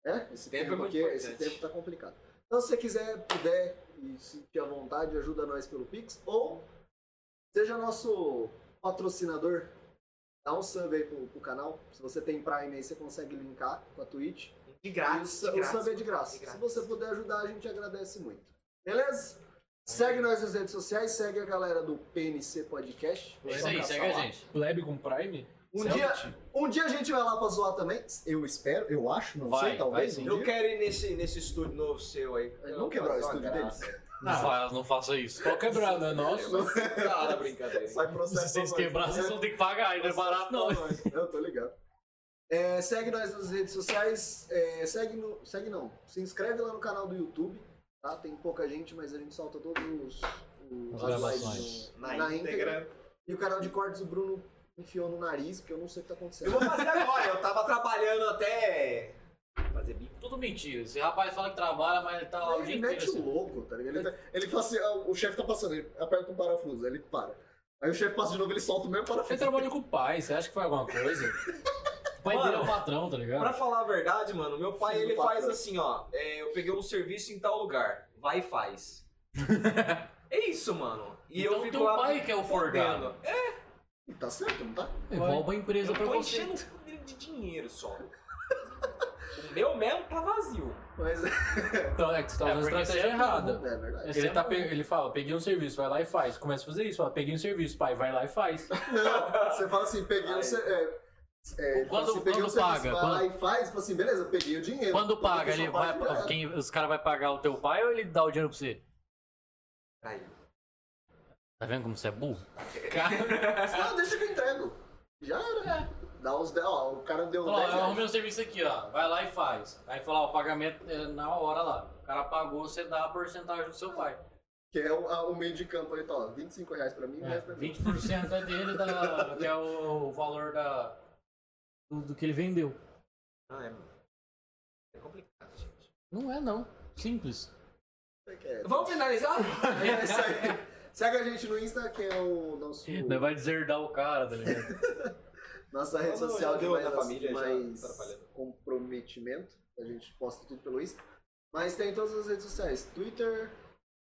A: É? Esse
J: Tempo é
A: tempo,
J: muito
A: aqui, esse
J: importante.
A: tempo tá complicado. Então, se você quiser, puder e sentir à vontade, ajuda nós pelo Pix. Ou seja nosso patrocinador, dá um sub aí pro, pro canal. Se você tem Prime aí, você consegue linkar com a Twitch.
J: De
A: E o
J: grátis.
A: su- o,
J: de grátis.
A: sub é de graça.
J: de graça.
A: Se você puder ajudar, a gente agradece muito. Beleza? Segue nós nas redes sociais, segue a galera do PNC Podcast.
C: É isso aí,
A: Só
C: segue a
A: caçar lá.
C: gente.
D: Lab com Prime?
A: Um
D: Celt?
A: dia, um dia a gente vai lá pra zoar também. Eu espero, eu acho, não
C: Vai,
A: sei, talvez.
C: vai sim.
A: um
G: Eu
A: dia.
G: quero ir nesse, nesse estúdio novo seu aí.
A: Eu É, não quebrar o estúdio deles.
C: Não, fa- não faça isso.
D: Qual quebrado, é nosso?
G: Cara,
A: (laughs)
G: brincadeira.
A: Sai
C: Se
A: processo.
C: vocês
A: pra nós.
C: quebrarem, vocês vão ter que pagar. Aí não é barato, não.
A: Eu tô ligado. É, segue nós nas redes sociais. é, segue, no, segue não. Se inscreve lá no canal do YouTube. Tá? Tem pouca gente, mas a gente solta todos os, os
C: As
A: as
C: gravações.
A: lives no- na, íntegra. E o canal de cortes o Bruno enfiou no nariz, porque eu não sei o que tá
G: Eu
A: acontecendo.
G: vou fazer agora, eu tava trabalhando até. Fazer bico.
C: Tudo mentira. Esse rapaz fala que trabalha, mas ele tá lá o dia
A: Ele
C: inteiro.
A: mete o
C: assim.
A: louco, tá ligado? Ele, tá- ele fala assim, ah, o chefe tá passando, ele aperta um parafuso, aí ele para. Aí o chefe passa de novo, ele solta o mesmo
D: Você
A: parafuso.
D: trabalha com o pai, você acha que faz alguma coisa?
C: O pai dele é
G: Mano,
C: o patrão, tá
G: Pra
C: ligado?
G: falar a verdade, mano, meu pai
A: Sim,
G: ele
A: patrão.
G: faz assim, ó. é, eu peguei um serviço em tal lugar. Vai e
A: (laughs)
G: faz. é isso, mano. E
C: então
G: eu fico
C: teu
G: lá.
C: pai que é o forgado.
G: fudendo. É,
A: Tá certo, não tá?
D: É
C: Rouba a empresa
G: Eu
C: pra
G: tô
C: você.
G: enchendo o cu dele de dinheiro só. (laughs) o meu mesmo tá vazio.
A: (laughs) Mas é
D: Então é que você tá
C: É,
D: usando a
C: porque
D: estratégia
C: você é burro.
D: errada.
A: verdade.
C: Esse
D: Ele,
C: é
D: tá
C: bom.
D: pe- ele fala, peguei um serviço, vai lá e faz. Começa a fazer isso, fala, peguei um serviço, pai, vai lá e faz.
A: Não, você fala assim, peguei
G: Aí.
A: o. ser- É, é, ele fala
C: Quando-
A: assim, peguei
C: quando
A: o serviço,
C: paga?
A: Vai lá e faz, fala assim, beleza, peguei o dinheiro.
C: Quando
A: Porque
C: paga,
A: só
C: ele vai,
G: né?
A: dinheiro.
C: quem, os caras vão pagar o teu pai ou ele dá o dinheiro pra você?
G: Aí.
C: Tá vendo como você
G: (laughs)
C: é burro?
A: Ah, deixa que eu entrego. Já era. né? Dá uns 10. Ó, o cara deu
C: Falou, ó,
A: 10
C: eu
A: reais.
C: arrumei um serviço aqui, ó. Vai lá e faz. Aí fala, ó, o pagamento é na hora lá. O cara pagou, você dá a porcentagem do seu pai.
A: Que é o, a- o meio de campo ali, tá? Ó, 25 reais pra mim,
C: É,
A: resto é meu.
C: 20% é dele, da, que é o, o valor da, do, do que ele vendeu.
G: Ah, é, mano. É complicado, gente.
C: Não é, não. Simples.
A: Você quer?
J: Vamos finalizar?
A: É isso aí. Segue a gente no Insta, que é o nosso.
C: Não vai deserdar o cara, tá ligado?
A: Nossa rede
G: Não, não,
A: social
G: já
A: de
G: deu
A: mais,
G: na família, já
A: mais
G: atrapalhando.
A: comprometimento. A gente posta tudo pelo Insta. Mas tem em todas as redes sociais: Twitter,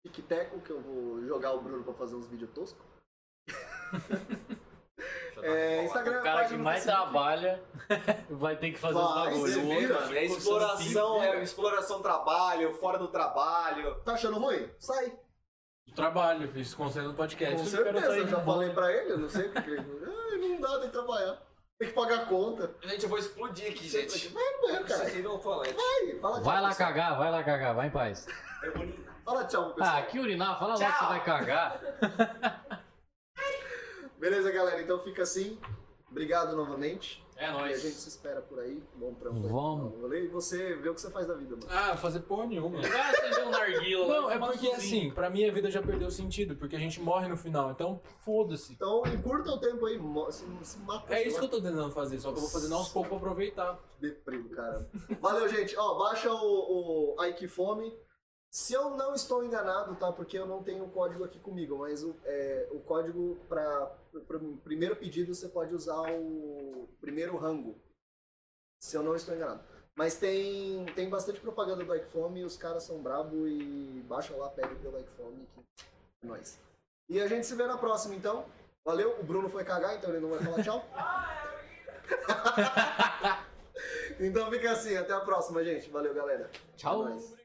A: tic-teco que eu vou jogar o Bruno pra fazer uns vídeos toscos. É, Instagram,
O: o cara que
A: página no
O: mais
A: Facebook.
O: trabalha vai ter que fazer os
A: Vai,
O: bagulhos.
A: você
O: O
A: vira,
O: outro
A: é
O: fica
A: exploração, é
G: exploração trabalho, fora do trabalho.
A: Tá achando ruim? Sai.
D: (laughs) Trabalho, isso consegue no podcast.
A: Com certeza, eu já falei pra ele, eu não sei porque. Ai, não dá, tem que trabalhar. Tem que pagar a conta.
J: Gente, eu vou explodir aqui, gente.
A: Vai no banheiro, cara.
J: Vocês não falam.
A: Vai, fala é tipo, tchau.
O: Vai lá
A: pessoal.
O: cagar, vai lá cagar, vai em paz.
A: é Fala tchau, pessoal.
O: Ah, que urinar, fala lá que você vai cagar.
A: Beleza, galera? Então fica assim. Obrigado novamente.
O: É
A: E a
O: nóis.
A: gente se espera por aí. Bom pra um
O: Vamos.
A: bom rolê. E você vê o que você faz da vida, mano.
D: Ah, fazer porra nenhuma.
O: Vai acender um narguila. lá,
D: Não, é
O: fumar
D: porque
O: um sozinho.
D: assim, pra mim a vida já perdeu sentido, porque a gente morre no final, então foda-se.
A: Então encurta o tempo aí, mo- se, se mata.
D: É isso que eu tô tentando fazer, só que eu vou fazendo aos poucos pra aproveitar.
A: Deprimo, cara. Valeu, gente. Ó, baixa o, o Ai Que Fome. Se eu não estou enganado, tá? Porque eu não tenho o código aqui comigo, mas o, é, o código para o primeiro pedido você pode usar o primeiro rango. Se eu não estou enganado. Mas tem, tem bastante propaganda do Ai Que Fome, os caras são brabo e baixa lá, pede pelo Ai Que Fome. Que é nóis. E a gente se vê na próxima, então. Valeu. O Bruno foi cagar, então ele não vai falar tchau. (laughs) Então fica assim, até a próxima, gente. Valeu, galera.
O: Tchau.
A: É nóis.